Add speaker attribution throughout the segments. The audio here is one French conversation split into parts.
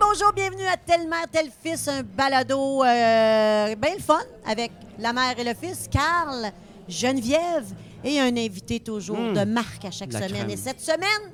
Speaker 1: Bonjour, bienvenue à Telle mère, tel fils, un balado euh, bien le fun avec la mère et le fils, Carl, Geneviève et un invité toujours de marque à chaque
Speaker 2: Hmm. La
Speaker 1: semaine.
Speaker 2: crème.
Speaker 1: Et cette semaine,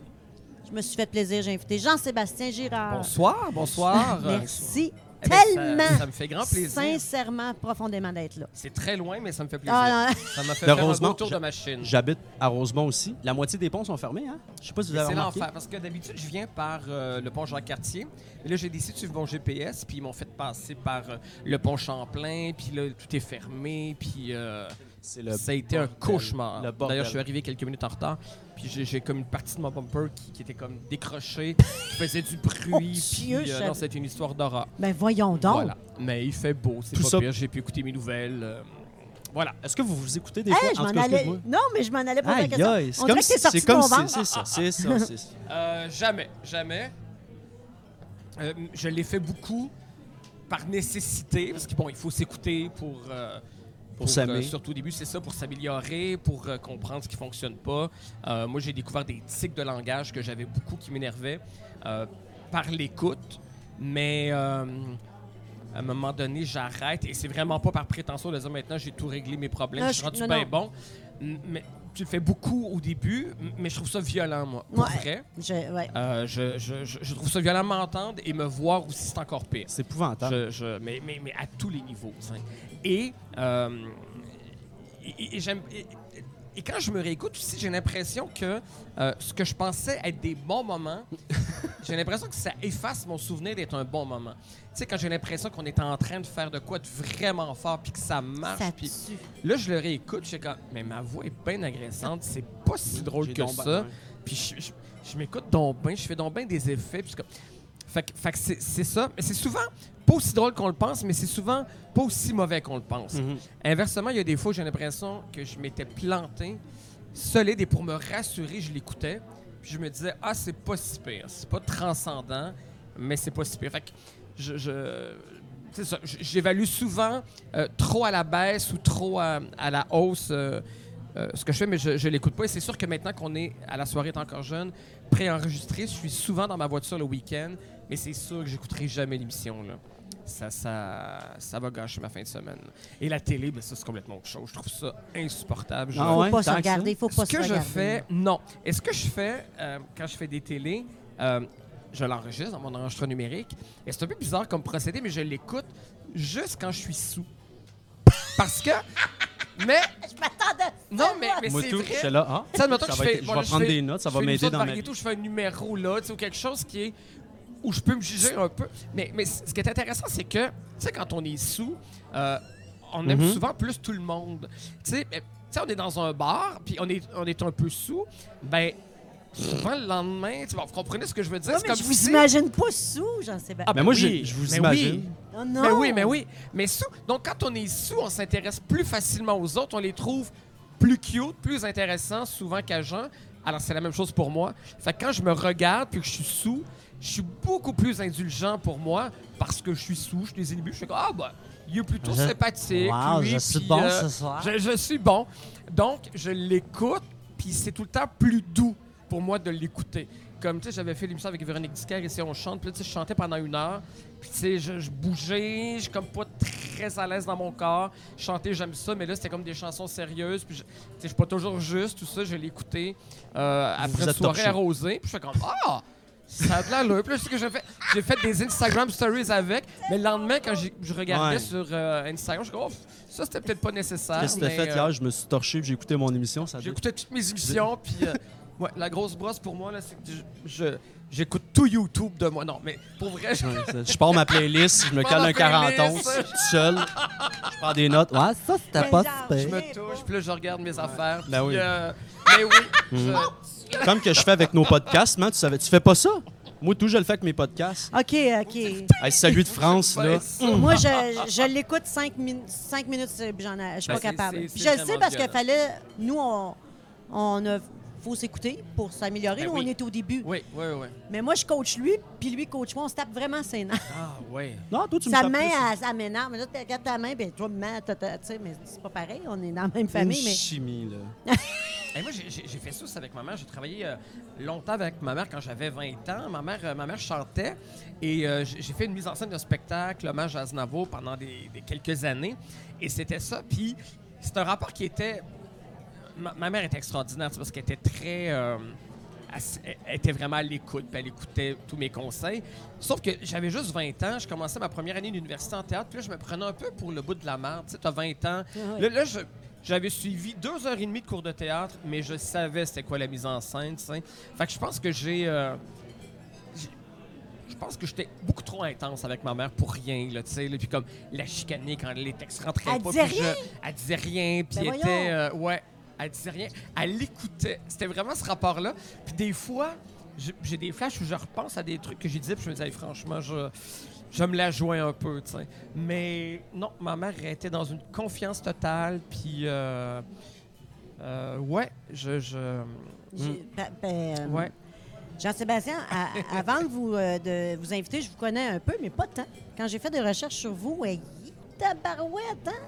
Speaker 1: je me suis fait plaisir, j'ai invité Jean-Sébastien Girard.
Speaker 2: Bonsoir, bonsoir.
Speaker 1: Merci
Speaker 2: Eh ben, ça-
Speaker 1: tellement,
Speaker 2: ça me fait grand plaisir.
Speaker 1: sincèrement, profondément d'être là.
Speaker 2: C'est très loin, mais ça me fait plaisir.
Speaker 1: Ah, non.
Speaker 2: ça m'a fait
Speaker 3: De
Speaker 2: faire un beau
Speaker 3: Rosemont,
Speaker 2: tour
Speaker 3: je-
Speaker 2: de ma Chine.
Speaker 3: J'habite à Rosemont aussi. La moitié des ponts sont fermés, hein? Je sais pas si vous avez
Speaker 2: C'est
Speaker 3: remarqué.
Speaker 2: l'enfer, parce que d'habitude, je viens par euh, le pont Jacques-Cartier. Et là, j'ai décidé de suivre mon GPS, puis ils m'ont fait passer par euh, le pont Champlain, puis là, tout est fermé, puis euh,
Speaker 3: C'est le
Speaker 2: ça a été un
Speaker 3: bordel.
Speaker 2: cauchemar.
Speaker 3: Le bordel.
Speaker 2: D'ailleurs, je suis arrivé quelques minutes en retard, puis j'ai- j'ai comme une partie de mon bumper qui, qui était comme décrochée, qui faisait du
Speaker 1: Oh,
Speaker 2: bruit, puis
Speaker 1: Dieu,
Speaker 2: euh,
Speaker 1: je-
Speaker 2: non, c'était une histoire d'horreur.
Speaker 1: Ben voyons donc.
Speaker 2: Voilà. Mais il fait beau, c'est
Speaker 3: Tout
Speaker 2: pas
Speaker 3: ça-
Speaker 2: pire, j'ai pu écouter mes nouvelles. euh, voilà.
Speaker 3: Est-ce que vous vous écoutez des
Speaker 1: Hey,
Speaker 3: fois?
Speaker 1: Hein, je
Speaker 3: En tout
Speaker 1: m'en
Speaker 3: cas,
Speaker 1: allais.
Speaker 3: excuse-moi.
Speaker 1: Non, mais je m'en allais poser la
Speaker 3: Aïe,
Speaker 1: question.
Speaker 3: aïe, c'est
Speaker 1: On
Speaker 3: comme
Speaker 1: dirait que
Speaker 3: si
Speaker 1: t'es sorti
Speaker 3: c'est
Speaker 1: de
Speaker 3: comme
Speaker 1: mon
Speaker 3: si-
Speaker 1: ventre.
Speaker 3: c'est ça, c'est ça, c'est ça.
Speaker 2: Euh, jamais, jamais. Euh, je l'ai fait beaucoup par nécessité, parce qu'il bon, il faut s'écouter pour, euh,
Speaker 3: Pour s'aimer.
Speaker 2: euh, surtout au début, c'est ça, pour s'améliorer, pour euh, comprendre ce qui fonctionne pas. Euh, moi, j'ai découvert des tics de langage que j'avais beaucoup qui m'énervaient euh, par l'écoute, mais euh, à un moment donné, j'arrête et c'est vraiment pas par prétention de dire maintenant j'ai tout réglé mes problèmes,
Speaker 1: Ah,
Speaker 2: je suis
Speaker 1: je-
Speaker 2: rendu
Speaker 1: non,
Speaker 2: bien
Speaker 1: non.
Speaker 2: bon. M- Mais tu le fais beaucoup au début, m- mais je trouve ça violent, moi, pour
Speaker 1: Ouais.
Speaker 2: vrai.
Speaker 1: Je- ouais.
Speaker 2: Euh, je, je- je- je trouve ça violent de m'entendre et me voir aussi, c'est encore pire.
Speaker 3: C'est épouvantable.
Speaker 2: Je- je- mais, mais- mais à tous les niveaux. tu sais. Et, euh, et- et j'aime- et- et quand je me réécoute aussi, j'ai l'impression que euh, ce que je pensais être des bons moments, j'ai l'impression que ça efface mon souvenir d'être un bon moment. Tu sais, quand j'ai l'impression qu'on est en train de faire de quoi de vraiment fort, puis que ça marche,
Speaker 1: Ça
Speaker 2: puis
Speaker 1: tue.
Speaker 2: là, je le réécoute, je suis comme, mais ma voix est bien agressante, c'est pas si drôle
Speaker 3: J'ai
Speaker 2: que
Speaker 3: donc ben-
Speaker 2: ça.
Speaker 3: ouais.
Speaker 2: Puis je, je- je m'écoute donc bien, je fais donc bien des effets. Puis je suis comme- Fait, que- fait que c'est c'est ça. Mais c'est souvent pas aussi drôle qu'on le pense, mais c'est souvent pas aussi mauvais qu'on le pense.
Speaker 3: Mhm.
Speaker 2: Inversement, il y a des fois où j'ai l'impression que je m'étais planté, solide, et pour me rassurer, je l'écoutais. Puis je me disais, ah, c'est pas si pire. C'est pas transcendant, mais c'est pas si pire. Fait que je. je- c'est ça. J- J'évalue souvent euh, trop à la baisse ou trop à, à la hausse euh, euh, ce que je fais, mais je, je l'écoute pas. Et c'est sûr que maintenant qu'on est à la soirée, t'es encore jeune, préenregistré, je suis souvent dans ma voiture le week-end, mais c'est sûr que j'écouterai jamais l'émission. là. Ça, ça, ça va gâcher ma fin de semaine. Et la télé, ben ça, c'est complètement autre chose. Je trouve ça insupportable. Je-
Speaker 3: Ah
Speaker 1: Faut
Speaker 3: ouais,
Speaker 1: pas se
Speaker 3: tant que
Speaker 1: regarder, faut pas
Speaker 2: ce
Speaker 1: se
Speaker 2: que je
Speaker 1: regarder.
Speaker 2: fais, non. Et ce que je fais euh, quand je fais des télés, euh, je l'enregistre dans mon enregistreur numérique. Et c'est un peu bizarre comme procédé, mais je l'écoute juste quand je suis sous. Parce que. Mais.
Speaker 1: Je m'attendais.
Speaker 2: Non, mais, mais
Speaker 3: Moi,
Speaker 2: c'est
Speaker 3: tout,
Speaker 2: vrai.
Speaker 3: j'étais là, ah,
Speaker 2: Ça, admettons que
Speaker 3: Ça
Speaker 2: je
Speaker 3: va
Speaker 2: fais.
Speaker 3: être- je
Speaker 2: bon,
Speaker 3: vais
Speaker 2: là,
Speaker 3: prendre
Speaker 2: fais-
Speaker 3: des notes, ça
Speaker 2: je
Speaker 3: va
Speaker 2: fais une
Speaker 3: m'aider
Speaker 2: émission de
Speaker 3: dans ma
Speaker 2: variété où Je fais un numéro là, tu sais, ou quelque chose qui est. où je peux me juger un peu. Mais, mais c- ce qui est intéressant, c'est que, tu sais, quand on est sous, euh, on aime
Speaker 3: Mhm.
Speaker 2: souvent plus tout le monde. Tu sais, mais- tu sais, on est dans un bar, puis on est, on est un peu sous, ben. Souvent, le lendemain, tu vois, vous comprenez ce que je veux dire?
Speaker 1: Non,
Speaker 2: C'est
Speaker 1: mais je
Speaker 2: comme
Speaker 1: vous
Speaker 2: si-
Speaker 1: imagine pas sous, Jean-Sébastien.
Speaker 2: Ah,
Speaker 3: Mais moi,
Speaker 2: oui,
Speaker 3: j'ai- je vous
Speaker 2: mais
Speaker 3: imagine.
Speaker 2: oui.
Speaker 1: Oh non.
Speaker 2: Mais oui, mais oui. Mais sous. Donc, quand on est sous, on s'intéresse plus facilement aux autres. On les trouve plus cute, plus intéressants, souvent qu'agents. Alors, c'est la même chose pour moi. Fait que quand je me regarde puis que je suis sous, je suis beaucoup plus indulgent pour moi parce que je suis sous, je les inhibe. Je suis comme, ah, bah, il est plutôt
Speaker 4: Je-
Speaker 2: sympathique.
Speaker 4: Wow,
Speaker 2: lui,
Speaker 4: je suis
Speaker 2: puis,
Speaker 4: bon
Speaker 2: euh,
Speaker 4: ce soir.
Speaker 2: je, je suis bon. Donc, je l'écoute, puis c'est tout le temps plus doux pour moi de l'écouter. Comme, tu sais, j'avais fait l'émission avec Véronique Disquaire, ici, on chante. Puis, là, tu sais, je chantais pendant une heure. Puis, tu sais, je, je bougeais, je suis comme pas très à l'aise dans mon corps. Chanter, j'aime ça, mais là, c'était comme des chansons sérieuses. Puis, je- tu sais, je suis pas toujours juste, tout ça. Je l'ai écouté euh, après
Speaker 3: vous
Speaker 2: une
Speaker 3: êtes
Speaker 2: soirée
Speaker 3: torché.
Speaker 2: arrosée. Puis, je fais comme, ah! Ça a de l'allure. Puis là, c'est ce que j'ai fait. J'ai fait des Instagram stories avec, mais le lendemain, quand j'ai- je regardais
Speaker 3: Ouais.
Speaker 2: sur euh, Instagram, je me oh, ça, c'était peut-être pas nécessaire.
Speaker 3: Qu'est-ce que t'as
Speaker 2: mais,
Speaker 3: fait
Speaker 2: euh,
Speaker 3: hier? Je me suis torché, puis j'ai écouté mon émission. Ça dit-
Speaker 2: J'écoutais toutes mes émissions, puis euh, ouais, la grosse brosse pour moi, là, c'est que je- je- j'écoute tout YouTube de moi. Non, mais pour vrai, je-
Speaker 3: Ouais, ça- Je pars ma playlist, je me
Speaker 2: Pars
Speaker 3: cale
Speaker 2: ma
Speaker 3: un 41 tout
Speaker 2: playlist.
Speaker 3: seul. Je prends des notes. Ouais, ça, c'était
Speaker 1: Mais
Speaker 3: pas
Speaker 1: genre,
Speaker 3: super.
Speaker 1: je
Speaker 2: je me touche, puis là, je regarde mes affaires.
Speaker 3: Ben
Speaker 2: puis,
Speaker 3: oui. Mm.
Speaker 2: euh, mais oui, je-
Speaker 3: Comme que je fais avec nos podcasts, man, tu savais, tu fais pas ça? Moi, tout, je le fais avec mes podcasts.
Speaker 1: OK, OK.
Speaker 3: Hey, salut de France, là.
Speaker 2: ben, ça-
Speaker 1: Moi, je, je l'écoute cinq, min- cinq minutes, c'est- puis j'en ai- je suis
Speaker 2: Ben,
Speaker 1: pas
Speaker 2: c'est-
Speaker 1: capable.
Speaker 2: c'est-
Speaker 1: Puis
Speaker 2: c'est
Speaker 1: je le sais
Speaker 2: vraiment
Speaker 1: parce qu'il
Speaker 2: violent.
Speaker 1: fallait... Nous, on, on a- faut s'écouter pour s'améliorer.
Speaker 2: Ben
Speaker 1: Nous, on
Speaker 2: oui.
Speaker 1: est au début.
Speaker 2: Oui, oui, oui.
Speaker 1: Mais moi, je coach lui, puis lui coach moi. On se tape vraiment ses nerfs.
Speaker 2: Ah, oui.
Speaker 3: Non, toi, tu me
Speaker 1: Sa
Speaker 3: tapes
Speaker 1: main,
Speaker 3: plus.
Speaker 1: elle, elle m'énerve. Mais là, tu ben, regardes ta main, puis toi, maman, tu sais, mais c'est pas pareil. On est dans la même
Speaker 3: Une
Speaker 1: famille, mais...
Speaker 3: chimie, là.
Speaker 2: Et moi, j'ai- j'ai j'ai fait ça avec ma mère. J'ai travaillé euh, longtemps avec ma mère quand j'avais 20 ans. Ma mère, euh, ma mère chantait et euh, j'ai j'ai fait une mise en scène d'un spectacle, hommage à Aznavour, pendant des, des quelques années. Et c'était ça. Puis c'est un rapport qui était. Ma, ma mère était extraordinaire tu sais, parce qu'elle était très. euh, elle s- elle était vraiment à l'écoute, puis elle écoutait tous mes conseils. Sauf que j'avais juste 20 ans, je commençais ma première année d'université en théâtre, puis là, je me prenais un peu pour le bout de la merde. Tu sais, t'as 20 ans.
Speaker 1: Ah
Speaker 2: Là, là, je- j'avais suivi deux heures et demie de cours de théâtre, mais je savais c'était quoi la mise en scène, tu sais. Fait que je pense que j'ai... euh, j'ai- je pense que j'étais beaucoup trop intense avec ma mère pour rien, là, tu sais. là, Puis comme la chicaner quand les textes rentraient
Speaker 1: Elle
Speaker 2: pas.
Speaker 1: disait
Speaker 2: puis je-
Speaker 1: rien?
Speaker 2: elle disait rien, puis
Speaker 1: Ben voyons.
Speaker 2: elle était... euh, ouais, elle disait rien. Elle écoutait. C'était vraiment ce rapport-là. Puis des fois, j'ai- j'ai des flashs où je repense à des trucs que j'ai dit, puis je me disais, Hey, franchement, je... Je me la jouais un peu, tu sais. Mais non, ma mère elle était dans une confiance totale, puis euh, euh, ouais, je, je
Speaker 1: J'ai- ben, ben, euh,
Speaker 2: Mm. ouais.
Speaker 1: Jean-Sébastien, à- avant de vous, euh, de vous inviter, je vous connais un peu, mais pas tant. Quand j'ai fait des recherches sur vous, ouais, yi, tabarouette, hein?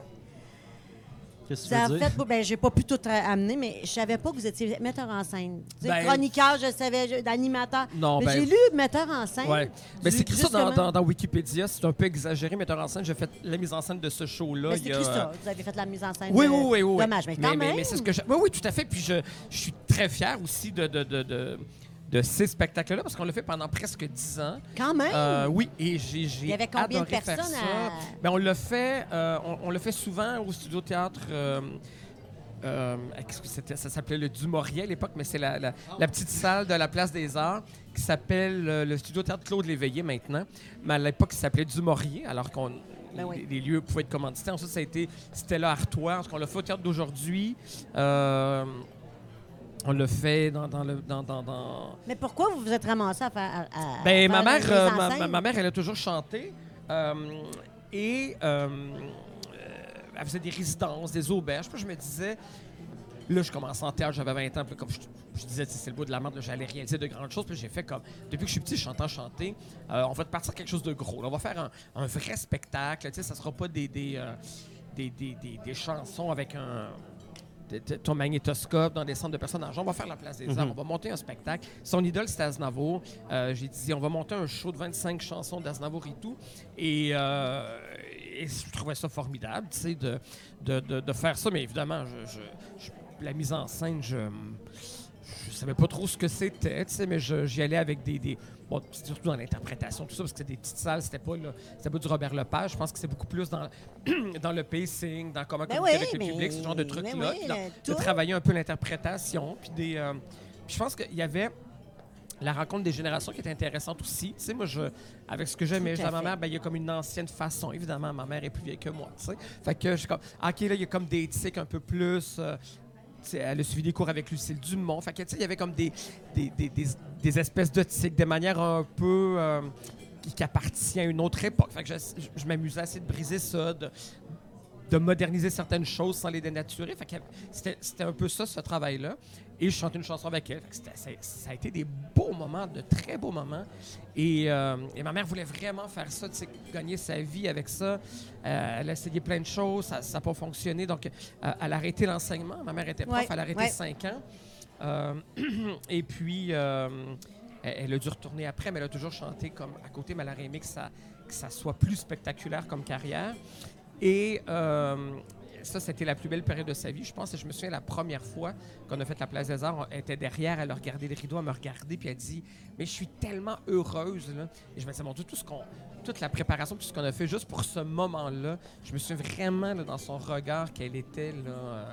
Speaker 3: Qu'est-ce que
Speaker 1: Ça
Speaker 3: tu
Speaker 1: a
Speaker 3: veux
Speaker 1: fait,
Speaker 3: dire?
Speaker 1: ben, j'ai pas pu tout ra- amener, mais je savais pas que vous étiez metteur en scène. Tu sais,
Speaker 2: Ben-
Speaker 1: chroniqueur, je savais, je- animateur.
Speaker 2: Non,
Speaker 1: Mais
Speaker 2: ben-
Speaker 1: j'ai lu metteur en scène.
Speaker 2: Ouais. Mais
Speaker 1: Du-
Speaker 2: c'est écrit ça dans,
Speaker 1: justement.
Speaker 2: dans, dans Wikipédia, c'est un peu exagéré, metteur en scène. J'ai fait la mise en scène de ce show-là.
Speaker 1: Mais Ben,
Speaker 2: il
Speaker 1: c'est
Speaker 2: y a-
Speaker 1: écrit ça. Vous avez fait la mise en scène.
Speaker 2: euh, Oui,
Speaker 1: de-
Speaker 2: oui, oui, oui.
Speaker 1: Dommage, mais quand
Speaker 2: mais,
Speaker 1: même.
Speaker 2: c'est ce que je... Oui, oui, tout à fait. Puis je, je suis très fier aussi de, de, de, de, de ces spectacles-là, parce qu'on l'a fait pendant presque dix ans.
Speaker 1: Quand même.
Speaker 2: Euh, oui, et j'ai j'ai
Speaker 1: Il y avait combien de
Speaker 2: adoré faire
Speaker 1: personnes
Speaker 2: ça.
Speaker 1: à-
Speaker 2: Ben, on le fait, euh, on, on le fait souvent au studio théâtre. euh, euh, qu'est-ce que c'était? Ça s'appelait le Dumouriez à l'époque, mais c'est la, la- la petite salle de la Place des Arts qui s'appelle euh, le studio théâtre Claude Léveillé maintenant. Mais à l'époque, ça s'appelait Dumouriez, alors qu'on
Speaker 1: Ben oui.
Speaker 2: les, les lieux pouvaient être commandités. Ensuite, ça a été Stella Artois. Parce qu'on l'a fait au théâtre d'aujourd'hui. Euh, on le fait dans, dans le. dans- dans- dans-
Speaker 1: Mais pourquoi vous vous êtes ramassé à faire. à- à faire
Speaker 2: ben, ma
Speaker 1: la
Speaker 2: mère,
Speaker 1: mise
Speaker 2: euh,
Speaker 1: en
Speaker 2: ma,
Speaker 1: scène?
Speaker 2: ma- ma mère, elle a toujours chanté. euh, et euh, euh, elle faisait des résidences, des auberges. Puis je me disais, là, je commençais en théâtre, j'avais 20 ans. Puis là, comme je, je disais, tu sais, c'est le bout de la merde, là, j'allais réaliser de grandes choses. Puis j'ai fait comme, depuis que je suis petit, je chante en chanter. euh, on va te partir quelque chose de gros. là. on va faire un, un vrai spectacle. Tu sais, ça sera pas des, des, euh, des- des- des- des chansons avec un de- de- ton magnétoscope dans des centres de personnes en jambes. On va faire la place des arts. On va monter un spectacle. Son idole, c'était Aznavour. Euh, J'ai dit, on va monter un show de 25 chansons d'Aznavour et tout. Et, euh, et je trouvais ça formidable, tu sais, de, de, de- de faire ça. Mais évidemment, je- je- je- la mise en scène, je... Je savais pas trop ce que c'était, tu sais, mais je- j'y allais avec des. des bon, surtout dans l'interprétation, tout ça, parce que c'était des petites salles, c'était pas, là- c'était pas du Robert Lepage. Je pense que c'est beaucoup plus dans, dans le pacing, dans comment
Speaker 1: Ben
Speaker 2: communiquer
Speaker 1: oui,
Speaker 2: avec le
Speaker 1: mais-
Speaker 2: public, ce genre de
Speaker 1: ben
Speaker 2: trucs-là.
Speaker 1: oui,
Speaker 2: puis dans-
Speaker 1: le
Speaker 2: de
Speaker 1: tout.
Speaker 2: travailler un peu l'interprétation. Puis des. euh, puis je pense qu'il y avait la rencontre des générations qui est intéressante aussi. Tu sais, moi, je, avec ce que j'aimais
Speaker 1: Tout à
Speaker 2: dans ma
Speaker 1: fait.
Speaker 2: mère, ben, il y a comme une ancienne façon. Évidemment, ma mère est plus vieille que moi. tu sais. Fait que je suis comme, ah, OK, là, il y a comme des tics un peu plus. euh, tu sais, elle a suivi des cours avec Lucille Dumont. Fait que, tu sais, il y avait comme des, des, des- des- des espèces de tics, des manières un peu. euh, qui, qui appartient à une autre époque. Fait que je, je m'amusais à essayer de briser ça, de, de moderniser certaines choses sans les dénaturer. Fait que c'était, c'était un peu ça, ce travail-là. Et je chantais une chanson avec elle. Fait que c'était- c'est- ça a été des beaux moments, de très beaux moments. Et, euh, et ma mère voulait vraiment faire ça, tu sais, gagner sa vie avec ça. Euh, elle a essayé plein de choses, ça n'a pas fonctionné. Donc, euh, elle a arrêté l'enseignement. Ma mère était prof,
Speaker 1: Ouais,
Speaker 2: elle a arrêté
Speaker 1: ouais.
Speaker 2: 5 ans. Euh, et puis, euh, elle, elle a dû retourner après, mais elle a toujours chanté comme à côté, mais elle aurait aimé que ça, que ça soit plus spectaculaire comme carrière. Et euh, ça, c'était la plus belle période de sa vie, je pense. Et je me souviens, la première fois qu'on a fait la Place des Arts, on- elle était derrière, elle a regardé le rideau, elle me regardait, puis elle dit Mais je suis tellement heureuse. Là. Et je me disais Mon Dieu, tout ce qu'on. Toute la préparation, tout ce qu'on a fait juste pour ce moment-là, je me souviens vraiment là, dans son regard qu'elle était là. euh,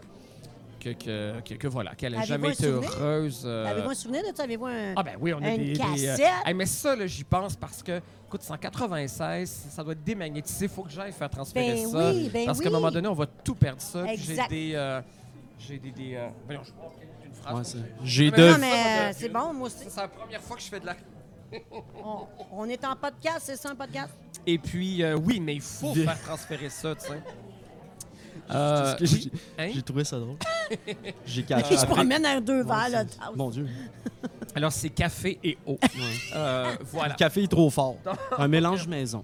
Speaker 2: que, que, que, que voilà, qu'elle n'a
Speaker 1: Avez-vous
Speaker 2: jamais
Speaker 1: un
Speaker 2: été
Speaker 1: souvenir?
Speaker 2: heureuse. euh,
Speaker 1: Avez-vous un souvenir de ça? Avez-vous un.
Speaker 2: ah ben oui, on a
Speaker 1: Une
Speaker 2: des, des,
Speaker 1: cassette.
Speaker 2: Hey, mais ça, là, j'y pense parce que, écoute, c'est en 96, ça doit être démagnétisé. Il faut que j'aille faire transférer
Speaker 1: Ben
Speaker 2: ça.
Speaker 1: oui, ben
Speaker 2: parce qu'à un
Speaker 1: oui.
Speaker 2: moment donné, on va tout perdre ça. Puis
Speaker 1: Exact.
Speaker 2: J'ai des... euh, j'ai des... des euh, voyons, je parle d'une phrase.
Speaker 3: Ouais,
Speaker 2: comme
Speaker 3: c'est-
Speaker 2: ça.
Speaker 3: J'ai
Speaker 2: Non,
Speaker 3: deux.
Speaker 1: non, mais euh, c'est bon, moi aussi.
Speaker 2: Ça, C'est la première fois que je fais de la...
Speaker 1: On, on est en podcast, c'est ça, un podcast?
Speaker 2: Et puis, euh, oui, mais il faut
Speaker 3: Des-
Speaker 2: faire transférer ça, tu sais. Euh,
Speaker 3: C'est ce que j'ai-
Speaker 2: oui, hein?
Speaker 3: J'ai trouvé ça drôle. J'ai caché.
Speaker 1: Je
Speaker 3: après.
Speaker 1: promène un deux
Speaker 3: Ouais,
Speaker 1: verres, là.
Speaker 3: c'est- Mon Dieu.
Speaker 2: Alors, c'est café et eau. Euh, voilà.
Speaker 3: Le café est trop fort. Un mélange maison.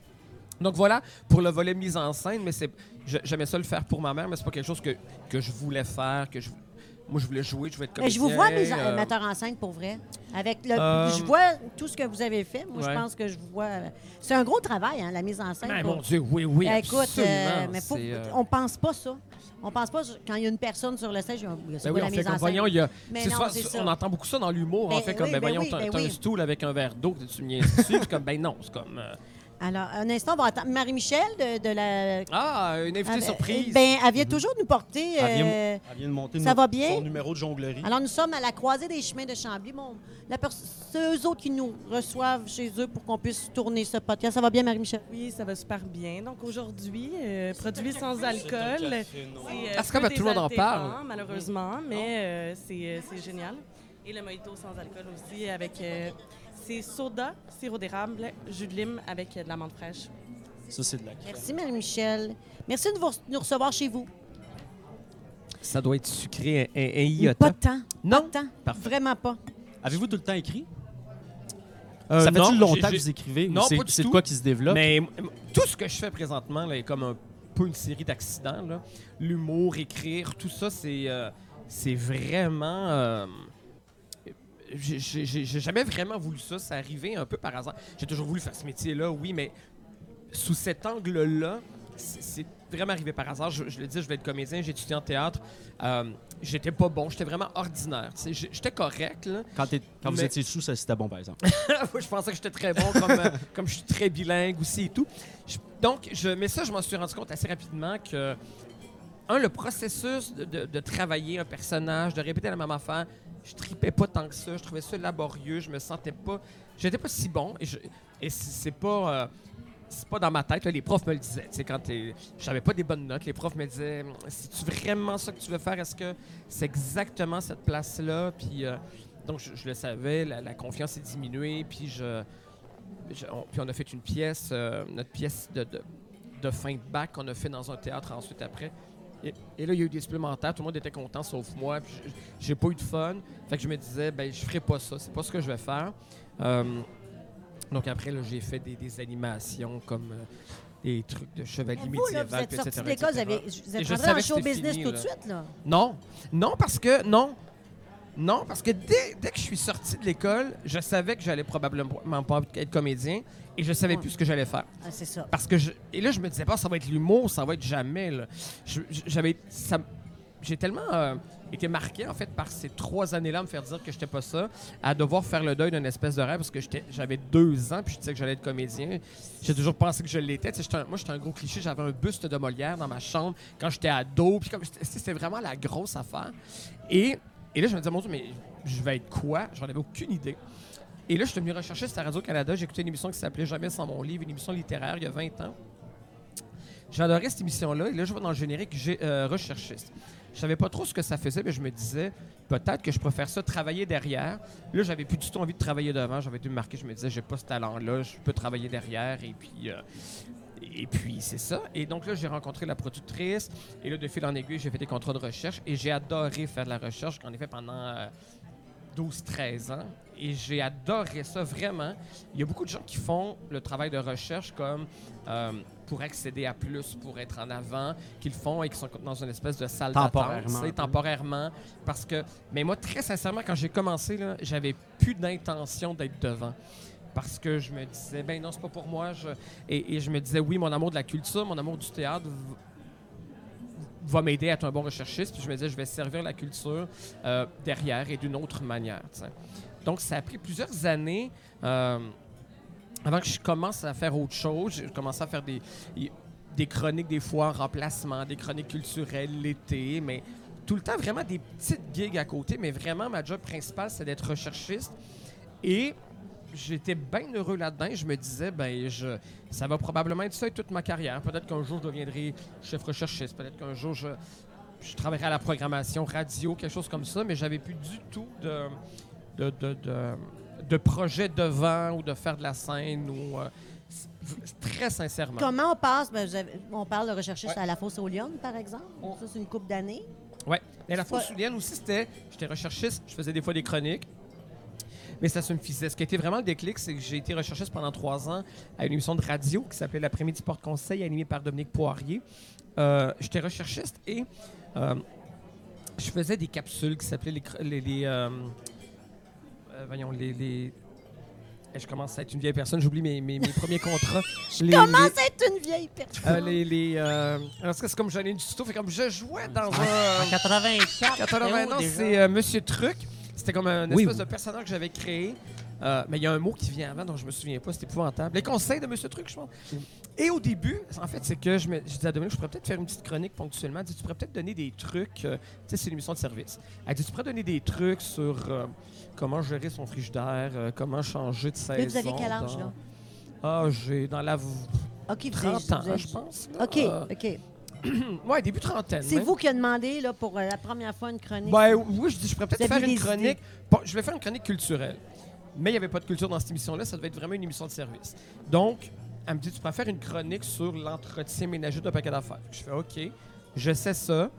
Speaker 2: Donc voilà pour le volet mise en scène, mais c'est je- j'aimais ça le faire pour ma mère, mais c'est pas quelque chose que, que je voulais faire, que je Moi, je voulais jouer, je voulais être
Speaker 1: Mais
Speaker 2: comédien.
Speaker 1: je vous vois, mes
Speaker 2: euh,
Speaker 1: metteurs en scène, pour vrai. Avec le,
Speaker 3: Euh,
Speaker 1: je vois tout ce que vous avez fait. Moi,
Speaker 2: ouais.
Speaker 1: je pense que je vous vois. euh, C'est un gros travail, hein, la mise en scène.
Speaker 2: mais
Speaker 1: pour-
Speaker 2: Ben, mon Dieu, oui, oui,
Speaker 1: Ben,
Speaker 2: absolument.
Speaker 1: écoute, euh, mais faut-
Speaker 2: C'est, euh,
Speaker 1: on pense pas ça. On pense pas quand il y a une personne sur le stage, c'est
Speaker 2: Ben
Speaker 1: quoi
Speaker 2: oui,
Speaker 1: la
Speaker 2: on fait
Speaker 1: mise
Speaker 2: comme
Speaker 1: en scène?
Speaker 2: voyons, il y a-
Speaker 1: Mais
Speaker 2: c'est
Speaker 1: non,
Speaker 2: souvent-
Speaker 1: c'est
Speaker 2: so-
Speaker 1: ça.
Speaker 2: on entend beaucoup ça dans l'humour, on
Speaker 1: Ben
Speaker 2: fait comme
Speaker 1: oui, ben
Speaker 2: ben voyons,
Speaker 1: oui,
Speaker 2: t'as
Speaker 1: ben
Speaker 2: t'as un
Speaker 1: oui.
Speaker 2: stool avec un verre d'eau, tu me niaises dessus, Puis comme ben non, c'est comme euh,
Speaker 1: Alors, un instant, on va attendre Marie-Michel de, de la.
Speaker 2: ah une invitée
Speaker 1: Ah, ben,
Speaker 2: surprise. Mm-hmm.
Speaker 1: Ben, elle vient toujours nous porter.
Speaker 3: Elle vient,
Speaker 1: euh,
Speaker 3: elle vient de monter
Speaker 1: ça
Speaker 3: no-
Speaker 1: va bien?
Speaker 3: son numéro de jonglerie.
Speaker 1: Alors, nous sommes à la croisée des chemins de Chambly. Bon, la pers- c'est eux autres qui nous reçoivent chez eux pour qu'on puisse tourner ce podcast. Ça va bien, Marie-Michel?
Speaker 4: Oui, ça va super bien. Donc aujourd'hui, euh, produit sans alcool. euh,
Speaker 2: Parce que ben,
Speaker 4: peu
Speaker 2: tout le monde en
Speaker 4: désaltérant,
Speaker 2: parle.
Speaker 4: Malheureusement, mais euh, c'est euh, c'est génial. Et le mojito sans alcool aussi avec euh, c'est soda, sirop d'érable, jus de lime avec euh, de l'amande fraîche.
Speaker 3: Ça, c'est de la crème.
Speaker 1: Merci, Marie-Michel. Merci de vous re- nous recevoir chez vous.
Speaker 2: Ça doit être sucré un, un- un
Speaker 1: Pas
Speaker 2: iota.
Speaker 1: de temps.
Speaker 2: Non?
Speaker 1: Pas de temps.
Speaker 2: Parfait.
Speaker 1: Vraiment pas.
Speaker 3: Avez-vous tout le temps écrit?
Speaker 2: Euh,
Speaker 3: ça
Speaker 2: non,
Speaker 3: fait-tu longtemps que
Speaker 2: j'ai-
Speaker 3: vous écrivez? ou
Speaker 2: Non,
Speaker 3: c'est-
Speaker 2: pas du
Speaker 3: C'est de
Speaker 2: tout.
Speaker 3: quoi qui se développe?
Speaker 2: Mais m- m- tout ce que je fais présentement là, est comme un peu une série d'accidents. là. L'humour, écrire, tout ça, c'est euh, c'est vraiment. euh, j'ai- j'ai j'ai- j'ai jamais vraiment voulu ça. Ça arrivait un peu par hasard. J'ai toujours voulu faire ce métier-là, oui, mais sous cet angle-là, c'est c'est vraiment arrivé par hasard. Je, je le dis, je vais être comédien, j'ai étudié en théâtre. Euh, j'étais pas bon, j'étais vraiment ordinaire. tu sais. J'ai- J'étais correct, là,
Speaker 3: Quand, t'es- quand vous
Speaker 2: Mais-
Speaker 3: étiez sous, ça c'était bon, par exemple.
Speaker 2: Moi, je pensais que j'étais très bon, comme, euh, comme je suis très bilingue aussi et tout. Je- donc, je, mais ça, je m'en suis rendu compte assez rapidement que, un, le processus de, de- de travailler un personnage, de répéter la même affaire, je tripais pas tant que ça. Je trouvais ça laborieux. Je me sentais pas. J'étais pas si bon. Et, je- et c'est c'est pas. euh, c'est pas dans ma tête. là, les profs me le disaient. Tu sais, quand t'es- j'avais pas des bonnes notes, les profs me disaient C'est-tu vraiment ça que tu veux faire Est-ce que c'est exactement cette place-là Puis. euh, donc, je, je le savais, la, la confiance est diminuée, puis je, je- on, puis on a fait une pièce, euh, notre pièce de, de, de fin de bac qu'on a fait dans un théâtre ensuite après. Et, et là, il y a eu des supplémentaires, tout le monde était content sauf moi, puis je- j'ai pas eu de fun. Fait que je me disais, ben je ferai pas ça, c'est pas ce que je vais faire. Euh, donc après, là, j'ai fait des, des animations comme euh, des trucs de chevalier
Speaker 1: Vous, là,
Speaker 2: médiéval,
Speaker 1: vous êtes
Speaker 2: puis
Speaker 1: sorti
Speaker 2: etc.,
Speaker 1: de l'école, vous,
Speaker 2: etc..
Speaker 1: avez- vous
Speaker 2: Et
Speaker 1: êtes
Speaker 2: je
Speaker 1: rentré en
Speaker 2: savais que
Speaker 1: show
Speaker 2: c'était
Speaker 1: business
Speaker 2: fini,
Speaker 1: tout de
Speaker 2: là.
Speaker 1: suite, là.
Speaker 2: Non, non, parce que, non, non, parce que dès, dès que je suis sorti de l'école, je savais que j'allais probablement pas être comédien et je savais
Speaker 1: Ouais.
Speaker 2: plus ce que j'allais faire.
Speaker 1: Ah, c'est ça.
Speaker 2: Parce que je, et là, je me disais pas, ça va être l'humour, ça va être jamais. là. Je- je- J'avais, ça, j'ai tellement euh, été marqué en fait par ces trois années-là, à me faire dire que j'étais pas ça, à devoir faire le deuil d'une espèce de rêve parce que j'étais, j'avais deux ans puis je disais que j'allais être comédien. J'ai toujours pensé que je l'étais. Tu sais, j'étais un- moi, j'étais un gros cliché. J'avais un buste de Molière dans ma chambre quand j'étais ado. Puis comme j'étais- c'était vraiment la grosse affaire. Et, et là, je me disais, mon Dieu, mais je vais être quoi J'en avais aucune idée. Et là, je suis venu rechercher cette Radio-Canada. J'ai écouté une émission qui s'appelait Jamais sans mon livre, une émission littéraire il y a 20 ans. J'adorais cette émission-là. Et là, je vois dans le générique j'ai euh, recherchiste. Je savais pas trop ce que ça faisait, mais je me disais peut-être que je préfère ça travailler derrière. Là, j'avais plus du tout envie de travailler devant. J'avais été marqué. Je me disais j'ai pas ce talent-là. Je peux travailler derrière. Et puis. euh, et puis, c'est ça. Et donc là, j'ai rencontré la productrice. Et là, de fil en aiguille, j'ai fait des contrats de recherche. Et j'ai adoré faire de la recherche. J'en ai fait pendant euh, 12-13 ans. Et j'ai adoré ça, vraiment. Il y a beaucoup de gens qui font le travail de recherche comme euh, pour accéder à plus, pour être en avant, qui le font et qui sont dans une espèce de salle d'attente,
Speaker 3: Temporairement.
Speaker 2: tu sais, temporairement. Parce que, mais moi, très sincèrement, quand j'ai commencé, là, j'avais plus d'intention d'être devant. Parce que je me disais, ben non, c'est pas pour moi. Je- Et, et je me disais, oui, mon amour de la culture, mon amour du théâtre v- va m'aider à être un bon recherchiste. Puis je me disais, je vais servir la culture euh, derrière et d'une autre manière. tu sais. Donc, ça a pris plusieurs années euh, avant que je commence à faire autre chose. J'ai commencé à faire des, y- des chroniques, des fois en remplacement, des chroniques culturelles l'été, mais tout le temps vraiment des petites gigs à côté. Mais vraiment, ma job principale, c'est d'être recherchiste. Et j'étais bien heureux là-dedans. Je me disais, ben, je, ça va probablement être ça toute ma carrière. Peut-être qu'un jour, je deviendrai chef recherchiste. Peut-être qu'un jour, je, je travaillerai à la programmation radio, quelque chose comme ça. Mais j'avais plus du tout de, de, de, de- de projet devant ou de faire de la scène. ou euh, c- Très sincèrement.
Speaker 1: Comment on passe? Ben, vous avez- on parle de recherchiste
Speaker 2: Ouais.
Speaker 1: à la fosse au Lyon, par exemple.
Speaker 2: On-
Speaker 1: Ça, c'est une coupe d'années.
Speaker 2: Ouais. Mais la
Speaker 1: C'est pas-
Speaker 2: fausse soulienne aussi, c'était. J'étais recherchiste, je faisais des fois des chroniques. Mais ça suffisait. Ce qui a été vraiment le déclic, c'est que j'ai été recherchiste pendant trois ans à une émission de radio qui s'appelait L'après-midi porte-conseil, animée par Dominique Poirier. Euh, J'étais recherchiste et euh, je faisais des capsules qui s'appelaient les. cr- les, les, euh, euh, voyons, les. les- Eh, Je commence à être une vieille personne, j'oublie mes, mes, mes premiers contrats. Les- les-
Speaker 1: Comment c'est une vieille personne?
Speaker 2: euh, les, les, euh, alors, c'est comme j'allais du tuto, fait comme je jouais dans
Speaker 1: Ah,
Speaker 5: En
Speaker 2: un.
Speaker 5: 84.
Speaker 2: 89 ans, c'est euh, Monsieur Truc. C'était comme un
Speaker 3: Oui,
Speaker 2: espèce
Speaker 3: oui.
Speaker 2: de personnage que j'avais créé. Euh, mais il y a un mot qui vient avant, dont je me souviens pas, c'est épouvantable. Les conseils de Monsieur Truc, je pense.
Speaker 3: Mm.
Speaker 2: Et au début, en fait, c'est que je, me, je disais à Dominique, je pourrais peut-être faire une petite chronique ponctuellement. Elle dit, tu pourrais peut-être donner des trucs. euh, tu sais, c'est une émission de service. Elle dit, tu pourrais donner des trucs sur euh, comment gérer son frigidaire, euh, comment changer de saison.
Speaker 1: Mais vous avez quel âge,
Speaker 2: dans-
Speaker 1: là?
Speaker 2: Ah, j'ai dans la v-
Speaker 1: OK, vous avez-
Speaker 2: 30 ans,
Speaker 1: vous avez-
Speaker 2: je pense. là.
Speaker 1: OK,
Speaker 2: Euh,
Speaker 1: OK.
Speaker 2: ouais, début trentaine.
Speaker 1: C'est
Speaker 2: même.
Speaker 1: vous qui a demandé là, pour euh, la première fois une chronique.
Speaker 2: Ben oui, je dis, je pourrais peut-être
Speaker 1: Vous
Speaker 2: faire
Speaker 1: aviez
Speaker 2: une
Speaker 1: des
Speaker 2: chronique. Bon, je vais faire une chronique culturelle. Mais il n'y avait pas de culture dans cette émission-là, ça devait être vraiment une émission de service. Donc, elle me dit, tu pourrais faire une chronique sur l'entretien ménager d'un paquet d'affaires. Je fais, OK, je sais ça.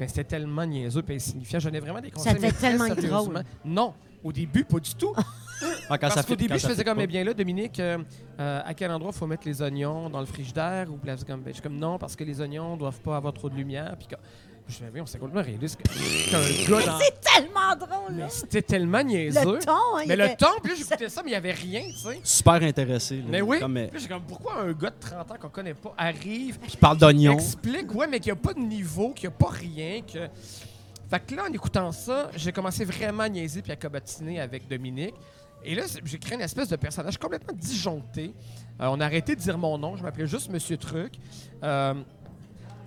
Speaker 2: Mais c'était tellement niaiseux et insignifiant. J'en ai vraiment des conseils.
Speaker 1: devait
Speaker 2: mais très
Speaker 1: tellement être drôle.
Speaker 2: sérieusement. Non, au début, pas du tout.
Speaker 3: Ah, quand
Speaker 2: Parce
Speaker 3: fait-
Speaker 2: qu'au début,
Speaker 3: quand
Speaker 2: je
Speaker 3: ça
Speaker 2: faisais
Speaker 3: fait
Speaker 2: comme,
Speaker 3: pas.
Speaker 2: eh bien là, Dominique, euh, euh, à quel endroit faut mettre les oignons dans le frigidaire ou puis là, c'est comme, ben, je suis comme non parce que les oignons doivent pas avoir trop de lumière. Puis que- je me dis, on s'est complètement réaliste que- qu'un gars dans-
Speaker 1: C'est tellement drôle, là.
Speaker 2: Mais c'était tellement niaiseux.
Speaker 1: Le ton, hein, il
Speaker 2: mais le
Speaker 1: était-
Speaker 2: ton, puis là, j'écoutais ça, mais il y avait rien, tu sais.
Speaker 3: Super intéressé. là.
Speaker 2: Mais oui.
Speaker 3: Mm, Comme, euh,
Speaker 2: Puis là, j'ai comme pourquoi un gars de 30 ans qu'on connaît pas arrive,
Speaker 3: qui parle d'oignons.
Speaker 2: explique ouais, mais qu'il n'y a pas de niveau, qu'il n'y a pas rien, que fait que là, en écoutant ça, j'ai commencé vraiment à niaiser puis à cabotiner avec Dominique. Et là, c'est- j'ai créé une espèce de personnage complètement disjoncté. Euh, on a arrêté de dire mon nom, je m'appelais juste Monsieur Truc. Euh,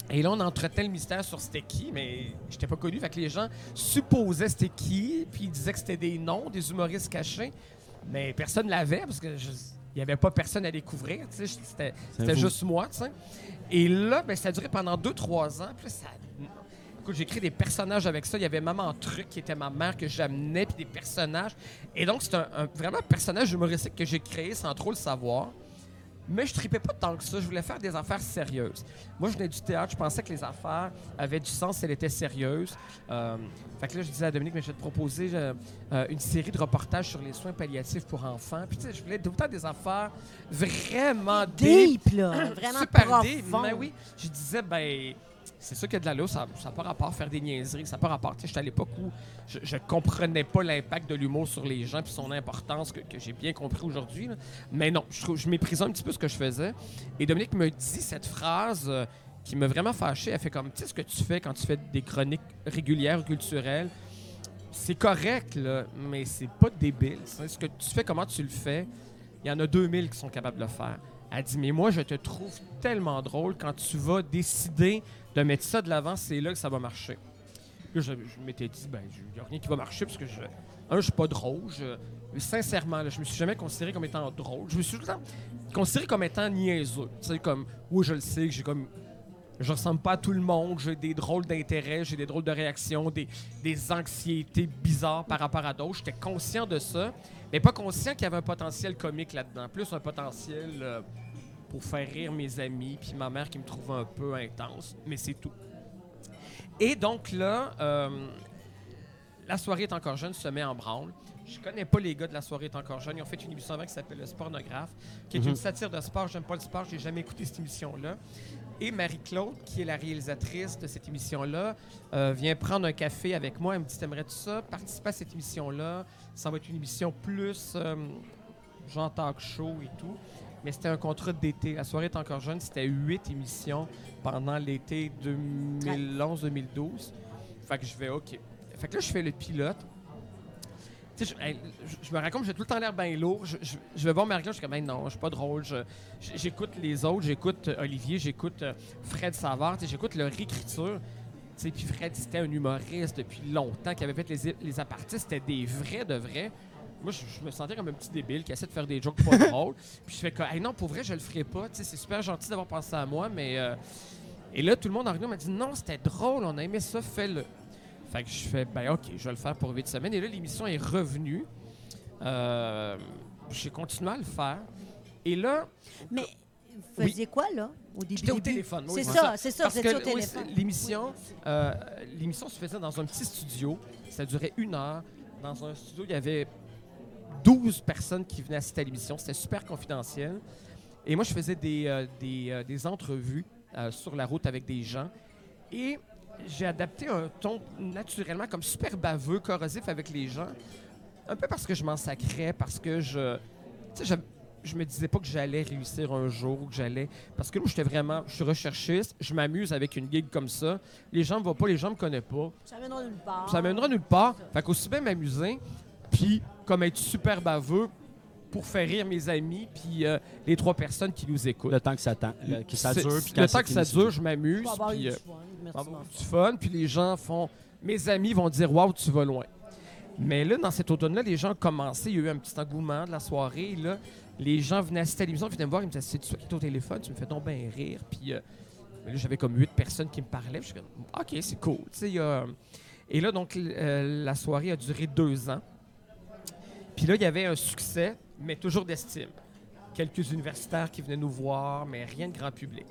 Speaker 2: et là, on entretenait le mystère sur c'était qui, mais j'étais pas connu. Fait que les gens supposaient c'était qui, puis ils disaient que c'était des noms, des humoristes cachés. Mais personne l'avait parce que je- il n'y avait pas personne à découvrir. tu sais, je- C'était c'était
Speaker 3: vous.
Speaker 2: juste moi. tu sais. Et là, ben, ça a duré pendant 2-3 ans. Puis là, ça Écoute, j'ai créé des personnages avec ça. Il y avait Maman Truc qui était ma mère que j'amenais, puis des personnages. Et donc, c'est un, un- vraiment un personnage humoristique que j'ai créé sans trop le savoir. Mais je tripais pas tant que ça. Je voulais faire des affaires sérieuses. Moi, je venais du théâtre. Je pensais que les affaires avaient du sens si elles étaient sérieuses. Euh, fait que là, je disais à Dominique, mais je vais te proposer euh, euh, une série de reportages sur les soins palliatifs pour enfants. Puis, tu sais, je voulais autant des affaires vraiment deep,
Speaker 1: Deep, là. Vraiment
Speaker 2: super
Speaker 1: profond.
Speaker 2: deep. Mais oui, je disais, ben, c'est sûr qu'il y a de la lourde, ça n'a pas rapport à faire des niaiseries, ça n'a pas rapport. Tu sais, J'étais à l'époque où je, je comprenais pas l'impact de l'humour sur les gens puis son importance que, que j'ai bien compris aujourd'hui. là. Mais non, je, trouve- je méprisais un petit peu ce que je faisais. Et Dominique me dit cette phrase euh, qui m'a vraiment fâché. Elle fait comme, tu sais ce que tu fais quand tu fais des chroniques régulières ou culturelles, c'est correct, là, mais c'est pas débile. tu sais. Ce que tu fais, comment tu le fais, il y en a 2000 qui sont capables de le faire. Elle dit, mais moi, je te trouve tellement drôle quand tu vas décider de mettre ça de l'avant, c'est là que ça va marcher. Puis je, je m'étais dit, ben, il n'y a rien qui va marcher parce que je. Un, je suis pas drôle. Je, mais sincèrement, là, je me suis jamais considéré comme étant drôle. Je me suis tout le temps considéré comme étant niaiseux. Tu sais, comme, oui, je le sais, que j'ai comme. Je ressemble pas à tout le monde, j'ai des drôles d'intérêts, j'ai des drôles de réactions, des, des anxiétés bizarres par rapport à d'autres. J'étais conscient de ça, mais pas conscient qu'il y avait un potentiel comique là-dedans. Plus un potentiel euh, pour faire rire mes amis, puis ma mère qui me trouve un peu intense, mais c'est tout. Et donc là, euh, la soirée est encore jeune se met en branle. Je connais pas les gars de la soirée est encore jeune. Ils ont fait une émission avant qui s'appelle Le Spornographe, qui est une satire de sport. J'aime pas le sport, j'ai jamais écouté cette émission-là. Et Marie-Claude, qui est la réalisatrice de cette émission-là, euh, vient prendre un café avec moi. Elle me dit T'aimerais-tu ça Participer à cette émission-là. Ça va être une émission plus euh, genre talk show et tout. Mais c'était un contrat d'été. La soirée est encore jeune. C'était huit émissions pendant l'été 2011-2012. Fait que je vais OK. Fait que là, je fais le pilote. Tu sais, Je, hey, je- je me raconte, j'ai tout le temps l'air bien lourd. Je, je- je vais voir Marie-Claude, je suis comme, Ben non, je suis pas drôle. Je- je- J'écoute les autres, j'écoute euh, Olivier, j'écoute euh, Fred Savard, tu sais, j'écoute leur écriture. Tu sais, Puis Fred, c'était un humoriste depuis longtemps qui avait fait les, les apartés, c'était des vrais de vrais. Moi, je, je me sentais comme un petit débile qui essaie de faire des jokes pas drôles. Puis je fais comme, Hey, non, pour vrai, je le ferai pas. Tu sais, C'est super gentil d'avoir pensé à moi, mais. euh, et là, tout le monde en rigolant m'a dit non, c'était drôle, on a aimé ça, fais-le. Fait que je fais, ben ok, je vais le faire pour huit semaines. Et là, l'émission est revenue. Euh, J'ai continué à le faire. Et là,
Speaker 1: Mais vous faisiez quoi, là, au début?
Speaker 2: J'étais au
Speaker 1: début?
Speaker 2: téléphone, oui,
Speaker 1: C'est
Speaker 2: c'est
Speaker 1: ça,
Speaker 2: ça.
Speaker 1: c'est ça,
Speaker 2: parce
Speaker 1: vous étiez au
Speaker 2: que oui,
Speaker 1: téléphone.
Speaker 2: c'est- l'émission euh, l'émission se faisait dans un petit studio. Ça durait une heure. Dans un studio, il y avait 12 personnes qui venaient assister à l'émission. C'était super confidentiel. Et moi, je faisais des, euh, des, euh, des entrevues euh, sur la route avec des gens. Et j'ai adapté un ton naturellement comme super baveux, corrosif avec les gens. Un peu parce que je m'en sacrais, parce que je. Tu sais, je, je me disais pas que j'allais réussir un jour, ou que j'allais. Parce que là, où j'étais vraiment. Je suis recherchiste, je m'amuse avec une gig comme ça. Les gens me voient pas, les gens me connaissent pas.
Speaker 1: Ça mènera nulle part.
Speaker 2: Ça mènera nulle part. Fait qu'aussi bien m'amuser, puis comme être super baveux pour faire rire mes amis, puis euh, les trois personnes qui nous écoutent.
Speaker 3: Le temps que ça, tend- le- que ça
Speaker 2: C'est-
Speaker 3: dure. puis quand
Speaker 2: le temps que ça
Speaker 3: finit, c'est
Speaker 2: dure, je
Speaker 1: Je
Speaker 2: m'amuse.
Speaker 1: vais avoir
Speaker 2: puis,
Speaker 1: eu
Speaker 2: euh,
Speaker 1: du fun. Merci,
Speaker 2: on va
Speaker 1: mon
Speaker 2: avoir
Speaker 1: frère.
Speaker 2: du fun, puis les gens font. Mes amis vont dire Waouh, tu vas loin. Mais là, dans cet automne-là, les gens ont commencé. Il y a eu un petit engouement de la soirée. et Là. Les gens venaient assister à l'émission, ils venaient me voir, ils me disaient C'est toi qui es au téléphone, tu me fais donc bien rire. Puis euh, mais là, j'avais comme huit personnes qui me parlaient. puis Je suis comme Ok, c'est cool. Tu sais, il y a- Et là, donc, l- euh, la soirée a duré deux ans. Puis là, il y avait un succès, mais toujours d'estime. Quelques universitaires qui venaient nous voir, mais rien de grand public.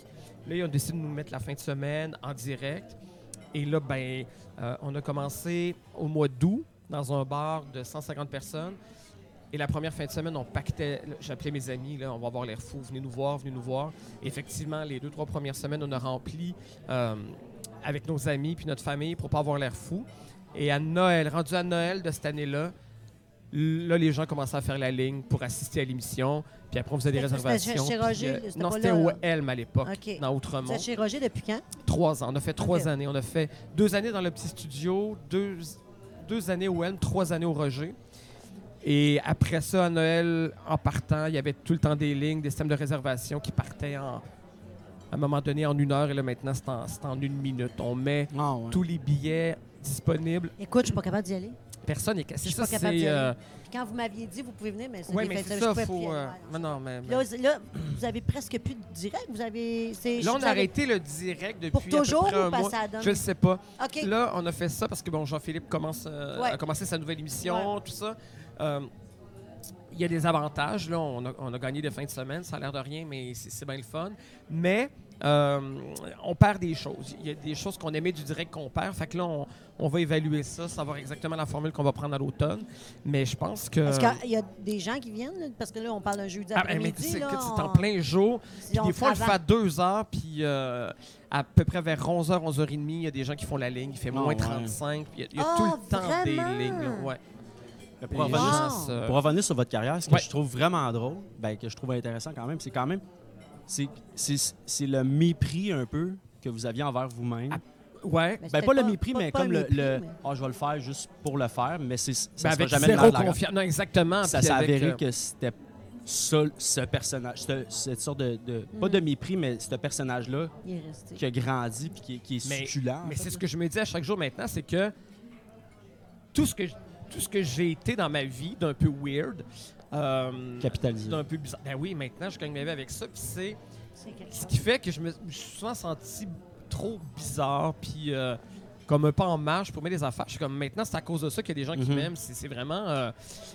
Speaker 2: Là, ils ont décidé de nous mettre la fin de semaine en direct. Et là, ben, euh, on a commencé au mois d'août dans un bar de 150 personnes. Et la première fin de semaine, on pactait. là, J'appelais mes amis, là, on va avoir l'air fou, venez nous voir, venez nous voir. Et effectivement, les deux, trois premières semaines, on a rempli euh, avec nos amis puis notre famille pour pas avoir l'air fou. Et à Noël, rendu à Noël de cette année-là, là, les gens commençaient à faire la ligne pour assister à l'émission. Puis après, on faisait des
Speaker 1: C'était- Ben, c'était
Speaker 2: réservations.
Speaker 1: chez- chez
Speaker 2: puis,
Speaker 1: Roger,
Speaker 2: euh,
Speaker 1: c'était
Speaker 2: non,
Speaker 1: pas
Speaker 2: c'était
Speaker 1: là,
Speaker 2: au
Speaker 1: là.
Speaker 2: Elm à l'époque,
Speaker 1: OK.
Speaker 2: dans
Speaker 1: Vous
Speaker 2: Outremont.
Speaker 1: êtes chez Roger depuis quand?
Speaker 2: Trois ans. On a fait trois
Speaker 1: Ok.
Speaker 2: années. On a fait deux années dans le petit studio, deux, deux années au Helm, trois années au Roger. Et après ça, à Noël, en partant, il y avait tout le temps des lignes, des systèmes de réservation qui partaient en, à un moment donné en une heure. Et là, maintenant, c'est en, c'est en une minute. On met
Speaker 3: tout. Ah, ouais.
Speaker 2: tous les billets disponibles.
Speaker 1: Écoute, je suis pas capable d'y aller.
Speaker 2: Personne n'est cassé.
Speaker 1: Je suis
Speaker 2: Ça,
Speaker 1: pas capable d'y
Speaker 2: c'est.
Speaker 1: aller. Puis quand vous m'aviez dit, vous pouvez venir, mais c'est
Speaker 2: Oui,
Speaker 1: des
Speaker 2: mais
Speaker 1: fêtes,
Speaker 2: c'est
Speaker 1: je
Speaker 2: ça,
Speaker 1: pouvais plus y
Speaker 2: faut.
Speaker 1: aller.
Speaker 2: euh,
Speaker 1: Ouais, non,
Speaker 2: mais non, mais.
Speaker 1: Puis Là, vous- là, vous avez presque plus de direct. Vous avez. c'est-
Speaker 2: Là, on
Speaker 1: vous
Speaker 2: a
Speaker 1: avez-
Speaker 2: arrêté le direct depuis.
Speaker 1: Pour
Speaker 2: à peu
Speaker 1: toujours
Speaker 2: près
Speaker 1: ou
Speaker 2: un
Speaker 1: pas
Speaker 2: mois.
Speaker 1: ça donne?
Speaker 2: Je ne sais pas.
Speaker 1: OK.
Speaker 2: Là, on a fait ça parce que bon, Jean-Philippe commence euh,
Speaker 1: Ouais.
Speaker 2: a commencé sa nouvelle émission, tout ça. Euh, Il y a des avantages. Là, on a, on a gagné des fins de semaine, ça a l'air de rien, mais c'est c'est bien le fun. Mais euh, on perd des choses. Il y a des choses qu'on aimait du direct qu'on perd. Fait que là, on, on va évaluer ça, savoir exactement la formule qu'on va prendre à l'automne. Mais je pense que.
Speaker 1: Est-ce qu'il y a des gens qui viennent? là? Parce que là, on parle un jeudi
Speaker 2: Euh, Ah, ben, mais
Speaker 1: après-midi.
Speaker 2: c'est
Speaker 1: là,
Speaker 2: écoute, c'est en
Speaker 1: on-
Speaker 2: plein jour. Puis
Speaker 1: on
Speaker 2: des fois, on le fait à
Speaker 1: travaille.
Speaker 2: 2 heures, puis euh, à peu près vers 11h, 11h30, il y a des gens qui font la ligne. Il fait
Speaker 3: Ah,
Speaker 2: moins
Speaker 3: ouais.
Speaker 2: 35, puis il y a, il y a
Speaker 1: Ah,
Speaker 2: tout le temps
Speaker 1: vraiment?
Speaker 2: des lignes. là, Ouais.
Speaker 3: Pour
Speaker 2: Les
Speaker 3: revenir-
Speaker 2: gens
Speaker 1: Wow.
Speaker 2: se-
Speaker 3: Pour revenir sur votre carrière, ce que
Speaker 2: Ouais.
Speaker 3: Ah. je trouve vraiment drôle, ben, que je trouve intéressant quand même, c'est quand même c'est, c'est, c'est le mépris un peu que vous aviez envers vous-même.
Speaker 2: Ah, Ouais.
Speaker 1: Mais
Speaker 3: ben,
Speaker 1: c'était
Speaker 3: pas, le mépris,
Speaker 1: pas-
Speaker 3: mais
Speaker 1: pas
Speaker 3: comme le,
Speaker 1: mépris,
Speaker 3: le,
Speaker 1: mais-
Speaker 3: Ah, je vais le faire juste pour le faire, mais c'est, ça
Speaker 2: Ben,
Speaker 3: sera
Speaker 2: avec
Speaker 3: jamais de
Speaker 2: zéro
Speaker 3: la- la-
Speaker 2: confiance. Non, exactement.
Speaker 3: Ça
Speaker 2: puis
Speaker 3: s'est
Speaker 2: avec,
Speaker 3: avéré
Speaker 2: euh,
Speaker 3: que c'était ça, ce personnage, ce- cette sorte de, de- pas
Speaker 1: Mm.
Speaker 3: de mépris, mais ce personnage-là
Speaker 1: Il est resté.
Speaker 3: qui a grandi puis qui, est- qui est
Speaker 2: Mais-
Speaker 3: succulent.
Speaker 2: euh, Mais c'est ce que je me dis à chaque jour maintenant, c'est que tout ce que j- tout ce que j'ai été dans ma vie d'un peu weird, euh,
Speaker 3: Capitalisé.
Speaker 2: d'un peu bizarre. Ben oui, maintenant je gagne ma vie avec ça, puis c'est
Speaker 1: C'est quelque
Speaker 2: ce
Speaker 1: chose.
Speaker 2: qui fait que je me je me suis souvent senti trop bizarre, puis euh, comme un pas en marche pour mettre des affaires. Je suis comme maintenant, c'est à cause de ça qu'il y a des gens qui
Speaker 3: Mhm.
Speaker 2: m'aiment. C'est c'est vraiment. euh,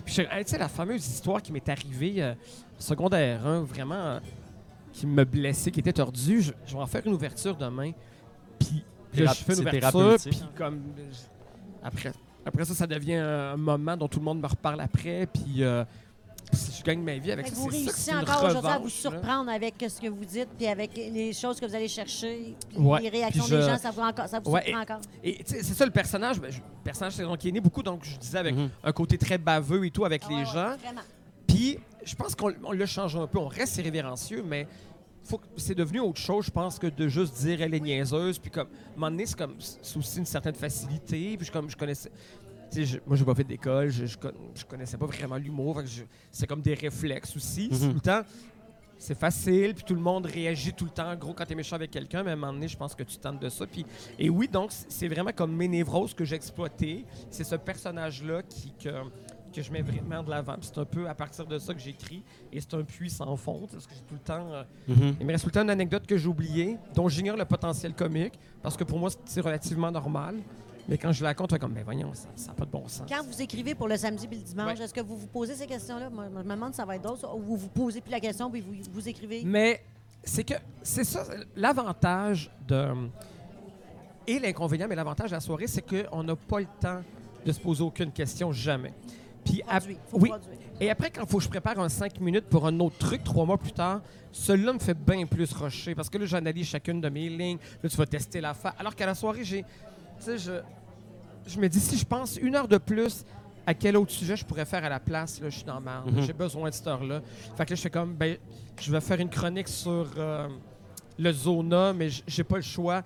Speaker 2: puis je- hey, tu sais, la fameuse histoire qui m'est arrivée euh, secondaire 1, vraiment, euh, qui me blessait, qui était tordue, je, je vais en faire une ouverture demain. Puis là,
Speaker 3: Théra-
Speaker 2: je fais une
Speaker 3: c'est
Speaker 2: ouverture,
Speaker 3: thérapeutique.
Speaker 2: puis comme. je- Après, après ça, ça devient un moment dont tout le monde me reparle après, puis. euh, si je gagne ma vie avec
Speaker 1: Fait que
Speaker 2: ça,
Speaker 1: vous
Speaker 2: c'est ça que
Speaker 1: réussissez
Speaker 2: c'est une
Speaker 1: encore aujourd'hui à vous
Speaker 2: revanche, là.
Speaker 1: surprendre avec ce que vous dites, puis avec les choses que vous allez chercher, puis
Speaker 2: Ouais,
Speaker 1: les réactions
Speaker 2: puis je-
Speaker 1: des gens, ça vous, encore, ça vous
Speaker 2: Ouais,
Speaker 1: surprend encore.
Speaker 2: Et tu sais, c'est ça le personnage. ben, je- le personnage, c'est donc il est né beaucoup, donc je disais avec
Speaker 3: Mhm.
Speaker 2: un côté très baveux et tout avec les
Speaker 1: Ah Ouais, ouais,
Speaker 2: gens.
Speaker 1: vraiment.
Speaker 2: Puis je pense qu'on on le change un peu. On reste irrévérencieux, mais faut que- c'est devenu autre chose, je pense, que de juste dire elle est niaiseuse. Puis comme, à un moment donné, c'est comme, c'est aussi une certaine facilité. Puis je, comme, je connaissais. tu sais, je- moi, j'ai pas fait d'école, je, je, con- je connaissais pas vraiment l'humour. fait que je- C'est comme des réflexes aussi. C'est
Speaker 3: Mhm.
Speaker 2: Tout le temps, c'est facile, puis tout le monde réagit tout le temps. En gros, quand tu es méchant avec quelqu'un, mais à un moment donné, je pense que tu tentes de ça. Puis, et oui, donc, c- c'est vraiment comme mes névroses que j'ai exploitées. C'est ce personnage-là qui, que, que je mets vraiment de l'avant. Puis C'est un peu à partir de ça que j'écris. Et c'est un puits sans fond, tu sais, parce que j'ai tout le temps. euh,
Speaker 3: Mhm.
Speaker 2: il me reste tout le temps une anecdote que j'ai oubliée, dont j'ignore le potentiel comique, parce que pour moi, c'est relativement normal. Mais quand je la raconte, on est comme, mais voyons, ça n'a pas de bon sens.
Speaker 1: Quand vous écrivez pour le samedi et le dimanche,
Speaker 2: Ouais.
Speaker 1: est-ce que vous vous posez ces questions-là? Moi, je me demande si ça va être drôle, ça, ou vous vous posez plus la question, puis vous, vous écrivez.
Speaker 2: Mais c'est que c'est ça l'avantage de et l'inconvénient, mais l'avantage de la soirée, c'est qu'on n'a pas le temps de se poser aucune question jamais. Puis ap-
Speaker 1: Produit. Faut
Speaker 2: oui.
Speaker 1: produire.
Speaker 2: Et après, quand faut que je prépare un 5 minutes pour un autre truc, trois mois plus tard, celui-là me fait bien plus rusher parce que là, j'analyse chacune de mes lignes. Là, tu vas tester la fin. Alors qu'à la soirée, j'ai. Tu sais, je, je me dis, si je pense une heure de plus, à quel autre sujet je pourrais faire à la place, là, je suis dans marre.
Speaker 3: Mhm.
Speaker 2: J'ai besoin de cette heure-là. Fait que là, je fais comme, ben, je vais faire une chronique sur euh, le Zona, mais j- j'ai pas le choix.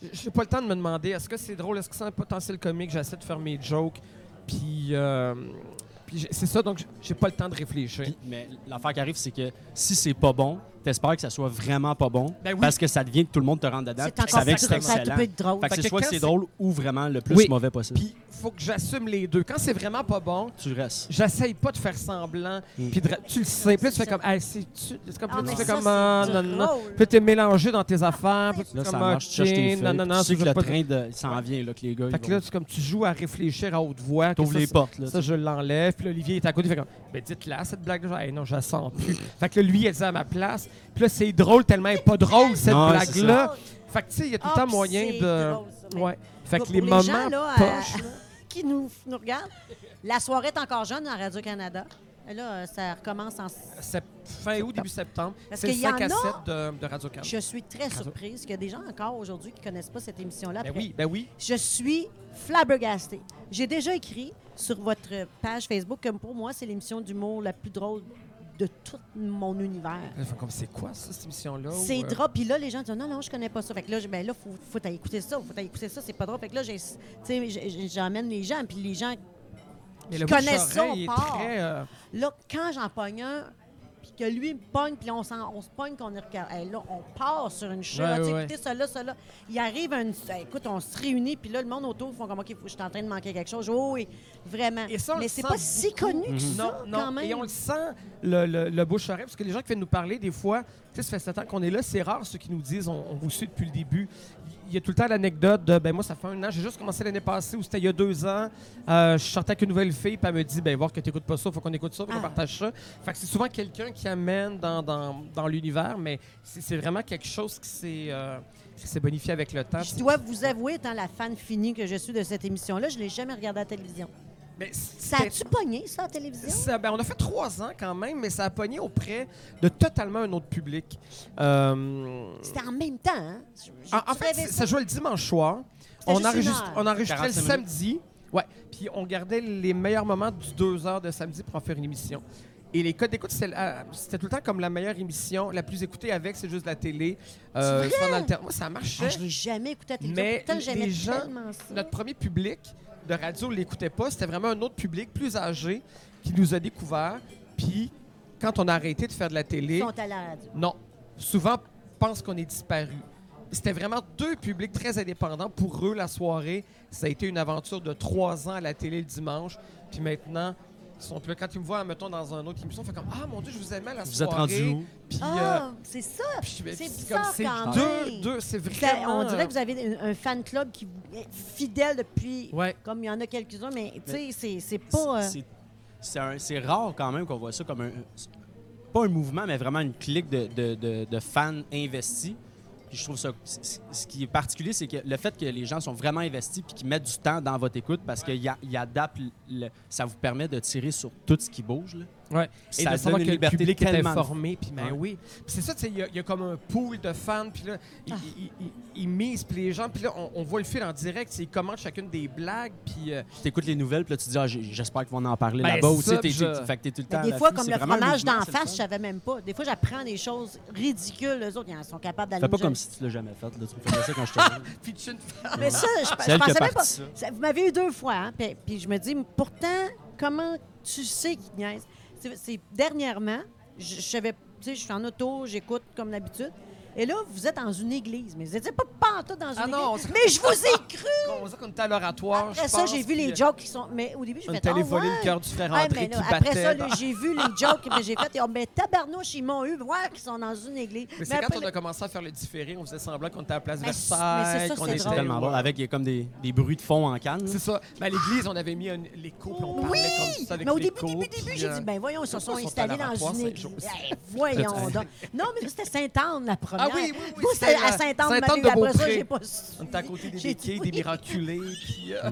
Speaker 2: J- J'ai pas le temps de me demander est-ce que c'est drôle, est-ce que c'est un potentiel comique, j'essaie de faire mes jokes. Puis, euh, puis j'ai- c'est ça, donc j- j'ai pas le temps de réfléchir.
Speaker 3: Puis- mais l'affaire qui arrive, c'est que si c'est pas bon, t'espères que ça soit vraiment pas bon
Speaker 2: Ben oui.
Speaker 3: parce que ça devient que tout le monde te rentre dedans.
Speaker 1: C'est
Speaker 3: puis tu
Speaker 1: encore
Speaker 3: savais que
Speaker 1: ça,
Speaker 3: c'était
Speaker 1: ça
Speaker 3: excellent.
Speaker 1: peut être drôle.
Speaker 3: Fait que c'est
Speaker 2: Fait que
Speaker 3: soit
Speaker 2: quand
Speaker 3: que c'est
Speaker 2: c'est-
Speaker 3: drôle ou vraiment le plus
Speaker 2: Oui.
Speaker 3: mauvais possible.
Speaker 2: Puis faut que j'assume les deux. Quand c'est vraiment pas bon,
Speaker 3: tu restes.
Speaker 2: j'essaye pas de faire semblant.
Speaker 3: Mm.
Speaker 2: Puis de ra- tu le sais. Puis là, tu fais comme, ah, c'est tu. C'est comme,
Speaker 1: Ah,
Speaker 2: tu
Speaker 1: mais
Speaker 2: fais
Speaker 1: ça,
Speaker 2: comme,
Speaker 1: c'est
Speaker 2: ah,
Speaker 1: du
Speaker 2: non, non, non.
Speaker 1: drôle.
Speaker 2: Puis là, t'es mélangé dans tes affaires. Puis
Speaker 3: Là,
Speaker 2: tu
Speaker 3: ça
Speaker 2: feuilles.
Speaker 3: marche, tu cherches tes feuilles.
Speaker 2: Non, non,
Speaker 3: tu
Speaker 2: non,
Speaker 3: sais
Speaker 2: ça,
Speaker 3: que
Speaker 2: je
Speaker 3: le
Speaker 2: veux pas-
Speaker 3: train de... s'en vient, là, que les gars,
Speaker 2: Fait que
Speaker 3: ils
Speaker 2: là,
Speaker 3: vont...
Speaker 2: tu, comme tu joues à réfléchir à haute voix. que
Speaker 3: t'ouvres
Speaker 2: ça,
Speaker 3: les
Speaker 2: ça-
Speaker 3: portes. Là,
Speaker 2: Ça, je l'enlève. Puis là, Olivier est à côté. Il fait comme, ben dites-la, cette blague-là. Je dis, Hey, non, je la sens plus. fait que là, lui, elle dit à ma place. Puis là, c'est drôle tellement elle est pas drôle, cette
Speaker 3: Non, ouais, c'est
Speaker 2: blague-là. Fait que, tu sais, il y a tout le
Speaker 1: Ah,
Speaker 2: temps
Speaker 1: puis
Speaker 2: moyen
Speaker 1: c'est
Speaker 2: de.
Speaker 1: drôle, ça. Mais
Speaker 2: ouais. Fait que
Speaker 1: Pour
Speaker 2: les moments
Speaker 1: gens, là, à-
Speaker 2: poches.
Speaker 1: qui nous, nous regardent, la soirée est encore jeune à Radio-Canada. Et Là, euh, ça recommence en...
Speaker 2: sept- fin août, début septembre.
Speaker 1: Parce
Speaker 2: C'est le
Speaker 1: qu'il y en
Speaker 2: 5 à
Speaker 1: a-
Speaker 2: 7 de, de Radio-Canada.
Speaker 1: Je suis très
Speaker 2: Radio.
Speaker 1: surprise qu'il y a des gens encore aujourd'hui qui ne connaissent pas cette émission-là.
Speaker 2: Ben
Speaker 1: après.
Speaker 2: oui, ben oui.
Speaker 1: Je suis flabbergastée. J'ai déjà écrit sur votre page Facebook que pour moi, c'est l'émission d'humour la plus drôle de tout mon univers.
Speaker 2: Enfin, comme c'est quoi ça, cette émission-là? ou,
Speaker 1: C'est
Speaker 2: euh,
Speaker 1: drôle. Puis là, les gens disent non, non, je connais pas ça. Fait que là, je- ben là, faut, faut t'aller écouter ça, faut t'aller écouter ça, c'est pas drôle. Fait que là, j'ai- tu sais, j'ai- j'emmène les gens, puis les gens
Speaker 2: Mais le
Speaker 1: qui connaissent ça,
Speaker 2: bouche-oreille
Speaker 1: on
Speaker 2: est
Speaker 1: part.
Speaker 2: très, euh,
Speaker 1: Là, quand j'en pogne un, puis que lui me pogne, puis là, on, s'en- on se pogne, qu'on est regarde. Hey, là, on part sur une chute.
Speaker 2: Ouais,
Speaker 1: tu sais,
Speaker 2: ouais.
Speaker 1: Écoutez, cela, cela. Il arrive un. Écoute, on se réunit, puis là, le monde autour font comme OK, faut- je suis en train de manquer quelque chose. Oh, oui, vraiment.
Speaker 2: Et ça, on
Speaker 1: Mais
Speaker 2: le
Speaker 1: c'est
Speaker 2: sent
Speaker 1: pas si connu que
Speaker 2: Non,
Speaker 1: ça,
Speaker 2: non.
Speaker 1: quand même.
Speaker 2: Et on le sent, le, le, le bouche à oreille, parce que les gens qui viennent nous parler, des fois, tu sais, ça fait 7 ans qu'on est là, c'est rare ceux qui nous disent on, on vous suit depuis le début. Il y a tout le temps l'anecdote de ben moi, ça fait un an, j'ai juste commencé l'année passée ou c'était il y a deux ans. Euh, je sortais avec une nouvelle fille, puis elle me dit ben voir que t'écoutes pas ça, faut qu'on écoute ça, faut qu'on
Speaker 1: Ah.
Speaker 2: partage ça. Fait que c'est souvent quelqu'un qui amène dans, dans, dans l'univers, mais c'est c'est vraiment quelque chose qui s'est euh, qui s'est bonifié avec le temps.
Speaker 1: Je dois vous avouer, étant la fan finie que je suis de cette émission-là, je l'ai jamais regardée à la télévision.
Speaker 2: Mais
Speaker 1: Ça
Speaker 2: c'était-
Speaker 1: a-tu pogné, ça, à la télévision?
Speaker 2: Ça, ben, on a fait trois ans quand même, mais ça a pogné auprès de totalement un autre public. Euh,
Speaker 1: C'était en même temps, hein? Je- j'ai-tu
Speaker 2: Ah, en, en fait,
Speaker 1: rêvé
Speaker 2: c'est- ça jouait le dimanche soir.
Speaker 1: C'était
Speaker 2: On,
Speaker 1: juste une
Speaker 2: enregistre-
Speaker 1: heure.
Speaker 2: on enregistrait le
Speaker 3: 45
Speaker 2: samedi. Ouais. Puis on gardait les meilleurs moments du deux heures de samedi pour en faire une émission. Et les codes d'écoute, c'était euh, c'était tout le temps comme la meilleure émission, la plus écoutée avec, c'est juste la télé.
Speaker 1: C'est
Speaker 2: soit en alter- Moi, ça marchait.
Speaker 1: Ah, je l'ai jamais écouté à la télévision.
Speaker 2: Mais
Speaker 1: Pourtant, j'aimais
Speaker 2: les gens-
Speaker 1: tellement ça.
Speaker 2: Notre premier public de radio ne l'écoutait pas. C'était vraiment un autre public plus âgé qui nous a découvert. Puis, quand on a arrêté de faire de la
Speaker 1: Ils
Speaker 2: télé,
Speaker 1: sont à la radio.
Speaker 2: non, souvent pensent qu'on est disparu. C'était vraiment deux publics très indépendants. Pour eux, la soirée, ça a été une aventure de trois ans à la télé le dimanche. Puis maintenant, ils sont plus là. Quand ils me voient, mettons, dans un autre émission, ils font comme Ah mon Dieu, je vous aimais à la
Speaker 3: Vous êtes
Speaker 2: soirée.
Speaker 3: rendu où?
Speaker 2: Puis,
Speaker 1: Ah, c'est ça!
Speaker 2: euh, puis je-
Speaker 1: c'est
Speaker 2: puis
Speaker 1: bizarre
Speaker 2: comme c'est
Speaker 1: quand
Speaker 2: deux,
Speaker 1: même.
Speaker 2: deux, c'est
Speaker 1: Ça,
Speaker 2: vraiment.
Speaker 1: on dirait que vous avez un, un fan club qui vous est fidèle depuis,
Speaker 2: Ouais.
Speaker 1: comme il y en a quelques-uns, mais tu sais, c'est- c'est pas... euh,
Speaker 3: C'est- C'est un- c'est rare quand même qu'on voit ça comme un. Pas un mouvement, mais vraiment une clique de, de- de- de fans investis. Puis je trouve ça. c- c- Ce qui est particulier, c'est que le fait que les gens sont vraiment investis puis qu'ils mettent du temps dans votre écoute parce qu'ils a- ils adaptent. le- ça vous permet de tirer sur tout ce qui bouge. là.
Speaker 2: Ouais.
Speaker 3: Puis
Speaker 2: Et
Speaker 3: ça
Speaker 2: de savoir
Speaker 3: donne une
Speaker 2: que le
Speaker 3: liberté
Speaker 2: public est
Speaker 3: tellement de-
Speaker 2: informé, puis ben
Speaker 3: Ouais.
Speaker 2: oui. Puis c'est ça, tu sais, il y, a- il y a comme un pool de fans, puis là,
Speaker 1: Ah.
Speaker 2: ils ils- ils- ils misent, puis les gens, puis là, on, on voit le fil en direct, tu sais, ils commentent chacune des blagues, puis... euh,
Speaker 3: Tu écoutes les nouvelles, puis là, tu te dis, Ah, j'ai- j'espère qu'ils vont en parler
Speaker 2: Ben,
Speaker 3: là-bas. Ou, tu
Speaker 2: ça,
Speaker 3: sais, t'es-
Speaker 2: puis je-
Speaker 3: t'es- fait que t'es tout le
Speaker 1: mais
Speaker 3: temps à
Speaker 1: Ben, des fois,
Speaker 3: l'affût.
Speaker 1: comme
Speaker 3: C'est
Speaker 1: le
Speaker 3: vraiment un
Speaker 1: fromage
Speaker 3: mouvement,
Speaker 1: d'en
Speaker 3: c'est le
Speaker 1: face, je
Speaker 3: fun.
Speaker 1: savais même pas. Des fois, j'apprends des choses ridicules. Eux autres, ils en sont capables d'aller
Speaker 3: Fais pas
Speaker 1: me
Speaker 3: comme
Speaker 1: chercher.
Speaker 3: si tu l'as jamais fait. Là. Tu me faisais ça quand je te
Speaker 2: puis tu-
Speaker 1: Mais ça, je, je
Speaker 3: C'est elle qui a
Speaker 1: pensais même
Speaker 3: parti
Speaker 1: pas.
Speaker 3: ça.
Speaker 1: ça- Vous m'avez eu deux fois, hein, puis, puis je me dis, pourtant, comment tu sais qu'ils niaisent? C'est- C'est dernièrement, je, je savais, tu sais, je suis en auto, j'écoute comme d'habitude. Et là, vous êtes dans une église, mais vous n'étiez pas pantoute dans une
Speaker 2: Ah non,
Speaker 1: église.
Speaker 2: on se-
Speaker 1: Mais je vous ai cru!
Speaker 2: on dirait qu'on était à l'oratoire,
Speaker 1: Après
Speaker 2: je
Speaker 1: ça,
Speaker 2: pense,
Speaker 1: j'ai vu
Speaker 2: puis,
Speaker 1: les
Speaker 2: euh,
Speaker 1: jokes qui sont. Mais au début, je
Speaker 2: On
Speaker 1: me
Speaker 2: est allé voler le
Speaker 1: ouais.
Speaker 2: cœur du frère
Speaker 1: Ouais,
Speaker 2: André
Speaker 1: mais là,
Speaker 2: qui
Speaker 1: après
Speaker 2: battait.
Speaker 1: ça, là, j'ai vu les jokes que j'ai fait. Et on, mais tabarnouche, ils m'ont eu. Voir qu'ils sont dans une église.
Speaker 2: Mais c'est quand
Speaker 1: après,
Speaker 2: on a commencé à faire le différé, on faisait semblant qu'on était à la place
Speaker 1: Mais Ben, c'est- mais c'est
Speaker 2: Versailles,
Speaker 1: ça,
Speaker 2: qu'on
Speaker 1: c'est
Speaker 2: était...
Speaker 1: drôle.
Speaker 3: tellement bon. Avec il y a comme des, des bruits de fond en canne. là.
Speaker 2: C'est ça. Mais à Ben, l'église, on avait mis un- les couples, on parlait
Speaker 1: Oui!
Speaker 2: comme ça avec
Speaker 1: Mais au
Speaker 2: les
Speaker 1: début,
Speaker 2: couples,
Speaker 1: début, début,
Speaker 2: puis,
Speaker 1: j'ai
Speaker 2: euh,
Speaker 1: dit, ben voyons, ils se sont
Speaker 2: pourquoi ils sont
Speaker 1: installés
Speaker 2: à
Speaker 1: dans
Speaker 2: l'abattoir
Speaker 1: une
Speaker 2: cinq
Speaker 1: église.
Speaker 2: jours?
Speaker 1: Eh, voyons donc. Non, mais là, c'était Sainte-Anne, la première.
Speaker 2: Ah oui, oui, oui,
Speaker 1: Moi, c'était
Speaker 2: c'était
Speaker 1: à
Speaker 2: la-
Speaker 1: Sainte-Anne, ma
Speaker 2: Sainte-Anne
Speaker 1: vie.
Speaker 2: de
Speaker 1: Après ça,
Speaker 2: Beaupré.
Speaker 1: j'ai pas su.
Speaker 2: On était à côté des
Speaker 1: J'ai
Speaker 2: béquilles,
Speaker 1: dit
Speaker 2: des miraculés, puis... euh,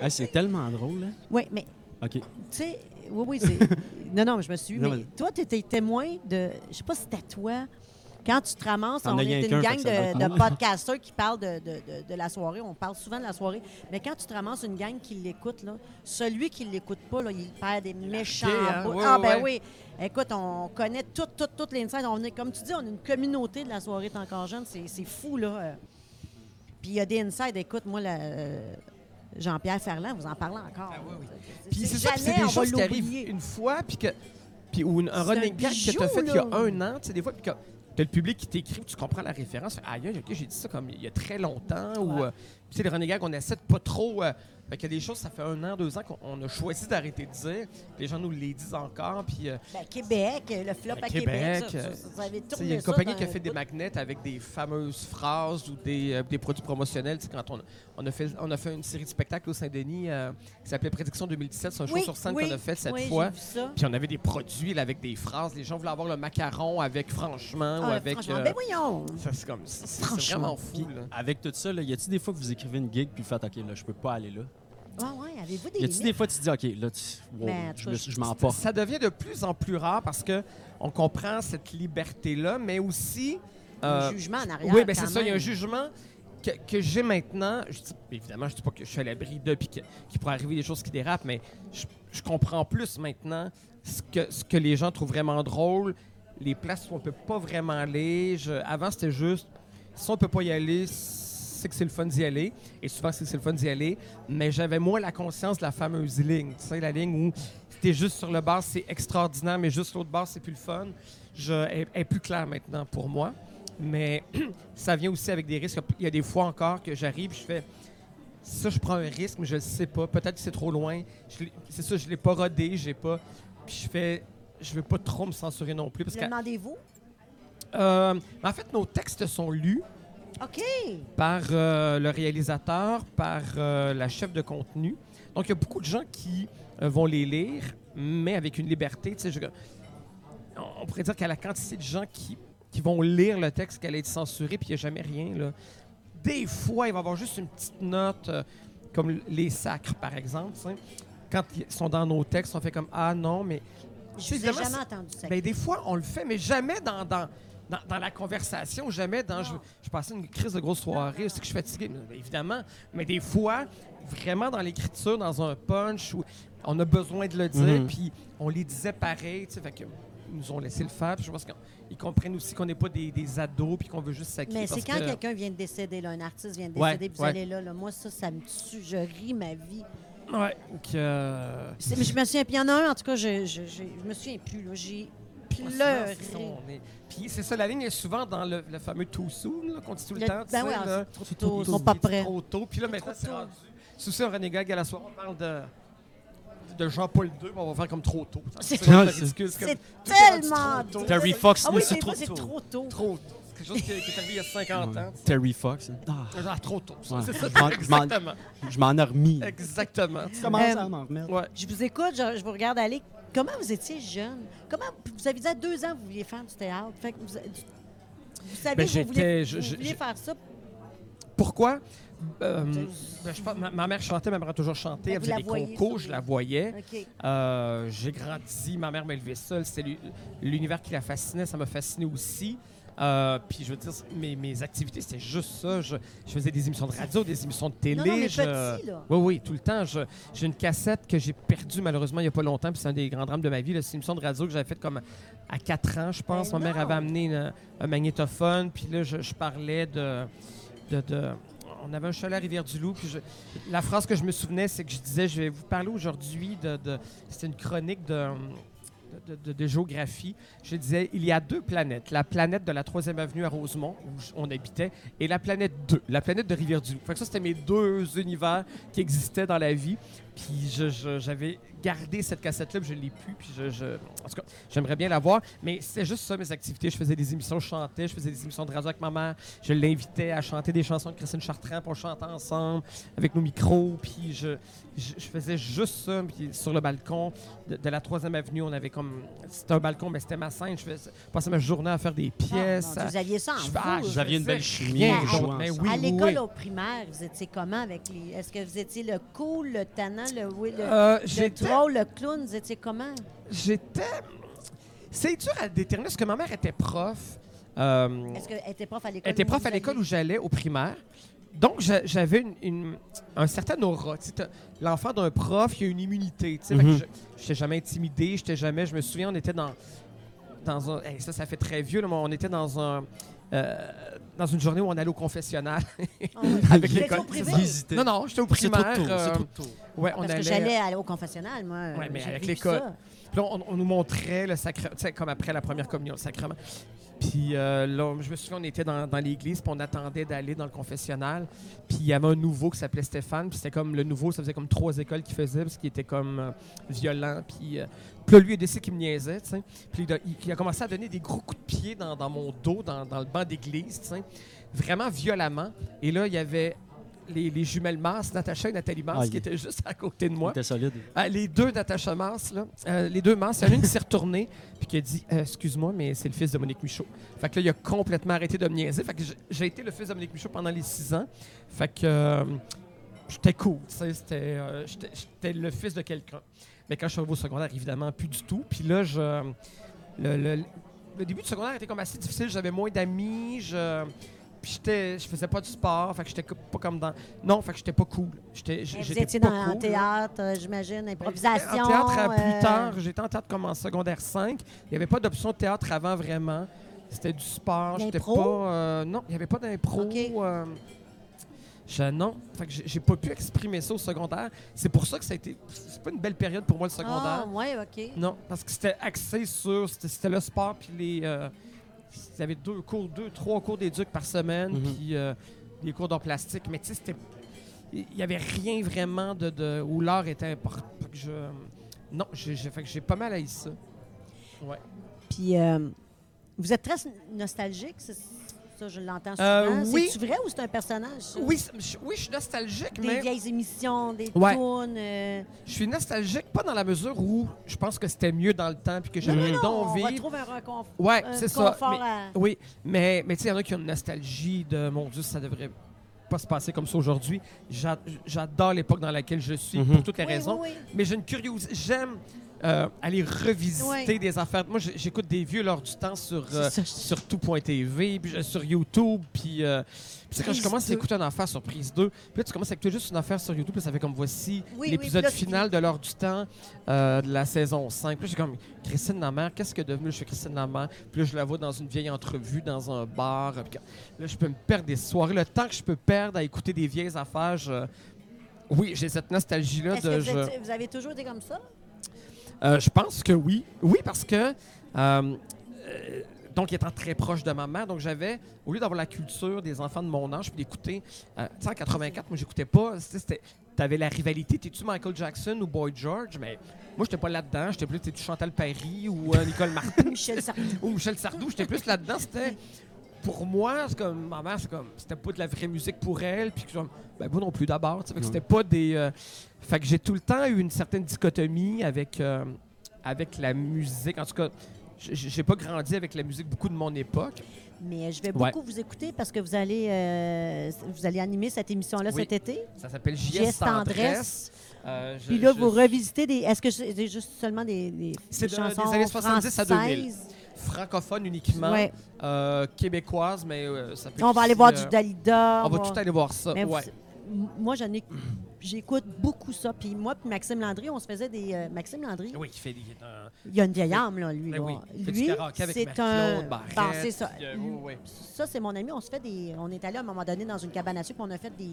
Speaker 3: Hey, c'est tellement drôle. hein.
Speaker 1: Oui, mais
Speaker 3: OK.
Speaker 1: Tu sais, oui, oui, c'est. non, non, mais je me suis.
Speaker 3: Non,
Speaker 1: mais
Speaker 3: mais-
Speaker 1: toi, tu étais témoin de. Je sais pas si c'était toi. Quand tu te ramasses,
Speaker 3: T'en
Speaker 1: on
Speaker 3: as
Speaker 1: est
Speaker 3: rien
Speaker 1: une
Speaker 3: qu'un,
Speaker 1: gang
Speaker 3: fait que ça doit être
Speaker 1: de, de
Speaker 3: moi.
Speaker 1: podcasteurs qui parlent de, de- de- de la soirée. On parle souvent de la soirée. Mais quand tu te ramasses une gang qui l'écoute, là, celui qui l'écoute pas, là, il perd des méchants.
Speaker 2: hein?
Speaker 1: bouts.
Speaker 2: Ouais,
Speaker 1: ah,
Speaker 2: ouais,
Speaker 1: ben oui. Écoute, on connaît toutes, toutes, toutes les insides. On est, comme tu dis, on est une communauté de la soirée T'es encore jeune. C'est c'est fou, là. Euh, Puis il y a des insides. Écoute, moi, la- euh, Jean-Pierre Ferland, vous en parlez encore.
Speaker 3: Ah,
Speaker 2: ouais, oui.
Speaker 1: là.
Speaker 2: Puis c'est ça, puis c'est
Speaker 1: jamais
Speaker 2: des
Speaker 1: on va
Speaker 2: choses qui
Speaker 1: l'oublier.
Speaker 2: arrivent une fois, puis que. Puis ou une- un
Speaker 1: C'est
Speaker 2: running
Speaker 1: un
Speaker 2: gag que
Speaker 1: bijou,
Speaker 2: t'as fait il y a
Speaker 1: là.
Speaker 2: un an, tu sais, des fois, puis que t'as le public qui t'écrit, puis tu comprends la référence. Fait, Aïe, aïe, OK, j'ai dit ça comme il y a très longtemps. Ou,
Speaker 1: Ouais.
Speaker 2: euh, tu sais, les running gags, on essaie de pas trop. euh, fait qu'il y a des choses, ça fait un an, deux ans qu'on on a choisi d'arrêter de dire. Les gens nous les disent encore, puis. euh,
Speaker 1: Ben, Québec, le flop
Speaker 2: Ben,
Speaker 1: à
Speaker 2: Québec,
Speaker 1: Québec. ça,
Speaker 2: euh,
Speaker 1: ça, ça, vous avez
Speaker 2: Tu sais,
Speaker 1: tourné
Speaker 2: Il y a une
Speaker 1: ça
Speaker 2: compagnie
Speaker 1: dans
Speaker 2: qui a
Speaker 1: un
Speaker 2: fait des
Speaker 1: bout.
Speaker 2: magnets avec des fameuses phrases ou des, euh, des produits promotionnels. Tu sais, quand on, on, a fait, on a fait une série de spectacles au Saint-Denis euh, qui s'appelait Prédiction 2017. C'est un show
Speaker 1: Oui,
Speaker 2: sur scène
Speaker 1: oui,
Speaker 2: qu'on a fait cette
Speaker 1: oui,
Speaker 2: fois.
Speaker 1: j'ai vu ça.
Speaker 2: Puis on avait des produits là, avec des phrases. Les gens voulaient avoir le macaron avec franchement ou
Speaker 1: Ah,
Speaker 2: avec.
Speaker 1: franchement,
Speaker 2: euh,
Speaker 1: ben voyons!
Speaker 2: ça, c'est comme. c'est- C'est c'est
Speaker 1: Franchement.
Speaker 2: vraiment
Speaker 3: Puis,
Speaker 2: fou. Là.
Speaker 3: avec tout ça, là, y a-t-il des fois que vous écrivez une gig puis vous faites OK, là, je peux pas aller là?
Speaker 1: Ah ouais, avez-vous des
Speaker 3: Y a-t-il
Speaker 1: limites?
Speaker 3: des fois que tu dis OK, là, tu- wow,
Speaker 1: Mais,
Speaker 3: je, me-
Speaker 1: toi,
Speaker 3: je m'en porte?
Speaker 2: Ça devient de plus en plus rare parce que on comprend cette liberté-là, mais aussi. euh,
Speaker 1: Un jugement en arrière.
Speaker 2: Oui, ben
Speaker 1: quand
Speaker 2: c'est ça. Il y a un
Speaker 1: même.
Speaker 2: jugement que, que j'ai maintenant. Je dis- évidemment, je ne dis pas que je suis à l'abri de puis que- qu'il pourrait arriver des choses qui dérapent, mais je, je comprends plus maintenant ce que, ce que les gens trouvent vraiment drôle, les places où on ne peut pas vraiment aller. Je- avant, c'était juste si on ne peut pas y aller, c'est que c'est le fun d'y aller. Et souvent, c'est que c'est le fun d'y aller. Mais j'avais moins la conscience de la fameuse ligne. Tu sais, la ligne où c'était juste sur le bar, c'est extraordinaire, mais juste l'autre bar, c'est plus le fun. Je, elle- elle est plus claire maintenant pour moi. Mais ça vient aussi avec des risques. Il y a des fois encore que j'arrive, je fais ça, je prends un risque, mais je le sais pas. Peut-être que c'est trop loin. Je l'ai- C'est ça, je l'ai pas rodé, j'ai pas. Puis je fais, je veux pas trop me censurer non plus parce
Speaker 1: Le
Speaker 2: que.
Speaker 1: demandez-vous?
Speaker 2: Euh, en fait, nos textes sont lus
Speaker 1: OK!
Speaker 2: par euh, le réalisateur, par euh, la chef de contenu. Donc, il y a beaucoup de gens qui euh, vont les lire, mais avec une liberté. tu sais, je- on pourrait dire qu'à la quantité de gens qui, qui vont lire le texte, qu'elle est censurée, puis il n'y a jamais rien. Là. Des fois, il va y avoir juste une petite note, euh, comme les sacres, par exemple. tu sais. Quand ils sont dans nos textes, on fait comme Ah non, mais.
Speaker 1: Je vous ai
Speaker 2: Évidemment,
Speaker 1: jamais
Speaker 2: c'est-
Speaker 1: entendu ça.
Speaker 2: ben, des fois, on le fait, mais jamais dans, dans, dans, dans la conversation, jamais dans. Je,
Speaker 1: Non.
Speaker 2: je passais une crise de grosse soirée, c'est que je suis fatigué, mais- mais évidemment. Mais des fois, vraiment dans l'écriture, dans un punch, où on a besoin de le dire,
Speaker 3: Mhm.
Speaker 2: puis on les disait pareil, tu sais, fait que. Ils nous ont laissé le faire. puis Je pense qu'ils comprennent aussi qu'on n'est pas des, des ados puis qu'on veut juste s'acquitter.
Speaker 1: Mais c'est
Speaker 2: parce
Speaker 1: quand
Speaker 2: que-
Speaker 1: quelqu'un vient de décéder, là, un artiste vient de
Speaker 3: Ouais,
Speaker 1: décéder, puis vous
Speaker 2: ouais.
Speaker 1: allez là, là, Moi, ça, ça me tue. Je ris ma vie.
Speaker 2: Ouais, que... euh,
Speaker 1: C'est- mais je me souviens, puis il y en a un, en tout cas, je, je, je, je me souviens plus. là. J'ai pleuré.
Speaker 2: Souvent, on est- Puis c'est ça, la ligne est souvent dans le, le fameux too soon là, qu'on dit tout le,
Speaker 1: Le-
Speaker 2: temps. tu
Speaker 1: ben
Speaker 2: sais,
Speaker 1: ouais,
Speaker 2: là.
Speaker 1: c'est trop tôt,
Speaker 2: Puis
Speaker 1: ils sont pas
Speaker 2: c'est trop
Speaker 1: prêts.
Speaker 2: Trop tôt. Puis là, maintenant,
Speaker 1: trop
Speaker 2: c'est
Speaker 1: tôt.
Speaker 2: rendu. C'est aussi un renégade à la soirée. On parle de, de Jean-Paul II, mais on va faire comme trop tôt.
Speaker 1: C'est-
Speaker 3: Ouais, c'est-
Speaker 2: ridicule. c'est
Speaker 1: C'est
Speaker 2: comme
Speaker 1: tellement.
Speaker 2: trop tôt.
Speaker 3: Terry Fox,
Speaker 1: Ah
Speaker 3: mais
Speaker 1: oui,
Speaker 3: c'est
Speaker 1: des
Speaker 3: trop
Speaker 1: fois, c'est
Speaker 3: tôt.
Speaker 1: trop tôt.
Speaker 2: trop tôt. C'est quelque chose qui, qui est arrivé il y a 50 ans.
Speaker 3: Terry Fox. hein. Ah,
Speaker 2: Genre trop tôt. ça.
Speaker 3: Ouais.
Speaker 2: C'est ça.
Speaker 3: Je m'en- je m'en-
Speaker 2: Exactement.
Speaker 3: je m'en ai remis.
Speaker 2: Exactement.
Speaker 3: Je
Speaker 1: commence à
Speaker 3: m'en remettre.
Speaker 2: Ouais.
Speaker 1: Je vous écoute, je, je vous regarde aller. Comment vous étiez jeune? Comment vous avez dit à deux ans que vous vouliez faire du théâtre? Fait que vous, vous savez
Speaker 2: Ben,
Speaker 1: que vous
Speaker 2: j'étais-
Speaker 1: vouliez,
Speaker 2: je-
Speaker 1: vous
Speaker 2: je-
Speaker 1: vouliez
Speaker 2: je-
Speaker 1: faire ça.
Speaker 2: Pourquoi? Euh, ben, je pense- ma, ma mère chantait, ma mère a toujours chanté.
Speaker 1: Ben,
Speaker 2: Elle
Speaker 1: vous
Speaker 2: faisait
Speaker 1: la
Speaker 2: des
Speaker 1: voyez
Speaker 2: concours,
Speaker 1: sur
Speaker 2: je
Speaker 1: les-
Speaker 2: la voyais.
Speaker 1: OK.
Speaker 2: Euh, j'ai grandi, ma mère m'a élevé seule, c'est l'u- l'univers qui la fascinait, ça m'a fasciné aussi. Euh, puis je veux dire, mes, mes activités, c'était juste ça. Je, je faisais des émissions de radio, des émissions de télé.
Speaker 1: Non, non, mais
Speaker 2: je-
Speaker 1: petit, là.
Speaker 2: Oui, oui, tout le temps. Je- J'ai une cassette que j'ai perdue malheureusement il n'y a pas longtemps, puis c'est un des grands drames de ma vie. là. C'est une émission de radio que j'avais faite comme à 4 ans, je pense.
Speaker 1: Ben
Speaker 2: ma mère
Speaker 1: non.
Speaker 2: avait amené une- un magnétophone, puis là, je, je parlais de, de- de- On avait un chalet à Rivière-du-Loup, puis je- la phrase que je me souvenais, c'est que je disais Je vais vous parler aujourd'hui de. de- C'était une chronique de. de- de- de géographie, je disais, il y a deux planètes. La planète de la 3e avenue à Rosemont, où j- on habitait, et la planète 2, la planète de Rivière-du-Loup. Fait que ça, c'était mes deux univers qui existaient dans la vie. Puis je- je- j'avais gardé cette cassette-là, puis je l'ai plus. Puis je, je- en tout cas, j'aimerais bien la voir. Mais c'était juste ça, mes activités. Je faisais des émissions, je chantais, je faisais des émissions de radio avec ma mère. Je l'invitais à chanter des chansons de Christine Chartrand, puis on chantait ensemble avec nos micros. Puis je, je, je faisais juste ça. Puis sur le balcon de, de la 3e avenue, on avait comme. C'était un balcon, mais c'était ma scène. Je, faisais- je passais ma journée à faire des
Speaker 1: Ah, mon
Speaker 2: pièces.
Speaker 1: Dieu,
Speaker 2: à-
Speaker 1: vous aviez ça en
Speaker 2: je-
Speaker 1: vous. là.
Speaker 2: ah,
Speaker 3: Vous aviez une belle chimie
Speaker 2: Rien
Speaker 1: en
Speaker 2: d'autre.
Speaker 3: jouant
Speaker 2: Mais
Speaker 3: ensemble.
Speaker 2: oui,
Speaker 1: à
Speaker 2: oui,
Speaker 1: l'école
Speaker 2: oui.
Speaker 1: au primaire, vous étiez comment avec les. Est-ce que vous étiez le cool, le tannant, pendant le, oui, le,
Speaker 2: Euh,
Speaker 1: le
Speaker 2: j'étais-
Speaker 1: troll, le clown, vous étiez comment?
Speaker 2: J'étais. C'est dur à déterminer parce que ma mère était prof. euh,
Speaker 1: Est-ce qu'elle était prof à l'école?
Speaker 2: Elle était prof à l'école où j'allais, au primaire. Donc, j'a- j'avais une, une- un certain aura. Tu sais, t'as- L'enfant d'un prof, il a une immunité. Je
Speaker 3: Mhm.
Speaker 2: n'étais jamais intimidé, j'étais jamais... Je me souviens, on était dans, dans un... hey, ça, ça fait très vieux, là, mais on était dans un... euh, dans une journée où on allait au confessionnal.
Speaker 1: Ah avec
Speaker 2: l'école, non, non, j'étais au primaire. euh, ouais,
Speaker 1: Parce
Speaker 2: on
Speaker 1: que
Speaker 2: allait- euh,
Speaker 1: j'allais aller au confessionnal, moi.
Speaker 2: Ouais, mais
Speaker 1: J'ai
Speaker 2: avec
Speaker 1: vu
Speaker 2: l'école.
Speaker 1: ça.
Speaker 2: Puis là, on, on nous montrait le sacrement, tu sais, comme après la première communion, le sacrement. Puis euh, là, on- je me souviens, on était dans, dans l'église, puis on attendait d'aller dans le confessionnal. Puis il y avait un nouveau qui s'appelait Stéphane, puis c'était comme le nouveau, ça faisait comme trois écoles qu'il faisait, parce qu'il était comme euh, violent. Puis, euh, puis là, lui, il a décidé qu'il me niaisait, tu sais. Puis il, a- il- il a commencé à donner des gros coups de pied dans, dans mon dos, dans, dans le banc d'église, tu sais. Vraiment violemment. Et là, il y avait les, les jumelles Mars, Natacha et Nathalie Mars,
Speaker 3: Aïe.
Speaker 2: qui étaient juste à côté de moi.
Speaker 3: C'était solide.
Speaker 2: Ah, les deux Natacha Mars, là, euh, les deux Mars, il y en a une qui s'est retournée puis qui a dit Euh, Excuse-moi, mais c'est le fils de Monique Michaud. Fait que là, il a complètement arrêté de me niaiser. Fait que j- j'ai été le fils de Monique Michaud pendant les six ans. Fait que euh, j'étais cool, tu sais, c'était, euh, j'étais j'étais le fils de quelqu'un. Mais quand je suis arrivé au secondaire, évidemment, plus du tout. Puis là, je. Le, le- le début du secondaire était comme assez difficile. J'avais moins d'amis. Je. Puis j'étais, je faisais pas du sport, fait que j'étais co- pas comme dans. Non, fait que j'étais pas cool. J'étais, j-
Speaker 1: Mais Vous
Speaker 2: j'étais
Speaker 1: étiez
Speaker 2: pas
Speaker 1: dans en
Speaker 2: cool, là.
Speaker 1: théâtre, euh, j'imagine, improvisation.
Speaker 2: En théâtre à plus
Speaker 1: euh,
Speaker 2: tard. J'étais en théâtre comme en secondaire 5. Il n'y avait pas d'option de théâtre avant vraiment. C'était du sport. J'étais pas.
Speaker 1: L'impro?
Speaker 2: euh, non, il n'y avait pas d'impro.
Speaker 1: Ok.
Speaker 2: euh, je- non, fait que j'ai- j'ai pas pu exprimer ça au secondaire. C'est pour ça que ça a été. C'est pas une belle période pour moi le
Speaker 1: Ah,
Speaker 2: secondaire.
Speaker 1: ouais, OK.
Speaker 2: Non, parce que c'était axé sur. C'était c'était le sport, puis les. euh, il y avait deux cours, deux, trois cours d'éduc par semaine,
Speaker 3: Mhm.
Speaker 2: puis euh, des cours d'art plastique. Mais tu sais, c'était. Il n'y avait rien vraiment de, de- où l'art était important. Fait que je. Non, j'ai j'ai- fait que j'ai pas mal haï ça.
Speaker 1: Puis, euh, vous êtes très nostalgique, c'est- ça, je l'entends souvent.
Speaker 2: Euh, oui.
Speaker 1: C'est-tu vrai ou c'est un personnage? ça?
Speaker 2: Oui, c'est- je- oui, je suis nostalgique,
Speaker 1: Des
Speaker 2: mais
Speaker 1: vieilles émissions, des
Speaker 2: Ouais.
Speaker 1: tunes. euh,
Speaker 2: je suis nostalgique pas dans la mesure où je pense que c'était mieux dans le temps, puis que j'avais
Speaker 1: non,
Speaker 2: donc
Speaker 1: Mm-hmm. on
Speaker 2: vivre.
Speaker 1: retrouve un reconf-
Speaker 2: Ouais,
Speaker 1: un
Speaker 2: c'est ça.
Speaker 1: confort
Speaker 2: mais-
Speaker 1: à-
Speaker 2: Oui, mais, mais tu sais, il y en a qui ont une nostalgie de mon Dieu, ça devrait pas se passer comme ça aujourd'hui. J'a- J'adore l'époque dans laquelle je suis
Speaker 3: Mhm.
Speaker 2: pour toutes les
Speaker 1: Oui,
Speaker 2: raisons.
Speaker 1: oui, oui.
Speaker 2: Mais j'ai une curiosité. J'aime euh, aller revisiter
Speaker 1: Oui.
Speaker 2: des affaires. Moi, j'- j'écoute des vieux lors du temps sur, euh,
Speaker 1: C'est ça, je-
Speaker 2: sur tout.tv, puis je- sur YouTube, puis euh, puis c'est quand je
Speaker 1: Prise
Speaker 2: commence à
Speaker 1: deux.
Speaker 2: écouter une affaire sur Prise 2, puis là, tu commences à écouter juste une affaire sur YouTube, puis ça fait comme voici
Speaker 1: Oui,
Speaker 2: l'épisode
Speaker 1: oui, puis là,
Speaker 2: final de l'heure du temps euh, de la saison 5. Puis là, j'ai comme Christine Lamère, qu'est-ce que devenue je suis Christine Lamère? Puis là, je la vois dans une vieille entrevue, dans un bar. Puis quand- là, je peux me perdre des soirées. Le temps que je peux perdre à écouter des vieilles affaires, je- Oui, j'ai cette nostalgie-là
Speaker 1: Est-ce
Speaker 2: de.
Speaker 1: que vous,
Speaker 2: je-
Speaker 1: êtes- vous avez toujours été comme ça?
Speaker 2: euh, je pense que oui. Oui, parce que. euh, euh, donc, étant très proche de ma mère, donc j'avais, au lieu d'avoir la culture des enfants de mon âge, puis d'écouter, euh, tu sais, en 84, moi, j'écoutais pas, tu sais, c'était- t'avais la rivalité, t'es-tu Michael Jackson ou Boy George, mais moi, j'étais pas là-dedans, j'étais plus, t'es-tu Chantal Paris ou euh, Nicole Martin
Speaker 1: Michel Sardou.
Speaker 2: ou Michel Sardou, j'étais plus là-dedans, c'était, pour moi, c'est comme, ma mère, c'est comme, c'était pas de la vraie musique pour elle, puis que, genre, ben, moi non plus d'abord, tu sais, fait que c'était pas des... euh, fait que j'ai tout le temps eu une certaine dichotomie avec, euh, avec la musique. En tout cas, j- j- j'ai pas grandi avec la musique beaucoup de mon époque.
Speaker 1: Mais je vais
Speaker 2: Ouais.
Speaker 1: beaucoup vous écouter parce que vous allez, euh, vous allez animer cette émission-là
Speaker 2: Oui.
Speaker 1: cet été.
Speaker 2: Ça s'appelle
Speaker 1: Geste
Speaker 2: J.S.
Speaker 1: tendresse.
Speaker 2: Tendresse. Euh, je-
Speaker 1: Puis là,
Speaker 2: je-
Speaker 1: vous revisitez des. Est-ce que c'est c'est juste seulement des, des,
Speaker 2: C'est
Speaker 1: des
Speaker 2: de-
Speaker 1: chansons
Speaker 2: des années 70 à 2000.
Speaker 1: françaises?
Speaker 2: Francophone uniquement,
Speaker 1: Ouais.
Speaker 2: euh, québécoise, mais euh, ça peut
Speaker 1: On va
Speaker 2: aussi,
Speaker 1: aller voir
Speaker 2: euh,
Speaker 1: du Dalida.
Speaker 2: On va
Speaker 1: voir-
Speaker 2: tout aller voir ça.
Speaker 1: Mais vous-
Speaker 2: ouais.
Speaker 1: m- Moi, j'en ai- j'écoute beaucoup ça. Puis moi, puis Maxime Landry, on se faisait des. euh, Maxime Landry,
Speaker 2: Oui, il fait des. euh,
Speaker 1: il a une vieille âme, là, lui.
Speaker 2: ben oui,
Speaker 1: là.
Speaker 2: il fait du
Speaker 1: Lui,
Speaker 2: karaoké avec
Speaker 1: c'est
Speaker 2: Marie-Claude
Speaker 1: un.
Speaker 2: Barrette,
Speaker 1: Bon, Ben, c'est ça.
Speaker 2: puis, euh, oui, oui, oui.
Speaker 1: Ça, c'est mon ami. On se fait des. On est allé à un moment donné dans une cabane à sucre, puis on a fait des.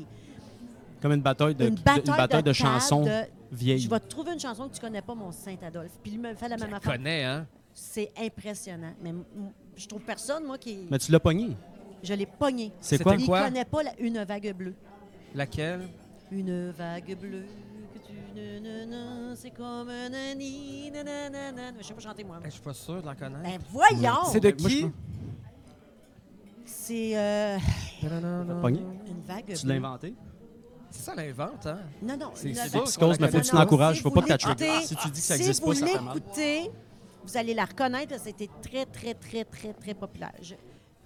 Speaker 3: Comme une bataille de,
Speaker 1: une
Speaker 3: de-
Speaker 1: bataille,
Speaker 3: une bataille de,
Speaker 1: table
Speaker 3: chansons
Speaker 1: de-
Speaker 3: vieilles.
Speaker 1: Je vais te trouver une chanson que tu connais pas, mon Saint-Adolphe. Puis lui me fait la
Speaker 2: Je
Speaker 1: même
Speaker 2: la
Speaker 1: affaire.
Speaker 2: connais, hein?
Speaker 1: C'est impressionnant. Mais m- m- je trouve personne, moi, qui.
Speaker 3: Mais tu l'as pogné.
Speaker 1: Je l'ai pogné.
Speaker 3: C'est
Speaker 2: C'était
Speaker 3: quoi?
Speaker 1: Il
Speaker 2: quoi?
Speaker 1: connaît pas la- une vague bleue.
Speaker 2: Laquelle?
Speaker 1: Une vague bleue que tu ne- ne- ne- c'est comme un nani, nanana. Je sais pas chanter moi.
Speaker 2: Ben, Je suis pas sûr de la connaître.
Speaker 1: Ben voyons!
Speaker 2: C'est de
Speaker 3: Mais moi, je
Speaker 2: qui?
Speaker 1: C'est euh,
Speaker 3: Pogné.
Speaker 1: une vague bleue.
Speaker 3: Tu l'as inventé?
Speaker 2: C'est ça l'invente, hein?
Speaker 1: Non, non.
Speaker 2: C'est-
Speaker 1: une
Speaker 2: c'est
Speaker 1: vague-
Speaker 2: sûr
Speaker 1: Non,
Speaker 2: qu'on la
Speaker 3: Psychose, mais faut
Speaker 2: connaît.
Speaker 3: que tu
Speaker 1: non,
Speaker 3: l'encourages.
Speaker 1: si
Speaker 3: Faut
Speaker 1: vous
Speaker 3: pas que tu la trigger.
Speaker 1: l'écoutez-
Speaker 3: Si tu dis que ça
Speaker 1: si
Speaker 3: n'existe
Speaker 1: vous
Speaker 3: pas, ça fait mal.
Speaker 1: l'écoutez, vous allez la reconnaître. C'était très, très, très, très, très populaire. Je-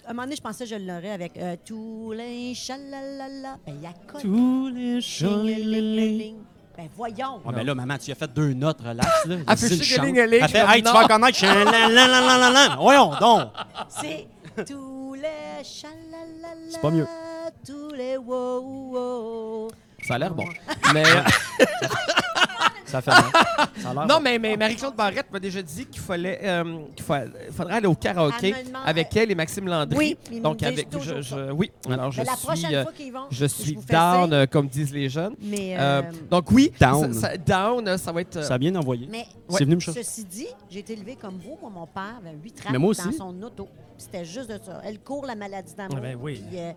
Speaker 1: À un moment donné, je pensais que je l'aurais avec euh, Tous les chalalala. Ben, il y a quoi?
Speaker 3: Tous les
Speaker 1: Ding, ding, ding, ding, ding. Ben voyons.
Speaker 3: Ouais, Ah, mais là, maman, tu as fait deux notes, relax. Là.
Speaker 2: Elle fait
Speaker 3: Vas-y,
Speaker 2: chic,
Speaker 3: chante.
Speaker 2: ligne, ligne,
Speaker 3: Elle fait,
Speaker 2: je
Speaker 3: hey, tu
Speaker 2: non.
Speaker 3: vas connaître. je- lan, lan, lan, lan, lan, lan. Voyons donc.
Speaker 1: C'est tous les chalalala,
Speaker 3: C'est pas mieux.
Speaker 1: Tous les wow, wow.
Speaker 3: Ça a l'air bon.
Speaker 2: Mais, euh,
Speaker 3: Ça fait mal. Ça a l'air
Speaker 2: non,
Speaker 3: bon.
Speaker 2: mais, mais Marie-Claude Barrette m'a déjà dit qu'il fallait, euh, qu'il fa- faudrait aller au karaoké
Speaker 1: Elle me demande-
Speaker 2: avec elle et Maxime Landry.
Speaker 1: Oui, ils me
Speaker 2: Donc,
Speaker 1: disent
Speaker 2: avec.
Speaker 1: toujours
Speaker 2: Je,
Speaker 1: ça.
Speaker 2: je- oui, alors je
Speaker 1: Mais Ben, la
Speaker 2: suis.
Speaker 1: prochaine
Speaker 2: euh,
Speaker 1: fois qu'ils vont,
Speaker 2: je suis
Speaker 1: vous fais
Speaker 2: down,
Speaker 1: signe.
Speaker 2: euh, comme disent les jeunes.
Speaker 1: Mais,
Speaker 2: Euh,
Speaker 1: euh,
Speaker 2: donc, oui,
Speaker 3: Down.
Speaker 2: Ça, ça- down, euh, ça va être. euh,
Speaker 3: Ça a bien envoyé.
Speaker 1: mais
Speaker 3: C'est venu me chercher.
Speaker 1: ceci dit, j'ai été élevée comme vous. Moi, mon père avait 8
Speaker 3: Mais
Speaker 1: traces
Speaker 3: moi aussi.
Speaker 1: dans son auto. Puis C'était juste de ça. Elle court la maladie d'amour.
Speaker 2: Ah ben oui.
Speaker 1: puis, euh,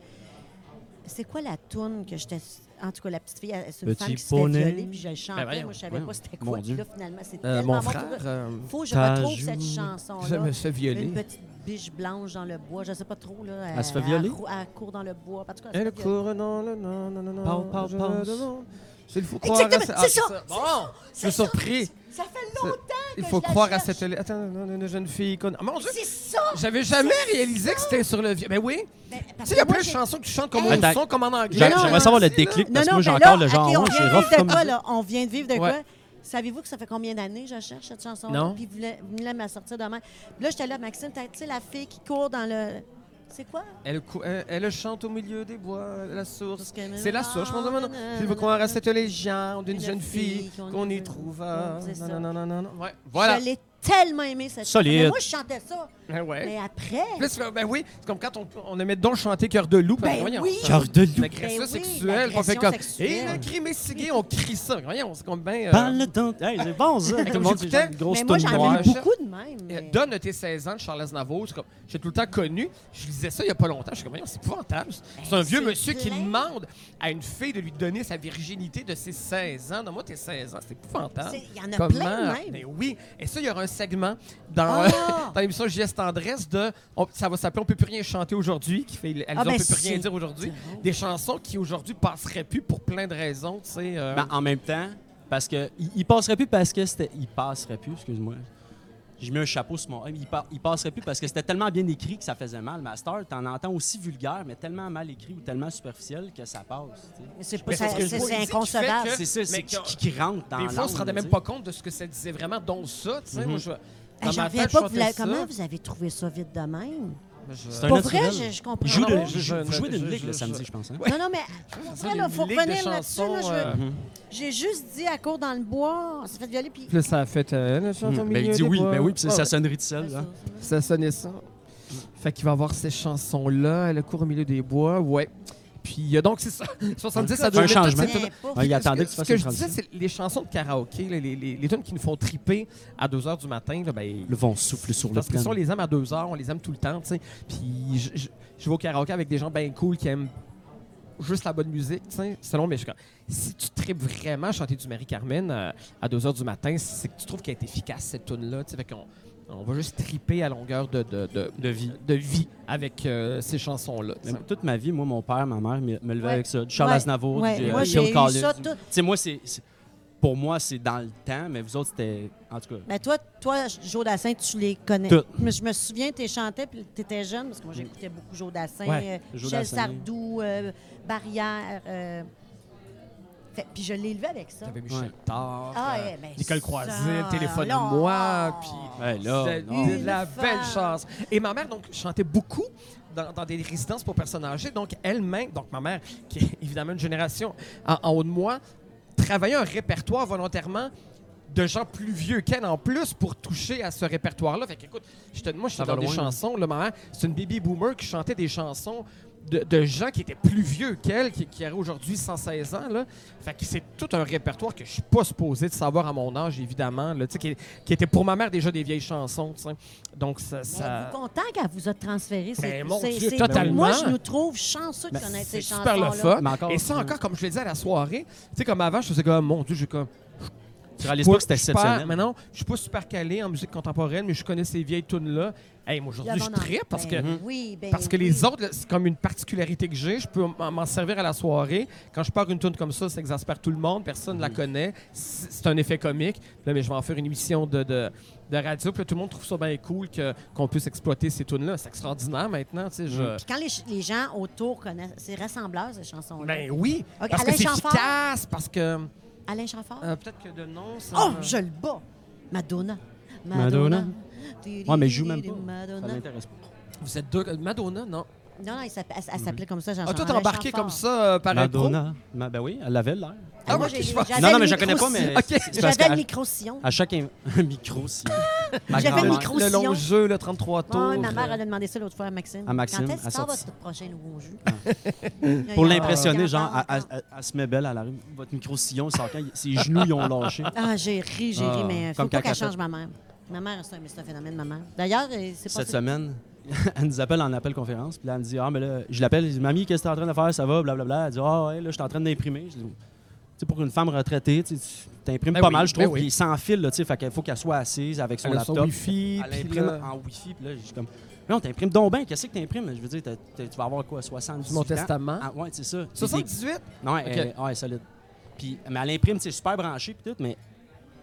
Speaker 1: c'est quoi la toune que j'étais... En tout cas, la petite fille, elle- c'est une
Speaker 3: Petit
Speaker 1: femme qui se fait
Speaker 3: poney. Ben,
Speaker 1: violer, puis je le chantais.
Speaker 2: voyons,
Speaker 1: Moi, je savais
Speaker 3: voyons.
Speaker 1: pas c'était
Speaker 3: Mon
Speaker 1: quoi. Puis
Speaker 3: Dieu.
Speaker 1: là, finalement, c'est
Speaker 2: euh,
Speaker 1: tellement
Speaker 2: mon
Speaker 1: bon.
Speaker 2: frère. euh,
Speaker 1: Faut que je
Speaker 2: t'as
Speaker 1: retrouve
Speaker 2: joué-
Speaker 1: cette
Speaker 2: Je
Speaker 1: chanson-là.
Speaker 2: me fais violer.
Speaker 1: Une petite biche blanche dans le bois, je sais pas trop. Là,
Speaker 3: Elle se fait violer?
Speaker 1: cou- Elle, court dans le bois. En tout cas, elle se
Speaker 2: Elle
Speaker 1: fait violer.
Speaker 2: court, non, non, non, non, non, non.
Speaker 3: Parle, parle,
Speaker 2: je-
Speaker 3: pense.
Speaker 2: non. C'est le faut croire
Speaker 1: Exactement,
Speaker 2: à ce- ah,
Speaker 1: c'est ça. c'est
Speaker 2: Bon,
Speaker 1: ça,
Speaker 2: je
Speaker 1: c'est
Speaker 2: suis
Speaker 1: ça.
Speaker 2: surpris.
Speaker 1: Ça fait longtemps que
Speaker 2: Il faut
Speaker 1: je la
Speaker 2: croire à
Speaker 1: cherche.
Speaker 2: cette... Attends, non, non, non, jeune fille... Con... Ah, mon Dieu!
Speaker 1: C'est ça!
Speaker 2: J'avais jamais réalisé que c'était sur le vieux. Mais oui.
Speaker 1: Ben,
Speaker 2: Tu
Speaker 1: parce
Speaker 2: sais, il y a
Speaker 1: que moi,
Speaker 2: plein de
Speaker 1: j'ai-
Speaker 2: chansons que tu chantes comme
Speaker 1: Hey.
Speaker 2: on
Speaker 3: Attends.
Speaker 2: son, comme en anglais.
Speaker 3: J'a-
Speaker 1: non,
Speaker 3: J'aimerais
Speaker 1: non,
Speaker 3: savoir le
Speaker 2: C'est,
Speaker 3: déclic
Speaker 2: là.
Speaker 1: Non,
Speaker 3: parce que
Speaker 1: non,
Speaker 3: moi, j'ai
Speaker 1: ben
Speaker 3: encore
Speaker 1: là,
Speaker 3: le genre
Speaker 1: OK, on
Speaker 3: oh,
Speaker 1: vient
Speaker 3: c'est
Speaker 1: de
Speaker 3: rough
Speaker 1: vivre
Speaker 3: comme
Speaker 1: de quoi, là? On vient de vivre de quoi?
Speaker 2: Ouais.
Speaker 1: Savez-vous que ça fait combien d'années que je cherche cette chanson?
Speaker 2: Non.
Speaker 1: Puis vous voulez vous voulez me la sortir demain. Puis là, j'étais là, Maxime, t'as- tu sais, la fille qui court dans le. C'est quoi?
Speaker 2: Elle, cou- elle, elle chante au milieu des bois, la
Speaker 1: Parce
Speaker 2: source.
Speaker 1: que-
Speaker 2: C'est la source, je m'en demande. Il faut croire à cette légende d'une
Speaker 1: Une
Speaker 2: jeune fille
Speaker 1: fille qu'on
Speaker 2: qu'on y
Speaker 1: y
Speaker 2: trouva.
Speaker 1: trouve, c'est ça.
Speaker 2: Non, non, non, non, non. Ouais, voilà.
Speaker 1: Je l'ai tellement aimée, cette chanson.
Speaker 3: Solide.
Speaker 1: Mais moi, je chantais ça.
Speaker 2: Ben ouais.
Speaker 1: Mais après.
Speaker 2: Plus, ben oui, c'est comme quand on, on aimait donc chanter Cœur de loup. parce que
Speaker 1: Ben
Speaker 2: voyons,
Speaker 1: oui.
Speaker 2: ça-
Speaker 3: Cœur de loup.
Speaker 2: L'agression
Speaker 1: Ben oui,
Speaker 2: sexuelle, on fait
Speaker 1: l'agression
Speaker 2: comme.
Speaker 1: sexuelle.
Speaker 2: Et le crime est cigué, on crie ça. Voyons, c'est comme bien. euh,
Speaker 3: Parle dans- Hey, c'est bon, ça. Tout le monde, c'est
Speaker 2: j'écoutais,
Speaker 3: genre une grosse
Speaker 1: mais moi,
Speaker 3: toune
Speaker 1: j'en
Speaker 3: noire.
Speaker 1: ai beaucoup de même.
Speaker 2: Euh,
Speaker 1: mais-
Speaker 2: Donne tes 16 ans de Charles Aznavour. c'est comme- J'ai tout le temps connu. Je lisais ça il n'y a pas longtemps. Je suis comme, Voyons, c'est épouvantable. C'est un
Speaker 1: Ben,
Speaker 2: vieux
Speaker 1: c'est
Speaker 2: monsieur qui
Speaker 1: plein.
Speaker 2: demande à une fille de lui donner sa virginité de ses 16 ans. Donne-moi tes 16 ans. C'est épouvantable.
Speaker 1: C'est- il y en a
Speaker 2: Comment-
Speaker 1: plein de même.
Speaker 2: Mais oui. Et ça, il y aura un segment dans,
Speaker 1: Ah!
Speaker 2: euh, dans l'émission JS Tendresse de. on- ça va s'appeler On peut plus rien chanter aujourd'hui. Qui fait, elles
Speaker 1: Ah, ben,
Speaker 2: on peut plus
Speaker 1: c'est
Speaker 2: rien dire aujourd'hui. Des chansons qui aujourd'hui passeraient plus pour plein de raisons. Tu sais. euh,
Speaker 3: Mais Ben, en même temps, parce que il, il passerait plus parce que c'était. Il passerait plus, excuse-moi. J'ai mis un chapeau sur mon. Ah, mais Il, pa- il passerait plus parce que c'était tellement bien écrit que ça faisait mal. Master, t'en entends aussi vulgaire, mais tellement mal écrit ou tellement superficiel que ça passe. tu sais.
Speaker 1: Mais c'est pas-
Speaker 2: Mais
Speaker 1: ça-
Speaker 2: c'est ce que
Speaker 1: c'est
Speaker 2: je vois
Speaker 1: c'est
Speaker 2: ici qui fait
Speaker 1: inconcevable.
Speaker 2: que-
Speaker 3: C'est ça, c'est
Speaker 2: Mais
Speaker 3: qui,
Speaker 2: quand-
Speaker 3: qui rentre dans
Speaker 2: Des fois, on se
Speaker 3: l'âme,
Speaker 2: rendait
Speaker 3: là,
Speaker 2: même
Speaker 3: tu Mm-hmm.
Speaker 2: pas compte de ce que ça disait vraiment, donc ça, tu sais. Moi, je.
Speaker 1: Hey,
Speaker 2: dans
Speaker 1: J'en
Speaker 2: ma
Speaker 1: reviens
Speaker 2: tête,
Speaker 1: pas.
Speaker 2: je
Speaker 1: que Vous l'avez-
Speaker 2: chantais ça.
Speaker 1: comment vous avez trouvé ça vite de même?
Speaker 2: Je-
Speaker 3: C'est un
Speaker 1: Pour vrai,
Speaker 3: naturel.
Speaker 1: je, je
Speaker 3: sais.
Speaker 1: comprends
Speaker 3: Il joue
Speaker 1: pas.
Speaker 3: de,
Speaker 2: Je-
Speaker 3: je,
Speaker 2: je-
Speaker 3: vous jouez d'une
Speaker 2: je-
Speaker 3: ligue le
Speaker 2: je-
Speaker 3: samedi,
Speaker 2: je-
Speaker 3: je pense. hein? Mhm.
Speaker 1: Non, non, mais pour
Speaker 2: Ça,
Speaker 1: vrai,
Speaker 2: les
Speaker 1: là, faut
Speaker 2: ligues de
Speaker 1: revenir là-dessus. là,
Speaker 2: chansons,
Speaker 1: je veux-
Speaker 2: euh,
Speaker 1: J'ai juste dit, à court dans le bois, on s'est fait violer, puis...
Speaker 2: Puis là, ça a fait. euh, elle chante au
Speaker 3: Ben, il
Speaker 2: milieu
Speaker 3: dit
Speaker 2: des
Speaker 3: oui,
Speaker 2: bois.
Speaker 3: ben oui, puis ça-
Speaker 2: Ouais,
Speaker 3: ça
Speaker 2: ouais.
Speaker 3: sonnerie tout seul. hein.
Speaker 2: hein.
Speaker 3: là.
Speaker 2: Ça sonnait ça. Fait qu'il va avoir ces chansons-là. Elle court au milieu des bois. Ouais. Puis il y a donc, c'est ça. 70 à
Speaker 3: Fait un
Speaker 2: 2000. toutes
Speaker 3: changement.
Speaker 2: ces tunes-là.
Speaker 1: Viens pas.
Speaker 3: Ah, il attendait que tu
Speaker 2: Ce que,
Speaker 3: fasses
Speaker 2: ce que
Speaker 3: une
Speaker 2: je disais,
Speaker 3: transition.
Speaker 2: c'est les chansons de karaoké, là, les, les, les tunes qui nous font triper à 2 h du matin. Là, ben,
Speaker 3: Le vent souffle sur le
Speaker 2: Parce que si on
Speaker 3: plan.
Speaker 2: les aime à deux heures, on les aime tout le temps, tu sais. Puis je, je- je vais au karaoké avec des gens bien cool qui aiment juste la bonne musique, tu sais, selon mes choix. Si tu tripes vraiment à chanter du Marie-Carmen euh, à deux heures du matin, c'est que tu trouves qu'elle est efficace, cette tune-là, tu sais. Fait qu'on on va juste triper à longueur de, de, de,
Speaker 3: De vie.
Speaker 2: de vie avec euh, ces chansons-là. tu sais.
Speaker 3: Mais toute ma vie, moi, mon père, ma mère me me levait
Speaker 1: Ouais.
Speaker 3: avec ça. Du Charles
Speaker 1: Ouais.
Speaker 3: Aznavour,
Speaker 1: Ouais.
Speaker 3: du euh,
Speaker 1: Moi, j'ai
Speaker 3: Phil
Speaker 1: eu
Speaker 3: Collins.
Speaker 1: ça
Speaker 3: Tu
Speaker 1: tout-
Speaker 3: sais, moi, c'est, c'est- pour moi, c'est dans le temps, mais vous autres, c'était. En tout cas,
Speaker 1: Mais Ben, toi, toi, Joe Dassin, tu les connais.
Speaker 3: Tout.
Speaker 1: Mais je me souviens, tu chantais, puis tu étais jeune, parce que moi, j'écoutais beaucoup Joe Dassin,
Speaker 3: Ouais,
Speaker 1: euh,
Speaker 3: Joe
Speaker 1: Michel
Speaker 3: Dassin.
Speaker 1: Sardou, euh, Barrière. euh, fait- puis je l'ai élevé avec ça.
Speaker 2: T'avais Michel
Speaker 3: Ouais.
Speaker 2: Tard,
Speaker 1: Ah,
Speaker 2: euh,
Speaker 1: eh ben
Speaker 2: Nicole
Speaker 1: ça,
Speaker 2: Croisille, Téléphone-moi,
Speaker 1: là.
Speaker 2: puis...
Speaker 3: ben là,
Speaker 2: C'est
Speaker 3: non.
Speaker 2: de
Speaker 1: Une
Speaker 2: la belle
Speaker 1: femme.
Speaker 2: chance. Et ma mère, donc, chantait beaucoup dans, dans des résidences pour personnes âgées. Donc, elle-même, donc ma mère, qui est évidemment une génération en, en haut de moi, travaillait un répertoire volontairement de gens plus vieux qu'elle en plus pour toucher à ce répertoire-là. Fait qu'écoute, je te, moi, je
Speaker 3: Ça
Speaker 2: suis
Speaker 3: va
Speaker 2: dans des
Speaker 3: loin.
Speaker 2: chansons. Là, ma mère, c'est une baby boomer qui chantait des chansons de, de gens qui étaient plus vieux qu'elle, qui, qui auraient aujourd'hui 116 ans. Là. Fait que c'est tout un répertoire que je suis pas supposé de savoir à mon âge, évidemment. Là, tu sais, qui, qui était pour ma mère déjà des vieilles chansons. tu sais. Donc, ça.
Speaker 1: Mais
Speaker 2: ça-
Speaker 1: Êtes-vous content qu'elle vous a transféré ces
Speaker 2: Ben, mon
Speaker 1: ces-
Speaker 2: Dieu,
Speaker 1: ces-
Speaker 2: totalement. Ben,
Speaker 1: Moi, je nous trouve chanceux de connaître ces
Speaker 2: C'est
Speaker 1: chansons.
Speaker 2: super le fun.
Speaker 3: Mais encore,
Speaker 2: Et ça,
Speaker 3: euh,
Speaker 2: encore, comme je le disais à la soirée, tu sais, comme avant, je faisais comme, mon Dieu, j'ai comme.
Speaker 3: Tu réalises pas que c'était
Speaker 2: Je suis
Speaker 3: exceptionnel.
Speaker 2: Maintenant, je suis pas super calé en musique contemporaine, mais je connais ces vieilles tunes-là. Hey, moi, aujourd'hui, je tripe parce que. Mhm.
Speaker 1: oui, ben
Speaker 2: Parce que
Speaker 1: oui.
Speaker 2: les autres, là, c'est comme une particularité que j'ai. Je peux m- m'en servir à la soirée. Quand je pars une tune comme ça, ça exaspère tout le monde. Personne ne la connaît. C- C'est un effet comique. Là, mais je vais en faire une émission de, de, de radio. Puis là, tout le monde trouve ça bien cool que- qu'on puisse exploiter ces tunes-là. C'est extraordinaire maintenant. tu sais, je-
Speaker 1: Puis quand les, ch- les gens autour connaissent, c'est rassembleur, ces chansons-là.
Speaker 2: Ben oui.
Speaker 1: Ok,
Speaker 2: parce que
Speaker 1: Alain
Speaker 2: c'est
Speaker 1: Chamfort.
Speaker 2: efficace. Parce que.
Speaker 1: Alain Chanfort?
Speaker 2: Euh, Peut-être que de nom, ça.
Speaker 1: oh,
Speaker 2: me-
Speaker 1: je le bats! Madonna.
Speaker 3: Madonna? Ouais, mais je joue même pas.
Speaker 1: Madonna.
Speaker 3: Ça m'intéresse pas.
Speaker 2: Vous êtes deux. euh, Madonna, non.
Speaker 1: Non, non, il s'appelle- elle,
Speaker 3: Mhm.
Speaker 1: elle s'appelait comme ça, jean
Speaker 2: Ah, toi, t'as
Speaker 1: Alain
Speaker 2: embarqué
Speaker 1: Chanfort.
Speaker 2: comme ça euh, par impro?
Speaker 3: Madonna. Ma- ben oui, elle l'avait l'air.
Speaker 1: Ah,
Speaker 2: Ah,
Speaker 1: moi,
Speaker 2: ok,
Speaker 1: j'ai-
Speaker 2: je vois.
Speaker 1: j'avais
Speaker 3: Non, non,
Speaker 1: le
Speaker 3: mais je la connais pas,
Speaker 1: micro-sillon.
Speaker 3: mais.
Speaker 2: Ok.
Speaker 3: c'est parce
Speaker 1: J'avais
Speaker 3: qu'à-
Speaker 1: le micro-sillon.
Speaker 3: À chaque in- un micro, si. Ma
Speaker 1: J'avais le
Speaker 3: grand-mère.
Speaker 1: micro-
Speaker 2: Le long
Speaker 1: Roussillon.
Speaker 2: jeu, le 33 tours.
Speaker 1: Ouais, ma mère,
Speaker 2: euh,
Speaker 1: elle a demandé ça l'autre fois à Maxime.
Speaker 3: À Maxime,
Speaker 1: Quand est-ce
Speaker 3: à
Speaker 1: qu'il sort
Speaker 3: sortie.
Speaker 1: votre prochain nouveau jeu?
Speaker 3: Pour
Speaker 1: Il y a
Speaker 3: l'impressionner,
Speaker 1: 40
Speaker 3: genre,
Speaker 1: ans
Speaker 3: elle- elle
Speaker 1: encore.
Speaker 3: elle- elle se met belle à la rue. Votre micro-sillon, il sort quand? Il- Ses genoux, ils ont lâché.
Speaker 1: Ah, j'ai ri, j'ai
Speaker 3: Ah,
Speaker 1: ri, mais faut
Speaker 3: comme
Speaker 1: pas qu'elle
Speaker 3: Cacatote.
Speaker 1: change ma mère. Ma mère, c'est un, c'est un phénomène, ma mère. D'ailleurs, euh, c'est pas
Speaker 3: Cette semaine, elle nous appelle en appel conférence. Puis là, elle me dit Ah, mais là, je l'appelle. Je dis Mamie, qu'est-ce que t'es en train de faire Ça va, blablabla. Elle dit Ah, ouais, là, je suis en train d'imprimer. Je dis Tu sais, pour une femme retraitée, tu sais, tu imprimes
Speaker 2: Ben
Speaker 3: pas
Speaker 2: oui,
Speaker 3: mal, je
Speaker 2: ben
Speaker 3: trouve.
Speaker 2: oui.
Speaker 3: Puis sans fil, là, tu sais. Fait qu'il faut qu'elle soit assise avec son
Speaker 2: Elle a
Speaker 3: laptop.
Speaker 2: son Wi-Fi.
Speaker 3: Elle
Speaker 2: puis
Speaker 3: imprime
Speaker 2: là,
Speaker 3: en Wi-Fi. Puis là, je suis comme Non, t'imprimes donc bien. Qu'est-ce que t'imprimes Je veux dire, t'as- t'as- tu vas avoir quoi 70
Speaker 2: C'est mon testament.
Speaker 3: Ah, ouais, c'est ça. Puis des-
Speaker 2: 78?
Speaker 3: Non, elle,
Speaker 2: Ok.
Speaker 3: elle- ouais, solide. Puis, mais elle imprime, c'est super branché puis tout, mais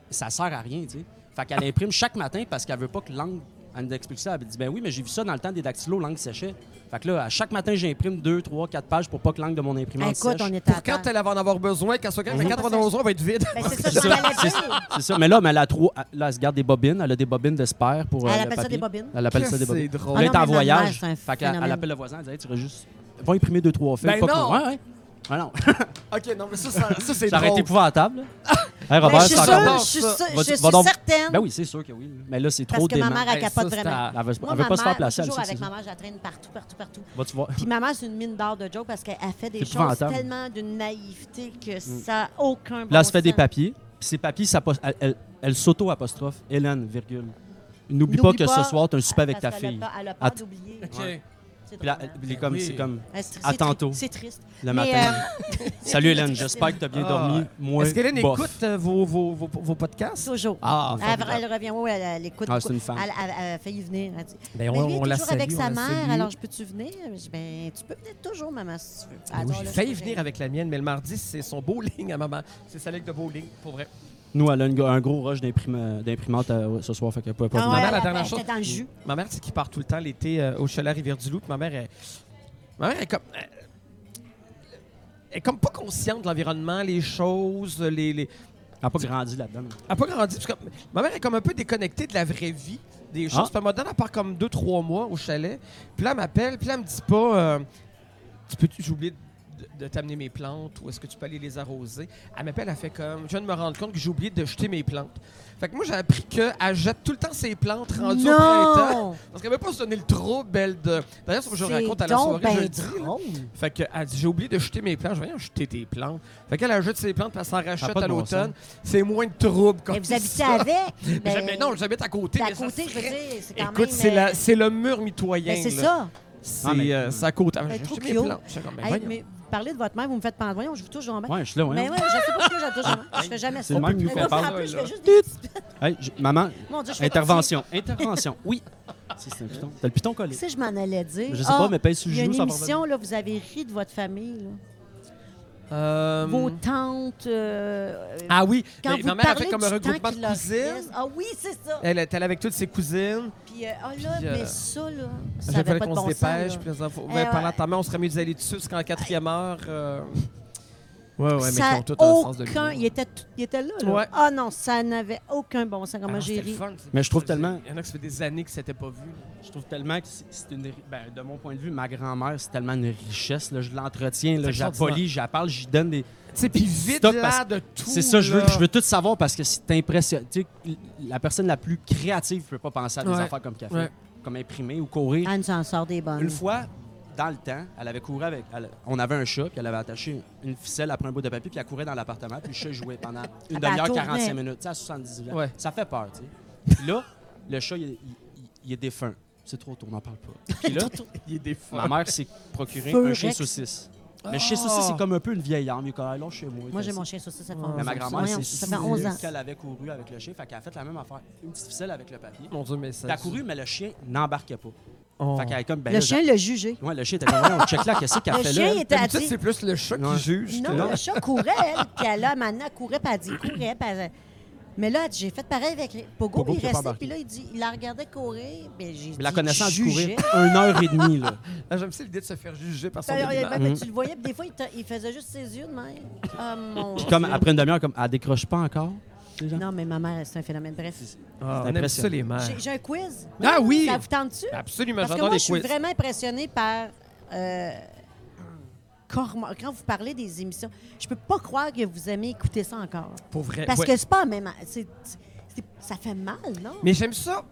Speaker 3: ça sert à rien, tu sais. Fait qu'elle imprime chaque matin parce qu'elle veut pas que l'angle. Elle nous explique ça. Elle dit Ben oui, mais j'ai vu ça dans le temps des dactylos, l'angle séchait. Fait que là, à chaque matin, j'imprime deux, trois, quatre pages pour pas que l'angle de mon imprimante
Speaker 1: Écoute,
Speaker 3: sèche.
Speaker 1: on est à
Speaker 2: Pour quand
Speaker 1: terre.
Speaker 2: elle va en avoir besoin, qu'elle soit quand
Speaker 1: Mhm.
Speaker 2: 91 ans, elle va être vide.
Speaker 1: Ben, c'est ça,
Speaker 3: C'est
Speaker 1: je m'en
Speaker 3: ça,
Speaker 1: allais dire.
Speaker 3: C'est ça. Mais là, mais elle, a trop, là, elle se garde des bobines. Elle a des bobines de spare pour. euh,
Speaker 1: Elle
Speaker 3: le
Speaker 1: appelle ça
Speaker 3: papier.
Speaker 1: des bobines?
Speaker 3: Elle appelle
Speaker 2: Que
Speaker 3: ça des bobines.
Speaker 2: c'est drôle.
Speaker 1: Ah
Speaker 3: Là, elle est
Speaker 1: non,
Speaker 3: en
Speaker 1: mais ma mère,
Speaker 3: voyage.
Speaker 1: c'est un
Speaker 3: Fait qu'elle
Speaker 1: phénomène.
Speaker 3: elle appelle le voisin. Elle dit Hey, tu aurais juste. Va imprimer deux, trois feuilles.
Speaker 2: Ben
Speaker 3: pas
Speaker 2: non!
Speaker 3: qu'on- Ouais, ouais. Ah non.
Speaker 2: OK, non, mais ça, ça, ça, c'est
Speaker 3: Ça aurait
Speaker 2: drôle.
Speaker 3: été épouvantable. là. Hey,
Speaker 1: Ben,
Speaker 3: Robert,
Speaker 1: je suis
Speaker 3: c'est
Speaker 2: ça
Speaker 3: encore
Speaker 1: sûre,
Speaker 2: commence,
Speaker 1: je suis
Speaker 2: ça.
Speaker 1: sûre-
Speaker 3: Va-
Speaker 1: je suis
Speaker 3: va donc-
Speaker 1: certaine.
Speaker 3: Ben oui, c'est sûr que oui. là. Mais là, c'est trop
Speaker 1: Hein? Parce que ma
Speaker 3: dément.
Speaker 1: mère, elle
Speaker 2: Hey,
Speaker 1: capote
Speaker 2: ça, c'est
Speaker 1: vraiment.
Speaker 2: à-
Speaker 3: Elle veut, elle
Speaker 1: Moi,
Speaker 3: veut
Speaker 1: ma
Speaker 3: pas se
Speaker 1: mère,
Speaker 3: faire placer, elle
Speaker 1: toujours
Speaker 3: sait que
Speaker 1: avec
Speaker 3: c'est
Speaker 1: ma
Speaker 3: ça.
Speaker 1: mère, je la traîne partout, partout, partout.
Speaker 3: Vas-tu voir?
Speaker 1: Puis ma mère, c'est une mine d'or de joke parce qu'elle fait des
Speaker 3: C'est
Speaker 1: choses
Speaker 3: épouvantable.
Speaker 1: tellement d'une naïveté que ça n'a aucun bon
Speaker 3: Là, elle se fait des
Speaker 1: sens.
Speaker 3: papiers. Puis ces papiers, ça pos- elle, elle- elle s'auto-apostrophe. Hélène, virgule. N'oublie pas
Speaker 1: N'oublie
Speaker 3: que
Speaker 1: pas-
Speaker 3: ce soir, tu as un souper avec ta
Speaker 1: Parce qu'elle a
Speaker 3: fille.
Speaker 1: peur- Elle a peur
Speaker 3: Att-
Speaker 1: d'oublier.
Speaker 2: OK.
Speaker 3: Ouais.
Speaker 1: C'est
Speaker 3: Puis là,
Speaker 1: drôle, hein?
Speaker 3: elle est comme,
Speaker 2: Ben oui.
Speaker 3: c'est comme
Speaker 1: Ah, c'est-
Speaker 3: à
Speaker 1: c'est tri-
Speaker 3: tantôt.
Speaker 1: C'est triste. Mais,
Speaker 3: le matin.
Speaker 1: euh,
Speaker 3: Salut Hélène, j'espère que tu as bien
Speaker 2: Ah.
Speaker 3: dormi. Moi,
Speaker 2: Est-ce qu'Hélène
Speaker 3: bof.
Speaker 2: écoute euh, vos, vos, vos, vos podcasts?
Speaker 1: Toujours.
Speaker 2: Ah,
Speaker 1: elle, elle revient, oui, elle, elle écoute.
Speaker 3: Ah,
Speaker 1: beaucoup.
Speaker 3: c'est une fan.
Speaker 1: Elle, elle- elle a failli venir. Elle dit,
Speaker 2: Ben,
Speaker 1: mais lui, il est
Speaker 2: la
Speaker 1: toujours avec
Speaker 2: salue,
Speaker 1: sa
Speaker 2: on la
Speaker 1: mère,
Speaker 2: salue.
Speaker 1: alors je peux-tu venir? Je dis, ben, tu peux venir toujours, maman, si tu veux.
Speaker 2: Ah Oui,
Speaker 1: Elle dit,
Speaker 2: J'ai
Speaker 1: là,
Speaker 2: failli
Speaker 1: je peux
Speaker 2: venir avec la mienne, mais le mardi, c'est son bowling à maman. C'est sa ligue de bowling, pour vrai.
Speaker 3: Nous, elle a une- un gros rush d'imprime- d'imprimantes euh, ce soir, fait qu'elle pouvait pas
Speaker 1: Ah
Speaker 3: venir.
Speaker 1: ouais,
Speaker 2: mère, la
Speaker 1: elle-
Speaker 2: dernière
Speaker 1: elle
Speaker 2: chose-
Speaker 1: était dans le jus.
Speaker 2: Ma mère, c'est qui part tout le temps l'été euh, au chalet à Rivière-du-Loup. puis Ma mère, elle, ma mère est comme. euh, Elle est comme pas consciente de l'environnement, les choses, les. les-
Speaker 3: Elle n'a pas grandi là-dedans.
Speaker 2: Elle a pas grandi. parce que ma mère est comme un peu déconnectée de la vraie vie, des choses.
Speaker 3: Ah.
Speaker 2: Puis elle m'a donné à part comme deux, trois mois au chalet. Puis là, elle m'appelle. Puis là, elle me dit pas. euh, tu peux-tu, j'ai oublié de, de t'amener mes plantes ou est-ce que tu peux aller les arroser? Elle m'appelle, elle fait comme. Je viens de me rendre compte que j'ai oublié de jeter mes plantes. Fait que moi, j'ai appris qu'elle jette tout le temps ses plantes rendues au printemps.
Speaker 1: Non!
Speaker 2: Parce qu'elle veut pas se donner le trouble de. D'ailleurs, il faut que je
Speaker 1: C'est
Speaker 2: raconte à la
Speaker 1: donc
Speaker 2: soirée.
Speaker 1: ben
Speaker 2: je le dis, là. Fait que, elle dit J'ai oublié de jeter mes plantes. Je vais rien jeter tes plantes. Fait qu'elle ajoute ses plantes, puis elle s'en rachète
Speaker 3: pas de
Speaker 2: à
Speaker 3: bon
Speaker 2: l'automne. C'est moins de trouble quand
Speaker 1: Mais vous habitez
Speaker 2: ça.
Speaker 1: avec?
Speaker 2: Mais
Speaker 1: Ben,
Speaker 2: j'aime- mais non, j'habite à côté.
Speaker 1: à
Speaker 2: mais ça
Speaker 1: côté, je veux
Speaker 2: serait-
Speaker 1: dire, c'est quand même...
Speaker 2: Écoute, c'est
Speaker 1: euh,
Speaker 2: la- c'est le mur mitoyen.
Speaker 1: ben, c'est
Speaker 2: là.
Speaker 1: ça.
Speaker 2: C'est
Speaker 3: Ah, mais-
Speaker 2: euh, c'est à côté. Ah,
Speaker 1: Elle est
Speaker 2: J'ai
Speaker 1: trop
Speaker 2: jeté mes
Speaker 1: cute.
Speaker 2: plantes. Je suis comme, ben,
Speaker 1: Hey,
Speaker 2: voyons.
Speaker 1: mais vous parlez de votre mère, vous me faites pendre. Voyons, je vous touche jamais.
Speaker 3: Ouais, je suis là,
Speaker 1: Mais
Speaker 3: ouais.
Speaker 1: ouais, je sais pas pourquoi je touche jamais. Je fais jamais ça.
Speaker 3: C'est le même qui nous
Speaker 1: Mais
Speaker 3: fait
Speaker 1: moi,
Speaker 3: peur,
Speaker 1: en plus, je
Speaker 2: là.
Speaker 1: fais juste des petits-
Speaker 3: Hey, j- maman,
Speaker 1: Mon Dieu, je fais
Speaker 3: intervention. Intervention, oui. Si, c'est un piton. T'as le piton collé.
Speaker 1: Tu sais, je m'en allais dire.
Speaker 3: Je sais
Speaker 1: Ah,
Speaker 3: pas, mais pèse sur le
Speaker 1: Il y a une
Speaker 3: genou, ça va
Speaker 1: émission, là, vous avez ri de votre famille. là.
Speaker 2: Euh,
Speaker 1: Vos tantes. euh, euh,
Speaker 2: Ah oui,
Speaker 1: quand
Speaker 2: mais
Speaker 1: vous
Speaker 2: ma mère a
Speaker 1: parlez
Speaker 2: fait comme
Speaker 1: du
Speaker 2: un
Speaker 1: temps
Speaker 2: regroupement
Speaker 1: qui
Speaker 2: de
Speaker 1: leur
Speaker 2: cousines.
Speaker 1: reste. Ah oui, c'est ça.
Speaker 2: Elle était avec toutes ses cousines.
Speaker 1: Puis, euh, ah là,
Speaker 2: puis, euh,
Speaker 1: mais ça, là, ça
Speaker 2: Il
Speaker 1: n'avait
Speaker 2: fallait
Speaker 1: pas de
Speaker 2: qu'on
Speaker 1: bon
Speaker 2: se
Speaker 1: sens. là.
Speaker 2: dépêche. Puis on s'en-
Speaker 1: Eh
Speaker 2: ben, Parlant
Speaker 1: ouais.
Speaker 2: de ta mère, on serait mieux d'aller aller dessus parce qu'en quatrième heure. euh, Ouais, ouais, mais
Speaker 1: ça
Speaker 2: ils ont tous un sens de
Speaker 1: aucun...
Speaker 2: l'humour.
Speaker 1: Il était, tout- il était là, là.
Speaker 2: Ouais.
Speaker 1: Ah non, ça n'avait aucun bon sens. Comment
Speaker 2: Ah,
Speaker 1: j'ai
Speaker 2: c'était
Speaker 1: ri.
Speaker 2: le fun, ça.
Speaker 3: Mais je trouve tellement-
Speaker 2: Il y en a qui ça fait des années que c'était pas vu.
Speaker 3: Je trouve tellement que c'est- c'est une. ben, de mon point de vue, ma grand-mère, c'est tellement une richesse. là. je l'entretiens, là,
Speaker 2: C'est
Speaker 3: je la polis, je la parle, j'y donne des.
Speaker 2: Tu sais, puis vite
Speaker 3: Stock,
Speaker 2: là
Speaker 3: parce-
Speaker 2: de tout.
Speaker 3: C'est ça, je veux,
Speaker 2: là.
Speaker 3: je veux tout savoir parce que c'est impressionnant. Tu sais, la personne la plus créative ne peut pas penser à des
Speaker 2: Ouais.
Speaker 3: affaires comme café,
Speaker 2: Ouais. Ah.
Speaker 3: comme imprimer ou courir.
Speaker 1: Anne s'en sort des bonnes.
Speaker 3: Une fois, dans le temps, elle avait couru avec. elle- on avait un chat, puis elle avait attaché une ficelle après un bout de papier, puis elle courait dans l'appartement, puis le chat jouait pendant une
Speaker 1: Ah, ben, elle
Speaker 3: demi-heure,
Speaker 1: tournait.
Speaker 3: 45 minutes, tu sais, à 70 ans.
Speaker 2: Ouais.
Speaker 3: Ça fait peur, tu sais. Puis là, le chat, il, il- il- il est défunt. C'est trop tôt, on n'en parle pas. Puis là,
Speaker 2: Il est des fois.
Speaker 3: ma mère s'est procuré
Speaker 1: Feu
Speaker 3: un chien
Speaker 1: Rex.
Speaker 3: saucisse. Mais chien
Speaker 2: Ah.
Speaker 3: saucisse, c'est comme un peu une vieille arme. Il est comme, Ah, là, chez moi.
Speaker 1: Moi, j'ai
Speaker 3: t'as-
Speaker 1: mon chien saucisse, ça fait
Speaker 2: Mais
Speaker 1: 11
Speaker 3: mais
Speaker 1: ans.
Speaker 3: ma grand-mère,
Speaker 1: Voyons,
Speaker 3: c'est
Speaker 1: Ça fait 11 ans.
Speaker 3: qu'elle avait couru avec le chien. Fait qu'elle a fait la même affaire. Une petite ficelle avec le papier.
Speaker 2: Mon Dieu, mais ça.
Speaker 3: Elle a couru, mais le chien n'embarquait pas.
Speaker 2: Oh.
Speaker 3: Fait qu'elle est comme, ben
Speaker 1: Le
Speaker 3: là,
Speaker 1: chien l'a jugé.
Speaker 3: Ouais, le chien était comme, on check là, qu'est-ce qu'elle
Speaker 1: Le
Speaker 3: fait
Speaker 1: chien
Speaker 3: là?
Speaker 1: était à
Speaker 2: D'habitude, c'est plus le chat
Speaker 3: Ouais.
Speaker 2: qui juge.
Speaker 1: Non,
Speaker 2: que-
Speaker 1: le chat courait, elle. Puis elle, là, maintenant, courait, puis elle dit, courait, puis elle... Mais là, j'ai fait pareil avec Pogo,
Speaker 3: Pogo
Speaker 1: puis il
Speaker 3: qui a
Speaker 1: restait,
Speaker 3: pas embarqué.
Speaker 1: puis là, il dit, il la regardait courir, ben j'ai
Speaker 3: Mais la
Speaker 1: dit,
Speaker 3: connaissance
Speaker 1: je
Speaker 3: courir,
Speaker 1: jugeais.
Speaker 3: une heure et demie, là.
Speaker 2: Ah, J'aime ça l'idée de se faire juger par son
Speaker 1: D'ailleurs, il y
Speaker 2: aliment.
Speaker 1: avait- ben, tu le voyais, puis des fois, il, te- il faisait juste ses yeux de même. Ah, mon
Speaker 3: Puis comme
Speaker 1: Dieu.
Speaker 3: après une demi-heure, comme elle décroche pas encore. les gens.
Speaker 1: Non, mais ma mère, c'est un phénomène. Bref,
Speaker 2: Ah,
Speaker 3: C'est
Speaker 2: on aime ça,
Speaker 3: impressionnant.
Speaker 2: les mères.
Speaker 1: j'ai j'ai un quiz.
Speaker 2: Ah oui!
Speaker 1: Ça vous tente-tu?
Speaker 2: Absolument,
Speaker 1: Parce que
Speaker 2: j'adore
Speaker 1: moi,
Speaker 2: les
Speaker 1: je suis
Speaker 2: quiz.
Speaker 1: vraiment impressionnée par... euh, Corma- quand vous parlez des émissions, je peux pas croire que vous aimez écouter ça encore.
Speaker 2: Pour vrai.
Speaker 1: Parce
Speaker 2: Eh, ouais.
Speaker 1: que c'est pas la même... c'est- c'est- ça fait mal, non?
Speaker 2: Mais j'aime ça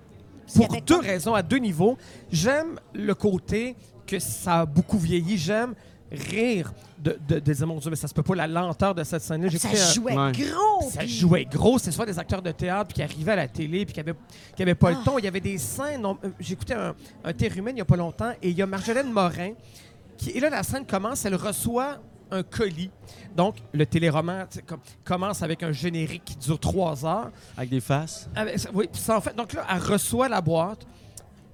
Speaker 1: S'il y
Speaker 2: pour
Speaker 1: avait
Speaker 2: deux
Speaker 1: comme-
Speaker 2: raisons, à deux niveaux. J'aime le côté que ça a beaucoup vieilli. J'aime rire de, de, de dire, mon Dieu, mais ça se peut pas, la lenteur de cette scène-là. J'ai
Speaker 1: Ça
Speaker 2: écouté un-
Speaker 1: jouait
Speaker 3: Ouais.
Speaker 1: gros.
Speaker 2: Ça
Speaker 1: puis-
Speaker 2: jouait gros. C'est soit des acteurs de théâtre puis qui arrivaient à la télé puis qui n'avaient qui avaient pas
Speaker 1: Ah.
Speaker 2: le ton. Il y avait des scènes. on- euh, J'écoutais un, un Terre-Humaine il n'y a pas longtemps et il y a Marjolaine Morin. Qui, et là, la scène commence, elle reçoit un colis. Donc, le téléroman tu sais, com- commence avec un générique qui dure trois heures.
Speaker 3: Avec des faces.
Speaker 2: Avec Ah, ça- oui, puis ça, en fait. Donc là, elle reçoit la boîte.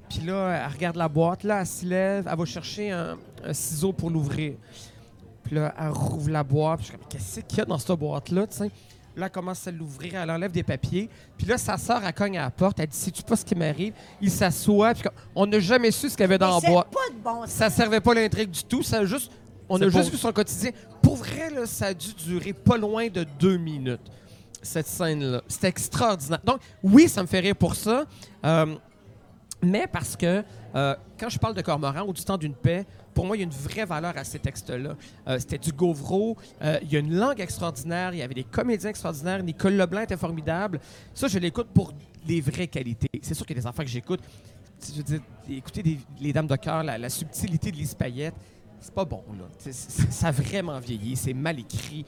Speaker 2: Puis là, elle regarde la boîte. Là, elle se lève. Elle va chercher un, un ciseau pour l'ouvrir. Puis là, elle rouvre la boîte. Puis je suis comme, qu'est-ce qu'il y a dans cette boîte-là, tu sais? Là, elle commence à l'ouvrir. Elle enlève des papiers. Puis là, sa sœur, elle cogne à la porte. Elle dit, sais-tu pas ce qui m'arrive? Il s'assoit. Puis comme, on n'a jamais su ce qu'il y avait
Speaker 1: Mais
Speaker 2: dans
Speaker 1: c'est
Speaker 2: la boîte.
Speaker 1: pas de bon sens.
Speaker 2: Ça servait pas à l'intrigue du tout. Ça a juste, on
Speaker 3: C'est
Speaker 2: a
Speaker 3: pas-
Speaker 2: juste vu son quotidien. Pour vrai, là, ça a dû durer pas loin de deux minutes, cette scène-là. C'était extraordinaire. Donc, oui, ça me fait rire pour ça. euh, mais parce que euh, quand je parle de Cormoran ou du temps d'une paix, pour moi, il y a une vraie valeur à ces textes-là. Euh, C'était du Gauvreau, euh, il y a une langue extraordinaire, il y avait des comédiens extraordinaires, Nicole Leblanc était formidable. Ça, je l'écoute pour des vraies qualités. C'est sûr qu'il y a des enfants que j'écoute. Je veux dire, écouter des- Les Dames de cœur, la, la subtilité de Lise Payette, c'est pas bon, là. C'est- c'est- Ça a vraiment vieilli, c'est mal écrit.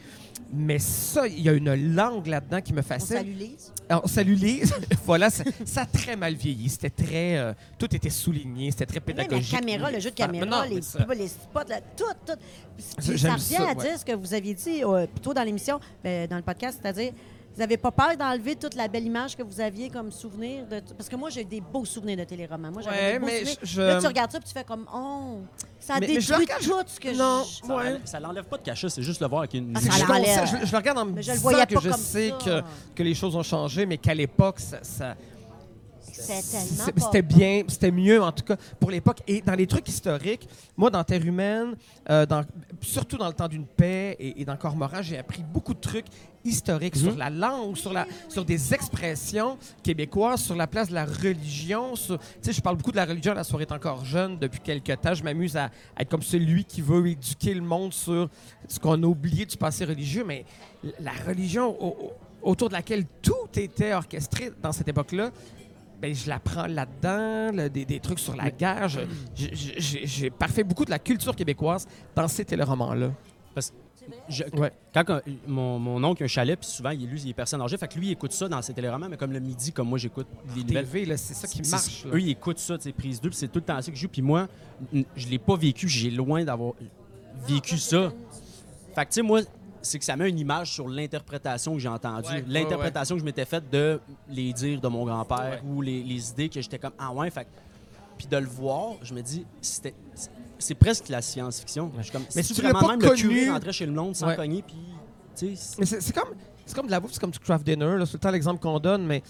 Speaker 2: Mais ça, il y a une langue là-dedans qui me
Speaker 1: On
Speaker 2: fascine. Ah,
Speaker 1: salue Lise.
Speaker 2: Alors, salut Lise. voilà, ça, ça a très mal vieilli. C'était très. euh, tout était souligné, c'était très
Speaker 1: Oui, mais
Speaker 2: pédagogique.
Speaker 1: la caméra, le jeu de
Speaker 2: Ah,
Speaker 1: caméra,
Speaker 2: mais non,
Speaker 1: les,
Speaker 2: mais ça-
Speaker 1: pubs, les spots, là, tout, tout. Puis
Speaker 2: Ça,
Speaker 1: ça
Speaker 2: j'aime
Speaker 1: revient
Speaker 2: ça,
Speaker 1: à
Speaker 2: ouais.
Speaker 1: dire ce que vous aviez dit euh, plus tôt dans l'émission, ben, dans le podcast, c'est-à-dire, vous n'avez pas peur d'enlever toute la belle image que vous aviez comme souvenir de t- Parce que moi, j'ai des beaux souvenirs de téléromans. Moi, j'avais
Speaker 2: Ouais,
Speaker 1: des beaux
Speaker 2: mais
Speaker 1: souvenirs.
Speaker 2: je-
Speaker 1: Là, tu regardes ça puis tu fais comme, oh, ça a
Speaker 2: Mais- mais je le
Speaker 1: détruit
Speaker 2: regarde-
Speaker 1: tout ce que
Speaker 2: Non.
Speaker 1: je.
Speaker 3: Ça,
Speaker 2: Ouais.
Speaker 3: l'enlève- ça l'enlève pas de cachet, c'est juste le voir avec une.
Speaker 1: Ah,
Speaker 2: C'est que
Speaker 1: Ça
Speaker 2: je,
Speaker 1: l'enlève.
Speaker 2: conscient- je- je le regarde en me
Speaker 1: Mais je
Speaker 2: disant
Speaker 1: le voyais
Speaker 2: que
Speaker 1: pas
Speaker 2: je
Speaker 1: comme
Speaker 2: sais
Speaker 1: ça.
Speaker 2: que, que les choses ont changé, mais qu'à l'époque, ça- ça,
Speaker 1: C'est
Speaker 2: C'est-
Speaker 1: tellement.
Speaker 2: C'était
Speaker 1: pas-
Speaker 2: bien, c'était mieux en tout cas pour l'époque. Et dans les trucs historiques, moi dans Terre humaine, euh, dans- surtout dans le temps d'une paix et, et dans Cormoran, j'ai appris beaucoup de trucs historiques sur la langue, sur, la, sur des expressions québécoises, sur la place de la religion. sur- Tu sais, je parle beaucoup de la religion, la soirée est encore jeune depuis quelques temps. Je m'amuse à, à être comme celui qui veut éduquer le monde sur ce qu'on a oublié du passé religieux, mais la religion au- au- autour de laquelle tout était orchestré dans cette époque-là, ben, je l'apprends là-dedans, là, des, des trucs sur la guerre. Je- je- je- J'ai j'ai parfait beaucoup de la culture québécoise dans ces téléromans-là.
Speaker 3: Je-
Speaker 2: Ouais.
Speaker 3: Quand euh, mon, mon oncle a un chalet, puis souvent, il, lui, il est personne âgée, fait que lui, il écoute ça dans ses téléromans, mais comme le midi, comme moi, j'écoute les nouvelles.
Speaker 2: TV, là, c'est ça qui
Speaker 3: C'est-
Speaker 2: marche. là.
Speaker 3: Eux, ils écoutent ça, tu sais, prise 2, puis c'est tout le temps ça que je joue. Puis moi, n- je l'ai pas vécu, j'ai loin d'avoir vécu ça. Fait que, tu sais, moi, c'est que ça met une image sur l'interprétation que j'ai entendue,
Speaker 2: Ouais,
Speaker 3: l'interprétation que je m'étais faite de les dires de mon grand-père
Speaker 2: Ouais.
Speaker 3: ou les, les idées que j'étais comme, ah ouais, fait que- Puis de le voir, je me dis, c'était. c'est- C'est presque la science-fiction. Je suis comme,
Speaker 2: Mais
Speaker 3: si
Speaker 2: tu l'as
Speaker 3: vraiment
Speaker 2: pas
Speaker 3: même le curé
Speaker 2: connu-
Speaker 3: rentrait chez le monde sans
Speaker 2: Ouais.
Speaker 3: cogner, puis, tu sais, c'est-
Speaker 2: Mais c'est c'est comme, c'est comme de la bouffe, c'est comme du craft dinner. là, C'est tout le temps l'exemple qu'on donne, mais tu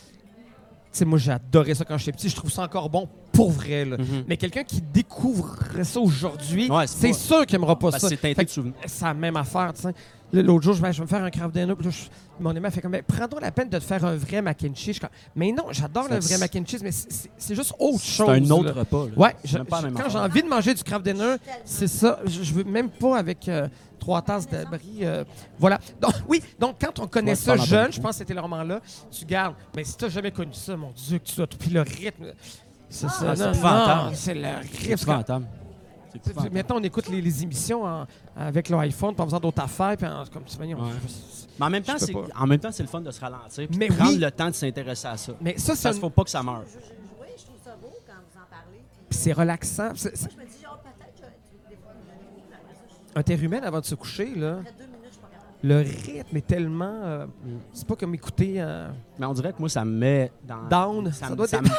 Speaker 2: sais, moi, j'adorais ça quand j'étais petit. Je trouve ça encore bon pour vrai. là.
Speaker 3: Mhm.
Speaker 2: Mais quelqu'un qui découvre ça aujourd'hui,
Speaker 3: Ouais, c'est
Speaker 2: c'est
Speaker 3: pas-
Speaker 2: sûr qu'il n'aimera pas
Speaker 3: parce que
Speaker 2: ça.
Speaker 3: c'est
Speaker 2: Fait
Speaker 3: teinté
Speaker 2: que
Speaker 3: de souvenirs.
Speaker 2: c'est la même affaire, tu sais. Là, L'autre jour, je vais, je vais me faire un craft dinner. puis là, je- mon aimant fait comme, Ben, prends donc la peine de te faire un vrai mac and cheese. Je suis comme, mais non, j'adore
Speaker 3: C'est
Speaker 2: le
Speaker 3: un-
Speaker 2: vrai mac and cheese, mais c'est- c'est c'est juste autre
Speaker 3: C'est
Speaker 2: chose.
Speaker 3: un autre
Speaker 2: là.
Speaker 3: repas. là.
Speaker 2: Ouais,
Speaker 3: C'est
Speaker 2: je-
Speaker 3: même pas la
Speaker 2: je-
Speaker 3: même
Speaker 2: quand j'ai
Speaker 3: affaire.
Speaker 2: envie de manger du craft dinner,
Speaker 1: Tellement.
Speaker 2: c'est ça. Je, je veux même pas avec euh, trois tasses de brie. euh, voilà. Donc, oui, donc quand on connaît
Speaker 3: Ouais,
Speaker 2: ça
Speaker 3: parle un peu
Speaker 2: jeune,
Speaker 3: beaucoup.
Speaker 2: je pense que c'était le roman-là, tu gardes. Mais si t'as jamais connu ça, mon Dieu, que tu as tout. Puis le rythme. C'est ça,
Speaker 3: c'est
Speaker 2: non,
Speaker 3: épouvantable.
Speaker 2: non, C'est le
Speaker 3: C'est
Speaker 2: rythme. C'est comme-
Speaker 3: épouvantable. C'est
Speaker 2: tu sais,
Speaker 3: épouvantable.
Speaker 2: Maintenant, on écoute les, les émissions en- avec l'iPhone, pas besoin d'autres affaires. Puis en- comme tu vois, on-
Speaker 3: Ouais. Mais en même temps,
Speaker 2: Je peux
Speaker 3: c'est
Speaker 2: pas.
Speaker 3: en même temps, c'est le fun de se ralentir puis
Speaker 2: Mais
Speaker 3: de prendre
Speaker 2: oui.
Speaker 3: le temps de s'intéresser à ça.
Speaker 2: Mais ça, c'est
Speaker 3: Parce
Speaker 2: un-
Speaker 3: qu'il faut pas que ça meure.
Speaker 1: Je- je- Oui, je trouve ça beau quand vous en parlez. Puis
Speaker 2: puis c'est relaxant. C'est- c'est-
Speaker 1: Moi, je me dis, genre, peut-être, je- des fois, je- après ça, je-
Speaker 2: Un terre humaine avant de se coucher, là,
Speaker 1: après deux minutes, je suis pas capable.
Speaker 2: le rythme est tellement. euh, C'est pas comme écouter. euh,
Speaker 3: Mais on dirait que moi, ça me met dans.
Speaker 2: Down.
Speaker 3: Ça,
Speaker 2: Ça
Speaker 3: me-
Speaker 2: doit
Speaker 3: ça
Speaker 2: être-
Speaker 3: me-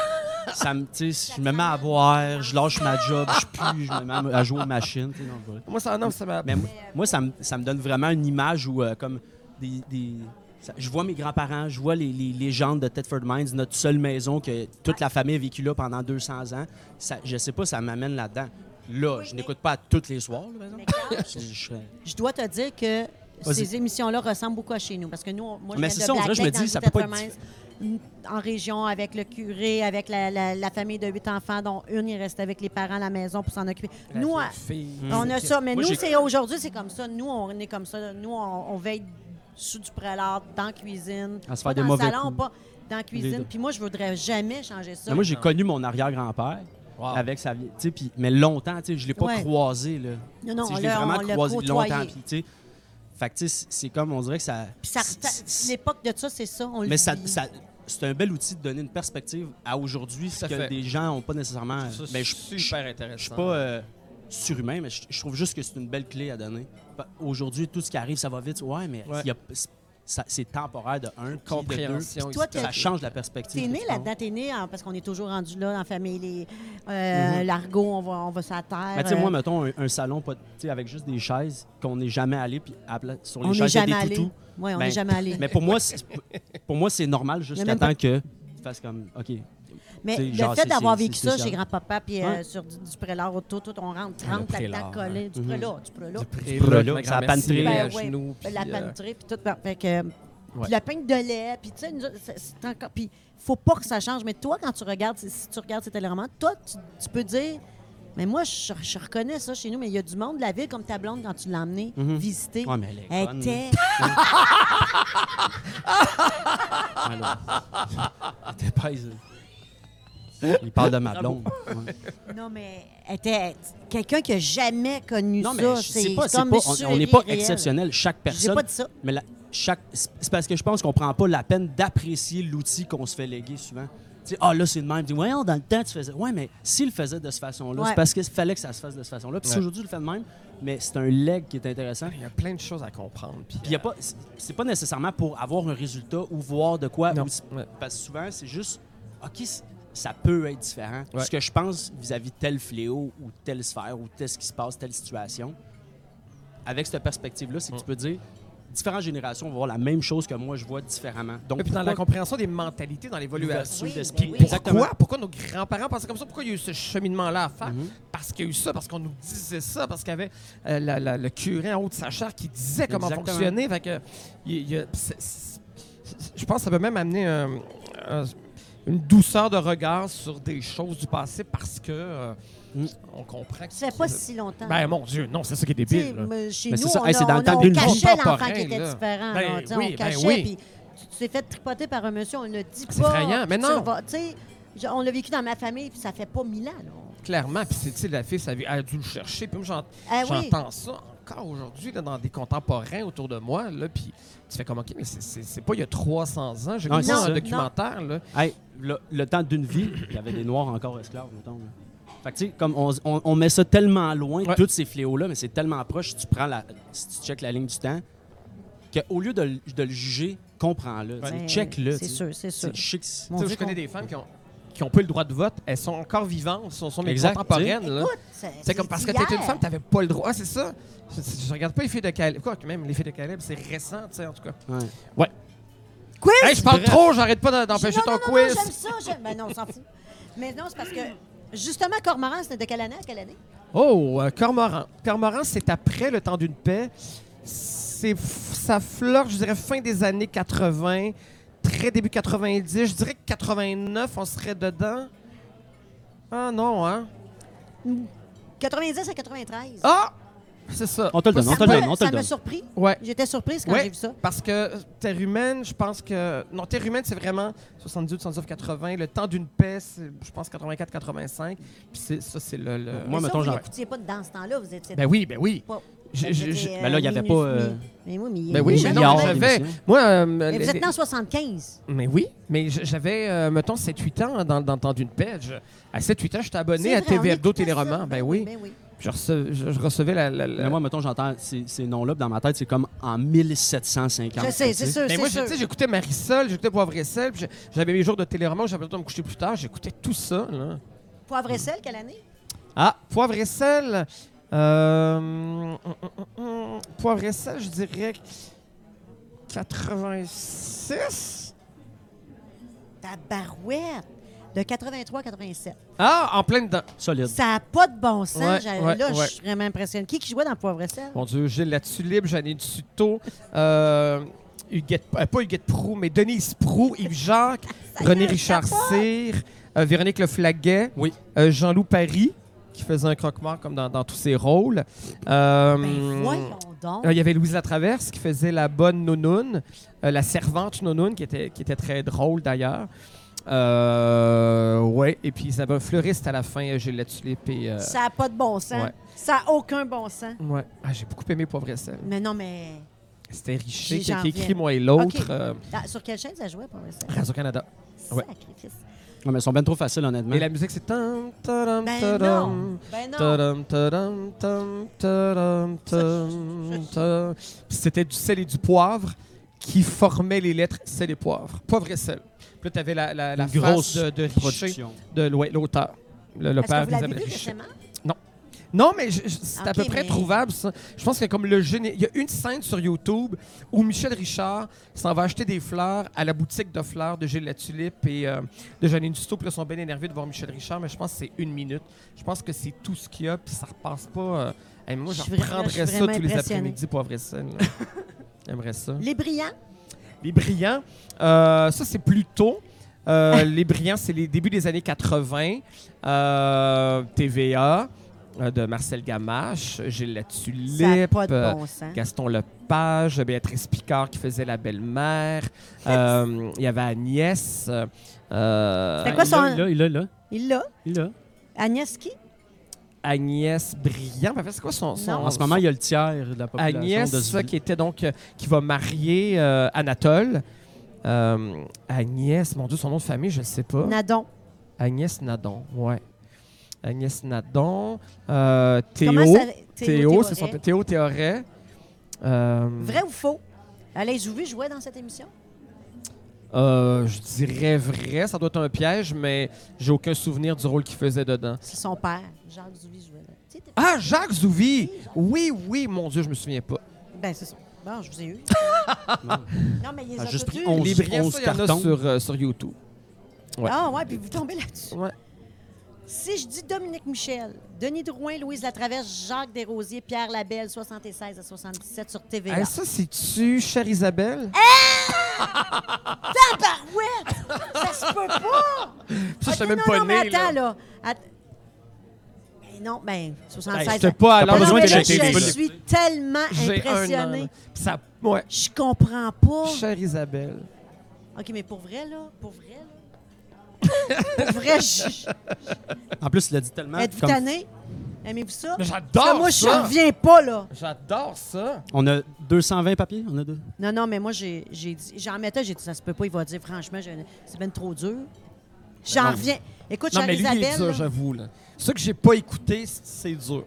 Speaker 3: ça me. Tu sais, je me mets à boire, je lâche ma job, je pue, je me mets à, à jouer aux machines. tu sais, non, pas vrai.
Speaker 1: Mm.
Speaker 2: Moi, ça, non, ça m'a.
Speaker 3: Mais moi, moi, ça, me, ça me donne vraiment une image où, euh, comme, des, des, ça- je vois mes grands-parents, je vois les, les légendes de Thetford Mines, notre seule maison que toute la famille a vécu là pendant 200 ans. Ça, je sais pas, ça m'amène là-dedans. Là,
Speaker 1: Oui,
Speaker 3: je
Speaker 1: mais-
Speaker 3: n'écoute pas à tous les soirs, là, par exemple.
Speaker 1: Mais Carl,
Speaker 3: Je- je serais-
Speaker 1: je dois te dire que
Speaker 3: Vas-y.
Speaker 1: ces émissions-là ressemblent beaucoup à chez nous. Parce que nous, on- moi, je
Speaker 3: Mais
Speaker 1: viens
Speaker 3: c'est
Speaker 1: de
Speaker 3: ça, on dirait,
Speaker 1: Black
Speaker 3: je me
Speaker 1: Lake,
Speaker 3: dis,
Speaker 1: dans le
Speaker 3: ça
Speaker 1: Vieux
Speaker 3: peut pas être
Speaker 1: Thetford Mines, En région, avec le curé, avec la, la- la famille de huit enfants, dont une, il reste avec les parents à la maison pour s'en occuper. Nous, à- on a ça, mais
Speaker 3: Mm. Moi,
Speaker 1: nous,
Speaker 3: j'ai-
Speaker 1: c'est aujourd'hui, c'est comme ça. Nous, on est comme ça. Nous, on, on veille sous du prélat, dans la cuisine.
Speaker 3: À se faire
Speaker 1: pas
Speaker 3: des
Speaker 1: dans
Speaker 3: mauvais
Speaker 1: le salon,
Speaker 3: coups.
Speaker 1: pas dans la
Speaker 3: Les deux.
Speaker 1: cuisine. Puis moi, je voudrais jamais changer ça.
Speaker 3: Mais moi, j'ai connu mon arrière-grand-père
Speaker 2: Wow.
Speaker 3: avec sa vie. tu sais, puis- Mais longtemps, tu sais, je ne l'ai pas
Speaker 1: Ouais.
Speaker 3: croisé. Là.
Speaker 1: Non, non,
Speaker 3: Tu sais,
Speaker 1: on
Speaker 3: je l'ai
Speaker 1: l'a-
Speaker 3: vraiment
Speaker 1: on l'a
Speaker 3: croisé
Speaker 1: côtoyé.
Speaker 3: longtemps. puis, tu sais, fait que, tu sais, c'est- c'est comme, on dirait que ça.
Speaker 1: Puis ça
Speaker 3: c'est-
Speaker 1: reta-
Speaker 3: c'est-
Speaker 1: l'époque de ça, c'est ça. On
Speaker 3: Mais ça,
Speaker 1: l'oublie.
Speaker 3: ça- c'est un bel outil de donner une perspective à aujourd'hui, ce
Speaker 2: à
Speaker 3: que
Speaker 2: fait.
Speaker 3: des gens n'ont pas nécessairement.
Speaker 2: Ça,
Speaker 3: Ben,
Speaker 2: c'est
Speaker 3: je je-
Speaker 2: super
Speaker 3: je suis
Speaker 2: intéressant.
Speaker 3: pas euh, surhumain, mais je, je trouve juste que c'est une belle clé à donner. Pa- Aujourd'hui, tout ce qui arrive, ça va vite. Ouais, mais
Speaker 2: Ouais.
Speaker 3: il y a- c'est- ça- c'est temporaire de un, puis de deux.
Speaker 2: compréhension.
Speaker 1: Puis toi,
Speaker 2: etc.
Speaker 1: t'es-
Speaker 3: Ça change la
Speaker 1: T'es
Speaker 3: perspective.
Speaker 1: né
Speaker 3: que tu
Speaker 1: là-dedans, t'es né en- parce qu'on est toujours rendu là en famille. Les, euh, L'argot, on va, on va sur la terre.
Speaker 3: Ben, Mm-hmm. tu sais, moi,
Speaker 1: euh,
Speaker 3: mettons, un, un salon pas- tu sais, avec juste des chaises qu'on n'est jamais allé, puis à pla- sur les
Speaker 1: on n'est
Speaker 3: chaises, il y a
Speaker 1: jamais
Speaker 3: des
Speaker 1: allé.
Speaker 3: toutous.
Speaker 1: Oui, on
Speaker 3: Ben,
Speaker 1: n'est jamais allé.
Speaker 3: Mais pour moi, c'est- pour moi, c'est normal
Speaker 1: Il y a
Speaker 3: jusqu'à
Speaker 1: même
Speaker 3: temps que tu fasses comme, OK.
Speaker 1: Mais
Speaker 3: t'sais,
Speaker 1: le
Speaker 3: genre,
Speaker 1: fait
Speaker 3: c'est-
Speaker 1: d'avoir
Speaker 3: c'est-
Speaker 1: vécu
Speaker 3: c'est
Speaker 1: ça
Speaker 3: spécial.
Speaker 1: chez grand-papa, puis euh,
Speaker 3: Ouais.
Speaker 1: sur du, du prélat, autour, tout, on rentre,
Speaker 2: Ah, le
Speaker 1: rentre
Speaker 2: prélat,
Speaker 1: là-dedans collé. Du
Speaker 3: Mhm.
Speaker 1: prélat, du prélat.
Speaker 3: Prelot,
Speaker 2: ma
Speaker 3: ça a
Speaker 2: grand-mère
Speaker 3: pantré.
Speaker 2: s'y met à
Speaker 1: Ben ouais,
Speaker 2: genoux,
Speaker 1: Ben,
Speaker 2: puis,
Speaker 1: la
Speaker 2: euh,
Speaker 1: peinture, puis tout. ben, fait que,
Speaker 3: Ouais.
Speaker 1: Puis la pinte de lait, puis tu sais, nous autres, c'est- c'est encore... Puis faut pas que ça change. Mais toi, quand tu regardes, si- si tu regardes ces téléromans, toi, tu, tu peux dire... Mais moi, je, je reconnais ça chez nous, mais il y a du monde de la ville, comme ta blonde, quand tu l'as emmenée
Speaker 3: Mhm.
Speaker 1: visiter.
Speaker 3: Ouais, mais elle est
Speaker 1: elle
Speaker 3: conne,
Speaker 1: était...
Speaker 3: Ouais, là. T'es pas aisé. Il parle de ma blonde. Ouais.
Speaker 1: Non, mais elle était... Quelqu'un qui a jamais connu
Speaker 3: Non, mais
Speaker 1: ça.
Speaker 3: je sais
Speaker 1: C'est
Speaker 3: pas, c'est
Speaker 1: comme
Speaker 3: pas-
Speaker 1: une
Speaker 3: on- on n'est
Speaker 1: tuerie
Speaker 3: pas
Speaker 1: réelle.
Speaker 3: exceptionnel. Chaque personne.
Speaker 1: pas dit ça.
Speaker 3: Mais la- chaque, c'est parce que je pense qu'on prend pas la peine d'apprécier l'outil qu'on se fait léguer souvent. Tu sais, ah là, c'est le même. Tu dis, voyons, dans le temps, tu faisais. Ouais, mais s'il le faisait de cette façon-là,
Speaker 1: Ouais.
Speaker 3: c'est parce qu'il fallait que ça se fasse de cette façon-là. Puis si
Speaker 2: Ouais.
Speaker 3: aujourd'hui, il le fait de même, mais c'est un leg qui est intéressant.
Speaker 2: Il y a plein de choses à comprendre.
Speaker 3: Puis
Speaker 2: Puis,
Speaker 3: il y a pas, c'est- c'est pas nécessairement pour avoir un résultat ou voir de quoi.
Speaker 2: Non.
Speaker 3: ou c'est-
Speaker 2: Ouais.
Speaker 3: Parce que souvent, c'est juste, OK, c- ça peut être différent.
Speaker 2: Ouais.
Speaker 3: Ce que je pense vis-à-vis de tel fléau ou telle sphère ou tel ce qui se passe, telle situation, avec cette perspective-là, c'est que tu peux dire, différentes générations vont voir la même chose que moi, je vois différemment. Donc,
Speaker 2: Et puis dans la
Speaker 3: pourquoi-
Speaker 2: compréhension des mentalités, dans l'évolution.
Speaker 1: Oui,
Speaker 3: d'esprit.
Speaker 1: ben oui.
Speaker 3: Exactement.
Speaker 2: Pourquoi? Pourquoi nos grands-parents pensaient comme ça? Pourquoi il y a eu ce cheminement-là à faire?
Speaker 3: Mhm.
Speaker 2: Parce qu'il y a eu ça, parce qu'on nous disait ça, parce qu'il y avait euh, la- la- le curé en haut de sa chair qui disait comment
Speaker 3: Exactement.
Speaker 2: fonctionner. Fait que, il y a- c'est- c'est- c'est- je pense que ça peut même amener un- un- une douceur de regard sur des choses du passé parce que euh,
Speaker 3: Mm.
Speaker 2: on comprend que
Speaker 1: Ça fait pas si longtemps.
Speaker 2: Ben mon Dieu, non, c'est ça qui est
Speaker 1: Tu sais,
Speaker 2: débile. là.
Speaker 1: mais Chez
Speaker 3: Mais
Speaker 1: nous,
Speaker 3: c'est ça.
Speaker 1: on,
Speaker 3: Hey, c'est
Speaker 1: a-
Speaker 3: dans le
Speaker 1: on
Speaker 3: temps
Speaker 1: a- on
Speaker 3: de l'humour
Speaker 1: cachait l'enfant
Speaker 2: contemporain,
Speaker 1: qui était
Speaker 2: là.
Speaker 1: différent.
Speaker 2: Ben
Speaker 1: là, tu sais,
Speaker 2: oui,
Speaker 1: on
Speaker 2: ben
Speaker 1: cachait,
Speaker 2: oui.
Speaker 1: puis tu- tu t'es fait tripoter par un monsieur, on ne le dit pas.
Speaker 2: C'est effrayant, mais
Speaker 1: puis tu
Speaker 2: non.
Speaker 1: le vas- tu sais, je- on l'a vécu dans ma famille, puis ça fait pas mille ans. là.
Speaker 2: Clairement, puis c'est tu sais, la fille, ça, elle a dû le chercher. Puis moi, j'en-
Speaker 1: Ah oui.
Speaker 2: j'entends ça encore aujourd'hui là, dans des contemporains autour de moi. Là, puis tu fais comme, OK, mais c'est- c'est c'est pas il y a 300 ans. J'ai
Speaker 3: Non,
Speaker 2: vu
Speaker 3: c'est
Speaker 2: ça,
Speaker 3: ça.
Speaker 2: un documentaire. Là.
Speaker 3: Hey, le, le temps d'une vie, il y avait des Noirs encore esclaves, mettons. là. Fait que, tu sais, comme on, on- on met ça tellement loin,
Speaker 2: Ouais.
Speaker 3: tous ces fléaux-là, mais c'est tellement proche, si tu prends la, si tu checkes la ligne du temps, qu'au lieu de, le- de le juger, comprends-le. tu sais,
Speaker 1: Ben,
Speaker 3: Check-le.
Speaker 1: C'est
Speaker 3: tu sais.
Speaker 1: sûr, c'est sûr.
Speaker 3: C'est chic. c'est-
Speaker 1: Mon
Speaker 2: Tu sais,
Speaker 1: Dieu
Speaker 2: Je connais
Speaker 1: qu'on-
Speaker 2: des femmes qui ont, qui ont pas eu le droit de vote. Elles sont encore vivantes, sont, sont mes
Speaker 3: Exact,
Speaker 2: contemporaines. là.
Speaker 1: Écoute, c'est
Speaker 2: C'est comme parce que
Speaker 1: d'hier.
Speaker 2: t'étais une femme, t'avais pas le droit. Ah, c'est ça. Je, je- je regarde pas les filles de Caleb. Quoi, que même les filles de Caleb, c'est récent, tu sais, en tout cas.
Speaker 3: Ouais.
Speaker 1: Quiz!
Speaker 2: Hey, je parle trop, j'arrête pas d'empêcher
Speaker 1: Non,
Speaker 2: ton
Speaker 1: non, non,
Speaker 2: quiz.
Speaker 1: non, j'aime ça. j'aime- Ben non, on s'en fout. Mais non, c'est parce que, justement, Cormoran, c'était de quelle année à quelle année?
Speaker 2: Oh, euh, Cormoran. Cormoran, c'est après le temps d'une paix. C'est f- ça fleur, je dirais, fin des années 80, très début 90. Je dirais que 89, on serait dedans. Ah non, hein?
Speaker 1: 90 à 93.
Speaker 2: Ah! C'est ça.
Speaker 3: On te le donne, on
Speaker 1: ça
Speaker 3: te le
Speaker 1: me-
Speaker 3: donne, on te
Speaker 1: ça
Speaker 3: le
Speaker 1: m'a
Speaker 3: donne.
Speaker 1: surpris.
Speaker 2: Ouais.
Speaker 1: J'étais surprise quand
Speaker 2: Ouais,
Speaker 1: j'ai vu ça.
Speaker 2: Parce que Terre humaine, je pense que. Non, Terre humaine, c'est vraiment 78, 79, 80. Le temps d'une paix, c'est, je pense 84, 85. Puis c'est- ça, c'est le. le-
Speaker 3: Moi,
Speaker 1: mais
Speaker 3: mettons,
Speaker 1: ça, vous
Speaker 3: j'en-
Speaker 1: n'écoutiez pas dans ce temps-là, vous étiez
Speaker 2: Ben oui, ben oui.
Speaker 1: pas...
Speaker 2: Je-
Speaker 1: Ben,
Speaker 2: je-
Speaker 1: je
Speaker 2: je-
Speaker 1: dis,
Speaker 3: ben là, il y avait
Speaker 1: euh,
Speaker 3: pas,
Speaker 1: minus-
Speaker 3: euh,
Speaker 1: mi- Mais oui, mais...
Speaker 2: Ben
Speaker 1: mais
Speaker 2: oui, mais
Speaker 1: j'en
Speaker 2: non,
Speaker 3: Milliards
Speaker 1: avais-
Speaker 2: j'avais.
Speaker 3: d'émissions.
Speaker 2: Moi, euh, les-
Speaker 1: Mais vous êtes né en 75.
Speaker 2: Mais oui, mais j- j'avais, euh, mettons, 7-8 ans dans, dans le temps d'une paix. Je- à 7-8 ans, j'étais abonné
Speaker 1: C'est
Speaker 2: à
Speaker 1: vrai, on
Speaker 2: TVFDO
Speaker 1: écoutait ça.
Speaker 2: Téléroman. Ben oui,
Speaker 1: Ben oui.
Speaker 2: Je, rece- je- je recevais la... la- la-
Speaker 3: Mais moi, mettons, j'entends ces, ces noms-là, puis dans ma tête, c'est comme en 1750.
Speaker 1: Je sais,
Speaker 3: tu
Speaker 1: c'est sûr,
Speaker 2: Mais moi,
Speaker 1: Euh, c'est
Speaker 2: je- tu sais,
Speaker 1: sûr.
Speaker 2: j'écoutais Marisol, j'écoutais Poivre et Sel, puis je- j'avais mes jours de Téléroman, où j'avais le temps de me coucher plus tard, j'écoutais tout ça. là.
Speaker 1: Poivre et sel, quelle année?
Speaker 2: Ah, Poivre et Sel... euh, hum, hum, hum, hum, Poivre et Sel, je dirais... que 86?
Speaker 1: Ta barouette de 83-87.
Speaker 2: Ah, en pleine dedans.
Speaker 3: Solide.
Speaker 1: Ça n'a pas de bon sens.
Speaker 2: Ouais,
Speaker 1: J'ai-
Speaker 2: ouais,
Speaker 1: là,
Speaker 2: ouais.
Speaker 1: je suis vraiment impressionnée. Qui qui jouait dans Poivre et sel?
Speaker 2: Mon Dieu, Gilles la Tulipe, Janine Tuto, euh, Huguette, euh, pas Huguette Prou, mais Denise Prou, Yves Jacques,
Speaker 1: Ça y est,
Speaker 2: René
Speaker 1: je
Speaker 2: Richard
Speaker 1: capote.
Speaker 2: Cyr, euh, Véronique Le Flaguet,
Speaker 3: Oui.
Speaker 2: euh, Jean-Loup Paris, qui faisait un croque-mort comme dans, dans tous ses rôles. Euh,
Speaker 1: Ben, voyons donc.
Speaker 2: euh, Il y avait Louise Latraverse qui faisait la bonne nounoune, euh, la servante nounoune qui était, qui était très drôle d'ailleurs. Euh, ouais, et puis ils avaient un fleuriste à la fin, euh, Gilles la Tulipe et. euh,
Speaker 1: Ça n'a pas de bon sens.
Speaker 2: ouais.
Speaker 1: Ça n'a aucun bon sens.
Speaker 2: ouais. Ah, j'ai beaucoup aimé Poivre et Sel.
Speaker 1: Mais non, mais.
Speaker 2: C'était Richer
Speaker 1: J'y-
Speaker 2: qui a
Speaker 1: j'en
Speaker 2: écrit
Speaker 1: viens.
Speaker 2: Moi et l'autre.
Speaker 1: Ok.
Speaker 2: euh,
Speaker 1: Ah, sur quelle chaîne ça jouait, Poivre et sel?
Speaker 2: Radio-Canada. Ouais.
Speaker 1: Sacrifice.
Speaker 3: Non, mais ils sont bien trop faciles, honnêtement.
Speaker 2: Et la musique, c'est... tan, tadam,
Speaker 1: Ben
Speaker 2: tadam,
Speaker 1: non. Ben non.
Speaker 2: tadam, tadam, tam, tadam, tam, tam. Puis C'était du sel et du poivre qui formaient les lettres sel et poivre. Poivre et sel. Puis là, t'avais la, la, la
Speaker 3: Une
Speaker 2: face
Speaker 3: grosse
Speaker 2: de, de Richer,
Speaker 3: Production.
Speaker 2: de l'au- l'auteur, le, le
Speaker 1: Est-ce que
Speaker 2: père
Speaker 1: vous l'avez
Speaker 2: d'Isabelle
Speaker 1: vu
Speaker 2: Richer.
Speaker 1: récemment?
Speaker 2: Non, mais je- je- c'est à
Speaker 1: Ok,
Speaker 2: peu près
Speaker 1: mais-
Speaker 2: trouvable, ça. Je pense que comme le génie... Il y a une scène sur YouTube où Michel Richard s'en va acheter des fleurs à la boutique de fleurs de Gilles Latulippe et euh, de Janine Dusto. Puis là, ils sont bien énervés de voir Michel Richard, mais je pense que c'est une minute. Je pense que c'est tout ce qu'il y a, puis ça repasse pas... euh, hey, moi,
Speaker 1: Je
Speaker 2: je
Speaker 1: suis vraiment- je
Speaker 2: reprendrais
Speaker 1: suis
Speaker 2: ça
Speaker 1: vraiment
Speaker 2: tous les
Speaker 1: impressionnée.
Speaker 2: après-midi pour vrai ça. J'aimerais ça.
Speaker 1: Les brillants?
Speaker 2: Les brillants, euh, ça c'est plus tôt. Euh, les brillants, c'est les débuts des années 80. Euh, TVA euh, de Marcel Gamache, Gilles
Speaker 1: Ça n'a
Speaker 2: Latulippe,
Speaker 1: pas de
Speaker 2: euh,
Speaker 1: bon hein? sens.
Speaker 2: Gaston Lepage, Béatrice Picard qui faisait la belle-mère. Euh, Il y avait Agnès. euh, euh,
Speaker 1: C'était quoi son-
Speaker 3: Ah, Il l'a, il l'a, il l'a.
Speaker 1: Il l'a.
Speaker 3: Il l'a.
Speaker 1: Agnès qui?
Speaker 2: Agnès Brillant. Ben, C'est quoi son, son-
Speaker 1: Non.
Speaker 3: En ce moment, il y a le tiers de la population
Speaker 2: Agnès,
Speaker 3: de
Speaker 2: euh,
Speaker 3: ce
Speaker 2: qui était donc euh, qui va marier euh, Anatole. Euh, Agnès, mon Dieu, son nom de famille, je ne sais pas.
Speaker 1: Nadon.
Speaker 2: Agnès Nadon, ouais. Agnès Nadon, euh, Théo,
Speaker 1: Comment ça-
Speaker 2: Théo, c'est son
Speaker 1: Théoret.
Speaker 2: Théo Théoret. Euh,
Speaker 1: Vrai ou faux? Alain Jouvet jouait dans cette émission?
Speaker 2: euh, je dirais vrai, ça doit être un piège, mais j'ai aucun souvenir du rôle qu'il faisait dedans.
Speaker 1: C'est son père. Jacques Jouvet jouait là. Tu sais, t'es-
Speaker 2: Ah, Jacques Zouvi! Oui, oui, mon Dieu, je me souviens pas.
Speaker 1: Ben, c'est ça. Bon, je vous ai eu. non, mais il les
Speaker 3: Ah,
Speaker 1: a
Speaker 3: juste
Speaker 1: tous
Speaker 3: pris
Speaker 1: eus.
Speaker 3: onze.
Speaker 2: Les brillants,
Speaker 3: 11
Speaker 2: ça, il y en a
Speaker 3: cartons.
Speaker 2: sur, euh, sur YouTube. Ouais.
Speaker 1: Ah, ouais, puis vous tombez là-dessus.
Speaker 2: Ouais.
Speaker 1: Si je dis Dominique Michel, Denis Drouin, Louise Latraverse, Jacques Desrosiers, Pierre Labelle, 76 à 77 sur TVA.
Speaker 2: Hey, ça, c'est-tu, chère Isabelle?
Speaker 1: Eh, Tabarouette! ça se peut pas!
Speaker 2: ça, j'étais
Speaker 1: Ok,
Speaker 2: même
Speaker 1: non,
Speaker 2: pas
Speaker 1: non,
Speaker 2: né.
Speaker 1: mais attends, là. Att- Ben non, ben, 76...
Speaker 2: Hey, j'étais pas à
Speaker 1: Non,
Speaker 2: l'âge-
Speaker 1: non,
Speaker 3: besoin
Speaker 1: mais
Speaker 3: de
Speaker 1: là,
Speaker 3: checker les
Speaker 1: Je
Speaker 3: bulles.
Speaker 1: suis tellement
Speaker 2: J'ai un an. là.
Speaker 1: impressionnée.
Speaker 2: Puis ça, ouais,
Speaker 1: Je comprends pas.
Speaker 2: chère Isabelle.
Speaker 1: OK, mais pour vrai, là, pour vrai, là... pour vrai, je-
Speaker 3: En plus, il l'a dit
Speaker 2: Hein,
Speaker 3: tellement.
Speaker 1: êtes-vous
Speaker 3: comme-
Speaker 1: tanné? Aimez-vous ça?
Speaker 2: Mais j'adore
Speaker 1: Parce que Moi, je
Speaker 2: ça.
Speaker 1: reviens pas, là.
Speaker 2: J'adore ça.
Speaker 3: On a 220 papiers. On a deux.
Speaker 1: Non, non, mais moi, j'ai j'ai dit... J'en mettais, j'ai dit, ça se peut pas. Il va dire, franchement, je- c'est ben trop dur. J'en reviens... Écoute,
Speaker 2: Non, mais lui, il est
Speaker 1: Charles-Isabelle,
Speaker 2: dur,
Speaker 1: là,
Speaker 2: j'avoue. là. Ce que j'ai pas écouté, c- c'est dur.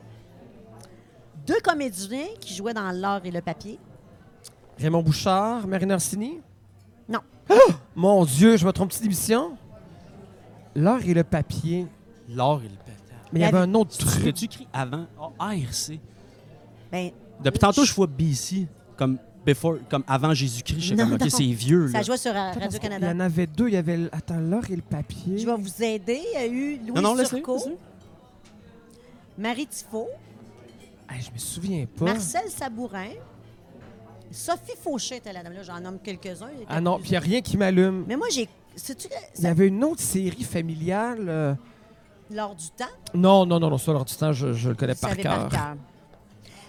Speaker 1: deux comédiens qui jouaient dans l'or et le papier.
Speaker 2: Raymond Bouchard, Marine Orsini?
Speaker 1: Non.
Speaker 2: Ah! Mon Dieu, je me trompe petite émission? L'or et le papier.
Speaker 3: L'or et le pétard.
Speaker 2: Mais il y
Speaker 1: La
Speaker 2: avait
Speaker 1: vie-
Speaker 2: un autre
Speaker 3: Tu
Speaker 2: truc.
Speaker 3: tu écrit avant Ah, ARC?
Speaker 1: Ben,
Speaker 3: Depuis tantôt, je vois BC comme, before, comme avant Jésus-Christ. Je sais
Speaker 1: Non,
Speaker 3: comme, OK,
Speaker 1: non.
Speaker 3: c'est vieux.
Speaker 1: ça
Speaker 3: là.
Speaker 1: jouait sur euh,
Speaker 2: Il y
Speaker 1: Radio-Canada.
Speaker 2: en avait deux. Il y avait. le- Attends, l'or et le papier.
Speaker 1: Je vais vous aider. Il y a eu Louis
Speaker 3: Non, non, laisse-le,
Speaker 1: Turcot,
Speaker 3: laisse-le.
Speaker 1: Marie Tifo,
Speaker 2: Ah, je me souviens pas.
Speaker 1: Marcel Sabourin, Sophie Fauché était là-dedans. Là, J'en nomme quelques-uns. il y a
Speaker 2: Ah non,
Speaker 1: quelques-
Speaker 2: puis il n'y a rien qui m'allume.
Speaker 1: Mais moi, j'ai. Sais-tu que
Speaker 2: Il y
Speaker 1: ça-
Speaker 2: avait une autre série familiale. euh,
Speaker 1: lors du temps,
Speaker 2: Non, non, non, non, ça, l'or du temps, je, je le
Speaker 1: je
Speaker 2: connais par
Speaker 1: savais par
Speaker 2: cœur.
Speaker 1: cœur.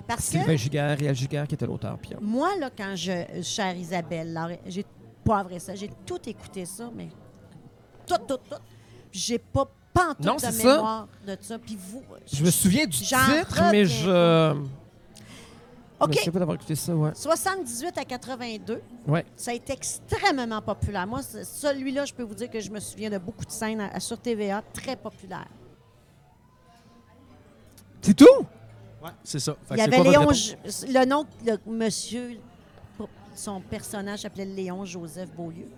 Speaker 1: Parce que
Speaker 2: Sylvain Giguère, Réal Giguère, qui était l'auteur. puis, euh,
Speaker 1: moi, là, quand je. Chère Isabelle, là, j'ai pas vrai ça. J'ai tout écouté ça, mais. Tout, tout, tout. J'ai pas pantoute
Speaker 2: Non,
Speaker 1: de
Speaker 2: c'est ça.
Speaker 1: mémoire de ça. Puis vous.
Speaker 2: Je me souviens du
Speaker 1: J'en
Speaker 2: titre, mais je. Je me
Speaker 1: OK.
Speaker 2: souviens pas d'avoir écouté ça, ouais.
Speaker 1: 78 à 82.
Speaker 2: Ouais.
Speaker 1: Ça a été extrêmement populaire. Moi, ce- celui-là, je peux vous dire que je me souviens de beaucoup de scènes à- sur TVA, très populaires.
Speaker 2: C'est tout?
Speaker 3: Ouais, c'est ça. Fait
Speaker 1: Il
Speaker 3: que
Speaker 1: y
Speaker 3: c'est
Speaker 1: avait
Speaker 3: quoi votre
Speaker 1: Léon...
Speaker 3: réponse?
Speaker 1: Jo- Le nom, de le monsieur, son personnage s'appelait Léon-Joseph Beaulieu.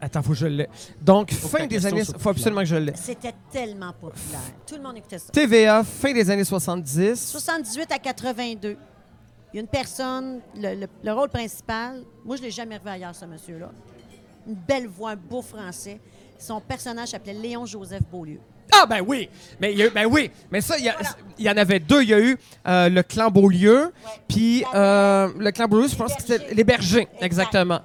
Speaker 2: Attends, faut que je l'ai. Donc,
Speaker 3: ta
Speaker 2: fin des
Speaker 3: question
Speaker 2: années.
Speaker 3: soit
Speaker 2: Faut absolument que je l'ai.
Speaker 1: C'était tellement populaire. Tout le monde écoutait ça.
Speaker 2: TVA, fin des années 70.
Speaker 1: 78 à 82. Il y a une personne, le, le- le rôle principal, moi je l'ai jamais revu ailleurs, ce monsieur-là. Une belle voix, un beau français. Son personnage s'appelait Léon-Joseph Beaulieu.
Speaker 2: Ah, ben oui! Mais il y a eu- ben oui! Mais ça, il y, a- il y en avait deux. Il y a eu euh, le clan Beaulieu, puis euh, le clan Beaulieu, je pense que c'était les bergers, exactement.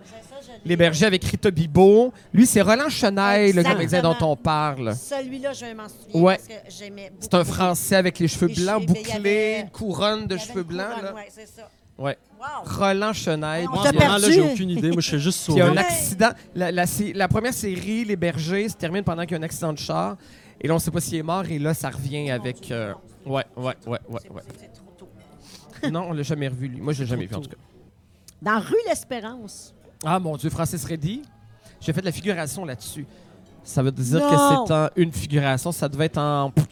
Speaker 2: Les bergers avec Rita Bibo. Lui, c'est Roland Chenaille, le comédien dont
Speaker 1: Exactement.
Speaker 2: on parle.
Speaker 1: Celui-là, je vais m'en souviens
Speaker 2: Ouais.
Speaker 1: parce que j'aimais beaucoup.
Speaker 2: C'est un Français avec les cheveux
Speaker 1: Les
Speaker 2: blancs,
Speaker 1: cheveux, mais il y
Speaker 2: bouclés,
Speaker 1: avait-
Speaker 2: une couronne de
Speaker 1: Il y avait
Speaker 2: cheveux
Speaker 1: une
Speaker 2: blancs.
Speaker 1: couronne,
Speaker 2: Là.
Speaker 1: ouais, c'est ça.
Speaker 2: Ouais.
Speaker 1: Wow!
Speaker 2: Roland Chenaille.
Speaker 1: On
Speaker 3: Moi,
Speaker 1: t'a
Speaker 3: en ce moment-là,
Speaker 1: perdu.
Speaker 3: j'ai aucune idée. Moi, je suis juste
Speaker 2: Puis il y a un
Speaker 3: sauvé.
Speaker 1: Ouais.
Speaker 2: accident. La, la sé- la première série, Les Bergers, se termine pendant qu'il y a un accident de char. Et là, on ne sait pas s'il est mort. Et là, ça revient avec. euh, Ouais, ouais, ouais, ouais,
Speaker 1: C'est-
Speaker 2: ouais.
Speaker 1: c'est- c'est trop tôt.
Speaker 2: Non, on l'a jamais revu, lui. Moi, je l'ai jamais vu, en tout cas.
Speaker 1: Dans Rue l'Espérance.
Speaker 2: Ah, mon Dieu, Francis Reddy. J'ai fait de la figuration là-dessus. Ça veut dire que
Speaker 1: Non.
Speaker 2: c'est en- une figuration. Ça devait être en pff,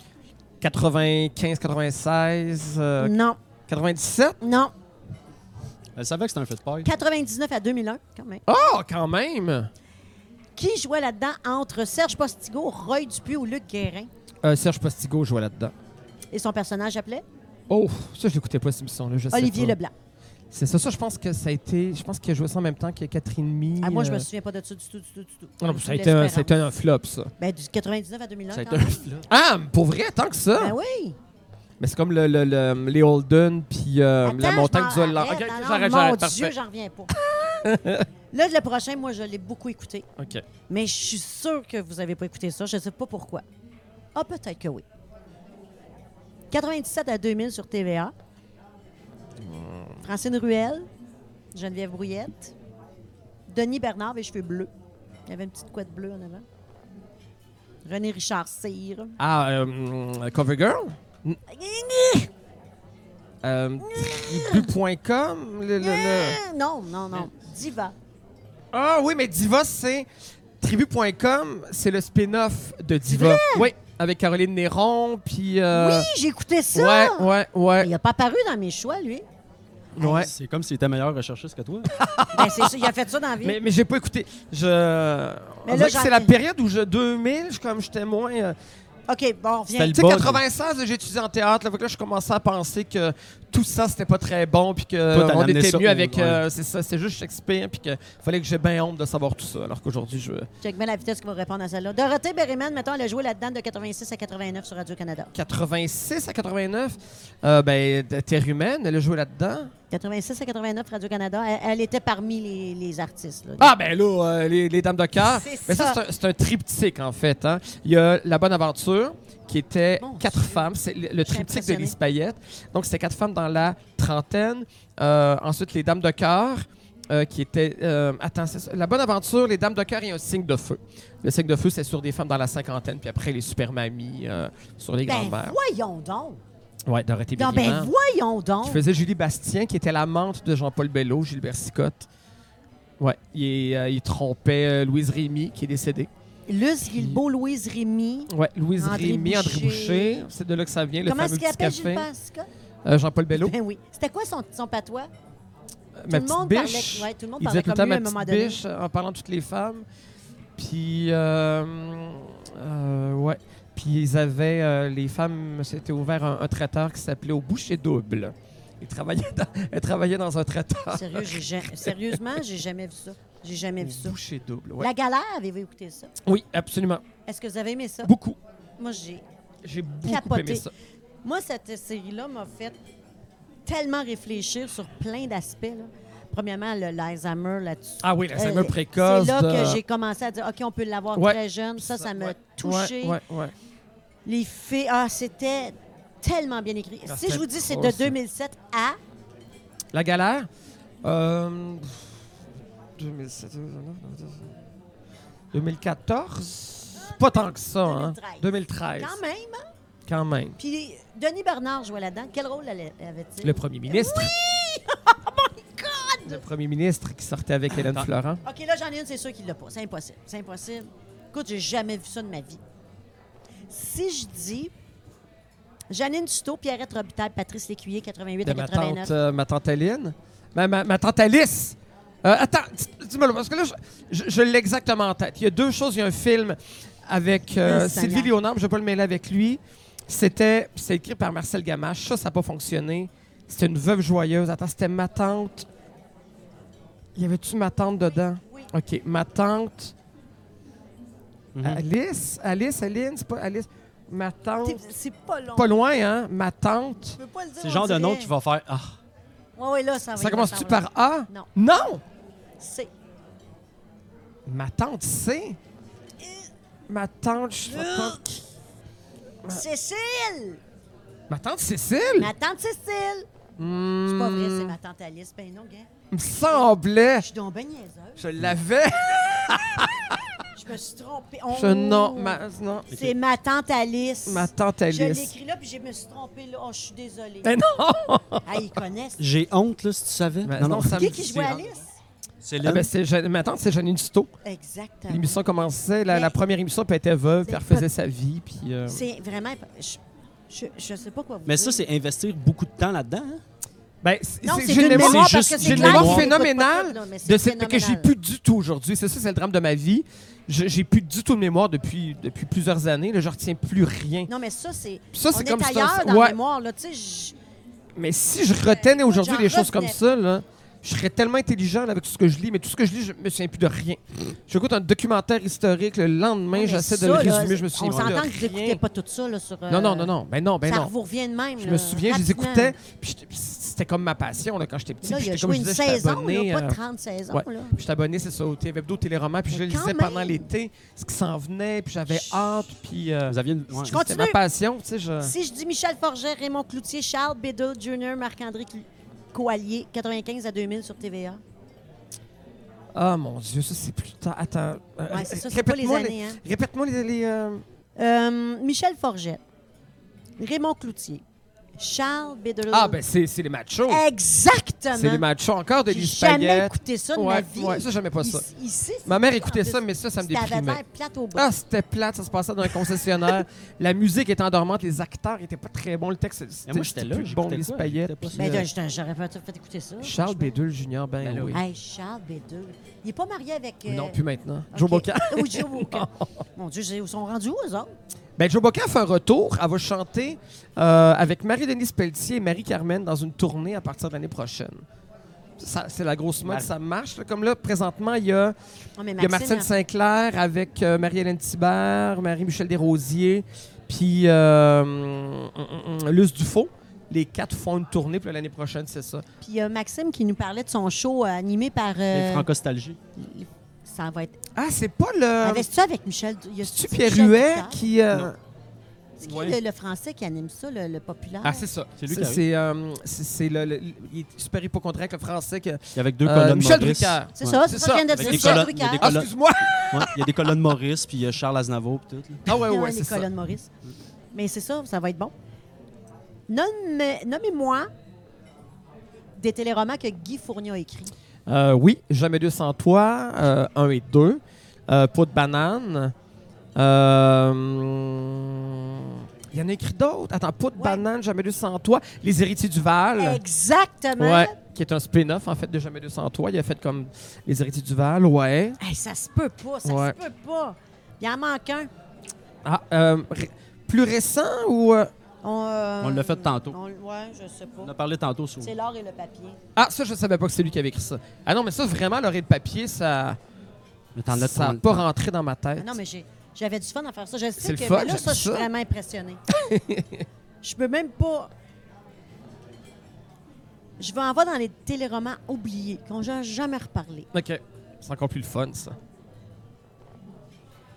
Speaker 2: 95, 96, euh,
Speaker 1: Non,
Speaker 2: 97.
Speaker 1: non.
Speaker 3: Elle savait que c'était un feu de paille.
Speaker 1: 99 à 2001, quand même.
Speaker 2: Oh, quand même!
Speaker 1: Qui jouait là-dedans entre Serge Postigo, Roy Dupuis ou Luc Guérin?
Speaker 2: Euh, Serge Postigo jouait là-dedans.
Speaker 1: Et son personnage appelait
Speaker 2: Oh, ça, je l'écoutais pas, cette émission-là. je sais
Speaker 1: Olivier
Speaker 2: pas.
Speaker 1: Leblanc.
Speaker 2: C'est ça, ça, je pense que ça a été. Je pense qu'il a joué ça en même temps que Catherine Mee.
Speaker 1: Ah, moi, je
Speaker 2: euh,
Speaker 1: me
Speaker 2: Ah
Speaker 1: souviens pas de ça du tout, du tout, du tout.
Speaker 2: non,
Speaker 1: Rue
Speaker 2: ça a été un,
Speaker 1: l'Espérance.
Speaker 2: ça a été un flop, ça.
Speaker 1: Ben, du 99 à 2001.
Speaker 3: Ça a
Speaker 1: quand
Speaker 3: été un
Speaker 1: même.
Speaker 3: flop.
Speaker 2: Ah, pour vrai, tant que ça.
Speaker 1: Ben oui.
Speaker 2: Mais c'est comme le, le- le- les Holden puis euh,
Speaker 1: Attends,
Speaker 2: la
Speaker 1: je
Speaker 2: montagne
Speaker 1: m'en
Speaker 2: du Holland.
Speaker 1: rappelle.
Speaker 2: Ok,
Speaker 1: Non, non,
Speaker 2: j'arrête,
Speaker 1: Mon
Speaker 2: j'arrête.
Speaker 1: Dieu,
Speaker 2: Parfait.
Speaker 1: j'en reviens pas. Là, le prochain, moi, je l'ai beaucoup écouté.
Speaker 2: Ok.
Speaker 1: Mais je suis sûre que vous n'avez pas écouté ça. Je ne sais pas pourquoi. Ah, peut-être que oui. 97 à 2000 sur TVA. Francine Ruel, Geneviève Brouillette, Denis Bernard, les cheveux bleus. Il y avait une petite couette bleue en avant. René Richard Cyr.
Speaker 2: Ah, euh, mm, Cover Girl? Euh, Tribu.com? le- le- le-
Speaker 1: Non, non, non. Diva.
Speaker 2: Ah oui, mais Diva, c'est. Tribu.com, c'est le spin-off de Diva. Oui, avec Caroline Néron, puis. euh,
Speaker 1: oui, j'ai écouté ça.
Speaker 2: Ouais, ouais, ouais.
Speaker 1: Euh, Il n'a pas paru dans mes choix, lui.
Speaker 2: ouais.
Speaker 3: C'est comme s'il était meilleur recherchiste que toi.
Speaker 1: Ben, c'est ça, il a fait ça dans la vie.
Speaker 2: Mais, mais j'ai pas écouté. Je. on
Speaker 1: là,
Speaker 2: dirait que
Speaker 1: j'en-
Speaker 2: c'est la période où je. 2000, je, comme j'étais moins. euh,
Speaker 1: OK, bon, on
Speaker 3: C'était
Speaker 1: revient.
Speaker 3: le
Speaker 2: Tu sais,
Speaker 3: Bon.
Speaker 2: 96, là, j'ai étudié en théâtre. Là, fait que là, je commençais à penser que tout ça, c'était pas très bon, puis
Speaker 3: Toi, t'as
Speaker 2: qu'on
Speaker 3: amené
Speaker 2: était
Speaker 3: ça
Speaker 2: mieux
Speaker 3: au-
Speaker 2: avec. euh, c'est ça, c'est juste Shakespeare, puis qu'il fallait que j'ai bien honte de savoir tout ça, alors qu'aujourd'hui, je.
Speaker 1: Check bien la vitesse qui va répondre à celle-là. Dorothée Berryman, mettons, elle a joué là-dedans de 86 à 89 sur Radio-Canada.
Speaker 2: 86 à 89, euh, ben, de Terre humaine, elle a joué là-dedans.
Speaker 1: 86 à 89, Radio-Canada, elle, elle était parmi les, les artistes. là.
Speaker 2: Ah, ben là, euh, les, les Dames de cœur.
Speaker 1: C'est
Speaker 2: Mais ça,
Speaker 1: ça.
Speaker 2: c'est un- c'est un, triptyque, en fait. hein. Il y a La Bonne Aventure, qui était
Speaker 1: Mon
Speaker 2: quatre
Speaker 1: Dieu.
Speaker 2: femmes. C'est
Speaker 1: Je
Speaker 2: le, le
Speaker 1: suis
Speaker 2: triptyque de
Speaker 1: impressionnée.
Speaker 2: Lise Payette. Donc, c'était quatre femmes dans la trentaine. Euh, ensuite, Les Dames de cœur. euh, qui était. euh, attends, c'est ça. La bonne aventure, les dames de cœur et un signe de feu. Le signe de feu, c'est sur des femmes dans la cinquantaine, puis après les super mamies euh, sur les
Speaker 1: ben
Speaker 2: grandes-mères.
Speaker 1: voyons donc!
Speaker 2: Ouais, Dorothée
Speaker 1: Non, ben
Speaker 2: Berryman,
Speaker 1: voyons
Speaker 2: Qui
Speaker 1: donc!
Speaker 2: faisait Julie Bastien, qui était l'amante de Jean-Paul Bello, Gilbert Sicotte. Ouais, il, euh, il trompait euh, Louise Rémy, qui est décédée.
Speaker 1: Luce Guilbeault, Louise Rémy.
Speaker 2: Ouais, Louise
Speaker 1: André
Speaker 2: Rémy, André
Speaker 1: Boucher.
Speaker 2: Boucher, c'est de là que ça vient, le
Speaker 1: Comment
Speaker 2: fameux
Speaker 1: est-ce qu'il
Speaker 2: petit
Speaker 1: appelle
Speaker 2: café.
Speaker 1: Gilles Pascal?
Speaker 2: Euh, Jean-Paul Bello,
Speaker 1: Ben oui. C'était quoi son, son patois?
Speaker 2: ma
Speaker 1: tout le
Speaker 2: petite
Speaker 1: monde
Speaker 2: biche.
Speaker 1: parlait, ouais, tout le monde
Speaker 2: il
Speaker 1: parlait
Speaker 2: disait tout
Speaker 1: comme
Speaker 2: le temps
Speaker 1: lui
Speaker 2: ma
Speaker 1: à un moment
Speaker 2: petite
Speaker 1: donné.
Speaker 2: biche en parlant de toutes les femmes. Puis, euh, euh, ouais. Puis ils avaient, euh, les femmes, c'était ouvert un, un traiteur qui s'appelait Au Boucher Double. Il travaillait dans, elle travaillait dans un traiteur.
Speaker 1: Sérieux, j'ai ja- Sérieusement, j'ai jamais vu ça. J'ai jamais vu ça.
Speaker 2: Au Boucher Double, ouais.
Speaker 1: La galère, avez-vous écouté ça?
Speaker 2: Oui, absolument.
Speaker 1: Est-ce que vous avez aimé ça?
Speaker 2: Beaucoup.
Speaker 1: Moi, j'ai
Speaker 2: J'ai beaucoup
Speaker 1: Capoté.
Speaker 2: aimé ça.
Speaker 1: Moi, cette série-là m'a fait tellement réfléchir sur plein d'aspects. là. Premièrement, le l'Alzheimer là-dessus.
Speaker 2: Ah oui, la
Speaker 1: Euh,
Speaker 2: Alzheimer précoce. euh,
Speaker 1: C'est là
Speaker 2: de-
Speaker 1: que j'ai commencé à dire, OK, on peut l'avoir
Speaker 2: Ouais.
Speaker 1: très jeune. Ça, ça m'a
Speaker 2: Ouais,
Speaker 1: touché.
Speaker 2: Ouais, ouais, ouais.
Speaker 1: Les fées, ah, c'était tellement bien écrit.
Speaker 2: Ah,
Speaker 1: si je vous dis, c'est de
Speaker 2: c'était-
Speaker 1: 2007 à...
Speaker 2: La galère. Euh, 2007, 2014. Pas tant que ça, hein.
Speaker 1: 2013.
Speaker 2: 2013.
Speaker 1: Quand même. hein?
Speaker 2: Quand même.
Speaker 1: Puis Denis Bernard jouait là-dedans. Quel rôle elle- avait-il?
Speaker 2: Le premier ministre.
Speaker 1: Oh
Speaker 2: Le premier ministre qui sortait avec Hélène
Speaker 3: Attends.
Speaker 2: Florent.
Speaker 1: OK, là, j'en ai une, c'est sûr qu'il l'a pas. C'est impossible. C'est impossible. Écoute, j'ai jamais vu ça de ma vie. Si je dis Janine Tuto, Pierrette Robitaille, Patrice Lécuyer, 88
Speaker 2: De
Speaker 1: à
Speaker 2: ma
Speaker 1: 89.
Speaker 2: tante, euh, ma tante Aline. Ma, ma, ma tante Alice. Euh, attends, dis- dis-moi, là, parce que là, je, je- je l'ai exactement en tête. Il y a deux choses. Il y a un film avec euh,
Speaker 1: Oui,
Speaker 2: Sylvie
Speaker 1: Seigneur.
Speaker 2: Léonard, mais je ne vais pas le mêler avec lui. C'était, c'est écrit par Marcel Gamache. Ça, ça n'a pas fonctionné. C'était une veuve joyeuse. Attends, c'était ma tante. Y avait-tu ma tante dedans?
Speaker 1: Oui.
Speaker 2: OK. Ma tante.
Speaker 3: Mhm.
Speaker 2: Alice? Alice, Aline? C'est pas Alice. Ma tante.
Speaker 1: C'est- C'est pas long.
Speaker 2: Pas loin, hein? Ma tante.
Speaker 1: Je peux pas le dire.
Speaker 3: C'est le genre
Speaker 1: on
Speaker 3: de nom
Speaker 1: dirait.
Speaker 3: qui va faire Ah,
Speaker 1: Ouais, ouais, là, ça Ah va.
Speaker 2: Ça
Speaker 1: y
Speaker 2: commence-tu
Speaker 1: ressembler.
Speaker 2: par A?
Speaker 1: Non.
Speaker 2: Non!
Speaker 1: C'est.
Speaker 2: Ma tante C. Ma tante. je sais pas.
Speaker 1: Cécile!
Speaker 2: Ma tante Cécile?
Speaker 1: Ma tante Cécile! C'est pas vrai, c'est ma tante Alice. Ben non, gars.
Speaker 2: me semblait.
Speaker 1: Je suis donc ben niaiseuse.
Speaker 2: Je l'avais.
Speaker 1: Je me suis trompée. Oh!
Speaker 2: Je, non, ma, non.
Speaker 1: C'est ma tante Alice.
Speaker 2: Ma tante
Speaker 1: Je l'ai
Speaker 2: Alice.
Speaker 1: écrit là, puis je me suis trompée là. Oh, je suis désolée.
Speaker 2: Mais non!
Speaker 1: Ah, ils connaissent.
Speaker 3: j'ai honte, là, si tu savais.
Speaker 2: Mais
Speaker 3: non,
Speaker 2: non,
Speaker 3: non,
Speaker 2: ça me
Speaker 1: Qui qui
Speaker 2: dit-
Speaker 1: jouait Alice?
Speaker 3: c'est
Speaker 2: Ah
Speaker 3: là.
Speaker 2: ben, c'est Jean- ma tante, c'est Janine Duto.
Speaker 1: Exactement.
Speaker 2: L'émission commençait, la,
Speaker 1: Ah. Mais-
Speaker 2: la première émission, puis elle était veuve, puis
Speaker 1: C'est
Speaker 2: elle faisait sa vie, puis... euh,
Speaker 1: C'est vraiment. Je, je, je sais pas quoi vous
Speaker 3: Mais
Speaker 1: dire.
Speaker 3: ça, c'est investir beaucoup de temps là-dedans. hein?
Speaker 2: Ben, c'est
Speaker 1: Non, c'est
Speaker 2: j'ai
Speaker 1: une
Speaker 2: une
Speaker 1: mémoire
Speaker 2: mémoire,
Speaker 1: parce que
Speaker 3: juste-
Speaker 1: c'est
Speaker 2: j'ai une
Speaker 1: clair
Speaker 3: mémoire
Speaker 1: qu'on
Speaker 2: mémoire
Speaker 1: écoute pas tout,
Speaker 2: phénoménale
Speaker 1: là, mais c'est
Speaker 2: de cette, que j'ai
Speaker 1: phénoménal.
Speaker 2: plus du tout aujourd'hui. C'est ça, c'est le drame de ma vie. Je- J'ai plus du tout de mémoire depuis, depuis plusieurs années. Là, je retiens plus rien.
Speaker 1: Non, mais ça, c'est.
Speaker 2: Ça,
Speaker 1: on
Speaker 2: c'est
Speaker 1: est
Speaker 2: comme si t'as-
Speaker 1: ailleurs dans
Speaker 2: ouais.
Speaker 1: la mémoire, là. Tu sais, je-
Speaker 2: Mais si je retenais aujourd'hui
Speaker 1: J'en
Speaker 2: des choses comme
Speaker 1: revenais
Speaker 2: ça, là, je serais tellement intelligent là, avec tout ce que je lis, mais tout ce que je lis, je me souviens plus de rien. J'écoute un documentaire historique le lendemain,
Speaker 1: mais
Speaker 2: j'essaie de
Speaker 1: ça,
Speaker 2: le
Speaker 1: là,
Speaker 2: résumer, je me souviens
Speaker 1: On
Speaker 2: plus de
Speaker 1: s'entend que je n'écoutais
Speaker 2: rien.
Speaker 1: pas tout ça, là, sur. euh,
Speaker 2: Non, non, non, non. Ben non, ben
Speaker 1: ça
Speaker 2: non.
Speaker 1: vous revient de même.
Speaker 2: Je
Speaker 1: là,
Speaker 2: me souviens, je les
Speaker 1: rapidement.
Speaker 2: écoutais, puis j'étais- puis c'était comme ma passion là, quand j'étais
Speaker 1: Puis
Speaker 2: petit.
Speaker 1: Là,
Speaker 2: puis
Speaker 1: il a
Speaker 2: j'étais comme
Speaker 1: joué
Speaker 2: je
Speaker 1: une
Speaker 2: disais, j'étais
Speaker 1: saison,
Speaker 2: abonné,
Speaker 1: là, pas
Speaker 2: euh,
Speaker 1: 37 saison,
Speaker 2: ouais.
Speaker 1: là.
Speaker 2: Puis j'étais abonné, c'est ça, au TV Hebdo, Télérama, puis je
Speaker 1: Mais
Speaker 2: le
Speaker 1: quand
Speaker 2: lisais
Speaker 1: même.
Speaker 2: pendant l'été, ce qui s'en venait, puis j'avais
Speaker 1: Chut.
Speaker 2: hâte, puis euh,
Speaker 3: Vous aviez une- ouais.
Speaker 1: Je continue.
Speaker 2: c'était ma passion, tu sais, je...
Speaker 1: Si je dis Michel Forget, Raymond Cloutier, Charles Biddle Jr., Marc-André Cl- Coallier, 95 à 2000 sur TVA.
Speaker 2: Ah, mon Dieu, ça, c'est plus tard. Attends, euh,
Speaker 1: Ouais, c'est ça, c'est pas les
Speaker 2: répète-moi les...
Speaker 1: années, hein.
Speaker 2: Répète-moi les... les, euh,
Speaker 1: Euh, Michel Forget, Raymond Cloutier, Charles Biddle.
Speaker 2: Ah, ben c'est c'est les machos.
Speaker 1: Exactement.
Speaker 2: C'est les machos encore de
Speaker 1: J'ai
Speaker 2: Lise
Speaker 1: jamais
Speaker 2: Payette.
Speaker 1: écouté ça de ma
Speaker 2: Ouais,
Speaker 1: vie.
Speaker 2: ouais, ça, j'aimais pas ça.
Speaker 1: Ici- ici,
Speaker 2: Ma mère
Speaker 1: c'est- en
Speaker 2: écoutait
Speaker 1: plus,
Speaker 2: ça, mais ça, ça me
Speaker 1: C'était
Speaker 2: déprimait.
Speaker 1: l'air plate au bout.
Speaker 2: Ah, c'était plate, ça se passait dans un concessionnaire. La musique était endormante, les acteurs étaient pas très bons, le texte
Speaker 3: Mais
Speaker 2: c'était
Speaker 3: moi,
Speaker 2: juste
Speaker 3: j'étais là,
Speaker 2: plus bon,
Speaker 3: j'écoutais
Speaker 2: les
Speaker 3: quoi?
Speaker 2: paillettes.
Speaker 3: J'écoutais
Speaker 1: Mais
Speaker 2: puis,
Speaker 1: Ben, là, j'étais- j'aurais pas fait écouter ça.
Speaker 2: euh, Charles Bédul Junior, ben,
Speaker 3: Ben
Speaker 2: oui.
Speaker 3: oui.
Speaker 1: Hey, Charles Bédul. Il n'est pas marié avec. euh,
Speaker 2: Non, plus maintenant.
Speaker 1: ok.
Speaker 2: Joe Bocan.
Speaker 1: Oui, Joe Bocan. Mon Dieu, j'ai- ils sont rendus où, eux autres?
Speaker 2: Ben, Joe Bocan fait un retour. Elle va chanter euh, avec Marie-Denise Pelletier et Marie-Carmen dans une tournée à partir de l'année prochaine. Ça, c'est la grosse mode,
Speaker 3: Mal.
Speaker 2: ça marche. là. Comme là, présentement, il y a,
Speaker 1: Non, Ah, mais
Speaker 2: il y a Martine Sinclair avec euh, Marie-Hélène Thibert, Marie-Michel Desrosiers, puis euh, hum, hum, hum, Luce Dufaux. Les quatre font une tournée, puis là, l'année prochaine, c'est ça.
Speaker 1: Puis il y a Maxime qui nous parlait de son show euh, animé par. euh,
Speaker 3: Les francostalgies.
Speaker 1: Ça va être.
Speaker 2: Ah, c'est pas le...
Speaker 1: Avais-tu avec Michel. il y a-
Speaker 2: C'est-tu
Speaker 1: c'est
Speaker 2: Pierre
Speaker 1: Michel
Speaker 2: Huet
Speaker 1: Ducard?
Speaker 2: qui... euh,
Speaker 3: Non.
Speaker 1: C'est qui
Speaker 3: Ouais.
Speaker 1: le, le français qui anime ça, le, le populaire?
Speaker 2: Ah, c'est ça.
Speaker 3: C'est lui qui arrive.
Speaker 2: C'est euh, c'est- c'est le, le- il est super hypochondriaque, le français. Que,
Speaker 3: Il y avait deux
Speaker 2: Euh,
Speaker 3: colonnes
Speaker 2: Michel
Speaker 3: Maurice.
Speaker 2: Drucker.
Speaker 1: C'est
Speaker 3: Ouais.
Speaker 1: ça, c'est
Speaker 2: C'est
Speaker 1: ça que je viens de
Speaker 2: ça.
Speaker 1: dire.
Speaker 2: Avec des
Speaker 1: Michel
Speaker 3: colonnes-
Speaker 1: Drucker.
Speaker 3: il y a des
Speaker 2: Ah,
Speaker 3: colonnes-
Speaker 2: excuse-moi!
Speaker 3: Ouais, Il y a des colonnes Maurice, puis il y a Charles Aznavour, puis tout. là.
Speaker 2: Ah ouais,
Speaker 1: Non,
Speaker 2: ouais,
Speaker 1: Hein, les
Speaker 2: c'est ça.
Speaker 1: colonnes Maurice. Mais c'est ça, ça va être bon. Nomme- Nommez-moi des téléromans que Guy Fournier a écrits.
Speaker 2: Euh, oui, Jamais deux sans toi, 1 et 2, euh, Peau de banane. euh, Il y en a écrit d'autres. Attends, Peau de
Speaker 1: Ouais.
Speaker 2: banane, Jamais deux sans toi, Les héritiers du Val.
Speaker 1: Exactement.
Speaker 2: Ouais, qui est un spin-off en fait de Jamais deux sans toi. Il a fait comme Les héritiers du Val, ouais.
Speaker 1: Hey, ça se peut pas, ça
Speaker 2: Ouais.
Speaker 1: se peut pas. Il en manque un.
Speaker 2: Ah, euh, ré- plus récent ou. euh,
Speaker 1: On, euh,
Speaker 3: On l'a fait tantôt.
Speaker 1: on- ouais, je sais pas.
Speaker 3: On a parlé tantôt sur.
Speaker 1: C'est l'or et le papier.
Speaker 2: Ah, ça, je savais pas que c'est lui qui avait écrit ça. Ah non, mais ça, vraiment, l'oreille de papier, ça.
Speaker 3: Mais t'en as
Speaker 2: Ça n'a
Speaker 3: ton-
Speaker 2: pas rentré dans ma tête.
Speaker 1: Ah non, mais j'ai- j'avais du fun à faire ça. Je sais
Speaker 2: C'est le
Speaker 1: que
Speaker 2: fun,
Speaker 1: mais là, ça,
Speaker 2: j'aime
Speaker 1: je suis
Speaker 2: ça.
Speaker 1: vraiment impressionnée. je peux même pas. Je vais en voir dans les téléromans oubliés, qu'on n'a jamais reparlé.
Speaker 2: Ok, c'est encore plus le fun, ça.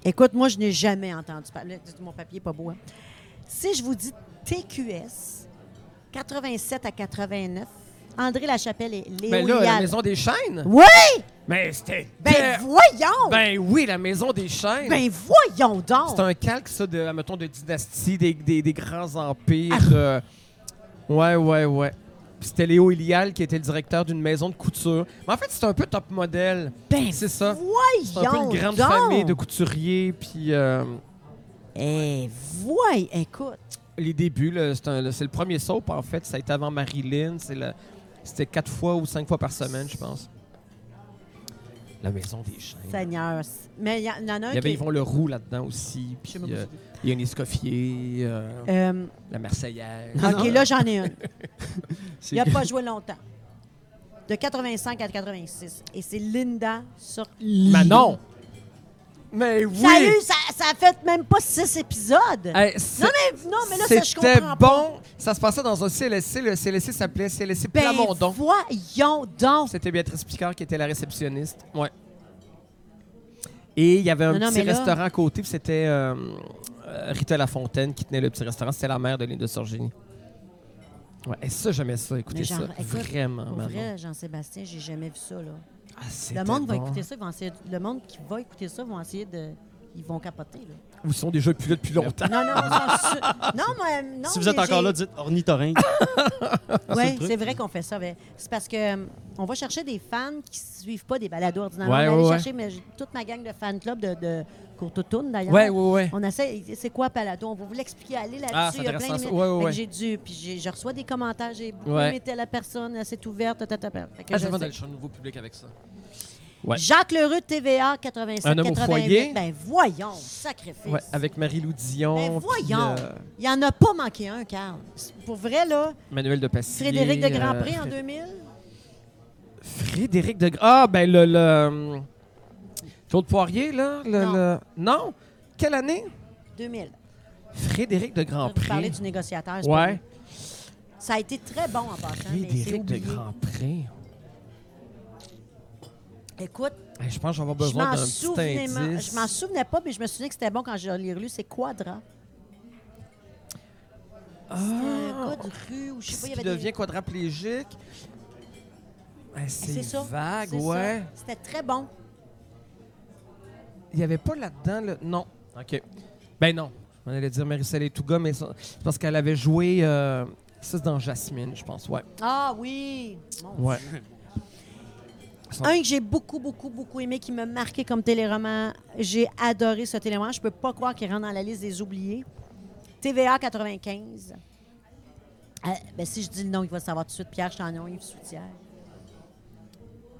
Speaker 1: Écoute, moi, je n'ai jamais entendu parler. Mon papier n'est pas beau. hein. Si je vous dis TQS, 87 à 89, André Lachapelle et Léo
Speaker 2: Ben là, la
Speaker 1: Lial.
Speaker 2: maison des chaînes.
Speaker 1: Oui!
Speaker 2: Mais c'était.
Speaker 1: Ben voyons! Ben,
Speaker 2: Ben oui, la maison des chaînes.
Speaker 1: voyons donc!
Speaker 2: C'est un calque, ça, de, mettons, de dynastie, des, des- des grands empires.
Speaker 1: Ah.
Speaker 2: euh, Ouais, ouais, ouais. Puis C'était Léo Ilial qui était le directeur d'une maison de couture. Mais en fait, c'est un peu top modèle.
Speaker 1: Ben
Speaker 2: c'est ça. C'est un peu
Speaker 1: Voyons
Speaker 2: une grande
Speaker 1: donc!
Speaker 2: famille de couturiers. Puis euh,
Speaker 1: Eh, voyons! Écoute,
Speaker 2: les débuts, là, c'est un- là, c'est le premier soap, en fait. Ça a été avant Marilyn. C'est le- C'était quatre fois ou cinq fois par semaine, je pense. La maison des chaînes.
Speaker 1: Seigneur. Mais il y, en a un
Speaker 2: Il y avait
Speaker 1: qui.
Speaker 2: Yvon Leroux là-dedans aussi.
Speaker 1: Je
Speaker 2: Puis
Speaker 1: sais pas
Speaker 2: euh,
Speaker 1: qui c'est.
Speaker 2: il y a une Escoffier, euh,
Speaker 1: Euh,
Speaker 2: la Marseillaise.
Speaker 3: Non,
Speaker 1: OK,
Speaker 3: non.
Speaker 1: là, j'en ai une.
Speaker 3: C'est
Speaker 1: Il n'a
Speaker 3: que-
Speaker 1: pas joué longtemps. De 85 à 86. Et c'est Linda sur.
Speaker 2: Manon! Mais oui!
Speaker 1: Salut, ça, ça a fait même pas six épisodes.
Speaker 2: Hey, c'est-
Speaker 1: non, mais, non, mais là, ça, je
Speaker 2: C'était
Speaker 1: comprends pas.
Speaker 2: bon. Ça se passait dans un CLSC. Le CLSC s'appelait CLSC
Speaker 1: Ben,
Speaker 2: Plamondon.
Speaker 1: voyons donc.
Speaker 2: C'était Béatrice Picard qui était la réceptionniste. Ouais. Et il y avait un
Speaker 1: Non, non,
Speaker 2: petit
Speaker 1: mais là-
Speaker 2: restaurant à côté, puis c'était euh, euh, Rita Lafontaine qui tenait le petit restaurant. C'était la mère de l'île de Sorgini. Ouais, et ça, j'aimais ça, écoutez
Speaker 1: Mais genre,
Speaker 2: ça.
Speaker 1: écoute,
Speaker 2: Vraiment,
Speaker 1: Pour
Speaker 2: maman.
Speaker 1: vrai, Jean-Sébastien, j'ai jamais vu ça, là.
Speaker 2: Ah, c'était
Speaker 1: Le monde va
Speaker 2: bon.
Speaker 1: écouter ça, ils vont essayer de- le monde qui va écouter ça vont essayer de... Ils vont capoter, là.
Speaker 2: Ils sont déjà plus là depuis longtemps.
Speaker 1: Non, non, non, c'est- non, mais... Non,
Speaker 3: si vous êtes
Speaker 1: mais
Speaker 3: encore
Speaker 1: j'ai-
Speaker 3: là, dites ornithorynque. c'est
Speaker 1: Oui,
Speaker 3: le truc.
Speaker 1: c'est vrai qu'on fait ça. mais C'est parce que euh, on va chercher des fans qui ne suivent pas des balados ordinaires.
Speaker 2: Ouais,
Speaker 1: on va
Speaker 2: ouais,
Speaker 1: aller
Speaker 2: ouais.
Speaker 1: chercher mais j'ai toute ma gang de fan club de, de Courtoutoune, d'ailleurs.
Speaker 2: Ouais, ouais, ouais.
Speaker 1: On essaie, c'est quoi balado? On va vous l'expliquer, allez là-dessus.
Speaker 2: Ah, c'est
Speaker 1: il y a plein
Speaker 2: intéressant,
Speaker 1: de-
Speaker 2: ça. Ouais, ouais,
Speaker 1: Fait que
Speaker 2: ouais.
Speaker 1: J'ai dû, puis j'ai- je reçois des commentaires, j'ai beaucoup
Speaker 2: Ouais.
Speaker 1: aimé telle personne, elle s'est ouverte, ta, ta, ta, ta. Fait que
Speaker 2: Ah,
Speaker 1: je
Speaker 2: c'est bon
Speaker 1: sais.
Speaker 2: d'aller chercher un nouveau public avec ça. Ouais.
Speaker 1: Jacques Lheureux, TVA 87,
Speaker 2: Un homme au
Speaker 1: 88.
Speaker 2: foyer.
Speaker 1: Ben voyons, sacrifice.
Speaker 2: Ouais, avec Marie-Lou Dion.
Speaker 1: Ben
Speaker 2: puis,
Speaker 1: voyons.
Speaker 2: euh,
Speaker 1: Il n'y en a pas manqué un, Carl. Pour vrai, là,
Speaker 2: Manuel de Passier.
Speaker 1: Frédéric de
Speaker 2: euh,
Speaker 1: Grandpré en
Speaker 2: Fré-
Speaker 1: 2000.
Speaker 2: Frédéric de Gra- Ah, ben le. le... euh, Claude Poirier, là. le-
Speaker 1: Non.
Speaker 2: le- non? Quelle année?
Speaker 1: 2000.
Speaker 2: Frédéric de
Speaker 1: Là, Vous parlez
Speaker 2: Grandpré.
Speaker 1: du négociateur. c'est pas
Speaker 2: Ouais.
Speaker 1: vrai. Ça a été très bon en passant, mais c'est
Speaker 2: Frédéric de
Speaker 1: oublié.
Speaker 2: Grandpré.
Speaker 1: Écoute,
Speaker 2: Hey, je pense que j'en vais
Speaker 1: je
Speaker 2: besoin
Speaker 1: m'en
Speaker 2: d'un petit
Speaker 1: souvenais, ma-
Speaker 2: indice.
Speaker 1: je m'en souvenais pas, mais je me souvenais que c'était bon quand je l'ai relu. C'est Quadra.
Speaker 2: Ah,
Speaker 1: C'était un gars de rue ou Euh, je sais pas,
Speaker 2: ce
Speaker 1: il y
Speaker 2: qui
Speaker 1: avait
Speaker 2: Ah! devient
Speaker 1: des...
Speaker 2: quadraplégique. Hey, c'est
Speaker 1: C'est ça,
Speaker 2: vague,
Speaker 1: c'est ça.
Speaker 2: ouais.
Speaker 1: C'était très bon.
Speaker 2: Il n'y avait pas là-dedans, le... non. OK. Ben non. On allait dire Marie-Soleil Touga, mais ça- c'est parce qu'elle avait joué... euh, Ça, c'est dans Jasmine, je pense, ouais.
Speaker 1: Ah oui! Mon
Speaker 2: Ouais. Son-
Speaker 1: Un que j'ai beaucoup, beaucoup, beaucoup aimé, qui m'a marqué comme téléroman. J'ai adoré ce téléroman. Je peux pas croire qu'il rentre dans la liste des oubliés. TVA 95. Euh, ben, si je dis le nom, il va le savoir tout de suite. Pierre Chagnon, Yves Soutière.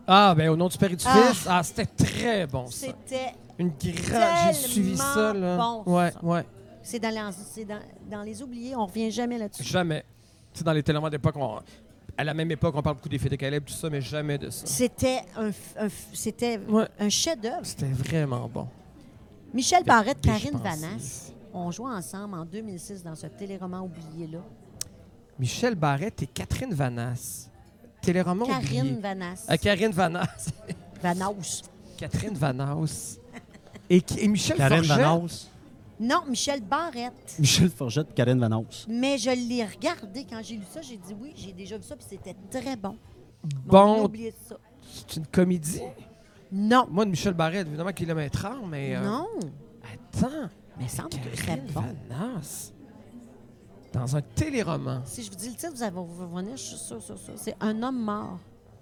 Speaker 2: Ah, ben au nom du Père et du
Speaker 1: Ah.
Speaker 2: Fils. Ah, c'était très bon, ça.
Speaker 1: C'était.
Speaker 2: Une grande... J'ai suivi ça, là.
Speaker 1: tellement bon,
Speaker 2: ouais,
Speaker 1: ça.
Speaker 2: ouais.
Speaker 1: C'est dans, les- c'est dans- dans les oubliés. On revient jamais là-dessus.
Speaker 2: Jamais. Tu sais, dans les télémans d'époque, on- à la même époque, on parle beaucoup des fées de Caleb, tout ça, mais jamais de ça.
Speaker 1: C'était un, f- un f- c'était
Speaker 2: Ouais.
Speaker 1: un chef-d'œuvre.
Speaker 2: C'était vraiment bon.
Speaker 1: Michel Barrette,
Speaker 2: Puis je
Speaker 1: Karine
Speaker 2: pensais-
Speaker 1: Vanasse, on jouait ensemble en 2006 dans ce téléroman oublié-là.
Speaker 2: Michel Barrette et Catherine Vanasse. Téléroman
Speaker 1: Karine
Speaker 2: oublié.
Speaker 1: Vanasse.
Speaker 2: Ah, Karine Vanasse.
Speaker 1: Vanasse.
Speaker 2: Catherine Vanasse. Et, qui- et Michel
Speaker 3: Karen
Speaker 2: Forget.
Speaker 3: Vanasse.
Speaker 1: Non, Michel Barrette.
Speaker 3: Michel Forgette, Karen Vanasse.
Speaker 1: Mais je l'ai regardé. Quand j'ai lu ça, j'ai dit oui, j'ai déjà vu ça, puis c'était très bon. Mais on a
Speaker 2: Bon,
Speaker 1: oublié ça.
Speaker 2: c'est une comédie.
Speaker 1: Non.
Speaker 2: Moi, de Michel Barrette, évidemment, kilomètre heure, mais. euh,
Speaker 1: Non.
Speaker 2: Attends.
Speaker 1: Mais semble que c'était
Speaker 2: Catherine
Speaker 1: bon.
Speaker 2: Vanasse. Dans un téléroman.
Speaker 1: Si je vous dis le titre, vous allez vous revenir, je suis sûre, sûre, sûre. C'est Un homme mort.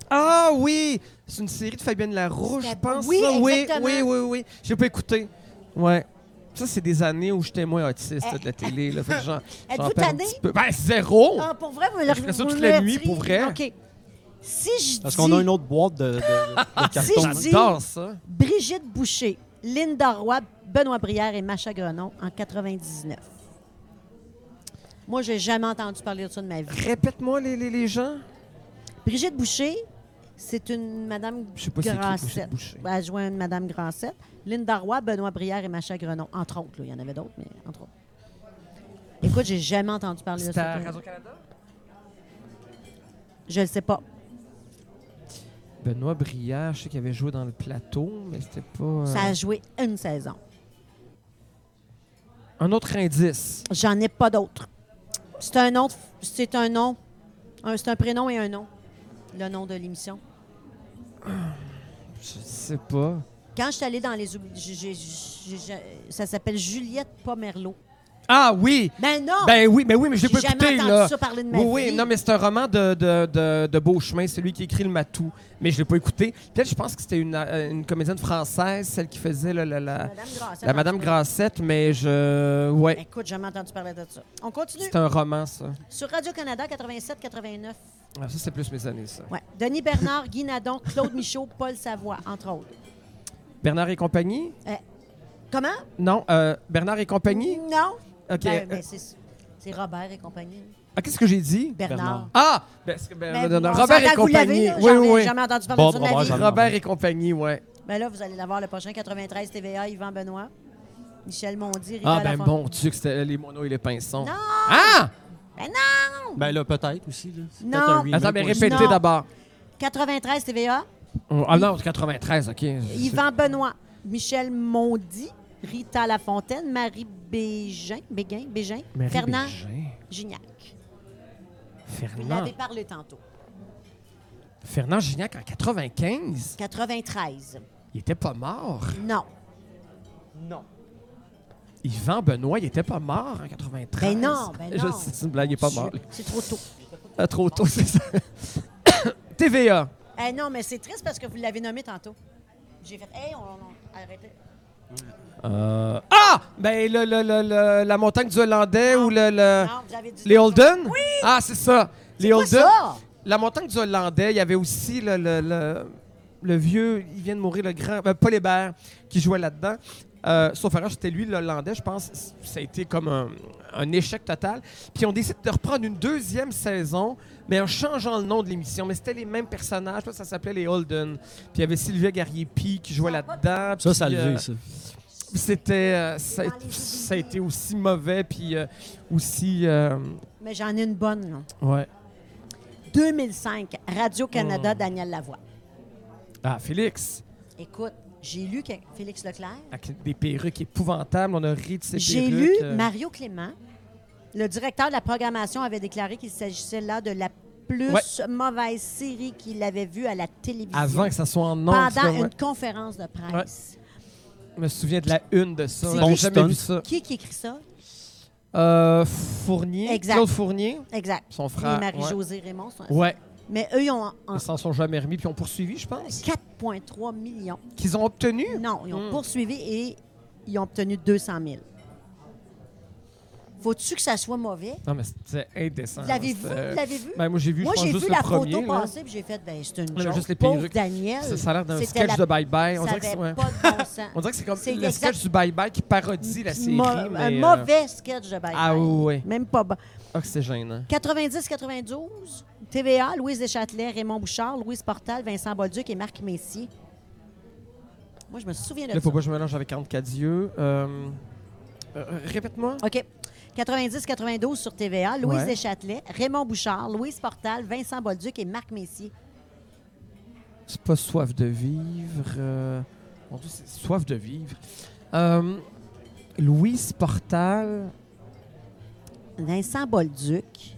Speaker 2: Ah oui! C'est une série de Fabienne Laroux,
Speaker 1: C'était-
Speaker 2: je pense.
Speaker 1: oui,
Speaker 2: ça. oui,
Speaker 1: exactement.
Speaker 2: oui, oui, oui. J'ai pas écouté. Ouais. Ça, c'est des années où j'étais moins autiste là, de la télé. Là. Fait que j'en- j'en
Speaker 1: Eh. Êtes-vous
Speaker 2: perds un
Speaker 1: tanné?
Speaker 2: petit peu. Ben, zéro!
Speaker 1: Ah, pour vrai, vous me
Speaker 2: Je ferais ça toute la nuit, pour vrai.
Speaker 1: OK. Si je
Speaker 3: Parce
Speaker 1: dis
Speaker 3: qu'on a une autre boîte de, de, de- de
Speaker 1: Si
Speaker 3: carton.
Speaker 1: je dis-
Speaker 2: J'adore ça.
Speaker 1: Brigitte Boucher, Linda Roy, Benoît Brière et Macha Grenon en 99. Moi, j'ai jamais entendu parler de ça de ma vie.
Speaker 2: Répète-moi les, les, les gens.
Speaker 1: Brigitte Boucher, c'est une madame
Speaker 2: Je sais pas c'est qui, Brigitte
Speaker 1: Grasset.
Speaker 2: Boucher.
Speaker 1: Elle joint une madame Grasset. Linda Roy, Benoît Brière et Macha Grenon, entre autres. là. Il y en avait d'autres, mais entre autres. Écoute, j'ai jamais entendu parler de
Speaker 2: C'était
Speaker 1: ça.
Speaker 2: à Radio-Canada?
Speaker 1: Je ne sais pas.
Speaker 2: Benoît Brière, je sais qu'il avait joué dans le plateau, mais c'était pas. euh,
Speaker 1: Ça a joué une saison.
Speaker 2: Un autre indice.
Speaker 1: J'en ai pas d'autres. C'est un nom, c'est un nom, un- c'est un prénom et un nom. Le nom de l'émission.
Speaker 2: Je sais pas.
Speaker 1: Quand je suis allée dans les oubli- j'ai- j'ai- j'ai- j'ai- ça s'appelle Juliette Pomerleau.
Speaker 2: Ah oui!
Speaker 1: Ben non!
Speaker 2: Ben oui, mais oui, mais je l'ai
Speaker 1: j'ai
Speaker 2: pas
Speaker 1: jamais
Speaker 2: écouté,
Speaker 1: entendu
Speaker 2: là.
Speaker 1: ça parler de ma
Speaker 2: Oui,
Speaker 1: vie.
Speaker 2: oui, non, mais c'est un roman de, de, de, de Beauchemin, celui qui écrit le matou. Mais je l'ai pas écouté. Peut-être, je pense que c'était une, euh, une comédienne française, celle qui faisait le- la, la,
Speaker 1: Madame Grasset.
Speaker 2: la Madame Grassette, mais je. Ouais.
Speaker 1: Écoute, j'ai jamais entendu parler de ça. On continue.
Speaker 2: C'est un roman, ça.
Speaker 1: Sur Radio-Canada, 87-89.
Speaker 2: Ah, ça, c'est plus mes années, ça.
Speaker 1: Ouais. Denis Bernard, Guy Nadon, Claude Michaud, Paul Savoie, entre autres.
Speaker 2: Bernard et compagnie?
Speaker 1: Comment?
Speaker 2: Non, euh, Bernard et compagnie?
Speaker 1: Non.
Speaker 2: OK.
Speaker 1: Ben,
Speaker 2: euh,
Speaker 1: ben, c'est c'est Robert et compagnie.
Speaker 2: ah, qu'est-ce que j'ai dit?
Speaker 1: Bernard.
Speaker 2: Ah! Ben, c'est- ben,
Speaker 1: Ben,
Speaker 2: non, non,
Speaker 1: on
Speaker 2: Robert et
Speaker 1: s'entend que vous l'avez,
Speaker 2: compagnie.
Speaker 1: là.
Speaker 2: Oui,
Speaker 1: J'en
Speaker 2: oui,
Speaker 1: ai
Speaker 2: oui.
Speaker 1: jamais entendu parler
Speaker 3: Bob,
Speaker 1: de ça de ma
Speaker 3: Robert,
Speaker 1: vie.
Speaker 3: Jean-
Speaker 2: Robert et compagnie, ouais.
Speaker 1: Ben là, vous allez l'avoir le prochain 93 TVA, Yvan Benoît, Michel Mondy, Rita
Speaker 2: Ah, ben
Speaker 1: Lafont-
Speaker 2: bon Dieu, que c'était les monos et les pinsons.
Speaker 1: Non!
Speaker 2: Ah!
Speaker 1: Ben non!
Speaker 3: Ben là, peut-être aussi. Là. C'est
Speaker 1: Non.
Speaker 3: peut-être un remake
Speaker 2: Attends, mais
Speaker 3: aussi.
Speaker 2: répétez
Speaker 1: Non.
Speaker 2: d'abord.
Speaker 1: 93 TVA,
Speaker 2: Oh, Ah non, 93, OK.
Speaker 1: Yvan Benoît, Michel Mondy, Rita Lafontaine, Marie Bégin, Bégin, Bégin,
Speaker 2: Marie
Speaker 1: Fernand
Speaker 2: Bégin.
Speaker 1: Gignac. Vous
Speaker 2: Fernand.
Speaker 1: l'avez parlé tantôt.
Speaker 2: Fernand Gignac en 95.
Speaker 1: 93.
Speaker 2: Il était pas mort.
Speaker 1: Non.
Speaker 2: Yvan Benoît, il était pas mort en 93.
Speaker 1: Ben non, ben
Speaker 2: Je
Speaker 1: non.
Speaker 2: sais, c'est une blague, il est pas mort.
Speaker 1: C'est trop tôt.
Speaker 2: Ah, trop tôt, c'est ça. TVA.
Speaker 1: Eh non, mais c'est triste parce que vous l'avez nommé tantôt. J'ai fait, hey, on, on- arrêtez.
Speaker 2: Euh, Ah! Ben, le, le- le- le- la montagne du Hollandais
Speaker 1: Non.
Speaker 2: ou le... le-
Speaker 1: Ah. Non, vous avez dit.
Speaker 2: Hein? Les Holden? Oui! Ah, c'est ça. Les
Speaker 1: Quoi,
Speaker 2: Holden.
Speaker 1: ça?
Speaker 2: La montagne du Hollandais, il y avait aussi le, le, le- le vieux, il vient de mourir, le grand, euh, Paul Hébert, qui jouait là-dedans. Euh, sauf erreur, c'était lui, l'Hollandais, je pense. c- Ça a été comme un, un échec total. Puis on décide de reprendre une deuxième saison, mais en changeant le nom de l'émission. Mais c'était les mêmes personnages, je pense que ça s'appelait les Holden. Puis il y avait Sylvia Garriépi qui jouait là-dedans.
Speaker 3: Ça, ça
Speaker 2: puis,
Speaker 3: le
Speaker 2: euh,
Speaker 3: veut, ça.
Speaker 2: C'était, euh, ça, a-
Speaker 1: Dans les
Speaker 2: ça a été aussi mauvais, puis euh, aussi... euh,
Speaker 1: Mais j'en ai une bonne, là.
Speaker 2: ouais.
Speaker 1: 2005,
Speaker 2: Oh.
Speaker 1: Radio-Canada, Daniel Lavoie.
Speaker 2: Ah, Félix!
Speaker 1: Écoute, j'ai lu que Félix Leclerc.
Speaker 2: avec des perruques épouvantables. On a ri de ces perruques.
Speaker 1: J'ai lu
Speaker 2: euh,
Speaker 1: Mario Clément. Le directeur de la programmation avait déclaré qu'il s'agissait là de la plus
Speaker 2: Ouais.
Speaker 1: mauvaise série qu'il avait vue à la télévision
Speaker 2: Avant que ça soit en nom.
Speaker 1: pendant
Speaker 2: je
Speaker 1: une conférence de presse.
Speaker 2: me souviens de la une de ça.
Speaker 1: C'est
Speaker 2: J'ai
Speaker 3: qui-
Speaker 2: jamais vu
Speaker 3: Stunt.
Speaker 2: ça.
Speaker 1: Qui qui écrit ça?
Speaker 2: Euh, Fournier.
Speaker 1: Exact.
Speaker 2: Claude Fournier.
Speaker 1: Exact.
Speaker 2: Son
Speaker 1: Et
Speaker 2: frère. ouais.
Speaker 1: Marie-Josée Raymond. sont-
Speaker 2: Ouais.
Speaker 1: Mais eux, ils ont en- en
Speaker 2: Ils s'en sont jamais remis puis ils ont poursuivi, je pense.
Speaker 1: 4,3 millions.
Speaker 2: Qu'ils ont obtenu.
Speaker 1: Non, ils ont
Speaker 2: Hmm.
Speaker 1: poursuivi et ils ont obtenu 200 000. Faut-tu que ça soit mauvais?
Speaker 2: Non, mais c'était indécent.
Speaker 1: Vous l'avez vu? Vous
Speaker 2: C'était-
Speaker 1: l'avez vu?
Speaker 2: Hein, Ben, moi, j'ai vu,
Speaker 1: Moi,
Speaker 2: je pense,
Speaker 1: j'ai
Speaker 2: juste
Speaker 1: vu
Speaker 2: le
Speaker 1: la
Speaker 2: premier,
Speaker 1: photo
Speaker 2: là.
Speaker 1: passer, puis j'ai fait, ben, c'est une
Speaker 2: On avait
Speaker 1: joke.
Speaker 2: juste les
Speaker 1: Pauvre
Speaker 2: perruques.
Speaker 1: Daniel.
Speaker 2: Ça, ça a l'air d'un
Speaker 1: c'était
Speaker 2: sketch
Speaker 1: la-
Speaker 2: de Bye Bye. On
Speaker 1: Ça
Speaker 2: dirait que
Speaker 1: n'avait
Speaker 2: c'est- ouais.
Speaker 1: pas de bon sens.
Speaker 2: On dirait que c'est comme
Speaker 1: C'est
Speaker 2: le
Speaker 1: exact-
Speaker 2: sketch du Bye Bye qui parodie la série.
Speaker 1: Mo-
Speaker 2: mais,
Speaker 1: un
Speaker 2: euh,
Speaker 1: mauvais sketch de Bye
Speaker 2: Ah
Speaker 1: Bye.
Speaker 2: oui, oui.
Speaker 1: Même pas bon.
Speaker 2: Ah, que c'est gênant.
Speaker 1: 90-92, TVA, Louise Deschâtelet, Raymond Bouchard, Louise Portal, Vincent Bolduc et Marc Messier. Moi, je me souviens de
Speaker 2: Là,
Speaker 1: ça.
Speaker 2: faut pas que je mélange avec Anne Cadieux. Euh, euh, Répète-moi.
Speaker 1: OK. 90-92 sur TVA, Louise
Speaker 2: Ouais.
Speaker 1: Deschâtelet, Raymond Bouchard, Louise Portal, Vincent Bolduc et Marc Messier.
Speaker 2: C'est pas soif de vivre. euh, Mon Dieu, c'est soif de vivre. Euh, Louise Portal.
Speaker 1: Vincent Bolduc,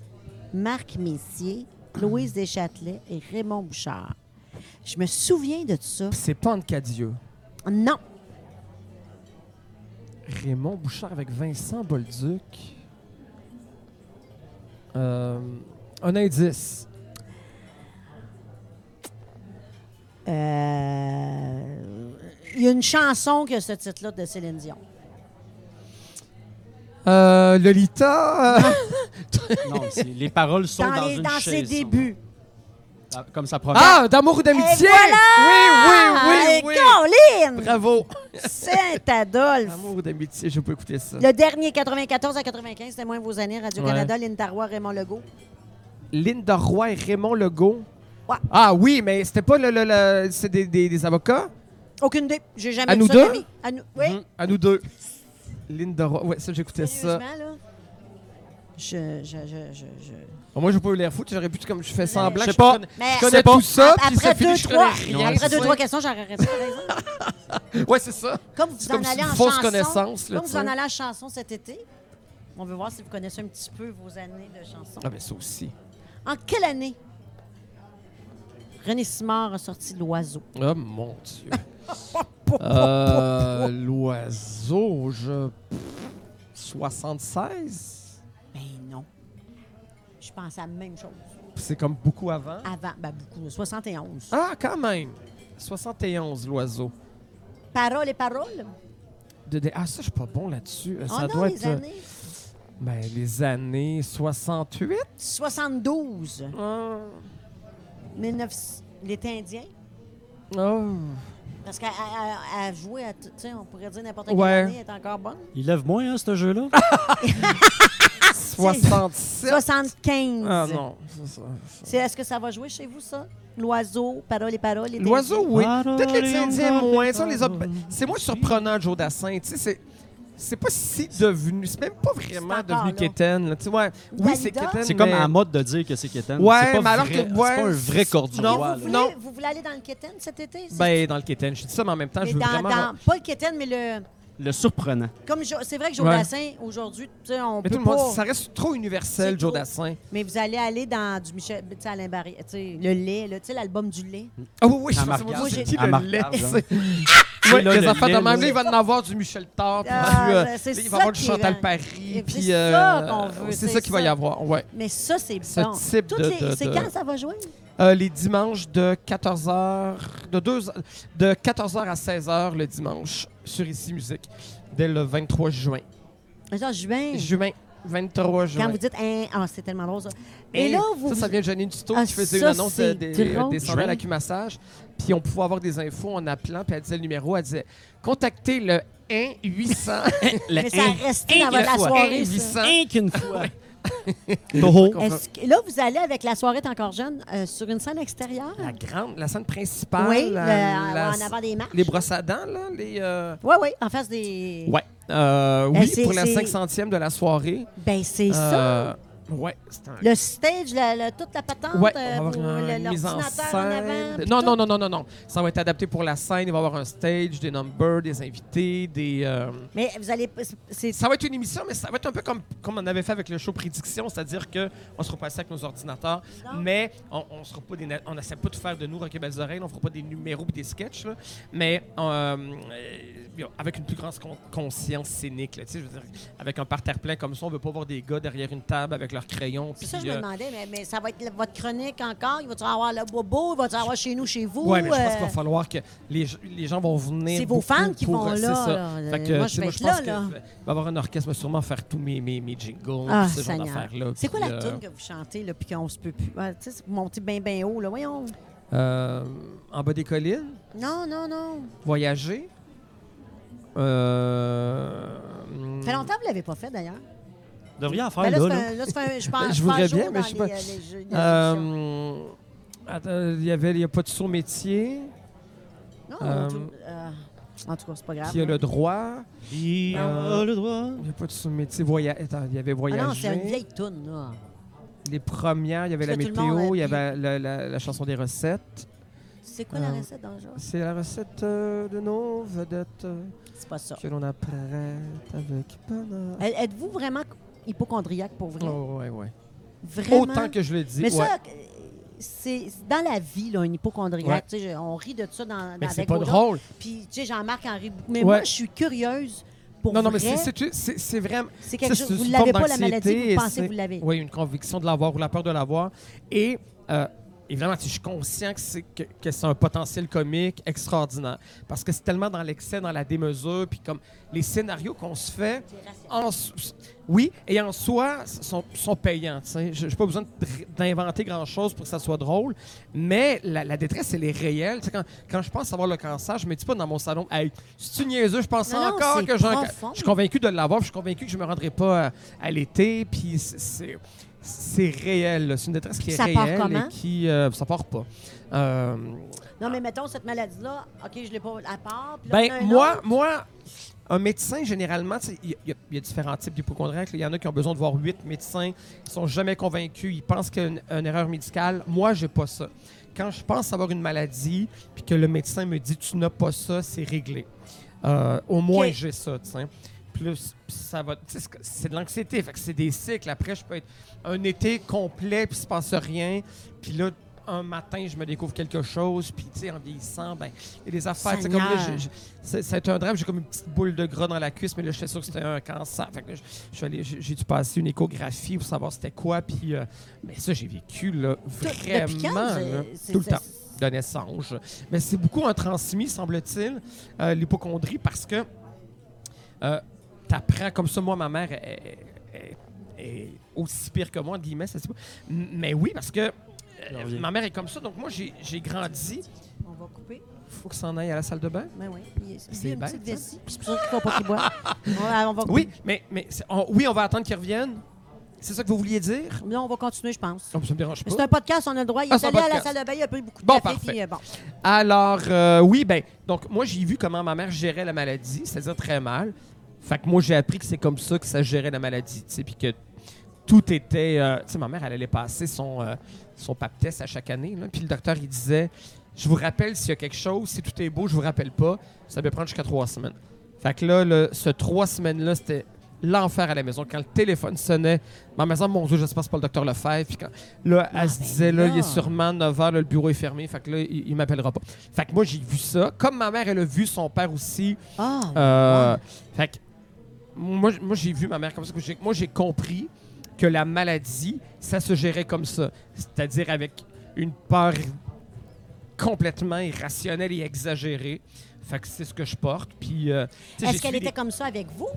Speaker 1: Marc Messier, Louise Deschâtelet et Raymond Bouchard. Je me souviens de ça.
Speaker 2: C'est pas Anne Cadieux.
Speaker 1: Non,
Speaker 2: Raymond Bouchard avec Vincent Bolduc. Euh, un indice.
Speaker 1: Euh, Il y a une chanson qui a ce titre-là de Céline Dion.
Speaker 2: Euh, Lolita. euh,
Speaker 3: Non, mais c'est- les paroles sont
Speaker 1: Dans,
Speaker 3: dans,
Speaker 1: les-
Speaker 3: une
Speaker 1: dans ses
Speaker 3: chaise, ça.
Speaker 1: débuts.
Speaker 3: Ah, Comme ça promet.
Speaker 2: ah, d'amour ou d'amitié.
Speaker 1: Et voilà!
Speaker 2: Oui, oui, oui,
Speaker 1: Et
Speaker 2: oui.
Speaker 1: Ah, Colin!
Speaker 2: Bravo.
Speaker 1: Saint-Adolphe!
Speaker 2: D'amour ou d'amitié, je peux écouter ça.
Speaker 1: Le dernier, 94 à 95, c'était moins vos années, Radio-Canada, Lynn Tarois, Raymond Legault.
Speaker 2: Linda Roy et Raymond Legault.
Speaker 1: Ouais.
Speaker 2: Ah oui, mais c'était pas le, le- le- c'est des, des- des avocats?
Speaker 1: Aucune idée. J'ai jamais
Speaker 2: À
Speaker 1: vu
Speaker 2: nous
Speaker 1: ça de
Speaker 2: deux?
Speaker 1: ma vie. À nous Oui,
Speaker 2: Mhm. À nous deux. Linda Roy. Ouais, ça, j'écoutais ça.
Speaker 1: sérieusement, là. Je, je, je, je- je-
Speaker 2: Bon, moi, j'ai pas eu l'air fou. J'aurais pu, comme je fais semblant.
Speaker 3: Je sais
Speaker 2: que
Speaker 3: pas.
Speaker 2: connais-
Speaker 1: Mais
Speaker 2: Je connais
Speaker 3: pas.
Speaker 2: tout ça, puis
Speaker 1: après
Speaker 2: ça finit,
Speaker 1: deux,
Speaker 2: je
Speaker 1: trois,
Speaker 2: connais rien.
Speaker 1: après deux,
Speaker 2: Ouais.
Speaker 1: trois questions, j'aurais répondu. par exemple.
Speaker 2: Ouais, c'est ça.
Speaker 1: Comme vous
Speaker 2: C'est
Speaker 1: en
Speaker 2: comme
Speaker 1: allez
Speaker 2: une
Speaker 1: en
Speaker 2: fausse
Speaker 1: chanson,
Speaker 2: connaissance, là,
Speaker 1: comme
Speaker 2: tu
Speaker 1: vous en
Speaker 2: sais.
Speaker 1: allez en chanson cet été, on veut voir si vous connaissez un petit peu vos années de chansons.
Speaker 2: Ah, ben ça aussi.
Speaker 1: En quelle année René Simard a sorti L'Oiseau?
Speaker 2: Oh mon Dieu. Euh, L'oiseau, je. 76?
Speaker 1: Ben non. Je pense à la même chose.
Speaker 2: C'est comme beaucoup avant.
Speaker 1: Avant, ben beaucoup, 71.
Speaker 2: Ah, quand même. 71, l'oiseau.
Speaker 1: Paroles et paroles?
Speaker 2: De- de- Ah, ça, je suis pas bon là-dessus. Euh,
Speaker 1: On
Speaker 2: Ça
Speaker 1: a
Speaker 2: doit
Speaker 1: Ah les
Speaker 2: être. euh,
Speaker 1: années.
Speaker 2: Ben, les années 68?
Speaker 1: 72.
Speaker 2: Ah.
Speaker 1: 1900. L'État indien?
Speaker 2: Oh.
Speaker 1: Parce qu'à à- à- à jouer à, tout- tu sais, on pourrait dire n'importe quelle
Speaker 2: Ouais.
Speaker 1: année, elle est encore bonne.
Speaker 5: Il lève moins, hein, ce jeu-là?
Speaker 2: Ah, 67.
Speaker 1: 75.
Speaker 2: Ah non, c'est ça. ça.
Speaker 1: C'est- Est-ce que ça va jouer chez vous, ça? L'oiseau, paroles et paroles. et
Speaker 2: L'oiseau,
Speaker 1: Daisy.
Speaker 2: oui.
Speaker 5: Parole
Speaker 2: Peut-être les Indiens
Speaker 5: encore
Speaker 2: moins.
Speaker 5: des
Speaker 2: Ça, on les a-
Speaker 5: paroles.
Speaker 2: C'est moins surprenant, Joe Dassin. Tu sais, c'est. C'est pas si devenu. C'est même pas vraiment
Speaker 1: C'est encore
Speaker 2: devenu
Speaker 1: là.
Speaker 2: Kéten. là. Tu sais, ouais. Oui, c'est
Speaker 1: Dalida?
Speaker 2: Kéten.
Speaker 5: C'est comme
Speaker 2: mais-
Speaker 5: à la mode de dire que c'est Kéten.
Speaker 2: Ouais,
Speaker 5: c'est pas
Speaker 2: mais alors
Speaker 5: vrai-
Speaker 2: que-
Speaker 5: C'est
Speaker 2: ouais,
Speaker 5: pas un vrai
Speaker 2: c'est-
Speaker 5: cordier.
Speaker 2: non.
Speaker 1: Vous voulez,
Speaker 2: Non.
Speaker 1: vous voulez aller dans le Kéten cet été? c'est-
Speaker 2: Ben, dans le Kéten. Je dis ça, mais en même temps,
Speaker 1: mais
Speaker 2: je veux
Speaker 1: dans,
Speaker 2: vraiment.
Speaker 1: dans- pas le Kéten, mais le.
Speaker 5: Le surprenant.
Speaker 1: Comme Jo- c'est vrai que Joe
Speaker 2: Ouais.
Speaker 1: Dassin, aujourd'hui, tu sais, on
Speaker 2: Mais
Speaker 1: peut
Speaker 2: tout le monde,
Speaker 1: pas-
Speaker 2: ça reste trop universel,
Speaker 1: C'est
Speaker 2: Joe
Speaker 1: trop.
Speaker 2: Dassin.
Speaker 1: Mais vous allez aller dans du Michel, tu sais, Alain Barry, tu sais, le lait, là, tu sais, l'album du lait.
Speaker 2: Ah oui, oui, je
Speaker 3: À
Speaker 2: pense que
Speaker 1: Margard.
Speaker 2: c'est qui
Speaker 5: À
Speaker 2: le
Speaker 5: Margard,
Speaker 2: lait.
Speaker 5: genre.
Speaker 2: c'est-
Speaker 5: Oui,
Speaker 2: Ouais,
Speaker 5: là,
Speaker 2: les
Speaker 5: le
Speaker 2: enfants de
Speaker 5: lait,
Speaker 2: même, là,
Speaker 5: là.
Speaker 2: il va en avoir du Michel Tard, puis
Speaker 1: Ah,
Speaker 2: du, euh,
Speaker 1: ben, c'est
Speaker 2: il
Speaker 1: ça
Speaker 2: va avoir du
Speaker 1: qui
Speaker 2: Chantal
Speaker 1: rend-
Speaker 2: Paris,
Speaker 1: C'est
Speaker 2: puis
Speaker 1: ça
Speaker 2: euh,
Speaker 1: qu'on veut,
Speaker 2: c'est
Speaker 1: c'est
Speaker 2: ça qu'il va y
Speaker 1: ça.
Speaker 2: avoir, ouais.
Speaker 1: Mais ça, c'est
Speaker 2: Ce
Speaker 1: bon.
Speaker 2: type
Speaker 1: Toutes
Speaker 2: de-
Speaker 1: les-
Speaker 2: de-
Speaker 1: C'est
Speaker 2: de-
Speaker 1: quand ça va jouer?
Speaker 2: Euh, les dimanches de 14h de 2 de 14h à 16h le dimanche sur ici musique dès le 23 juin.
Speaker 1: Genre juin.
Speaker 2: Juin 23 juin.
Speaker 1: Quand vous dites, hein, ah, c'est tellement drôle, ça.
Speaker 2: Hey,
Speaker 1: Et là, vous...
Speaker 2: ça, ça vient de Janine Duto
Speaker 1: Ah,
Speaker 2: qui faisait une
Speaker 1: ça,
Speaker 2: annonce de-
Speaker 1: c'est
Speaker 2: des, euh,
Speaker 1: drôle.
Speaker 2: des cendres à l'acumassage. Puis on pouvait avoir des infos en appelant, puis elle disait le numéro, elle disait contactez le 1 800
Speaker 1: mais ça a resté dans votre- la
Speaker 5: fois.
Speaker 1: soirée, ça.
Speaker 2: 800
Speaker 5: Rien qu'une fois. Toho.
Speaker 1: Est-ce que- là, vous allez, avec la soirée est encore jeune, euh, sur une scène extérieure?
Speaker 2: la grande, la scène principale,
Speaker 1: oui,
Speaker 2: la-
Speaker 1: le- euh,
Speaker 2: la-
Speaker 1: en avant des marches.
Speaker 2: les brosses à dents là, les euh,
Speaker 1: Oui, oui, en face des...
Speaker 2: Ouais. Euh,
Speaker 1: Ben,
Speaker 2: oui,
Speaker 1: c'est-
Speaker 2: pour la
Speaker 1: c'est-
Speaker 2: 500e de la soirée.
Speaker 1: Ben, c'est ça.
Speaker 2: Euh, ouais, c'est un.
Speaker 1: Le stage, la- la- toute la patente,
Speaker 2: Ouais,
Speaker 1: euh,
Speaker 2: on va
Speaker 1: pour
Speaker 2: avoir
Speaker 1: le-
Speaker 2: une mise en
Speaker 1: l'ordinateur en, avant.
Speaker 2: scène.
Speaker 1: puis
Speaker 2: non,
Speaker 1: tout.
Speaker 2: non, non, non, non, non. Ça va être adapté pour la scène. Il va y avoir un stage, des numbers, des invités, des. euh,
Speaker 1: Mais vous allez... C'est
Speaker 2: Ça va être une émission, mais ça va être un peu comme, comme on avait fait avec le show Prédiction, c'est-à-dire qu'on sera pas assis avec nos ordinateurs,
Speaker 1: Non.
Speaker 2: mais on on sera pas des na- on n'essaie pas de faire de nous Rocket Belles Oreilles, on fera pas des numéros et des sketchs, là, mais euh, euh, avec une plus grande con- conscience scénique. là, tu sais, je veux dire, avec un parterre plein comme ça, on veut pas voir des gars derrière une table avec leurs crayons.
Speaker 1: C'est
Speaker 2: puis,
Speaker 1: ça que je me
Speaker 2: euh,
Speaker 1: demandais, mais, mais ça va être le- votre chronique encore? Il va-tu avoir le bobo? Il va-tu avoir chez nous, chez vous?
Speaker 2: Oui, mais je pense qu'il
Speaker 1: Euh,
Speaker 2: va falloir que les, gens- les gens vont venir.
Speaker 1: c'est vos
Speaker 2: beaucoup
Speaker 1: fans qui
Speaker 2: pour- euh,
Speaker 1: vont
Speaker 2: c'est
Speaker 1: là,
Speaker 2: ça.
Speaker 1: là.
Speaker 2: Fait que,
Speaker 1: Moi, je
Speaker 2: tu sais,
Speaker 1: vais être
Speaker 2: je pense
Speaker 1: là,
Speaker 2: que
Speaker 1: là.
Speaker 2: va avoir un orchestre, va sûrement faire tous mes, mes, mes jingles,
Speaker 1: Ah,
Speaker 2: ce genre
Speaker 1: Seigneur.
Speaker 2: d'affaires-là.
Speaker 1: C'est quoi la
Speaker 2: Puis, euh,
Speaker 1: tune que vous chantez, là, puis qu'on se peut plus? Ah, tu sais, c'est monter bien, bien haut, là. Voyons.
Speaker 2: euh, en bas des collines,
Speaker 1: Non, non, non.
Speaker 2: voyager. Euh,
Speaker 1: Ça fait longtemps que vous ne l'avez pas fait, d'ailleurs.
Speaker 5: Vous devriez en faire,
Speaker 1: Ben là,
Speaker 5: là.
Speaker 1: c'est
Speaker 5: là.
Speaker 1: un- là, c'est un- je pense
Speaker 2: Je
Speaker 1: je
Speaker 2: voudrais
Speaker 1: pense jour
Speaker 2: bien, mais
Speaker 1: dans
Speaker 2: je sais pas.
Speaker 1: les, euh, les jeux- les émissions.
Speaker 2: euh, attends, Il y avait il y a pas de saut métier,
Speaker 1: Non,
Speaker 2: euh,
Speaker 1: on tourne- euh, en tout cas, c'est pas grave. hein. Ah
Speaker 2: puis il y a
Speaker 1: là.
Speaker 2: le droit,
Speaker 5: Il
Speaker 2: Euh,
Speaker 5: a le droit.
Speaker 2: il n'y a pas de saut métier, voya... attends, il y avait
Speaker 1: Ah non, c'est
Speaker 2: voyager.
Speaker 1: une vieille tune, là.
Speaker 2: les premières, il y avait
Speaker 1: Parce
Speaker 2: la
Speaker 1: que tout le monde
Speaker 2: météo,
Speaker 1: a
Speaker 2: il y
Speaker 1: pris-
Speaker 2: avait la- la- la chanson des recettes.
Speaker 1: C'est quoi la
Speaker 2: Euh,
Speaker 1: recette dans le genre?
Speaker 2: C'est la recette euh, de nos vedettes euh,
Speaker 1: C'est pas ça.
Speaker 2: que l'on apprête avec bonheur.
Speaker 1: Elle- Êtes-vous vraiment hypochondriaque pour vrai?
Speaker 2: Oh, ouais, ouais.
Speaker 1: Eh, Vraiment?
Speaker 2: Autant que je le dis.
Speaker 1: Mais
Speaker 2: ouais.
Speaker 1: ça, c'est c'est dans la vie, là, un
Speaker 2: Ouais.
Speaker 1: hypochondriaque. tu sais, je- On rit de ça dans,
Speaker 2: mais
Speaker 1: dans-
Speaker 2: c'est
Speaker 1: avec
Speaker 2: pas
Speaker 1: vos
Speaker 2: drôle.
Speaker 1: gens. Puis, tu sais, Jean-Marc en rit beaucoup. Mais
Speaker 2: Ouais.
Speaker 1: moi, je suis curieuse pour
Speaker 2: Non, non, mais
Speaker 1: vrai.
Speaker 2: c'est- c'est c'est- c'est vraiment.
Speaker 1: c'est quelque
Speaker 2: ça,
Speaker 1: chose.
Speaker 2: c'est
Speaker 1: Vous
Speaker 2: une
Speaker 1: l'avez
Speaker 2: forme
Speaker 1: pas, la
Speaker 2: d'anxiété,
Speaker 1: maladie,
Speaker 2: et
Speaker 1: vous pensez
Speaker 2: c'est-
Speaker 1: que vous l'avez.
Speaker 2: Oui, une conviction de l'avoir ou la peur de l'avoir. Et euh, évidemment, tu sais, je suis conscient que c'est que, que c'est un potentiel comique extraordinaire. Parce que c'est tellement dans l'excès, dans la démesure, puis comme les scénarios qu'on se fait. en s- oui, et en soi, s- sont, sont payants. tu sais. Je n'ai pas besoin de r- d'inventer grand-chose pour que ça soit drôle, mais la, la détresse, elle est réelle. Tu sais, Quand, quand je pense avoir le cancer, je me dis pas dans mon salon, hey, si tu niaiseux, je pense
Speaker 1: Non, non,
Speaker 2: encore
Speaker 1: c'est
Speaker 2: que j'ai un ca-
Speaker 1: profond.
Speaker 2: Je suis convaincu de l'avoir, puis je suis convaincu que je me rendrai pas à, à l'été, puis c'est- c'est. C'est réel, là. c'est une détresse qui est
Speaker 1: Ça part
Speaker 2: réelle
Speaker 1: comment?
Speaker 2: et qui euh, ça part pas. Euh,
Speaker 1: Non, mais mettons, cette maladie-là, OK, je l'ai pas à part. puis là, on a
Speaker 2: ben,
Speaker 1: un
Speaker 2: moi,
Speaker 1: autre.
Speaker 2: moi, un médecin, généralement, tu sais, il y, a- il y a- il y a différents types d'hypochondriaques. là. Il y en a qui ont besoin de voir huit médecins, ils sont jamais convaincus, ils pensent qu'il y a une, une erreur médicale. Moi, j'ai pas ça. Quand je pense avoir une maladie, puis que le médecin me dit tu n'as pas ça, c'est réglé. Euh, au moins,
Speaker 1: Ok.
Speaker 2: j'ai ça, tu sais. Plus, ça va. tu sais, c'est- C'est de l'anxiété, fait que c'est des cycles. Après, je peux être un été complet, puis il se passe rien. Puis là, un matin, je me découvre quelque chose, puis tu sais, en vieillissant, ben, il y a des affaires. tu sais, Comme là,
Speaker 1: Seigneur.
Speaker 2: j'ai- j'ai- c'est ça a été un drame, j'ai comme une petite boule de gras dans la cuisse, mais là, je suis sûr que c'était un cancer. Fait que là, je- je suis allé- j'ai j'ai dû passer une échographie pour savoir c'était quoi, puis euh, mais ça, j'ai vécu là,
Speaker 1: Tout-
Speaker 2: vraiment
Speaker 1: depuis quand,
Speaker 2: là,
Speaker 1: c'est- c'est-
Speaker 2: tout le
Speaker 1: c'est-
Speaker 2: temps de naissance. Mais c'est beaucoup un transmis, semble-t-il, euh, l'hypochondrie, parce que euh, t'apprends comme ça. Moi, ma mère est, est- est aussi pire que moi, entre guillemets, ça se dit pas. M- Mais oui, parce que euh,
Speaker 5: Je reviens.
Speaker 2: ma mère est comme ça. Donc, moi, j'ai j'ai grandi.
Speaker 1: On va couper.
Speaker 2: faut que s'en aille à la salle de bain.
Speaker 1: Ben oui. Il,
Speaker 2: C'est
Speaker 1: il a une
Speaker 2: bête,
Speaker 1: petite
Speaker 2: ça.
Speaker 1: vessie, puis c'est pour ça qu'il ne faut pas qu'il boive. On va- on va-
Speaker 2: Oui, mais, mais c'est- on, oui, on va attendre qu'ils reviennent. C'est ça que vous vouliez dire?
Speaker 1: Là, on va continuer, je pense.
Speaker 2: Non, ça me dérange
Speaker 1: Mais
Speaker 2: pas.
Speaker 1: C'est un podcast, on a le droit. Il
Speaker 2: Ah,
Speaker 1: est
Speaker 2: c'est un
Speaker 1: allé à la
Speaker 2: podcast.
Speaker 1: salle de bain, il a pris beaucoup de
Speaker 2: Bon,
Speaker 1: café.
Speaker 2: parfait.
Speaker 1: puis, euh, bon.
Speaker 2: Alors, euh, oui, ben, donc moi, j'ai vu comment ma mère gérait la maladie, c'est-à-dire très mal. Fait que moi, j'ai appris que c'est comme ça que ça gérait la maladie, tu sais, puis que tout était... euh, tu sais, ma mère, elle allait passer son, euh, son pap test à chaque année, là, puis le docteur, il disait, je vous rappelle s'il y a quelque chose, si tout est beau, je vous rappelle pas, ça peut prendre jusqu'à trois semaines. Fait que là, le- ce trois semaines-là, c'était l'enfer à la maison. Quand le téléphone sonnait, ma maison, mon Dieu, j'espère que c'est pas le docteur Lefebvre. Puis quand, là, elle se disait, là, il est sûrement 9 h, le bureau est fermé. Fait que là, il, il m'appellera pas. Fait que moi, j'ai vu ça. Comme ma mère, elle a vu son père aussi.
Speaker 1: Ah,
Speaker 2: Euh, Fait que moi, j- moi j'ai vu ma mère comme ça. J'ai- Moi, j'ai compris que la maladie, ça se gérait comme ça. C'est-à-dire avec une peur complètement irrationnelle et exagérée. Fait que c'est ce que je porte. Puis, euh, tu sais, j'ai
Speaker 1: Est-ce qu'elle
Speaker 2: suivi
Speaker 1: était comme ça avec vous?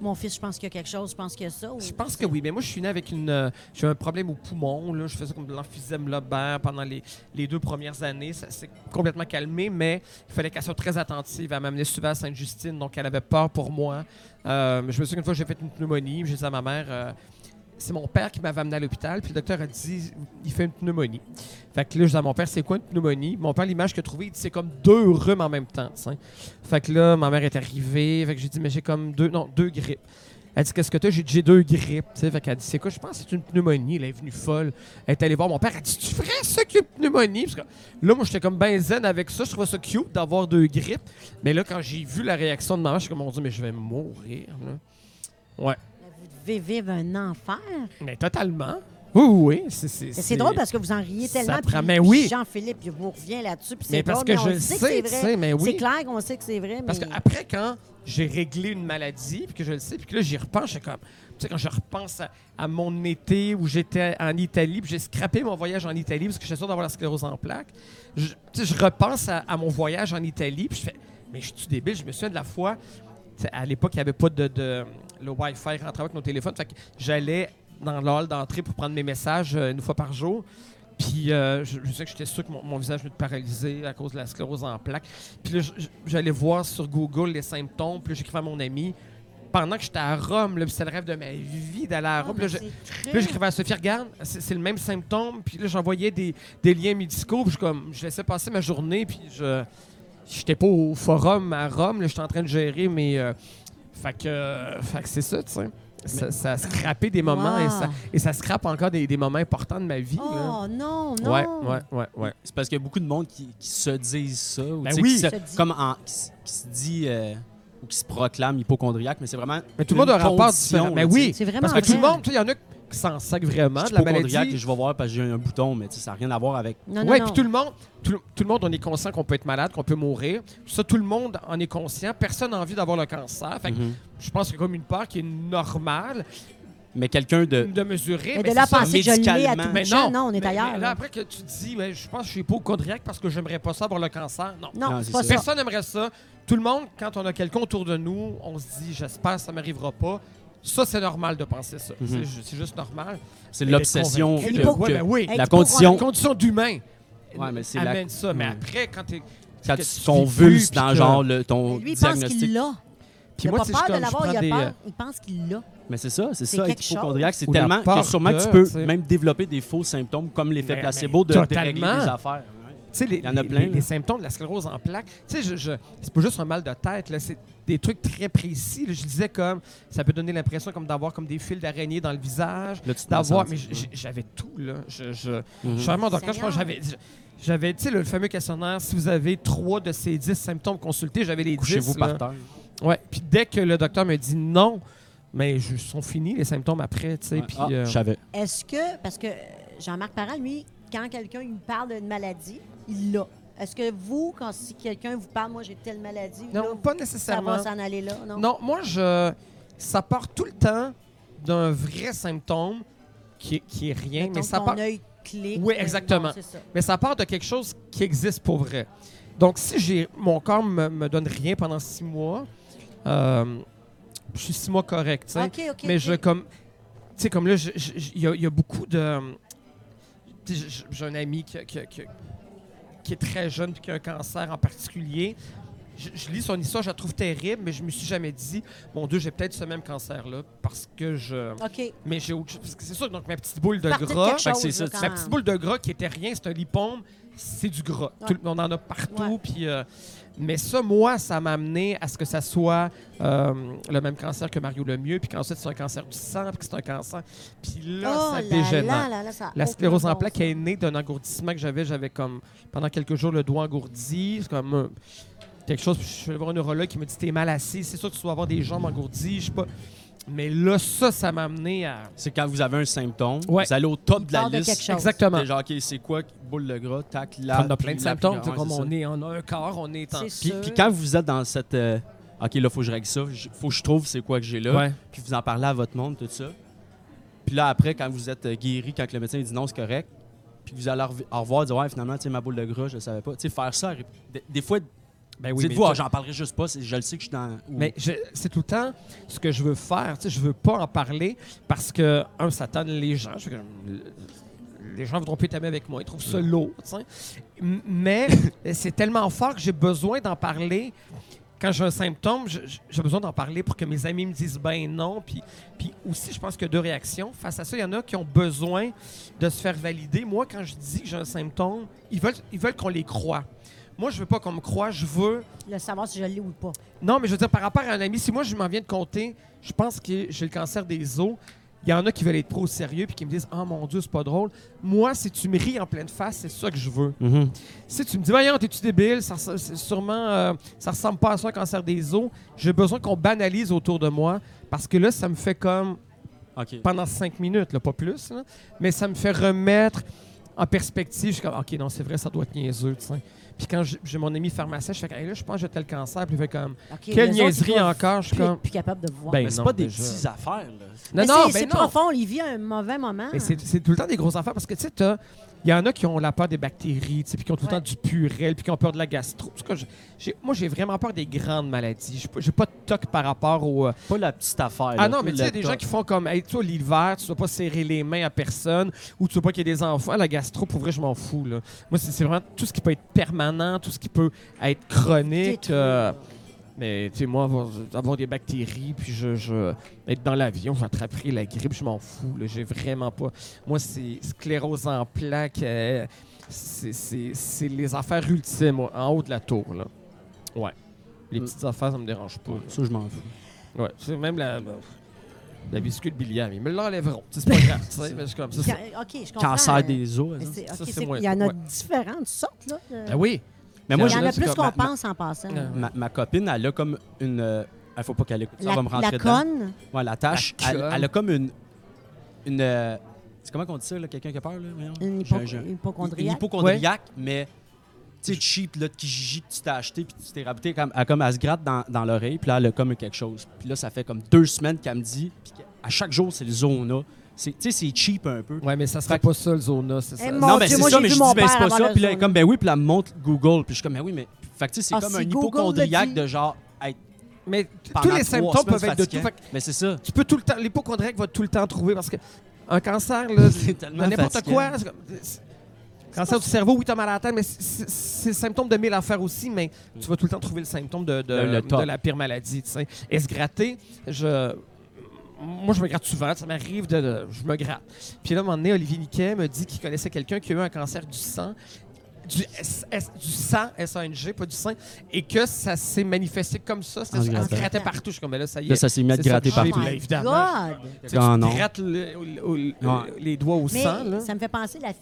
Speaker 1: Mon fils, je pense qu'il y a quelque chose, je pense qu'il y a ça. ou-
Speaker 2: Je pense que oui, mais moi je suis né avec une, euh, j'ai eu un problème au poumon. Là, je faisais comme de l'emphysème lobaire pendant les, les deux premières années. Ça s'est complètement calmé, mais il fallait qu'elle soit très attentive. Elle m'amenait souvent à Sainte-Justine, donc elle avait peur pour moi. Euh, je me souviens qu'une fois j'ai fait une pneumonie, puis j'ai dit à ma mère. euh, c'est mon père qui m'avait amené à l'hôpital, puis le docteur a dit il fait une pneumonie. Fait que là, je dis à mon père, c'est quoi une pneumonie? Mon père, l'image qu'il a trouvée, il dit c'est comme deux rhumes en même temps. tu sais. Fait que là, ma mère est arrivée, fait que j'ai dit mais j'ai comme deux, non, deux grippes. Elle dit Qu'est-ce que t'as J'ai dit J'ai deux grippes. tu sais. Fait qu'elle dit C'est quoi Je pense que c'est une pneumonie. Elle est venue folle. Elle est allée voir mon père. Elle dit Tu ferais ça qu'une pneumonie Parce que là, moi, j'étais comme ben zen avec ça. Je trouvais ça cute d'avoir deux grippes. Mais là, quand j'ai vu la réaction de ma mère, je suis comme Mon Dieu, mais je vais mourir. Là.
Speaker 1: Vous devez vivre un enfer.
Speaker 2: Mais totalement. Oui, oui, oui. C'est, c'est,
Speaker 1: Mais C'est drôle parce que vous en riez
Speaker 2: Ça
Speaker 1: tellement. puis-
Speaker 2: prend- mais
Speaker 1: puis
Speaker 2: oui.
Speaker 1: Jean-Philippe, il vous revient là-dessus. puis
Speaker 2: Mais
Speaker 1: c'est
Speaker 2: parce
Speaker 1: drôle,
Speaker 2: que
Speaker 1: on
Speaker 2: je
Speaker 1: le
Speaker 2: le
Speaker 1: sait, que
Speaker 2: sais,
Speaker 1: c'est
Speaker 2: tu
Speaker 1: vrai.
Speaker 2: sais, mais oui.
Speaker 1: C'est clair qu'on sait que c'est vrai,
Speaker 2: Parce
Speaker 1: mais
Speaker 2: qu'après, quand j'ai réglé une maladie, puis que je le sais, puis que là, j'y repense, je comme. Tu sais, quand je repense à, à mon été où j'étais en Italie, puis j'ai scrappé mon voyage en Italie parce que j'étais sûr d'avoir la sclérose en plaques, je, tu sais, je repense à, à mon voyage en Italie, puis je fais. Mais je suis débile, je me souviens de la fois. tu sais, À l'époque, il n'y avait pas de, de- Le Wi-Fi rentrait avec nos téléphones. Fait que j'allais dans le hall d'entrée pour prendre mes messages euh, une fois par jour. Puis euh, je, je sais que j'étais sûr que mon, mon visage venait de paralyser à cause de la sclérose en plaques. Puis là, j- j- j'allais voir sur Google les symptômes. Puis là, j'écrivais à mon ami pendant que j'étais à Rome. là, puis C'était le rêve de ma vie d'aller
Speaker 1: Ah,
Speaker 2: à
Speaker 1: ben,
Speaker 2: Rome. Puis là, je- puis là, j'écrivais à Sophie, regarde, c'est c'est le même symptôme. Puis là, j'envoyais des, des liens médicaux. Puis je, comme, je laissais passer ma journée. Puis je j'étais pas au forum à Rome. là, J'étais en train de gérer mes. euh, fait que, euh, fait que c'est ça, tu sais. Ça, ça a scrappé des moments et, ça,
Speaker 1: Wow.
Speaker 2: et ça scrape encore des, des moments importants de ma vie. là.
Speaker 1: Oh non, non.
Speaker 2: Ouais, ouais, ouais, ouais.
Speaker 3: C'est parce qu'il y a beaucoup de monde qui, qui se disent ça, ou
Speaker 2: Ben
Speaker 3: tu sais,
Speaker 2: oui.
Speaker 3: qui, se,
Speaker 1: Se dit.
Speaker 3: comme en- qui, se- qui se dit euh, ou qui se proclame hypochondriaque, mais c'est vraiment.
Speaker 2: Mais tout le monde a
Speaker 3: une
Speaker 2: un rapport
Speaker 3: condition,
Speaker 2: différent.
Speaker 3: là,
Speaker 2: Mais
Speaker 3: tu
Speaker 2: oui,
Speaker 1: C'est vraiment
Speaker 2: parce que tout le
Speaker 1: vrai.
Speaker 2: monde, tu sais, il y en euh, a qui s'en sacent vraiment
Speaker 3: sais. Je
Speaker 2: de
Speaker 3: suis
Speaker 2: la
Speaker 3: hypochondriaque et
Speaker 2: maladie.
Speaker 3: je vais voir parce que j'ai un bouton, mais tu sais, ça n'a rien à voir avec.
Speaker 1: Non, non,
Speaker 2: Oui,
Speaker 1: non.
Speaker 2: puis tout le monde, tout, le- tout le monde, on est conscient qu'on peut être malade, qu'on peut mourir. Ça, tout le monde en est conscient. Personne n'a envie d'avoir le cancer. Fait que
Speaker 3: Mhm.
Speaker 2: je pense que comme une peur qui est normale
Speaker 3: Mais quelqu'un de.
Speaker 2: de mesurer.
Speaker 1: Eh, Mais
Speaker 2: mais
Speaker 1: de là à
Speaker 2: c'est ça.
Speaker 1: penser que je l'ai à
Speaker 3: médicalement.
Speaker 1: tout
Speaker 2: Mais
Speaker 1: champ,
Speaker 2: non,
Speaker 1: non, on est
Speaker 2: Mais-
Speaker 1: ailleurs.
Speaker 2: mais là,
Speaker 1: là.
Speaker 2: après que tu te dis, ouais, je pense que je suis hypochondriaque parce que j'aimerais pas ça avoir le cancer. Non.
Speaker 1: Non,
Speaker 3: Non,
Speaker 1: c'est
Speaker 3: c'est
Speaker 1: pas ça.
Speaker 2: Personne n'aimerait ça. Tout le monde, quand on a quelqu'un autour de nous, on se dit, j'espère que ça m'arrivera pas. Ça, c'est normal de penser ça.
Speaker 3: Mhm.
Speaker 2: C'est ju- C'est juste normal.
Speaker 3: C'est
Speaker 2: Mais
Speaker 3: l'obsession.
Speaker 1: d'être
Speaker 3: que-
Speaker 1: convaincu de-
Speaker 3: que-
Speaker 2: Ouais, ben oui.
Speaker 1: Hey,
Speaker 3: La
Speaker 1: tu pourras-
Speaker 3: condition-
Speaker 2: La condition d'humain
Speaker 3: Ouais, mais c'est la-
Speaker 2: amène ça. Mais
Speaker 1: Hmm.
Speaker 3: Ouais.
Speaker 2: après, quand t'es.
Speaker 3: Quand
Speaker 2: que
Speaker 3: tu
Speaker 2: tu vis
Speaker 3: convulses
Speaker 2: plus,
Speaker 3: dans
Speaker 2: puis que-
Speaker 3: genre le, ton
Speaker 1: Mais Lui, il pense
Speaker 3: diagnostic.
Speaker 1: qu'il l'a.
Speaker 2: Puis
Speaker 1: Il n'a
Speaker 2: moi,
Speaker 1: pas
Speaker 2: tu sais, je
Speaker 1: peur de
Speaker 2: comme- je
Speaker 1: l'avoir, il
Speaker 2: prends
Speaker 1: a
Speaker 2: des, euh,
Speaker 1: peur. Il pense qu'il l'a.
Speaker 3: Mais c'est ça, c'est
Speaker 1: C'est
Speaker 3: ça,
Speaker 1: quelque
Speaker 3: être
Speaker 1: chose.
Speaker 3: hypochondriaque, c'est
Speaker 2: Ou la
Speaker 3: tellement
Speaker 2: peur
Speaker 3: que sûrement
Speaker 2: de,
Speaker 3: que tu peux
Speaker 2: tu sais.
Speaker 3: même développer des faux symptômes comme l'effet
Speaker 2: Mais-
Speaker 3: placebo
Speaker 2: mais
Speaker 3: de dérégler
Speaker 2: totalement.
Speaker 3: des affaires.
Speaker 2: Tu sais, les,
Speaker 3: Il y en a
Speaker 2: les-
Speaker 3: plein,
Speaker 2: les-
Speaker 3: là.
Speaker 2: les symptômes de la sclérose en plaques, tu sais, je, je- c'est pas juste un mal de tête, là, c'est des trucs très précis. là. Je disais comme, ça peut donner l'impression comme d'avoir comme des fils d'araignée dans le visage,
Speaker 3: Là, tu te
Speaker 2: d'avoir,
Speaker 3: sens-
Speaker 2: mais j- j- j'avais tout, là. Je, je,
Speaker 3: Mhm.
Speaker 2: je suis vraiment docteur, je pense que j'avais, j'avais, tu sais, le fameux questionnaire, si vous avez trois de ces dix symptômes consultés, j'avais les dix.
Speaker 3: Couchez-vous
Speaker 2: là.
Speaker 3: par terre.
Speaker 2: Ouais, puis dès que le docteur me dit non, mais je, sont finis les symptômes après, tu sais, puis...
Speaker 3: Ah,
Speaker 2: euh,
Speaker 3: Je savais.
Speaker 1: Est-ce que, parce que euh, Jean-Marc Parent, lui, quand quelqu'un lui parle d'une maladie, il l'a. Est-ce que vous, quand si quelqu'un vous parle, moi j'ai telle maladie, là,
Speaker 2: non, pas
Speaker 1: ça
Speaker 2: nécessairement.
Speaker 1: va s'en aller là, non?
Speaker 2: Non, moi, je, ça part tout le temps d'un vrai symptôme qui est, qui est rien, mais
Speaker 1: Donc,
Speaker 2: ça
Speaker 1: ton
Speaker 2: part,
Speaker 1: œil clique.
Speaker 2: Oui, exactement.
Speaker 1: Bon, c'est ça.
Speaker 2: mais ça part de quelque chose qui existe pour vrai. Donc, si j'ai mon corps me, me donne rien pendant six mois, euh, je suis six mois correct, tu sais.
Speaker 1: OK, OK.
Speaker 2: mais
Speaker 1: ok.
Speaker 2: je comme, tu sais, comme là, je- je- je- il y, a- il y a beaucoup de, tu sais, j'ai- j'ai un ami qui, a- qui a- qui a- qui est très jeune puis qui a un cancer en particulier. Je, je lis son histoire, je la trouve terrible, mais je me suis jamais dit, mon Dieu, j'ai peut-être ce même cancer-là parce que je.
Speaker 1: OK.
Speaker 2: Mais j'ai autre chose. parce que C'est sûr, donc ma petite boule de
Speaker 1: Partez de
Speaker 2: gras.
Speaker 1: quelque
Speaker 3: fait que c'est
Speaker 1: chose,
Speaker 3: ça,
Speaker 1: là, quand
Speaker 2: Ma petite
Speaker 1: même.
Speaker 2: boule de gras qui était rien, c'est un lipome, c'est du gras.
Speaker 1: Ouais.
Speaker 2: Tout le- on en a partout.
Speaker 1: Ouais.
Speaker 2: Puis, euh, mais ça, moi, ça m'a amené à ce que ça soit euh, le même cancer que Mario Lemieux, puis qu'ensuite c'est un cancer du sang, puis que c'est un cancer. Puis là,
Speaker 1: Oh
Speaker 2: ça
Speaker 1: là
Speaker 2: dégénère.
Speaker 1: là oh là là, ça a
Speaker 2: La
Speaker 1: aucun
Speaker 2: sclérose en
Speaker 1: bon
Speaker 2: plaques
Speaker 1: sens.
Speaker 2: est née d'un engourdissement que j'avais. J'avais comme pendant quelques jours le doigt engourdi. C'est comme euh, quelque chose. Puis je suis allé voir un neurologue qui me dit T'es mal assis, c'est sûr que tu dois avoir des jambes engourdies. Je sais pas. Mais là, ça, ça m'a amené à.
Speaker 3: C'est quand vous avez un symptôme,
Speaker 2: Ouais.
Speaker 3: vous allez au top de la
Speaker 1: Parle de quelque
Speaker 3: liste.
Speaker 1: chose.
Speaker 2: Exactement.
Speaker 3: T'es genre, OK, c'est quoi, boule de gras, tac, là.
Speaker 2: On a plein de
Speaker 3: puis la-
Speaker 2: symptômes.
Speaker 3: ouais,
Speaker 2: tu sais, comme
Speaker 3: c'est ça.
Speaker 2: on, est, on a un corps, on est en.
Speaker 1: C'est
Speaker 3: Puis,
Speaker 1: sûr.
Speaker 3: puis quand vous êtes dans cette. euh, OK, là, faut que je règle ça. j- Faut que je trouve c'est quoi que j'ai là.
Speaker 2: Ouais.
Speaker 3: Puis vous en parlez à votre monde, tout ça. Puis là, après, quand vous êtes euh, guéri, quand le médecin dit non, c'est correct. Puis que vous allez rev- au revoir, dire ouais, finalement, tu sais, ma boule de gras, je le savais pas. Tu sais, faire ça. ré- Des, des fois,
Speaker 2: Ben
Speaker 3: dites-vous, Ah, j'en parlerai juste pas. c'est- Je le sais que je suis dans. ou-
Speaker 2: Mais je- c'est tout le temps ce que je veux faire. Tu sais, je veux pas en parler parce que, un, ça tanne les gens. Je fais comme, les gens voudront plus être amis avec moi. Ils trouvent ça lourd. tu sais. M- Mais c'est tellement fort que j'ai besoin d'en parler. Quand j'ai un symptôme, je- je- j'ai besoin d'en parler pour que mes amis me disent ben non. Puis, puis aussi, je pense qu'il y a deux réactions. Face à ça, il y en a qui ont besoin de se faire valider. Moi, quand je dis que j'ai un symptôme, ils veulent, ils veulent qu'on les croie. Moi, je veux pas qu'on me croie. Je veux
Speaker 1: Le savoir si je l'ai ou pas.
Speaker 2: non, mais je veux dire, par rapport à un ami, si moi je m'en viens de compter, je pense que j'ai le cancer des os. Il y en a qui veulent être trop sérieux puis qui me disent Oh mon Dieu, c'est pas drôle. Moi, si tu me ris en pleine face, c'est ça que je veux.
Speaker 3: Mhm.
Speaker 2: Si tu me dis Voyons, t'es-tu débile ça, res- c'est Sûrement, euh, ça ressemble pas à ça, un cancer des os. J'ai besoin qu'on banalise autour de moi parce que là, ça me fait comme
Speaker 3: OK.
Speaker 2: pendant cinq minutes, là, pas plus. là. Mais ça me fait remettre en perspective. Je suis comme, OK, non, c'est vrai, ça doit être niaiseux. tu sais. Puis quand j'ai j'ai mon ami pharmacien, je fais, Hey, là, je pense que j'ai tel cancer. Puis il fait comme,
Speaker 1: OK,
Speaker 2: quelle
Speaker 1: les autres, ils
Speaker 2: niaiserie
Speaker 1: doivent
Speaker 2: encore. Je suis
Speaker 1: plus-
Speaker 2: comme,
Speaker 1: plus capable de voir.
Speaker 2: Ben,
Speaker 3: Mais c'est
Speaker 2: non,
Speaker 3: pas des
Speaker 2: déjà.
Speaker 3: petites affaires, là.
Speaker 2: non,
Speaker 1: Mais
Speaker 2: non,
Speaker 1: c'est
Speaker 2: mais
Speaker 1: c'est
Speaker 2: non.
Speaker 1: profond, il vit un mauvais moment.
Speaker 2: Mais c'est c'est tout le temps des grosses affaires parce que, tu sais, t'as- il y en a qui ont la peur des bactéries, tu sais, puis qui ont tout le
Speaker 1: Ouais.
Speaker 2: temps du purel, puis qui ont peur de la gastro. En tout cas, j'ai- j'ai- moi, j'ai vraiment peur des grandes maladies. J'ai pas- J'ai pas de toc par rapport au. euh,
Speaker 3: Pas la petite affaire. là,
Speaker 2: Ah non, mais
Speaker 3: le
Speaker 2: tu sais, il y a des
Speaker 3: top.
Speaker 2: gens qui font comme, hey, toi, l'hiver, tu dois pas serrer les mains à personne ou tu dois pas qu'il y ait des enfants. La gastro, pour vrai, je m'en fous. Là. Moi, c'est c'est vraiment tout ce qui peut être permanent, tout ce qui peut être chronique.
Speaker 1: Détruire.
Speaker 2: euh, mais tu sais, moi, avoir, avoir des bactéries, puis je, je- être dans l'avion, j'attraperai la grippe, je m'en fous. là. J'ai vraiment pas. Moi, c'est sclérose en plaques. euh, c'est- c'est c'est les affaires ultimes, moi, en haut de la tour. Là. Ouais. Les
Speaker 3: Mm.
Speaker 2: petites affaires, ça me dérange pas.
Speaker 3: Ça, je m'en fous.
Speaker 2: Ouais, c'est même la, la biscuit de biliard. Ils me l'enlèveront. Tu sais, C'est pas grave. tu sais, mais c'est comme ça. c'est-
Speaker 1: Ca- OK, je comprends. euh,
Speaker 3: Cancer des os.
Speaker 1: Mais
Speaker 3: hein.
Speaker 1: c'est-
Speaker 2: Ça,
Speaker 1: ok,
Speaker 2: c'est
Speaker 1: c'est-
Speaker 2: moins-
Speaker 1: Il y en a
Speaker 2: ouais.
Speaker 1: différentes sortes. Là, de-
Speaker 2: Ben oui.
Speaker 3: Mais moi,
Speaker 1: il y
Speaker 3: je-
Speaker 1: en a
Speaker 2: c'est
Speaker 1: plus
Speaker 2: comme-
Speaker 1: qu'on
Speaker 2: ma-
Speaker 1: pense en passant.
Speaker 2: Non.
Speaker 3: ma, ma copine, elle a comme une. euh, elle faut pas qu'elle écoute. Ça
Speaker 1: La,
Speaker 3: va me rentrer
Speaker 1: la
Speaker 3: dedans.
Speaker 1: conne,
Speaker 3: Ouais, la tâche,
Speaker 2: La
Speaker 3: elle,
Speaker 2: conne.
Speaker 3: elle a comme une. une euh, c'est comment qu'on dit ça, là, quelqu'un qui a peur, là? voyons?
Speaker 1: une
Speaker 3: J'ai un-
Speaker 1: hypo-
Speaker 3: j'ai un-
Speaker 1: une
Speaker 3: Une
Speaker 1: hypochondriaque.
Speaker 3: hypochondriaque, mais. Tu sais, cheap, là, de Kijiji que tu t'es acheté, puis tu t'es rabouté, comme, elle, comme, elle se gratte dans, dans l'oreille, puis là, elle a comme quelque chose. Puis là, ça fait comme deux semaines qu'elle me dit, puis qu'à- à chaque jour, c'est le zona. C'est- Tu sais, c'est cheap un peu.
Speaker 2: Ouais, mais ça serait pas ça, le zona. C'est ça.
Speaker 1: Eh, mon-
Speaker 3: non, mais
Speaker 1: Dieu,
Speaker 3: c'est
Speaker 1: moi,
Speaker 3: ça,
Speaker 1: j'ai
Speaker 3: mais
Speaker 1: vu
Speaker 3: je dis,
Speaker 1: mon
Speaker 3: ben, c'est
Speaker 1: père
Speaker 3: pas
Speaker 1: avant
Speaker 3: ça.
Speaker 1: le
Speaker 3: Puis là, elle
Speaker 1: zona.
Speaker 3: est comme, ben oui, puis là, elle me montre Google, puis je suis comme, ben oui, mais. Fait que, tu sais, c'est
Speaker 1: Ah,
Speaker 3: comme
Speaker 1: si
Speaker 3: un
Speaker 1: Google le
Speaker 3: hypochondriaque
Speaker 1: dit.
Speaker 3: de genre, être
Speaker 2: mais t-
Speaker 3: pendant
Speaker 2: tous les
Speaker 3: trois
Speaker 2: symptômes
Speaker 3: semaines
Speaker 2: peuvent être de tout.
Speaker 3: fatigant.
Speaker 2: Fait
Speaker 3: Mais c'est ça.
Speaker 2: que tu peux tout le temps. L'hypochondriaque va tout le temps trouver parce que un cancer, là,
Speaker 3: C'est
Speaker 2: c'est
Speaker 3: tellement
Speaker 2: n'importe
Speaker 3: fatigant.
Speaker 2: quoi. c'est comme- c'est- Cancer du cerveau, oui, t'as mal à la tête, mais c'est- c'est c'est le symptôme de mille affaires aussi, mais tu vas tout le temps trouver le symptôme de, de,
Speaker 3: Le- le top.
Speaker 2: de la pire maladie. tu sais. Et se gratter, je. Moi, je me gratte souvent. Ça m'arrive de, de- Je me gratte. Puis là, à un moment donné, Olivier Niquet me dit qu'il connaissait quelqu'un qui a eu un cancer du sang, du, S- S- du sang, S-A-N-G, pas du sang, et que ça s'est manifesté comme ça.
Speaker 3: En
Speaker 2: C'était ça,
Speaker 3: se
Speaker 2: elle se
Speaker 3: grattant.
Speaker 2: grattait partout. Je suis comme, ben là, ça y est.
Speaker 3: Là, ça s'est mis à te
Speaker 2: C'est ça
Speaker 3: gratter
Speaker 2: que j'ai
Speaker 1: Oh
Speaker 3: partout.
Speaker 2: Là,
Speaker 1: my
Speaker 2: ben, évidemment,
Speaker 1: God!
Speaker 2: Tu sais,
Speaker 3: Ah,
Speaker 2: tu
Speaker 3: non. Ah.
Speaker 2: te grattes le- le- le-
Speaker 3: Ouais.
Speaker 2: les doigts au
Speaker 1: Mais
Speaker 2: sang. Là.
Speaker 1: ça me fait penser à la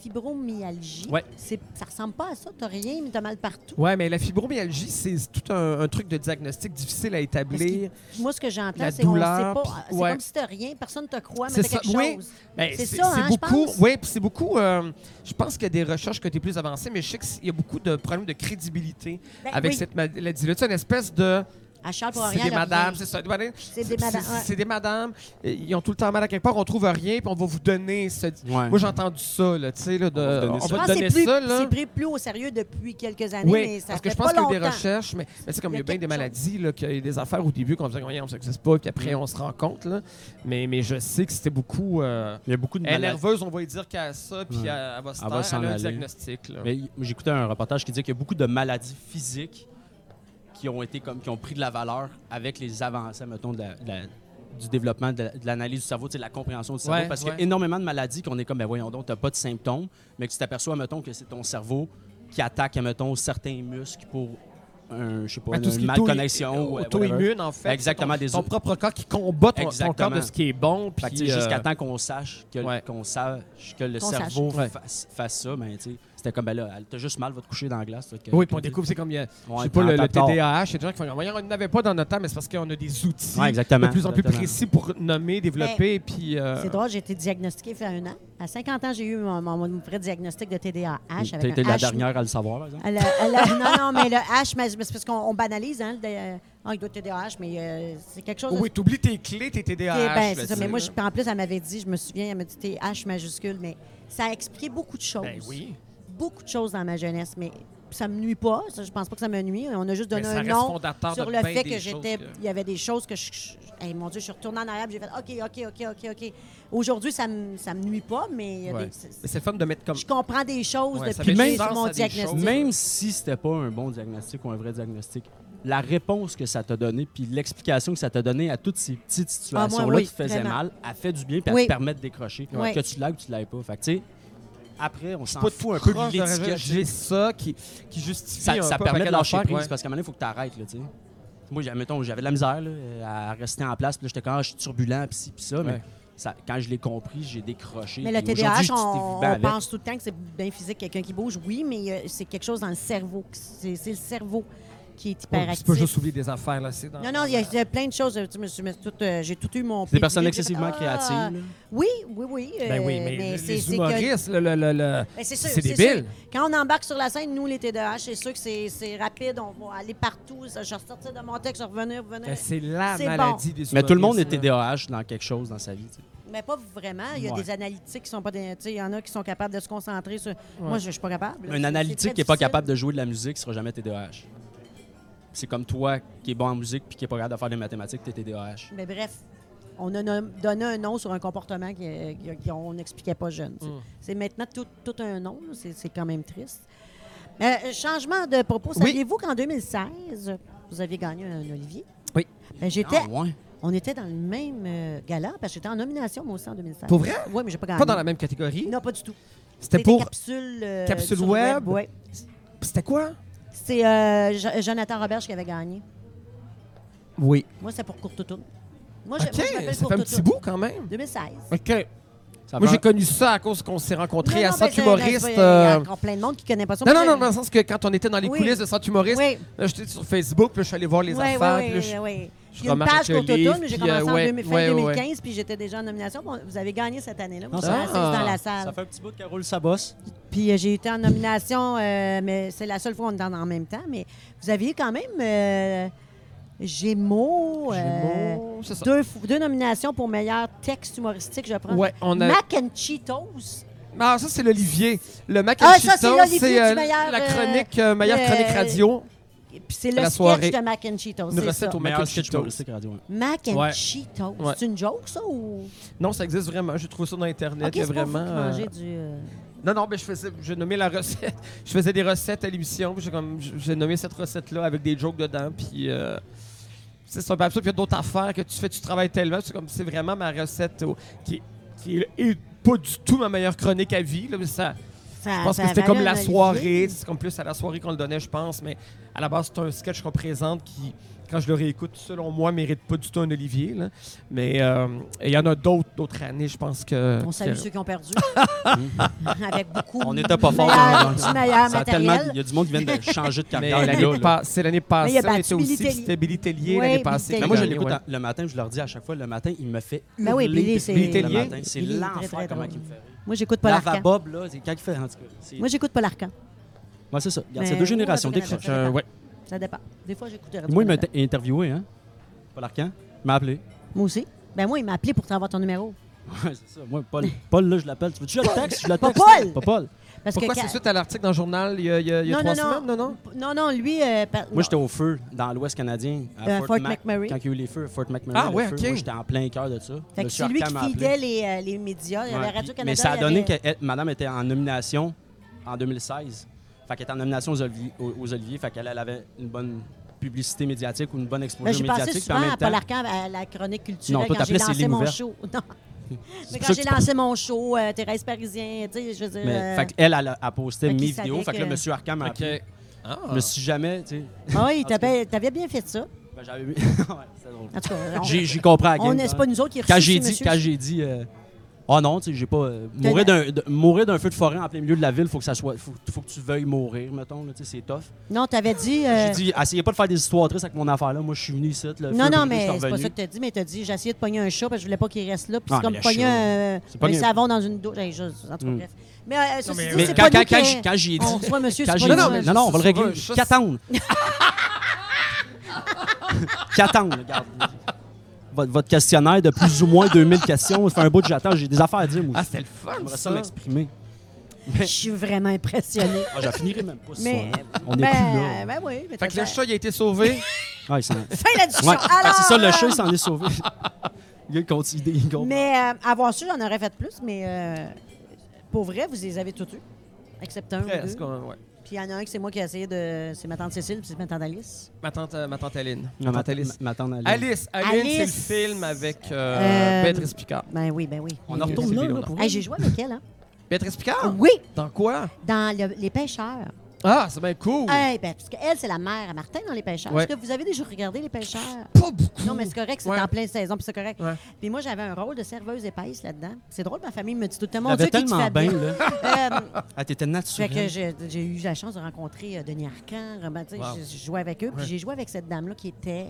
Speaker 1: fibromyalgie.
Speaker 2: Ouais.
Speaker 1: C'est- Ça ressemble pas à ça. T'as rien, mais t'as mal partout.
Speaker 2: Ouais, mais la fibromyalgie, c'est tout un, un truc de diagnostic difficile à établir.
Speaker 1: Moi, ce que j'entends,
Speaker 2: La
Speaker 1: c'est qu'on ne sait
Speaker 2: douleur,
Speaker 1: pas.
Speaker 2: puis-
Speaker 1: C'est
Speaker 2: ouais.
Speaker 1: comme si t'as rien. Personne ne te croit,
Speaker 2: C'est
Speaker 1: mais t'as
Speaker 2: ça,
Speaker 1: quelque
Speaker 2: oui.
Speaker 1: chose.
Speaker 2: Ben,
Speaker 1: C'est ça, hein, je
Speaker 2: beaucoup.
Speaker 1: pense.
Speaker 2: ouais, puis c'est beaucoup. euh, je pense qu'il y a des recherches qui ont été plus avancées, mais je sais qu'il y a beaucoup de problèmes de crédibilité
Speaker 1: Ben
Speaker 2: avec
Speaker 1: oui.
Speaker 2: cette maladie-là. C'est une espèce de
Speaker 1: À Charles pour
Speaker 2: C'est des madames, c'est ça. des madames.
Speaker 1: C'est des madames, hein.
Speaker 2: c'est-
Speaker 1: ouais.
Speaker 2: c'est des madames. Euh, Ils ont tout le temps mal à quelque part. On trouve rien, puis on va vous donner ce.
Speaker 3: Ouais.
Speaker 2: Moi, j'ai entendu ça, là, tu sais, là, de-
Speaker 3: On va vous donner
Speaker 2: on
Speaker 3: ça.
Speaker 1: Je
Speaker 2: va
Speaker 1: pense
Speaker 2: te
Speaker 1: que
Speaker 2: donner
Speaker 1: Ah, c'est plus-
Speaker 2: ça, là.
Speaker 1: C'est pris plus au sérieux depuis quelques années, mais
Speaker 2: Oui,
Speaker 1: ça
Speaker 2: parce
Speaker 1: se
Speaker 2: que
Speaker 1: fait
Speaker 2: je pense
Speaker 1: pas
Speaker 2: qu'il y a eu des
Speaker 1: longtemps.
Speaker 2: recherches, mais, mais c'est comme
Speaker 1: Il
Speaker 2: il
Speaker 1: y
Speaker 2: y
Speaker 1: a
Speaker 2: a bien des
Speaker 1: quelque
Speaker 2: maladies, là, qu'il y a des affaires au début qu'on faisait, voyons, ça n'existe pas, puis après,
Speaker 1: Mm.
Speaker 2: on se rend compte, là. Mais, mais je sais que c'était beaucoup. euh,
Speaker 3: Il y a beaucoup de
Speaker 2: Elle est
Speaker 3: maladies.
Speaker 2: nerveuse, on va lui dire qu'elle a ça, puis
Speaker 3: Ouais.
Speaker 2: elle, elle va se
Speaker 3: Elle va
Speaker 2: taire,
Speaker 3: s'en
Speaker 2: elle a un
Speaker 3: aller.
Speaker 2: diagnostic. Là.
Speaker 3: Mais il- j'écoutais un reportage qui disait qu'il y a beaucoup de maladies physiques qui ont été comme qui ont pris de la valeur avec les avancées, mettons, de la- de la- du développement de la- de l'analyse du cerveau, tu sais, de la compréhension du cerveau.
Speaker 2: Ouais,
Speaker 3: parce qu'il y
Speaker 2: ouais.
Speaker 3: a énormément de maladies qu'on est comme, ben voyons donc, t'as pas de symptômes, mais que tu t'aperçois, mettons, que c'est ton cerveau qui attaque, mettons, certains muscles pour un, je sais pas,
Speaker 2: Ben,
Speaker 3: une, une mal connexion. ou whatever.
Speaker 2: auto-immune, en fait.
Speaker 3: Exactement,
Speaker 2: C'est
Speaker 3: des
Speaker 2: ton, ton
Speaker 3: autres.
Speaker 2: propre corps qui combat ton, ton corps
Speaker 3: Exactement.
Speaker 2: de ce qui est bon.
Speaker 3: Fait que,
Speaker 2: Puis,
Speaker 3: tu sais,
Speaker 2: euh,
Speaker 3: jusqu'à temps qu'on sache que,
Speaker 2: ouais.
Speaker 3: qu'on sache que le
Speaker 1: Qu'on sache.
Speaker 3: cerveau
Speaker 2: Ouais.
Speaker 3: fasse, fasse ça, ben, tu sais, c'était comme, ben là, elle- t'as juste mal, va te coucher dans la glace. toi, que-
Speaker 2: Oui,
Speaker 3: que-
Speaker 2: puis on découvre, c'est comme, il y a,
Speaker 3: Ouais,
Speaker 2: je sais pas, le,
Speaker 3: t'as
Speaker 2: le
Speaker 3: tort.
Speaker 2: TDAH, il y a des gens qui font, voyons, on n'avait pas dans notre temps, mais c'est parce qu'on a des outils
Speaker 3: Ouais, exactement.
Speaker 2: de plus en plus
Speaker 3: Exactement.
Speaker 2: précis pour nommer, développer, puis... euh,
Speaker 1: C'est drôle, j'ai été diagnostiquée il y a un an. À 50 ans, j'ai eu mon, mon- mon vrai diagnostic de TDAH. avec
Speaker 3: T'as été
Speaker 1: un
Speaker 3: la
Speaker 1: H-
Speaker 3: dernière à le savoir, par exemple.
Speaker 1: à la- à la- non, non, mais le H, mais c'est parce qu'on on banalise, hein, le dé- ah, il doit être TDAH, mais euh, c'est quelque chose...
Speaker 2: Oui, t'oublies tes clés, tes TDAH.
Speaker 1: Qui est- ben,
Speaker 2: là,
Speaker 1: c'est ça,
Speaker 2: tu
Speaker 1: mais
Speaker 2: sais,
Speaker 1: moi,
Speaker 2: là.
Speaker 1: je- en plus, elle m'avait dit, je me souviens, elle m'a dit TH majuscule, mais ça a expliqué beaucoup de choses.
Speaker 2: Ben oui,
Speaker 1: Beaucoup de choses dans ma jeunesse, mais ça me nuit pas. ça, je pense pas que ça me nuit. On a juste
Speaker 2: mais
Speaker 1: donné
Speaker 2: ça
Speaker 1: un
Speaker 2: reste
Speaker 1: nom
Speaker 2: fondateur
Speaker 1: sur
Speaker 2: de
Speaker 1: le
Speaker 2: ben
Speaker 1: fait
Speaker 2: des
Speaker 1: que
Speaker 2: choses
Speaker 1: j'étais. Il y avait des choses que je. je- hey, mon Dieu, je suis retournée en arrière puis j'ai fait OK, OK, OK, OK, OK. Aujourd'hui, ça me ça me nuit pas, mais il y a
Speaker 2: Ouais.
Speaker 1: des- c'est-
Speaker 2: Mais c'est le fun de mettre comme...
Speaker 1: je comprends des choses
Speaker 2: Ouais, ça
Speaker 1: depuis
Speaker 2: fait
Speaker 1: que
Speaker 2: du
Speaker 1: j'ai
Speaker 2: sens
Speaker 1: mon
Speaker 2: à des
Speaker 1: diagnostic.
Speaker 2: choses.
Speaker 3: Euh, Même si c'était pas un bon diagnostic ou un vrai diagnostic, la réponse que ça t'a donnée, puis l'explication que ça t'a donnée à toutes ces petites
Speaker 1: Ah, moi,
Speaker 3: situations-là
Speaker 1: oui,
Speaker 3: qui te faisaient
Speaker 1: vraiment.
Speaker 3: mal, a fait du bien, puis elle
Speaker 1: Oui.
Speaker 3: te permet de décrocher.
Speaker 1: Oui.
Speaker 3: Que tu l'aies ou que tu l'aies pas. Fait que, tu sais, après, on s'en
Speaker 2: pas
Speaker 3: fout un peu de
Speaker 2: proche de la
Speaker 3: l'étiquette.
Speaker 2: réalité. J'ai ça qui, qui justifie
Speaker 3: Ça,
Speaker 2: un
Speaker 3: ça
Speaker 2: peu un
Speaker 3: permet de
Speaker 2: paquet
Speaker 3: lâcher
Speaker 2: d'affaires,
Speaker 3: prise,
Speaker 2: ouais.
Speaker 3: parce qu'à un moment donné, il faut que t'arrêtes, là, tu sais. Moi, j'ai- mettons, j'avais de la misère là, à rester en place, puis là, j'étais quand je suis turbulent, puis ci, puis ça, mais
Speaker 2: Ouais.
Speaker 3: ça- quand je l'ai compris, j'ai décroché.
Speaker 1: Mais le
Speaker 3: puis
Speaker 1: TDAH,
Speaker 3: aujourd'hui,
Speaker 1: on,
Speaker 3: j'étais vivant
Speaker 1: on
Speaker 3: avec.
Speaker 1: pense tout le temps que c'est bien physique, quelqu'un qui bouge, oui, mais euh, c'est quelque chose dans le cerveau. qui- C'est c'est le cerveau qui est
Speaker 2: Ouais,
Speaker 1: hyperactif.
Speaker 2: Tu peux juste oublier des affaires, là. c'est dans-
Speaker 1: Non, non, il y a- il y, a plein de choses. Tu me- je me suis toute, euh, J'ai tout eu mon.
Speaker 3: C'est des
Speaker 1: prix
Speaker 3: personnes
Speaker 1: de vie, j'ai fait,
Speaker 3: excessivement
Speaker 1: Ah!
Speaker 3: créatives. là.
Speaker 1: Oui, oui, oui. euh,
Speaker 2: Ben oui, mais, les-
Speaker 1: c'est-
Speaker 2: les
Speaker 1: c'est
Speaker 2: humoristes, le- le- le- le-
Speaker 1: que- Ben, c'est sûr,
Speaker 2: c'est
Speaker 1: sûr.
Speaker 2: débile.
Speaker 1: Quand on embarque sur la scène, nous, les TDAH, c'est sûr que c'est c'est rapide. On va aller partout. ça, Je vais ressortir de mon texte, je vais revenir, revenir.
Speaker 2: Ben, C'est la
Speaker 1: C'est bon.
Speaker 2: maladie des humoristes.
Speaker 3: Mais tout le monde est
Speaker 2: là.
Speaker 3: TDAH dans quelque chose dans sa vie. tu sais.
Speaker 1: Mais pas vraiment. Il y a
Speaker 3: Ouais.
Speaker 1: des analytiques qui sont pas. des- tu sais, Il y en a qui sont capables de se concentrer sur. Moi, je, je suis pas capable.
Speaker 3: Un analytique qui n'est pas capable de jouer de la musique sera jamais TDAH. C'est comme toi qui est bon en musique puis qui n'est pas capable de faire des mathématiques, t'es TDAH.
Speaker 1: Mais bref, on a nom- donné un nom sur un comportement euh, qu'on n'expliquait pas jeune. tu sais.
Speaker 2: Mm.
Speaker 1: C'est maintenant tout, tout un nom. là. C'est c'est quand même triste. Mais, euh, changement de propos.
Speaker 2: Oui.
Speaker 1: Saviez-vous qu'en 2016, vous aviez gagné un Olivier?
Speaker 2: Oui.
Speaker 1: Ben, j'étais,
Speaker 3: Ah, ouais.
Speaker 1: on était dans le même euh, gala, parce que j'étais en nomination, moi aussi, en 2016.
Speaker 2: Pour vrai?
Speaker 1: Oui, mais j'ai pas gagné.
Speaker 2: Pas dans la même catégorie.
Speaker 1: Non, pas du tout.
Speaker 2: C'était pour.
Speaker 1: Capsule, euh,
Speaker 2: Capsule web.
Speaker 1: ouais.
Speaker 2: C'était quoi?
Speaker 1: C'est euh, Jo- Jonathan Roberge qui avait gagné.
Speaker 2: Oui.
Speaker 1: Moi, c'était pour Courtoutoune. Moi,
Speaker 2: OK,
Speaker 1: je, moi, je m'appelle
Speaker 2: ça fait un petit
Speaker 1: Courtoutoune.
Speaker 2: bout quand même.
Speaker 1: 2016.
Speaker 2: OK.
Speaker 3: Ça
Speaker 2: Moi,
Speaker 3: prend-
Speaker 2: j'ai connu ça à cause qu'on s'est rencontrés
Speaker 1: Non,
Speaker 2: à
Speaker 1: non,
Speaker 2: Centre
Speaker 1: ben, c'est-
Speaker 2: Humoriste.
Speaker 1: ben, c'est-
Speaker 2: euh,
Speaker 1: Il y a encore plein de monde qui connaît pas ça.
Speaker 2: Non,
Speaker 1: Moi,
Speaker 2: non, non,
Speaker 1: je-
Speaker 2: dans le sens que quand on était dans les
Speaker 1: Oui.
Speaker 2: coulisses de Centre Humoriste,
Speaker 1: Oui.
Speaker 2: là, j'étais sur Facebook, puis je suis allé voir les
Speaker 1: Oui,
Speaker 2: affaires.
Speaker 1: oui,
Speaker 2: puis là,
Speaker 1: oui,
Speaker 2: je-
Speaker 1: oui.
Speaker 2: je
Speaker 1: Il y a une
Speaker 2: remarque
Speaker 1: page
Speaker 2: quelques livres,
Speaker 1: Courtoutoune, mais j'ai
Speaker 2: puis, euh,
Speaker 1: commencé en
Speaker 2: ouais,
Speaker 1: deux- fin
Speaker 2: ouais, ouais,
Speaker 1: 2015, puis j'étais déjà en nomination. Bon, vous avez gagné cette année-là. Moi, je
Speaker 3: Non,
Speaker 1: suis
Speaker 2: ça-
Speaker 1: assise dans la
Speaker 3: Ça
Speaker 1: salle.
Speaker 3: fait un petit bout de Carole Sabos.
Speaker 1: Puis euh, j'ai été en nomination, euh, mais c'est la seule fois qu'on est en, en même temps. Mais vous aviez quand même euh, Gémeaux, euh,
Speaker 2: Gémeaux, c'est ça.
Speaker 1: deux, fou- deux nominations pour meilleur texte humoristique, je prends.
Speaker 2: Ouais, on a.
Speaker 1: Mac and Cheetos.
Speaker 2: Ah, ça, c'est l'Olivier. Le Mac
Speaker 1: Ah,
Speaker 2: and
Speaker 1: ça, c'est
Speaker 2: Cheetos,
Speaker 1: l'Olivier du
Speaker 2: euh,
Speaker 1: meilleur,
Speaker 2: la
Speaker 1: euh,
Speaker 2: chronique, euh, meilleure
Speaker 1: euh,
Speaker 2: chronique radio.
Speaker 1: Puis c'est le
Speaker 2: La
Speaker 1: sketch
Speaker 2: soirée.
Speaker 1: de Mac and Cheetos.
Speaker 2: Une
Speaker 1: c'est
Speaker 2: recette
Speaker 1: ça.
Speaker 2: au mac
Speaker 3: Meilleur
Speaker 2: and
Speaker 3: sketch
Speaker 2: Cheetos.
Speaker 3: humoristique radio. ouais.
Speaker 1: Mac and
Speaker 2: Ouais.
Speaker 1: Cheetos.
Speaker 2: Ouais.
Speaker 1: C'est une joke, ça? Ou...
Speaker 2: Non, ça existe vraiment. J'ai trouvé ça dans Internet.
Speaker 1: Ok,
Speaker 2: Il y a
Speaker 1: c'est pas vous
Speaker 2: vraiment.
Speaker 1: qui
Speaker 2: euh,
Speaker 1: mangez du. euh,
Speaker 2: Non, non, mais je faisais, je nommais la recette. Je faisais des recettes à l'émission. puis J'ai comme, j'ai nommé cette recette-là avec des jokes dedans. Puis euh, c'est ça. Puis après ça, puis il y a d'autres affaires que tu fais. Tu travailles tellement. C'est comme, c'est vraiment ma recette au- qui, qui est, est pas du tout ma meilleure chronique à vie. là, mais ça,
Speaker 1: ça-
Speaker 2: je pense
Speaker 1: ça
Speaker 2: que c'était
Speaker 1: valait
Speaker 2: comme
Speaker 1: un
Speaker 2: la
Speaker 1: Olivier.
Speaker 2: soirée. C'est comme plus à la soirée qu'on le donnait, je pense. Mais à la base, c'est un sketch qu'on présente qui, quand je le réécoute, selon moi, mérite pas du tout un Olivier. là. Mais euh, et il y en a d'autres, d'autres années, je pense que.
Speaker 1: On salue
Speaker 2: euh, que-
Speaker 1: ceux qui ont perdu. Avec beaucoup.
Speaker 3: On n'était pas fort.
Speaker 2: hein.
Speaker 1: meilleur-
Speaker 3: dans-
Speaker 1: du meilleur
Speaker 3: Ça a
Speaker 1: matériel.
Speaker 3: tellement- Il y a du monde qui vient de changer de
Speaker 2: Mais
Speaker 3: carrière. les gars,
Speaker 2: l'année
Speaker 3: là.
Speaker 2: pas- c'est l'année
Speaker 1: Mais il
Speaker 2: passée,
Speaker 1: a battu
Speaker 2: c'était aussi, puis
Speaker 1: Billy
Speaker 2: c'était Billy Tellier
Speaker 1: Oui,
Speaker 2: l'année
Speaker 1: Billy
Speaker 2: passée.
Speaker 1: Tellier.
Speaker 3: Mais
Speaker 2: qui
Speaker 3: moi, je
Speaker 2: gagnait,
Speaker 3: l'écoute
Speaker 2: ouais.
Speaker 3: en- le matin, je leur dis à chaque fois, le matin, il me fait hurler.
Speaker 1: Ben oui, Billy,
Speaker 3: Billy
Speaker 1: c'est-
Speaker 2: Tellier.
Speaker 3: le matin. C'est
Speaker 1: Billy est très, très
Speaker 3: l'enfer comment
Speaker 1: drôle.
Speaker 3: il me fait rire.
Speaker 1: Moi, j'écoute pas l'arcan.
Speaker 3: Lavabob, là, c'est quand il fait, en tout cas. c'est-
Speaker 1: Moi, j'écoute pas l'arcan.
Speaker 3: Moi, c'est ça. Regarde,
Speaker 1: Mais
Speaker 3: c'est deux
Speaker 1: on
Speaker 3: générations
Speaker 1: reconnaît
Speaker 3: d'écran.
Speaker 1: ça.
Speaker 2: Euh, ouais.
Speaker 1: Ça dépend. Des fois, j'écoute Radio
Speaker 5: Moi, il m'a
Speaker 1: Canada.
Speaker 5: inter- interviewé, hein? Paul Arcan. Il m'a appelé.
Speaker 1: Moi aussi. Ben moi, il m'a appelé pour savoir ton numéro.
Speaker 5: Ouais, c'est ça. Moi, Paul, Paul là, je l'appelle. Tu veux-tu que je le texte? Je le
Speaker 1: Pas
Speaker 5: texte.
Speaker 1: Paul!
Speaker 5: Pas Paul.
Speaker 1: Parce
Speaker 2: Pourquoi
Speaker 1: que
Speaker 2: c'est suite à l'article dans le journal il y a, il y a- il y a trois semaines? Non, non.
Speaker 1: non, non, lui. euh, par-
Speaker 3: Moi,
Speaker 1: non.
Speaker 3: j'étais au feu dans l'Ouest canadien, à
Speaker 1: Euh,
Speaker 3: Fort,
Speaker 1: Fort
Speaker 3: Mac,
Speaker 1: McMurray.
Speaker 3: Quand il y a eu les feux, à Fort McMurray.
Speaker 2: Ah,
Speaker 3: le
Speaker 2: ouais,
Speaker 3: feu.
Speaker 2: ok.
Speaker 3: Moi, j'étais en plein cœur de ça.
Speaker 1: Fait que
Speaker 3: Monsieur
Speaker 1: c'est lui
Speaker 3: Arcand
Speaker 1: qui
Speaker 3: m'a appelé.
Speaker 1: fidait les, euh, les médias. Il y
Speaker 3: Ouais,
Speaker 1: avait
Speaker 3: puis-
Speaker 1: Radio-Canada.
Speaker 3: Mais ça a
Speaker 1: il y
Speaker 3: donné
Speaker 1: avait-
Speaker 3: que elle- madame était en nomination en 2016. Fait qu'elle était en nomination aux Oliviers. Aux, aux Oliviers, fait qu'elle elle avait une bonne publicité médiatique ou une bonne
Speaker 1: Ben,
Speaker 3: exposition
Speaker 1: j'ai passé
Speaker 3: médiatique. puis en
Speaker 1: souvent
Speaker 3: même
Speaker 1: à
Speaker 3: temps,
Speaker 1: Paul Arcand à la chronique culturelle
Speaker 3: Non, toi,
Speaker 1: quand j'ai
Speaker 3: t'appelais
Speaker 1: lancé
Speaker 3: Céline
Speaker 1: mon
Speaker 3: Ouverte.
Speaker 1: show. Non. Mais
Speaker 3: pour
Speaker 1: quand
Speaker 3: ça que
Speaker 1: j'ai
Speaker 3: tu parles-
Speaker 1: lancé mon show, euh, Thérèse Parisien, tu sais, je veux dire.
Speaker 3: mais,
Speaker 1: euh,
Speaker 3: fait qu'elle, elle a, a posté
Speaker 1: fait
Speaker 3: mes
Speaker 1: qu'il savait
Speaker 3: vidéos. Fait que là,
Speaker 1: que-
Speaker 3: monsieur Arkham m'a
Speaker 2: OK.
Speaker 3: appelé.
Speaker 2: Ah.
Speaker 3: Je me suis jamais, tu sais,
Speaker 1: ah oui, t'avais t'avais bien fait ça.
Speaker 3: ben, j'avais... ouais, c'était drôle.
Speaker 1: En tout cas, on-
Speaker 3: J'ai, j'y comprends la
Speaker 1: on
Speaker 3: game,
Speaker 1: n'est
Speaker 3: hein.
Speaker 1: pas nous autres qui
Speaker 3: Quand
Speaker 1: reçus,
Speaker 3: j'ai
Speaker 1: c'est
Speaker 3: dit,
Speaker 1: monsieur.
Speaker 3: quand j'ai dit, euh, oh non, tu sais, j'ai pas euh,
Speaker 1: T'as-
Speaker 3: mourir d'un, de- mourir d'un feu de forêt en plein milieu de la ville, faut que ça soit, faut, faut que tu veuilles mourir, mettons, là, tu sais, c'est tough.
Speaker 1: Non, t'avais dit. euh,
Speaker 3: J'ai dit, essayez pas de faire des histoires tristes avec mon affaire là. Moi, je suis venu ici.
Speaker 1: Non,
Speaker 3: Là, feu
Speaker 1: non,
Speaker 3: brûlé, je
Speaker 1: mais
Speaker 3: suis
Speaker 1: c'est pas
Speaker 3: revenu.
Speaker 1: ça que t'as dit, mais t'as dit j'ai essayé de pogner un chat parce que je voulais pas qu'il reste là. Puis
Speaker 3: Ah,
Speaker 1: c'est comme
Speaker 3: mais le
Speaker 1: pogner
Speaker 3: chat,
Speaker 1: un,
Speaker 3: c'est
Speaker 1: un
Speaker 3: pogné-
Speaker 1: savon dans une douche. Hey, je- en tout cas,
Speaker 3: Mm.
Speaker 1: bref. Mais euh, ceci
Speaker 2: mais-
Speaker 1: dit,
Speaker 3: Mais
Speaker 1: c'est
Speaker 3: quand,
Speaker 1: pas
Speaker 3: quand,
Speaker 1: nous
Speaker 3: quand,
Speaker 1: qui-
Speaker 3: j'ai- quand j'ai dit,
Speaker 1: on reçoit monsieur,
Speaker 3: quand
Speaker 1: c'est
Speaker 3: j'ai
Speaker 1: pas
Speaker 3: dit-
Speaker 1: nous,
Speaker 3: non,
Speaker 1: euh,
Speaker 3: non, on va le
Speaker 2: je-
Speaker 3: régler.
Speaker 2: je-
Speaker 3: Qu'attendre? Qu'attendre, regarde. Votre, votre questionnaire de plus ou moins 2000 questions, ça fait un bout que j'attends, j'ai des affaires à dire, moi.
Speaker 2: Ah,
Speaker 3: aussi.
Speaker 2: c'était le fun,
Speaker 3: J'aimerais ça
Speaker 2: ça.
Speaker 3: m'exprimer.
Speaker 1: Je suis vraiment impressionnée.
Speaker 3: Ah, j'en finirai même pas ce
Speaker 1: Mais,
Speaker 3: soir. On n'est
Speaker 1: ben,
Speaker 3: plus là.
Speaker 1: ben oui, mais
Speaker 2: Fait que
Speaker 1: t'as-
Speaker 2: le chat, il a été sauvé.
Speaker 3: Ah, il s'en-
Speaker 1: Fin la discussion.
Speaker 3: Ouais. Ah, c'est ça, le
Speaker 1: Alors,
Speaker 3: chat, il s'en est sauvé. Le gars, il continue, il compte.
Speaker 1: Mais euh, avoir su, j'en aurais fait plus, mais euh, pour vrai, vous les avez tous eus. Excepté un ou deux.
Speaker 2: Presque, ouais.
Speaker 1: Puis il y en a un que c'est moi qui ai essayé de. C'est ma tante Cécile, puis c'est ma tante Alice.
Speaker 2: Ma tante, euh, ma tante Aline.
Speaker 3: Non, ma-
Speaker 2: Tante Alice.
Speaker 3: ma tante Alice.
Speaker 2: Alice, Aline,
Speaker 1: Alice.
Speaker 2: c'est le film avec euh,
Speaker 1: Euh,
Speaker 2: Béatrice Picard.
Speaker 1: Ben oui, ben oui.
Speaker 3: On en
Speaker 1: Mais-
Speaker 3: retourne là,
Speaker 2: c'est
Speaker 3: là,
Speaker 2: bien,
Speaker 3: pour
Speaker 1: Hey, J'ai joué avec elle, hein?
Speaker 2: Béatrice Picard?
Speaker 1: Oui!
Speaker 2: Dans quoi?
Speaker 1: Dans le- Les Pêcheurs.
Speaker 2: Ah, c'est bien cool.
Speaker 1: Hey, ben, parce qu'elle, c'est la mère à Martin dans Les Pêcheurs.
Speaker 2: Ouais.
Speaker 1: Est-ce que vous avez déjà regardé Les Pêcheurs?
Speaker 2: Pas beaucoup.
Speaker 1: Non, mais c'est correct, c'est
Speaker 2: Ouais.
Speaker 1: en pleine saison, puis c'est correct.
Speaker 2: Ouais.
Speaker 1: Puis moi, j'avais un rôle de serveuse épaisse là-dedans. C'est drôle, ma famille me dit tout le temps,
Speaker 3: Elle
Speaker 1: mon
Speaker 3: avait
Speaker 1: Dieu, qui te
Speaker 3: tellement
Speaker 1: fait
Speaker 3: bien,
Speaker 1: bien.
Speaker 3: là.
Speaker 1: Euh,
Speaker 3: Ah, t'étais
Speaker 1: Fait que
Speaker 3: naturel.
Speaker 1: j'ai j'ai eu la chance de rencontrer euh, Denis Arcand, Robin, tu sais,
Speaker 2: Wow.
Speaker 1: j'ai- j'ai joué avec eux, puis
Speaker 2: Ouais.
Speaker 1: j'ai joué avec cette dame-là qui était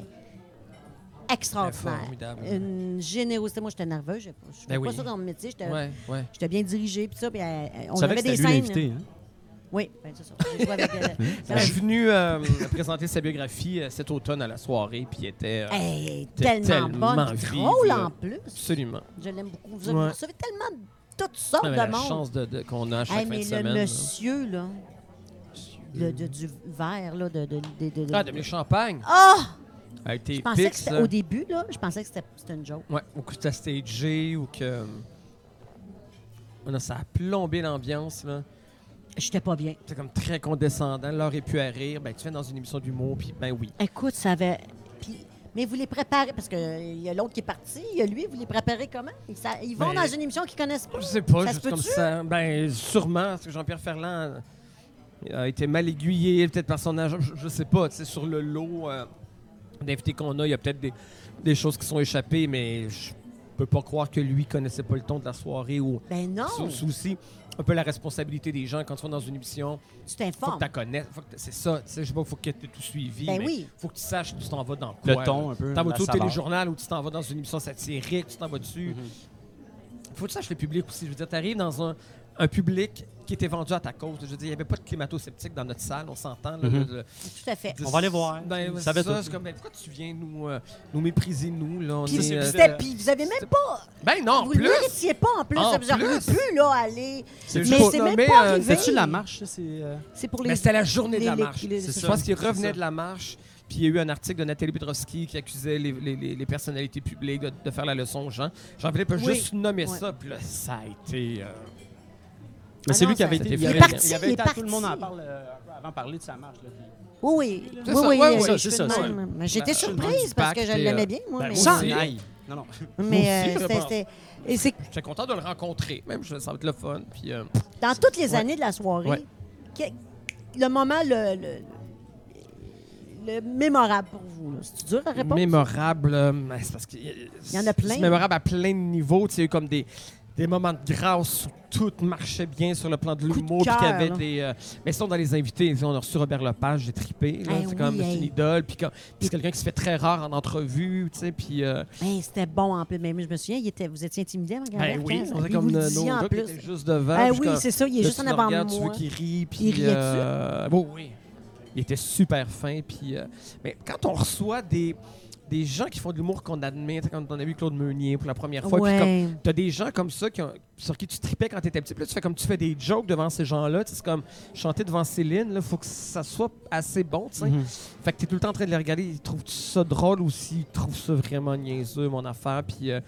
Speaker 1: extraordinaire.
Speaker 2: Formidable.
Speaker 1: Une générosité. Moi, j'étais nerveuse. Je ne suis
Speaker 2: Ben
Speaker 1: pas
Speaker 2: oui.
Speaker 1: ça dans mon métier. J'étais
Speaker 2: Ouais, ouais.
Speaker 1: j'étais bien dirigée, puis ça. Puis, euh, on
Speaker 3: Tu savais
Speaker 1: avait
Speaker 3: que
Speaker 1: des
Speaker 3: c'était lui
Speaker 1: scènes.
Speaker 3: l'invité, hein?
Speaker 1: Oui, ben, c'est ça. J'ai joué avec. euh, ça
Speaker 2: Elle
Speaker 1: va-
Speaker 2: est venue euh, présenter sa biographie euh, cet automne à la soirée, puis elle était euh,
Speaker 1: Hey, elle est
Speaker 2: T'es
Speaker 1: tellement,
Speaker 2: tellement
Speaker 1: bonne.
Speaker 2: vive,
Speaker 1: Drôle
Speaker 2: là.
Speaker 1: en plus.
Speaker 2: absolument.
Speaker 1: Je l'aime beaucoup. Vous
Speaker 2: Ouais.
Speaker 1: recevez tellement de toutes sortes
Speaker 2: Elle avait
Speaker 1: de
Speaker 2: la
Speaker 1: monde.
Speaker 2: chance de, de- qu'on a à chaque
Speaker 1: Hey,
Speaker 2: fin
Speaker 1: mais
Speaker 2: de
Speaker 1: le
Speaker 2: semaine. là.
Speaker 1: monsieur, là, le- de- du verre, là, de. de, de, de- de-
Speaker 2: Ah, Dominique Champagne.
Speaker 1: Ah!
Speaker 2: Elle a été
Speaker 1: Je pensais que
Speaker 2: pix,
Speaker 1: c'était
Speaker 2: là.
Speaker 1: au début, là, je pensais que c'était c'était une joke.
Speaker 2: Ouais, ou que c'était stagé, ou que... Oh non, ça a plombé l'ambiance, là.
Speaker 1: J'étais pas bien.
Speaker 2: C'est comme très condescendant. L'heure est plus à rire. Ben, tu viens dans une émission d'humour, puis ben oui.
Speaker 1: Écoute, ça avait. Puis, mais vous les préparez, parce qu'il y a l'autre qui est parti, il y a lui, vous les préparez comment? Ils, sa- ils vont
Speaker 2: Ben,
Speaker 1: dans une émission qu'ils connaissent pas.
Speaker 2: Je sais pas,
Speaker 1: Ça se
Speaker 2: juste comme
Speaker 1: peut-tu?
Speaker 2: ça. Ben, sûrement, parce que Jean-Pierre Ferland euh, a été mal aiguillé, peut-être par son agent, je, je sais pas. Tu sais, sur le lot euh, d'invités qu'on a, il y a peut-être des, des choses qui sont échappées, mais je peux pas croire que lui connaissait pas le ton de la soirée ou
Speaker 1: Ben non,
Speaker 2: sou- souci. Un peu la responsabilité des gens quand tu vas dans une émission,
Speaker 1: tu
Speaker 2: faut que
Speaker 1: t'informes.
Speaker 2: tu connaisses, faut que t'a- c'est ça, tu sais, je sais pas, faut que tu tout suivi,
Speaker 1: Ben
Speaker 2: mais
Speaker 1: oui.
Speaker 2: faut que tu saches tu t'en vas dans
Speaker 3: Le
Speaker 2: quoi. là.
Speaker 3: ton, un peu. la
Speaker 2: T'en vas-tu au
Speaker 3: saveur.
Speaker 2: téléjournal ou tu t'en vas dans une émission satirique, tu t'en vas dessus.
Speaker 3: Mm-hmm.
Speaker 2: Faut que tu saches le public aussi. Je veux dire, t'arrives dans un, un public qui était vendu à ta cause. Je veux dire, il n'y avait pas de climato-sceptique dans notre salle, on s'entend. là,
Speaker 3: Mhm.
Speaker 2: de- de-
Speaker 1: Tout à fait.
Speaker 2: de-
Speaker 5: On va aller voir.
Speaker 2: Ben,
Speaker 5: Vous
Speaker 2: c'est
Speaker 5: savez
Speaker 2: ça,
Speaker 5: tout.
Speaker 2: c'est comme, ben, pourquoi tu viens nous, euh, nous mépriser, nous? Là, on
Speaker 1: Puis,
Speaker 2: est,
Speaker 1: puis
Speaker 2: euh,
Speaker 1: c'était- puis vous avez même pas.
Speaker 2: Ben non,
Speaker 1: vous
Speaker 2: plus!
Speaker 1: le méritiez pas en plus.
Speaker 2: En
Speaker 1: ça vous aurait
Speaker 2: plus.
Speaker 1: pu, là, aller.
Speaker 2: C'est
Speaker 1: Mais
Speaker 2: juste
Speaker 1: c'est
Speaker 2: pour
Speaker 1: même
Speaker 2: nommer,
Speaker 1: pas
Speaker 2: euh,
Speaker 1: arrivé.
Speaker 3: Sais-tu la marche, ça, c'est. euh,
Speaker 1: C'est pour les.
Speaker 2: Mais c'était la journée de
Speaker 1: les-
Speaker 2: la
Speaker 1: les-
Speaker 2: marche.
Speaker 1: les-
Speaker 3: C'est
Speaker 2: Je
Speaker 3: ça.
Speaker 2: pense qu'il
Speaker 3: C'est
Speaker 2: revenait
Speaker 3: ça.
Speaker 2: de la marche, puis il y a eu un article de Nathalie Petrovski qui accusait les, les- les- les personnalités publiques de, de faire la leçon aux gens. Jean-Philippe a
Speaker 1: Oui.
Speaker 2: juste nommer
Speaker 1: Ouais.
Speaker 2: ça, puis là, ça a été... euh,
Speaker 3: Mais c'est
Speaker 1: non,
Speaker 3: lui qui
Speaker 1: ça-
Speaker 3: avait été.
Speaker 2: Il est
Speaker 3: avait-
Speaker 1: parti,
Speaker 3: il avait
Speaker 1: il est
Speaker 3: été à tout le monde en
Speaker 1: parti.
Speaker 3: parle euh, un peu avant de parler de sa marche. là, puis-
Speaker 1: Oui, oui.
Speaker 2: C'est
Speaker 1: Oui,
Speaker 2: ça,
Speaker 1: oui,
Speaker 2: ouais,
Speaker 1: euh,
Speaker 2: ouais,
Speaker 1: je
Speaker 2: c'est
Speaker 1: suis
Speaker 2: ça,
Speaker 1: de
Speaker 2: ça.
Speaker 1: même. Mais J'étais
Speaker 2: Marche,
Speaker 1: surprise
Speaker 2: du
Speaker 1: parce que
Speaker 2: pacte
Speaker 1: je
Speaker 2: et,
Speaker 1: l'aimais
Speaker 2: euh,
Speaker 1: bien, moi.
Speaker 2: ben,
Speaker 1: mais-
Speaker 2: moi
Speaker 3: Sans
Speaker 2: aussi.
Speaker 3: aille. Ah, Non, non.
Speaker 1: Mais
Speaker 2: Moi aussi,
Speaker 1: euh,
Speaker 2: là,
Speaker 1: c'était- c'était- et c'est
Speaker 2: J'étais content de le rencontrer, même, je- ça va être le fun. Puis, euh,
Speaker 1: Dans toutes les
Speaker 2: Ouais.
Speaker 1: années de la soirée,
Speaker 2: Ouais.
Speaker 1: que- le moment le, le- le- le mémorable pour vous, là. c'est dur à répondre.
Speaker 2: mémorable, euh, ben, c'est parce qu'il
Speaker 1: y en a plein.
Speaker 2: C'est mémorable à plein de niveaux. Tu sais, il y a eu comme des, des moments de grâce où tout marchait bien sur le plan de
Speaker 1: de
Speaker 2: l'humour, puis qu'il y
Speaker 1: cœur,
Speaker 2: avait
Speaker 1: là.
Speaker 2: des. euh, mais sinon, dans les invités, on a reçu Robert Lepage, j'ai trippé. là.
Speaker 1: Eh
Speaker 2: c'est
Speaker 1: oui,
Speaker 2: comme c'est
Speaker 1: hey.
Speaker 2: une idole, puis quand- puis c'est quelqu'un qui se fait très rare en entrevue, tu sais, puis. euh,
Speaker 1: Hey, Ben, c'était bon en plus. Mais je me souviens, il était, vous étiez intimidé avant qu'il
Speaker 2: ben
Speaker 1: arrive,
Speaker 2: oui,
Speaker 1: hein?
Speaker 2: on faisait
Speaker 1: Puis
Speaker 2: comme
Speaker 1: vous le
Speaker 2: nos
Speaker 1: disiez
Speaker 2: nos
Speaker 1: en
Speaker 2: gars qui
Speaker 1: plus.
Speaker 2: étaient juste devant.
Speaker 1: Ah
Speaker 2: puis
Speaker 1: oui,
Speaker 2: comme-
Speaker 1: c'est ça, il est
Speaker 2: Là,
Speaker 1: juste
Speaker 2: tu
Speaker 1: en
Speaker 2: le
Speaker 1: avant de
Speaker 2: regardes, Tu
Speaker 1: moi.
Speaker 2: veux qu'il rie, puis.
Speaker 1: Il riait-tu?
Speaker 2: euh, bon, oui. Il était super fin. Puis, euh, mais quand on reçoit des, des gens qui font de l'humour qu'on admet, tu sais, quand on a vu Claude Meunier pour la première fois, puis comme-
Speaker 1: Ouais.
Speaker 2: T'as des gens comme ça qui ont- sur qui tu tripais quand t'étais petit. Puis là, tu fais comme tu fais des jokes devant ces gens-là. Tu sais, C'est comme chanter devant Céline. Il faut que ça soit assez bon. tu sais.
Speaker 1: Mhm.
Speaker 2: Fait que t'es tout le temps en train de les regarder. Ils trouvent ça drôle aussi. Ils trouvent ça vraiment niaiseux, mon affaire. Puis euh,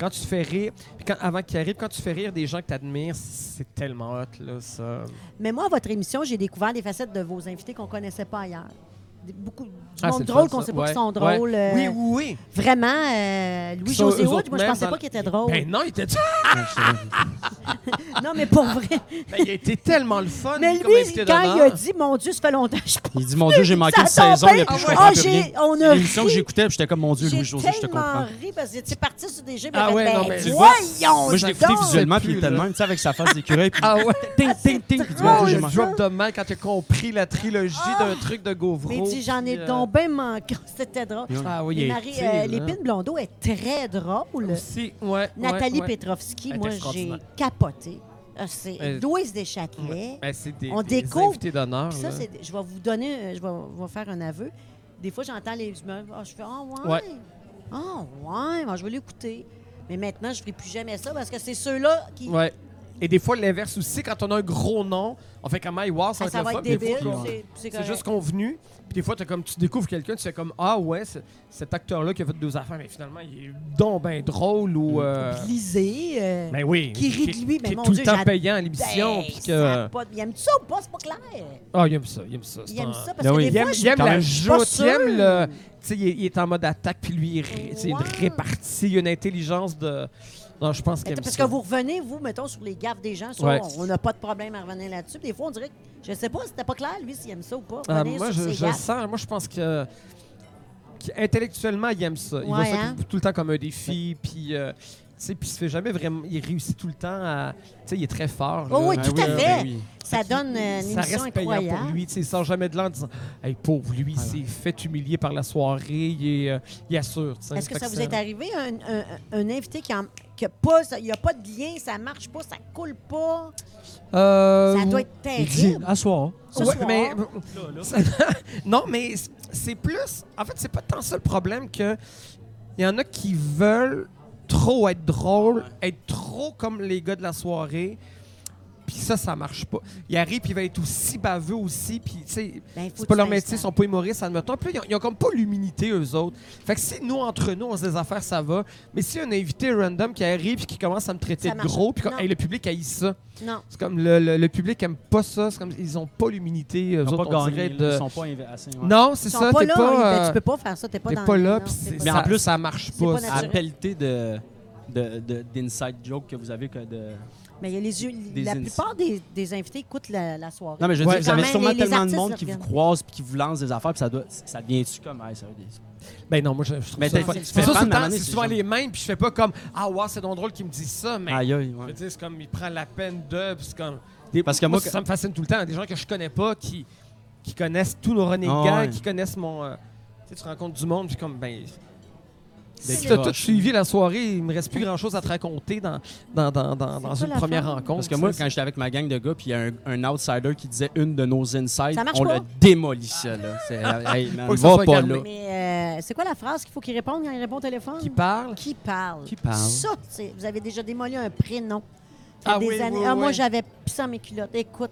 Speaker 2: quand tu te fais rire, puis quand- avant qu'ils arrivent, quand tu fais rire des gens que t'admires, c'est tellement hot. Là, ça.
Speaker 1: Mais moi, à votre émission, j'ai découvert des facettes de vos invités qu'on connaissait pas ailleurs. Des- Beaucoup du
Speaker 2: Ah, c'est
Speaker 1: monde
Speaker 2: le
Speaker 1: drôle
Speaker 2: fun,
Speaker 1: qu'on
Speaker 2: ça.
Speaker 1: sait pas
Speaker 2: Ouais.
Speaker 1: qu'ils sont
Speaker 2: Ouais.
Speaker 1: drôles. euh,
Speaker 2: Oui, oui, oui.
Speaker 1: Vraiment, euh,
Speaker 2: Qui sont
Speaker 1: Louis-José
Speaker 2: eux
Speaker 1: Hood,
Speaker 2: autres
Speaker 1: moi, je
Speaker 2: même
Speaker 1: pensais
Speaker 2: dans
Speaker 1: pas
Speaker 2: le-
Speaker 1: qu'il était drôle.
Speaker 2: Ben non, il était,
Speaker 1: Non, mais pour vrai.
Speaker 2: Ben, il était tellement le fun.
Speaker 1: Mais
Speaker 2: lui, comme
Speaker 1: lui,
Speaker 2: invité
Speaker 1: quand il
Speaker 2: d'honneur.
Speaker 1: a dit, mon Dieu, ça fait longtemps que je pas.
Speaker 3: Il dit Mon Dieu, j'ai manqué une
Speaker 1: Ça a
Speaker 3: saison
Speaker 1: tombé.
Speaker 3: depuis que je
Speaker 1: Ah ouais.
Speaker 3: comprends
Speaker 1: Ah,
Speaker 3: plus
Speaker 1: j'ai-
Speaker 3: rien.
Speaker 1: on a
Speaker 3: L'émission que
Speaker 1: ri.
Speaker 3: j'étais, puis j'étais comme Mon Dieu,
Speaker 1: J'ai
Speaker 3: Louis-José, je te
Speaker 1: tellement
Speaker 3: comprends.
Speaker 1: ri parce que tu parti sur des jeux.
Speaker 2: Ah ouais, non, mais-
Speaker 1: mais ben,
Speaker 2: Tu le
Speaker 1: voyons
Speaker 2: vois,
Speaker 3: Moi, je l'écoutais
Speaker 1: donc!
Speaker 3: visuellement,
Speaker 2: C'est
Speaker 3: puis il
Speaker 2: plus,
Speaker 3: était de
Speaker 2: là.
Speaker 3: même, tu sais, avec sa face d'écureuil, puis
Speaker 2: Ah ouais.
Speaker 3: ting, ting, ting, puis
Speaker 1: c'est
Speaker 3: tu Mon Dieu,
Speaker 2: Oh,
Speaker 3: j'ai
Speaker 2: le
Speaker 3: manqué.
Speaker 2: drop de mal quand tu as compris la trilogie d'un truc de Gauvreau.
Speaker 1: Ah! Mais dis, j'en ai
Speaker 2: puis, euh,
Speaker 1: donc bien manqué. C'était drôle.
Speaker 2: Ah oui, il
Speaker 1: Mais
Speaker 2: est
Speaker 1: Marie,
Speaker 2: utile,
Speaker 1: euh,
Speaker 2: hein.
Speaker 1: Lépine Blondeau est très drôle.
Speaker 2: Aussi, ouais,
Speaker 1: Nathalie
Speaker 2: ouais, ouais.
Speaker 1: Petrovski,
Speaker 2: Elle est
Speaker 1: moi, j'ai
Speaker 2: extraordinaire.
Speaker 1: capoté. Ah, C'est
Speaker 2: Elle-
Speaker 1: Louise Deschâtelet.
Speaker 2: Ben, c'est des,
Speaker 1: On
Speaker 2: des
Speaker 1: découvre.
Speaker 2: invités d'honneur.
Speaker 1: Puis ça,
Speaker 2: là.
Speaker 1: c'est, je vais vous donner, euh, je vais, je vais faire un aveu. Des fois, j'entends les humeurs. Ah, je fais, ah ouais.
Speaker 2: Ouais.
Speaker 1: Ah ouais, moi, je vais l'écouter. Mais maintenant, je ne ferai plus jamais ça parce que c'est ceux-là qui.
Speaker 2: Ouais. Et des fois, l'inverse aussi, quand on a un gros nom, on fait comme My Wow,
Speaker 1: Ah,
Speaker 2: ça va
Speaker 1: ça
Speaker 2: être
Speaker 1: va
Speaker 2: le fun.
Speaker 1: être
Speaker 2: Des
Speaker 1: débile.
Speaker 2: fois, on-
Speaker 1: C'est, c'est
Speaker 2: C'est
Speaker 1: correct.
Speaker 2: juste convenu. Puis des fois, t'as comme, tu découvres quelqu'un, tu fais comme Ah ouais, c'est- cet acteur-là qui a fait deux affaires, mais finalement, il est donc ben drôle ou. euh,
Speaker 1: Lisez. euh,
Speaker 2: Ben oui.
Speaker 1: Qui rit de lui, mais
Speaker 2: qui est
Speaker 1: mon
Speaker 2: tout
Speaker 1: Dieu,
Speaker 2: le temps
Speaker 1: j'adore.
Speaker 2: payant à
Speaker 1: ben,
Speaker 2: l'émission. euh, puis
Speaker 1: ça a
Speaker 2: que...
Speaker 1: pas de- Il aime ça ou pas? C'est pas clair.
Speaker 2: Ah, il aime ça, il aime ça. c'est
Speaker 1: Il aime
Speaker 2: un-
Speaker 1: ça parce
Speaker 3: Ben
Speaker 1: que
Speaker 3: oui.
Speaker 1: des
Speaker 2: Il aime,
Speaker 1: fois, je
Speaker 2: il aime
Speaker 3: quand
Speaker 2: la
Speaker 3: même-
Speaker 1: pas
Speaker 2: joute,
Speaker 1: sûre.
Speaker 2: il aime le. Tu sais, il, est- il est en mode attaque, puis lui, il rit. Tu sais, il
Speaker 1: Ouais.
Speaker 2: répartit, il a une intelligence de. Non, je pense qu'il
Speaker 1: Attends,
Speaker 2: aime
Speaker 1: Parce que
Speaker 2: ça.
Speaker 1: vous revenez, vous, mettons, sur les gaffes des gens, ça,
Speaker 2: Ouais.
Speaker 1: on on n'a pas de problème à revenir là-dessus. Des fois, on dirait que je sais pas, c'était pas clair, lui, s'il aime ça ou pas.
Speaker 2: Ah,
Speaker 1: revenir
Speaker 2: moi,
Speaker 1: sur
Speaker 2: je,
Speaker 1: ses
Speaker 2: je le
Speaker 1: gaffes.
Speaker 2: sens. Moi, je pense que. intellectuellement, il aime ça. il voit
Speaker 1: Ouais,
Speaker 2: ça
Speaker 1: hein?
Speaker 2: tout, tout le temps comme un défi, puis. euh, tu sais, puis il se fait jamais vraiment. Il réussit tout le temps à. Tu sais, il est très fort.
Speaker 1: Oh
Speaker 2: là.
Speaker 1: oui,
Speaker 3: Ben
Speaker 1: tout
Speaker 3: oui,
Speaker 1: à
Speaker 3: ben
Speaker 1: fait.
Speaker 3: oui.
Speaker 1: Ça donne euh, une
Speaker 2: ça
Speaker 1: émission
Speaker 2: reste payant
Speaker 1: incroyable.
Speaker 2: pour lui. tu sais, Il sort jamais de là en disant Hey, pauvre lui, il s'est fait humilier par la soirée, il, est, euh, il assure. tu sais.
Speaker 1: Est-ce que
Speaker 2: Fait
Speaker 1: ça vous
Speaker 2: c'est-
Speaker 1: est arrivé, un, un- un invité qui en- qui a pas, ça- il n'y a pas de lien, ça marche pas, ça coule pas,
Speaker 2: Euh,
Speaker 1: ça doit être
Speaker 5: Il dit,
Speaker 1: terrible.
Speaker 5: à hein. soir.
Speaker 1: Ce
Speaker 2: Ouais,
Speaker 1: soir,
Speaker 2: mais- euh, non, mais c- c'est plus. En fait, c'est pas tant ça le problème que il y en a qui veulent trop être drôle, être trop comme les gars de la soirée. Puis ça, ça marche pas. Il arrive, puis il va être aussi baveux aussi. Puis, tu sais,
Speaker 1: ben, faut
Speaker 2: c'est
Speaker 1: que
Speaker 2: pas
Speaker 1: tu
Speaker 2: leur métier, ils
Speaker 1: t'installes.
Speaker 2: sont pas humoristes, admettons. Puis là, ils ont- ils ont comme pas l'humilité, eux autres. Fait que si nous, entre nous, on se des affaires, ça va. Mais si un invité random qui arrive, puis qui commence à me traiter
Speaker 1: Ça
Speaker 2: de
Speaker 1: marche
Speaker 2: gros, puis
Speaker 1: Non.
Speaker 2: comme, Hey, le public haït ça.
Speaker 1: Non.
Speaker 2: C'est comme le, le- le public aime pas ça. C'est comme ils ont pas l'humilité. Eux
Speaker 3: Ils ont
Speaker 2: autres,
Speaker 3: pas
Speaker 2: on
Speaker 3: gagné,
Speaker 2: dirait
Speaker 3: là,
Speaker 2: de-
Speaker 3: ils sont pas inv- assez, ouais.
Speaker 2: non, c'est
Speaker 1: Ils sont
Speaker 2: ça.
Speaker 1: pas
Speaker 2: T'es
Speaker 1: là,
Speaker 2: pas,
Speaker 1: ben,
Speaker 2: euh,
Speaker 1: tu peux pas faire ça, t'es pas
Speaker 2: t'es
Speaker 1: dans
Speaker 2: pas
Speaker 1: le-
Speaker 2: là,
Speaker 1: non,
Speaker 2: puis
Speaker 1: c'est
Speaker 2: c'est-
Speaker 1: pas
Speaker 3: Mais
Speaker 2: ça-
Speaker 3: en
Speaker 1: ça.
Speaker 3: plus, Ah,
Speaker 2: ça marche
Speaker 1: c'est
Speaker 2: pas.
Speaker 1: pas
Speaker 2: ça.
Speaker 1: naturel.
Speaker 3: À pelleter de de- de- d'inside joke que vous avez que de
Speaker 1: Mais il y a les yeux-
Speaker 3: Des
Speaker 1: la
Speaker 3: ins-
Speaker 1: plupart des, des invités écoutent la, la soirée.
Speaker 3: non mais je veux
Speaker 2: Ouais.
Speaker 3: dire vous
Speaker 1: Quand
Speaker 3: avez
Speaker 1: même,
Speaker 3: sûrement
Speaker 1: les- les
Speaker 3: tellement de
Speaker 1: artistes
Speaker 3: monde
Speaker 1: le
Speaker 3: qui vous
Speaker 1: regardent.
Speaker 3: croise puis qui vous lance des affaires puis ça doit ça devient tu comme hey, ça veut dire-
Speaker 2: Ben non, moi, je, je trouve
Speaker 3: Mais
Speaker 2: ça.
Speaker 3: t'es-
Speaker 2: fun.
Speaker 3: tu
Speaker 2: Je
Speaker 3: fais
Speaker 2: fais
Speaker 3: pas
Speaker 2: ça tout
Speaker 3: de
Speaker 2: le
Speaker 3: la
Speaker 2: temps,
Speaker 3: manière,
Speaker 2: c'est
Speaker 3: ces
Speaker 2: souvent
Speaker 3: gens.
Speaker 2: les mêmes, puis je fais pas comme Ah, ouais, c'est donc drôle qu'ils me disent ça, mais.
Speaker 3: aïe aïe
Speaker 2: Je
Speaker 3: ouais.
Speaker 2: veux dire, c'est comme, il prend la peine de. puis c'est comme.
Speaker 3: parce que moi
Speaker 2: ça me fascine tout le temps. Des gens que je connais pas qui, qui connaissent tous nos renégats,
Speaker 3: Ah ouais.
Speaker 2: qui connaissent mon. euh, tu sais, tu rencontres du monde, puis comme, ben.
Speaker 1: Des
Speaker 2: Si t'as tout
Speaker 3: proches.
Speaker 2: suivi la soirée, il me reste plus grand chose à te raconter dans, dans, dans, dans, dans
Speaker 1: C'est
Speaker 2: une
Speaker 1: pas la
Speaker 2: première
Speaker 1: fin.
Speaker 2: rencontre.
Speaker 3: Parce que moi,
Speaker 2: tu sais,
Speaker 3: quand j'étais avec ma gang de gars, puis il y a un, un outsider qui disait une de nos insides,
Speaker 1: Ça marche
Speaker 3: on
Speaker 1: pas.
Speaker 3: le démolissait. Là. C'est, hey, man,
Speaker 2: Faut que ça
Speaker 3: va
Speaker 2: soit
Speaker 3: pas
Speaker 2: calmé.
Speaker 3: là.
Speaker 1: Mais euh, c'est quoi la phrase qu'il faut qu'il réponde quand il répond au téléphone?
Speaker 2: qui parle.
Speaker 1: Qui parle?
Speaker 3: Qui parle?
Speaker 1: Ça, c'est- vous avez déjà démoli un prénom. Ça fait
Speaker 2: Ah
Speaker 1: des
Speaker 2: oui,
Speaker 1: années.
Speaker 2: oui,
Speaker 1: Ah, Moi,
Speaker 2: oui.
Speaker 1: j'avais pissé dans mes culottes. Écoute.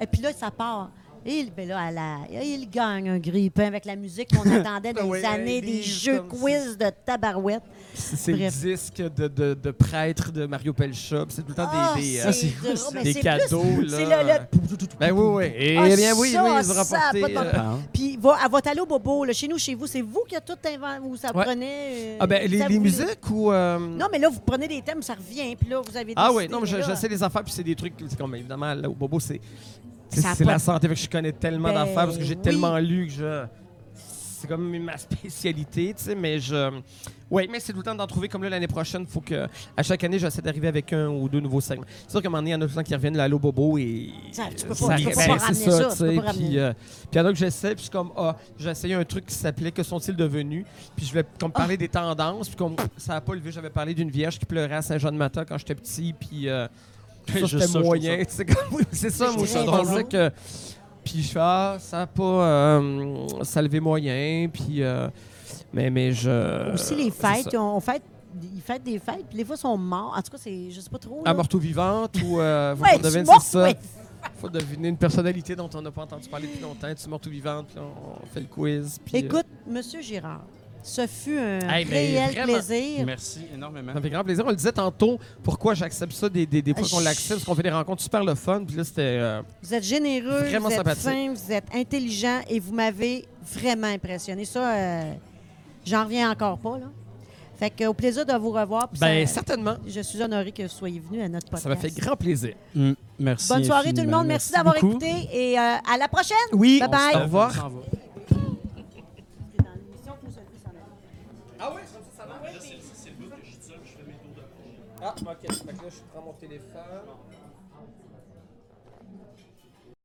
Speaker 1: Et puis là, ça part. Et ben là, à la- il gagne un grippin avec la musique qu'on attendait des
Speaker 2: Ah oui,
Speaker 1: années,
Speaker 2: un
Speaker 1: des
Speaker 2: livre
Speaker 1: jeux
Speaker 2: comme ça.
Speaker 1: quiz de tabarouette.
Speaker 2: C'est c'est le
Speaker 1: Bref.
Speaker 2: disque de, de, de prêtre de Mario Pelcha. puis C'est tout le temps
Speaker 1: Ah,
Speaker 2: des, euh, des,
Speaker 1: c'est drôle, mais
Speaker 2: des
Speaker 1: c'est plus-
Speaker 2: cadeaux. là.
Speaker 1: c'est le- le-
Speaker 2: Ben oui, oui. Eh
Speaker 1: Ah,
Speaker 2: bien oui,
Speaker 1: ça,
Speaker 2: oui, ils ont
Speaker 1: ça,
Speaker 2: rapporté,
Speaker 1: pas de bon
Speaker 2: euh,
Speaker 3: Parle.
Speaker 1: Puis va, elle va aller au bobo. là. Chez nous, chez vous, c'est vous qui a tout inventé. Vous
Speaker 2: Ouais.
Speaker 1: apprenez. euh,
Speaker 2: Ah ben, les,
Speaker 1: ça
Speaker 2: les
Speaker 1: vous-
Speaker 2: musiques ou... euh,
Speaker 1: Non, mais là, vous prenez des thèmes, ça revient. Puis là, vous avez
Speaker 2: ah
Speaker 1: décidé,
Speaker 2: oui, non, mais je,
Speaker 1: là,
Speaker 2: je sais les affaires, puis c'est des trucs... c'est Comme, évidemment, là, au Bobo, c'est c'est-
Speaker 1: Ça a
Speaker 2: c'est
Speaker 1: pas-
Speaker 2: la santé, fait que je connais tellement
Speaker 1: Ben
Speaker 2: d'affaires, parce que j'ai
Speaker 1: oui.
Speaker 2: tellement lu que je... C'est comme ma spécialité, tu sais, mais je... Oui, mais c'est tout le temps d'en trouver. Comme là, l'année prochaine, faut que... À chaque année, j'essaie d'arriver avec un ou deux nouveaux segments. C'est sûr qu'à un moment donné, il y en a tout le temps qui reviennent là, au Bobo et...
Speaker 1: Ça, tu peux pas-
Speaker 2: Ça
Speaker 1: tu peux
Speaker 2: reste-
Speaker 1: pas
Speaker 2: ben,
Speaker 1: ramener
Speaker 2: c'est
Speaker 1: ça, tu
Speaker 2: tu sais,
Speaker 1: peux pas
Speaker 2: Puis
Speaker 1: ramener.
Speaker 2: euh, puis il y en a que j'essaie, puis je suis comme, ah, j'ai essayé un truc qui s'appelait Que sont-ils devenus? Puis je voulais comme
Speaker 1: Ah.
Speaker 2: parler des tendances, puis comme ça n'a pas levé, j'avais parlé d'une vierge qui pleurait à Saint-Jean-de-Matin quand j'étais petit, puis euh, ça,
Speaker 3: Juste ça, je
Speaker 2: c'était
Speaker 3: trouve
Speaker 2: moyen. tu sais, comme- oui, C'est ça,
Speaker 1: C'est
Speaker 2: moi, je
Speaker 1: très
Speaker 2: trouve
Speaker 1: drôle.
Speaker 2: ça que. Puis je fais, ah, ça n'a pas euh, ça a levé moyen. Puis, euh, mais, mais je.
Speaker 1: Aussi les
Speaker 2: Euh, c'est ça.
Speaker 1: fêtes, euh. on on fête, ils fêtent des fêtes, puis des fois, ils sont morts. En tout cas, c'est, je sais pas trop.
Speaker 2: À
Speaker 1: là.
Speaker 2: morte ou vivante, ou. euh, faut
Speaker 1: Ouais,
Speaker 2: qu'on
Speaker 1: ils
Speaker 2: devine,
Speaker 1: sont morts,
Speaker 2: c'est ça.
Speaker 1: ouais.
Speaker 2: Faut deviner une personnalité dont on n'a pas entendu parler depuis longtemps. Tu es morte ou vivante, puis là, on fait le quiz. Puis, euh,
Speaker 1: Écoute, Monsieur Girard, ce fut un
Speaker 2: Hey, mais
Speaker 1: réel
Speaker 2: vraiment.
Speaker 1: plaisir.
Speaker 3: Merci énormément.
Speaker 2: Ça me fait grand plaisir. On le disait tantôt, pourquoi j'accepte ça, des, des, des fois
Speaker 1: Ah,
Speaker 2: qu'on
Speaker 1: je-
Speaker 2: l'accepte, parce qu'on fait des rencontres super le fun. Puis là, c'était. euh,
Speaker 1: Vous êtes généreux,
Speaker 2: Vraiment
Speaker 1: vous êtes
Speaker 2: sympathique.
Speaker 1: fin, vous êtes intelligent et vous m'avez vraiment impressionné. Ça, euh, j'en reviens encore pas. Là. Fait que, au plaisir de vous revoir. puis
Speaker 2: ben,
Speaker 1: ça-
Speaker 2: certainement.
Speaker 1: je suis honorée que vous soyez venu à notre podcast.
Speaker 2: Ça m'a fait grand plaisir.
Speaker 3: Mm, merci.
Speaker 1: Bonne soirée tout le
Speaker 3: infiniment.
Speaker 1: monde. Merci, d'avoir
Speaker 3: beaucoup.
Speaker 1: écouté et euh, à la prochaine.
Speaker 2: Oui,
Speaker 1: Bye bye.
Speaker 2: au revoir.
Speaker 3: On s'en va.
Speaker 2: Ah oui, comme ça, ça marche? c'est le bout que je suis seul, je fais mes tours de Ah, ok. Fait que là, je prends mon téléphone.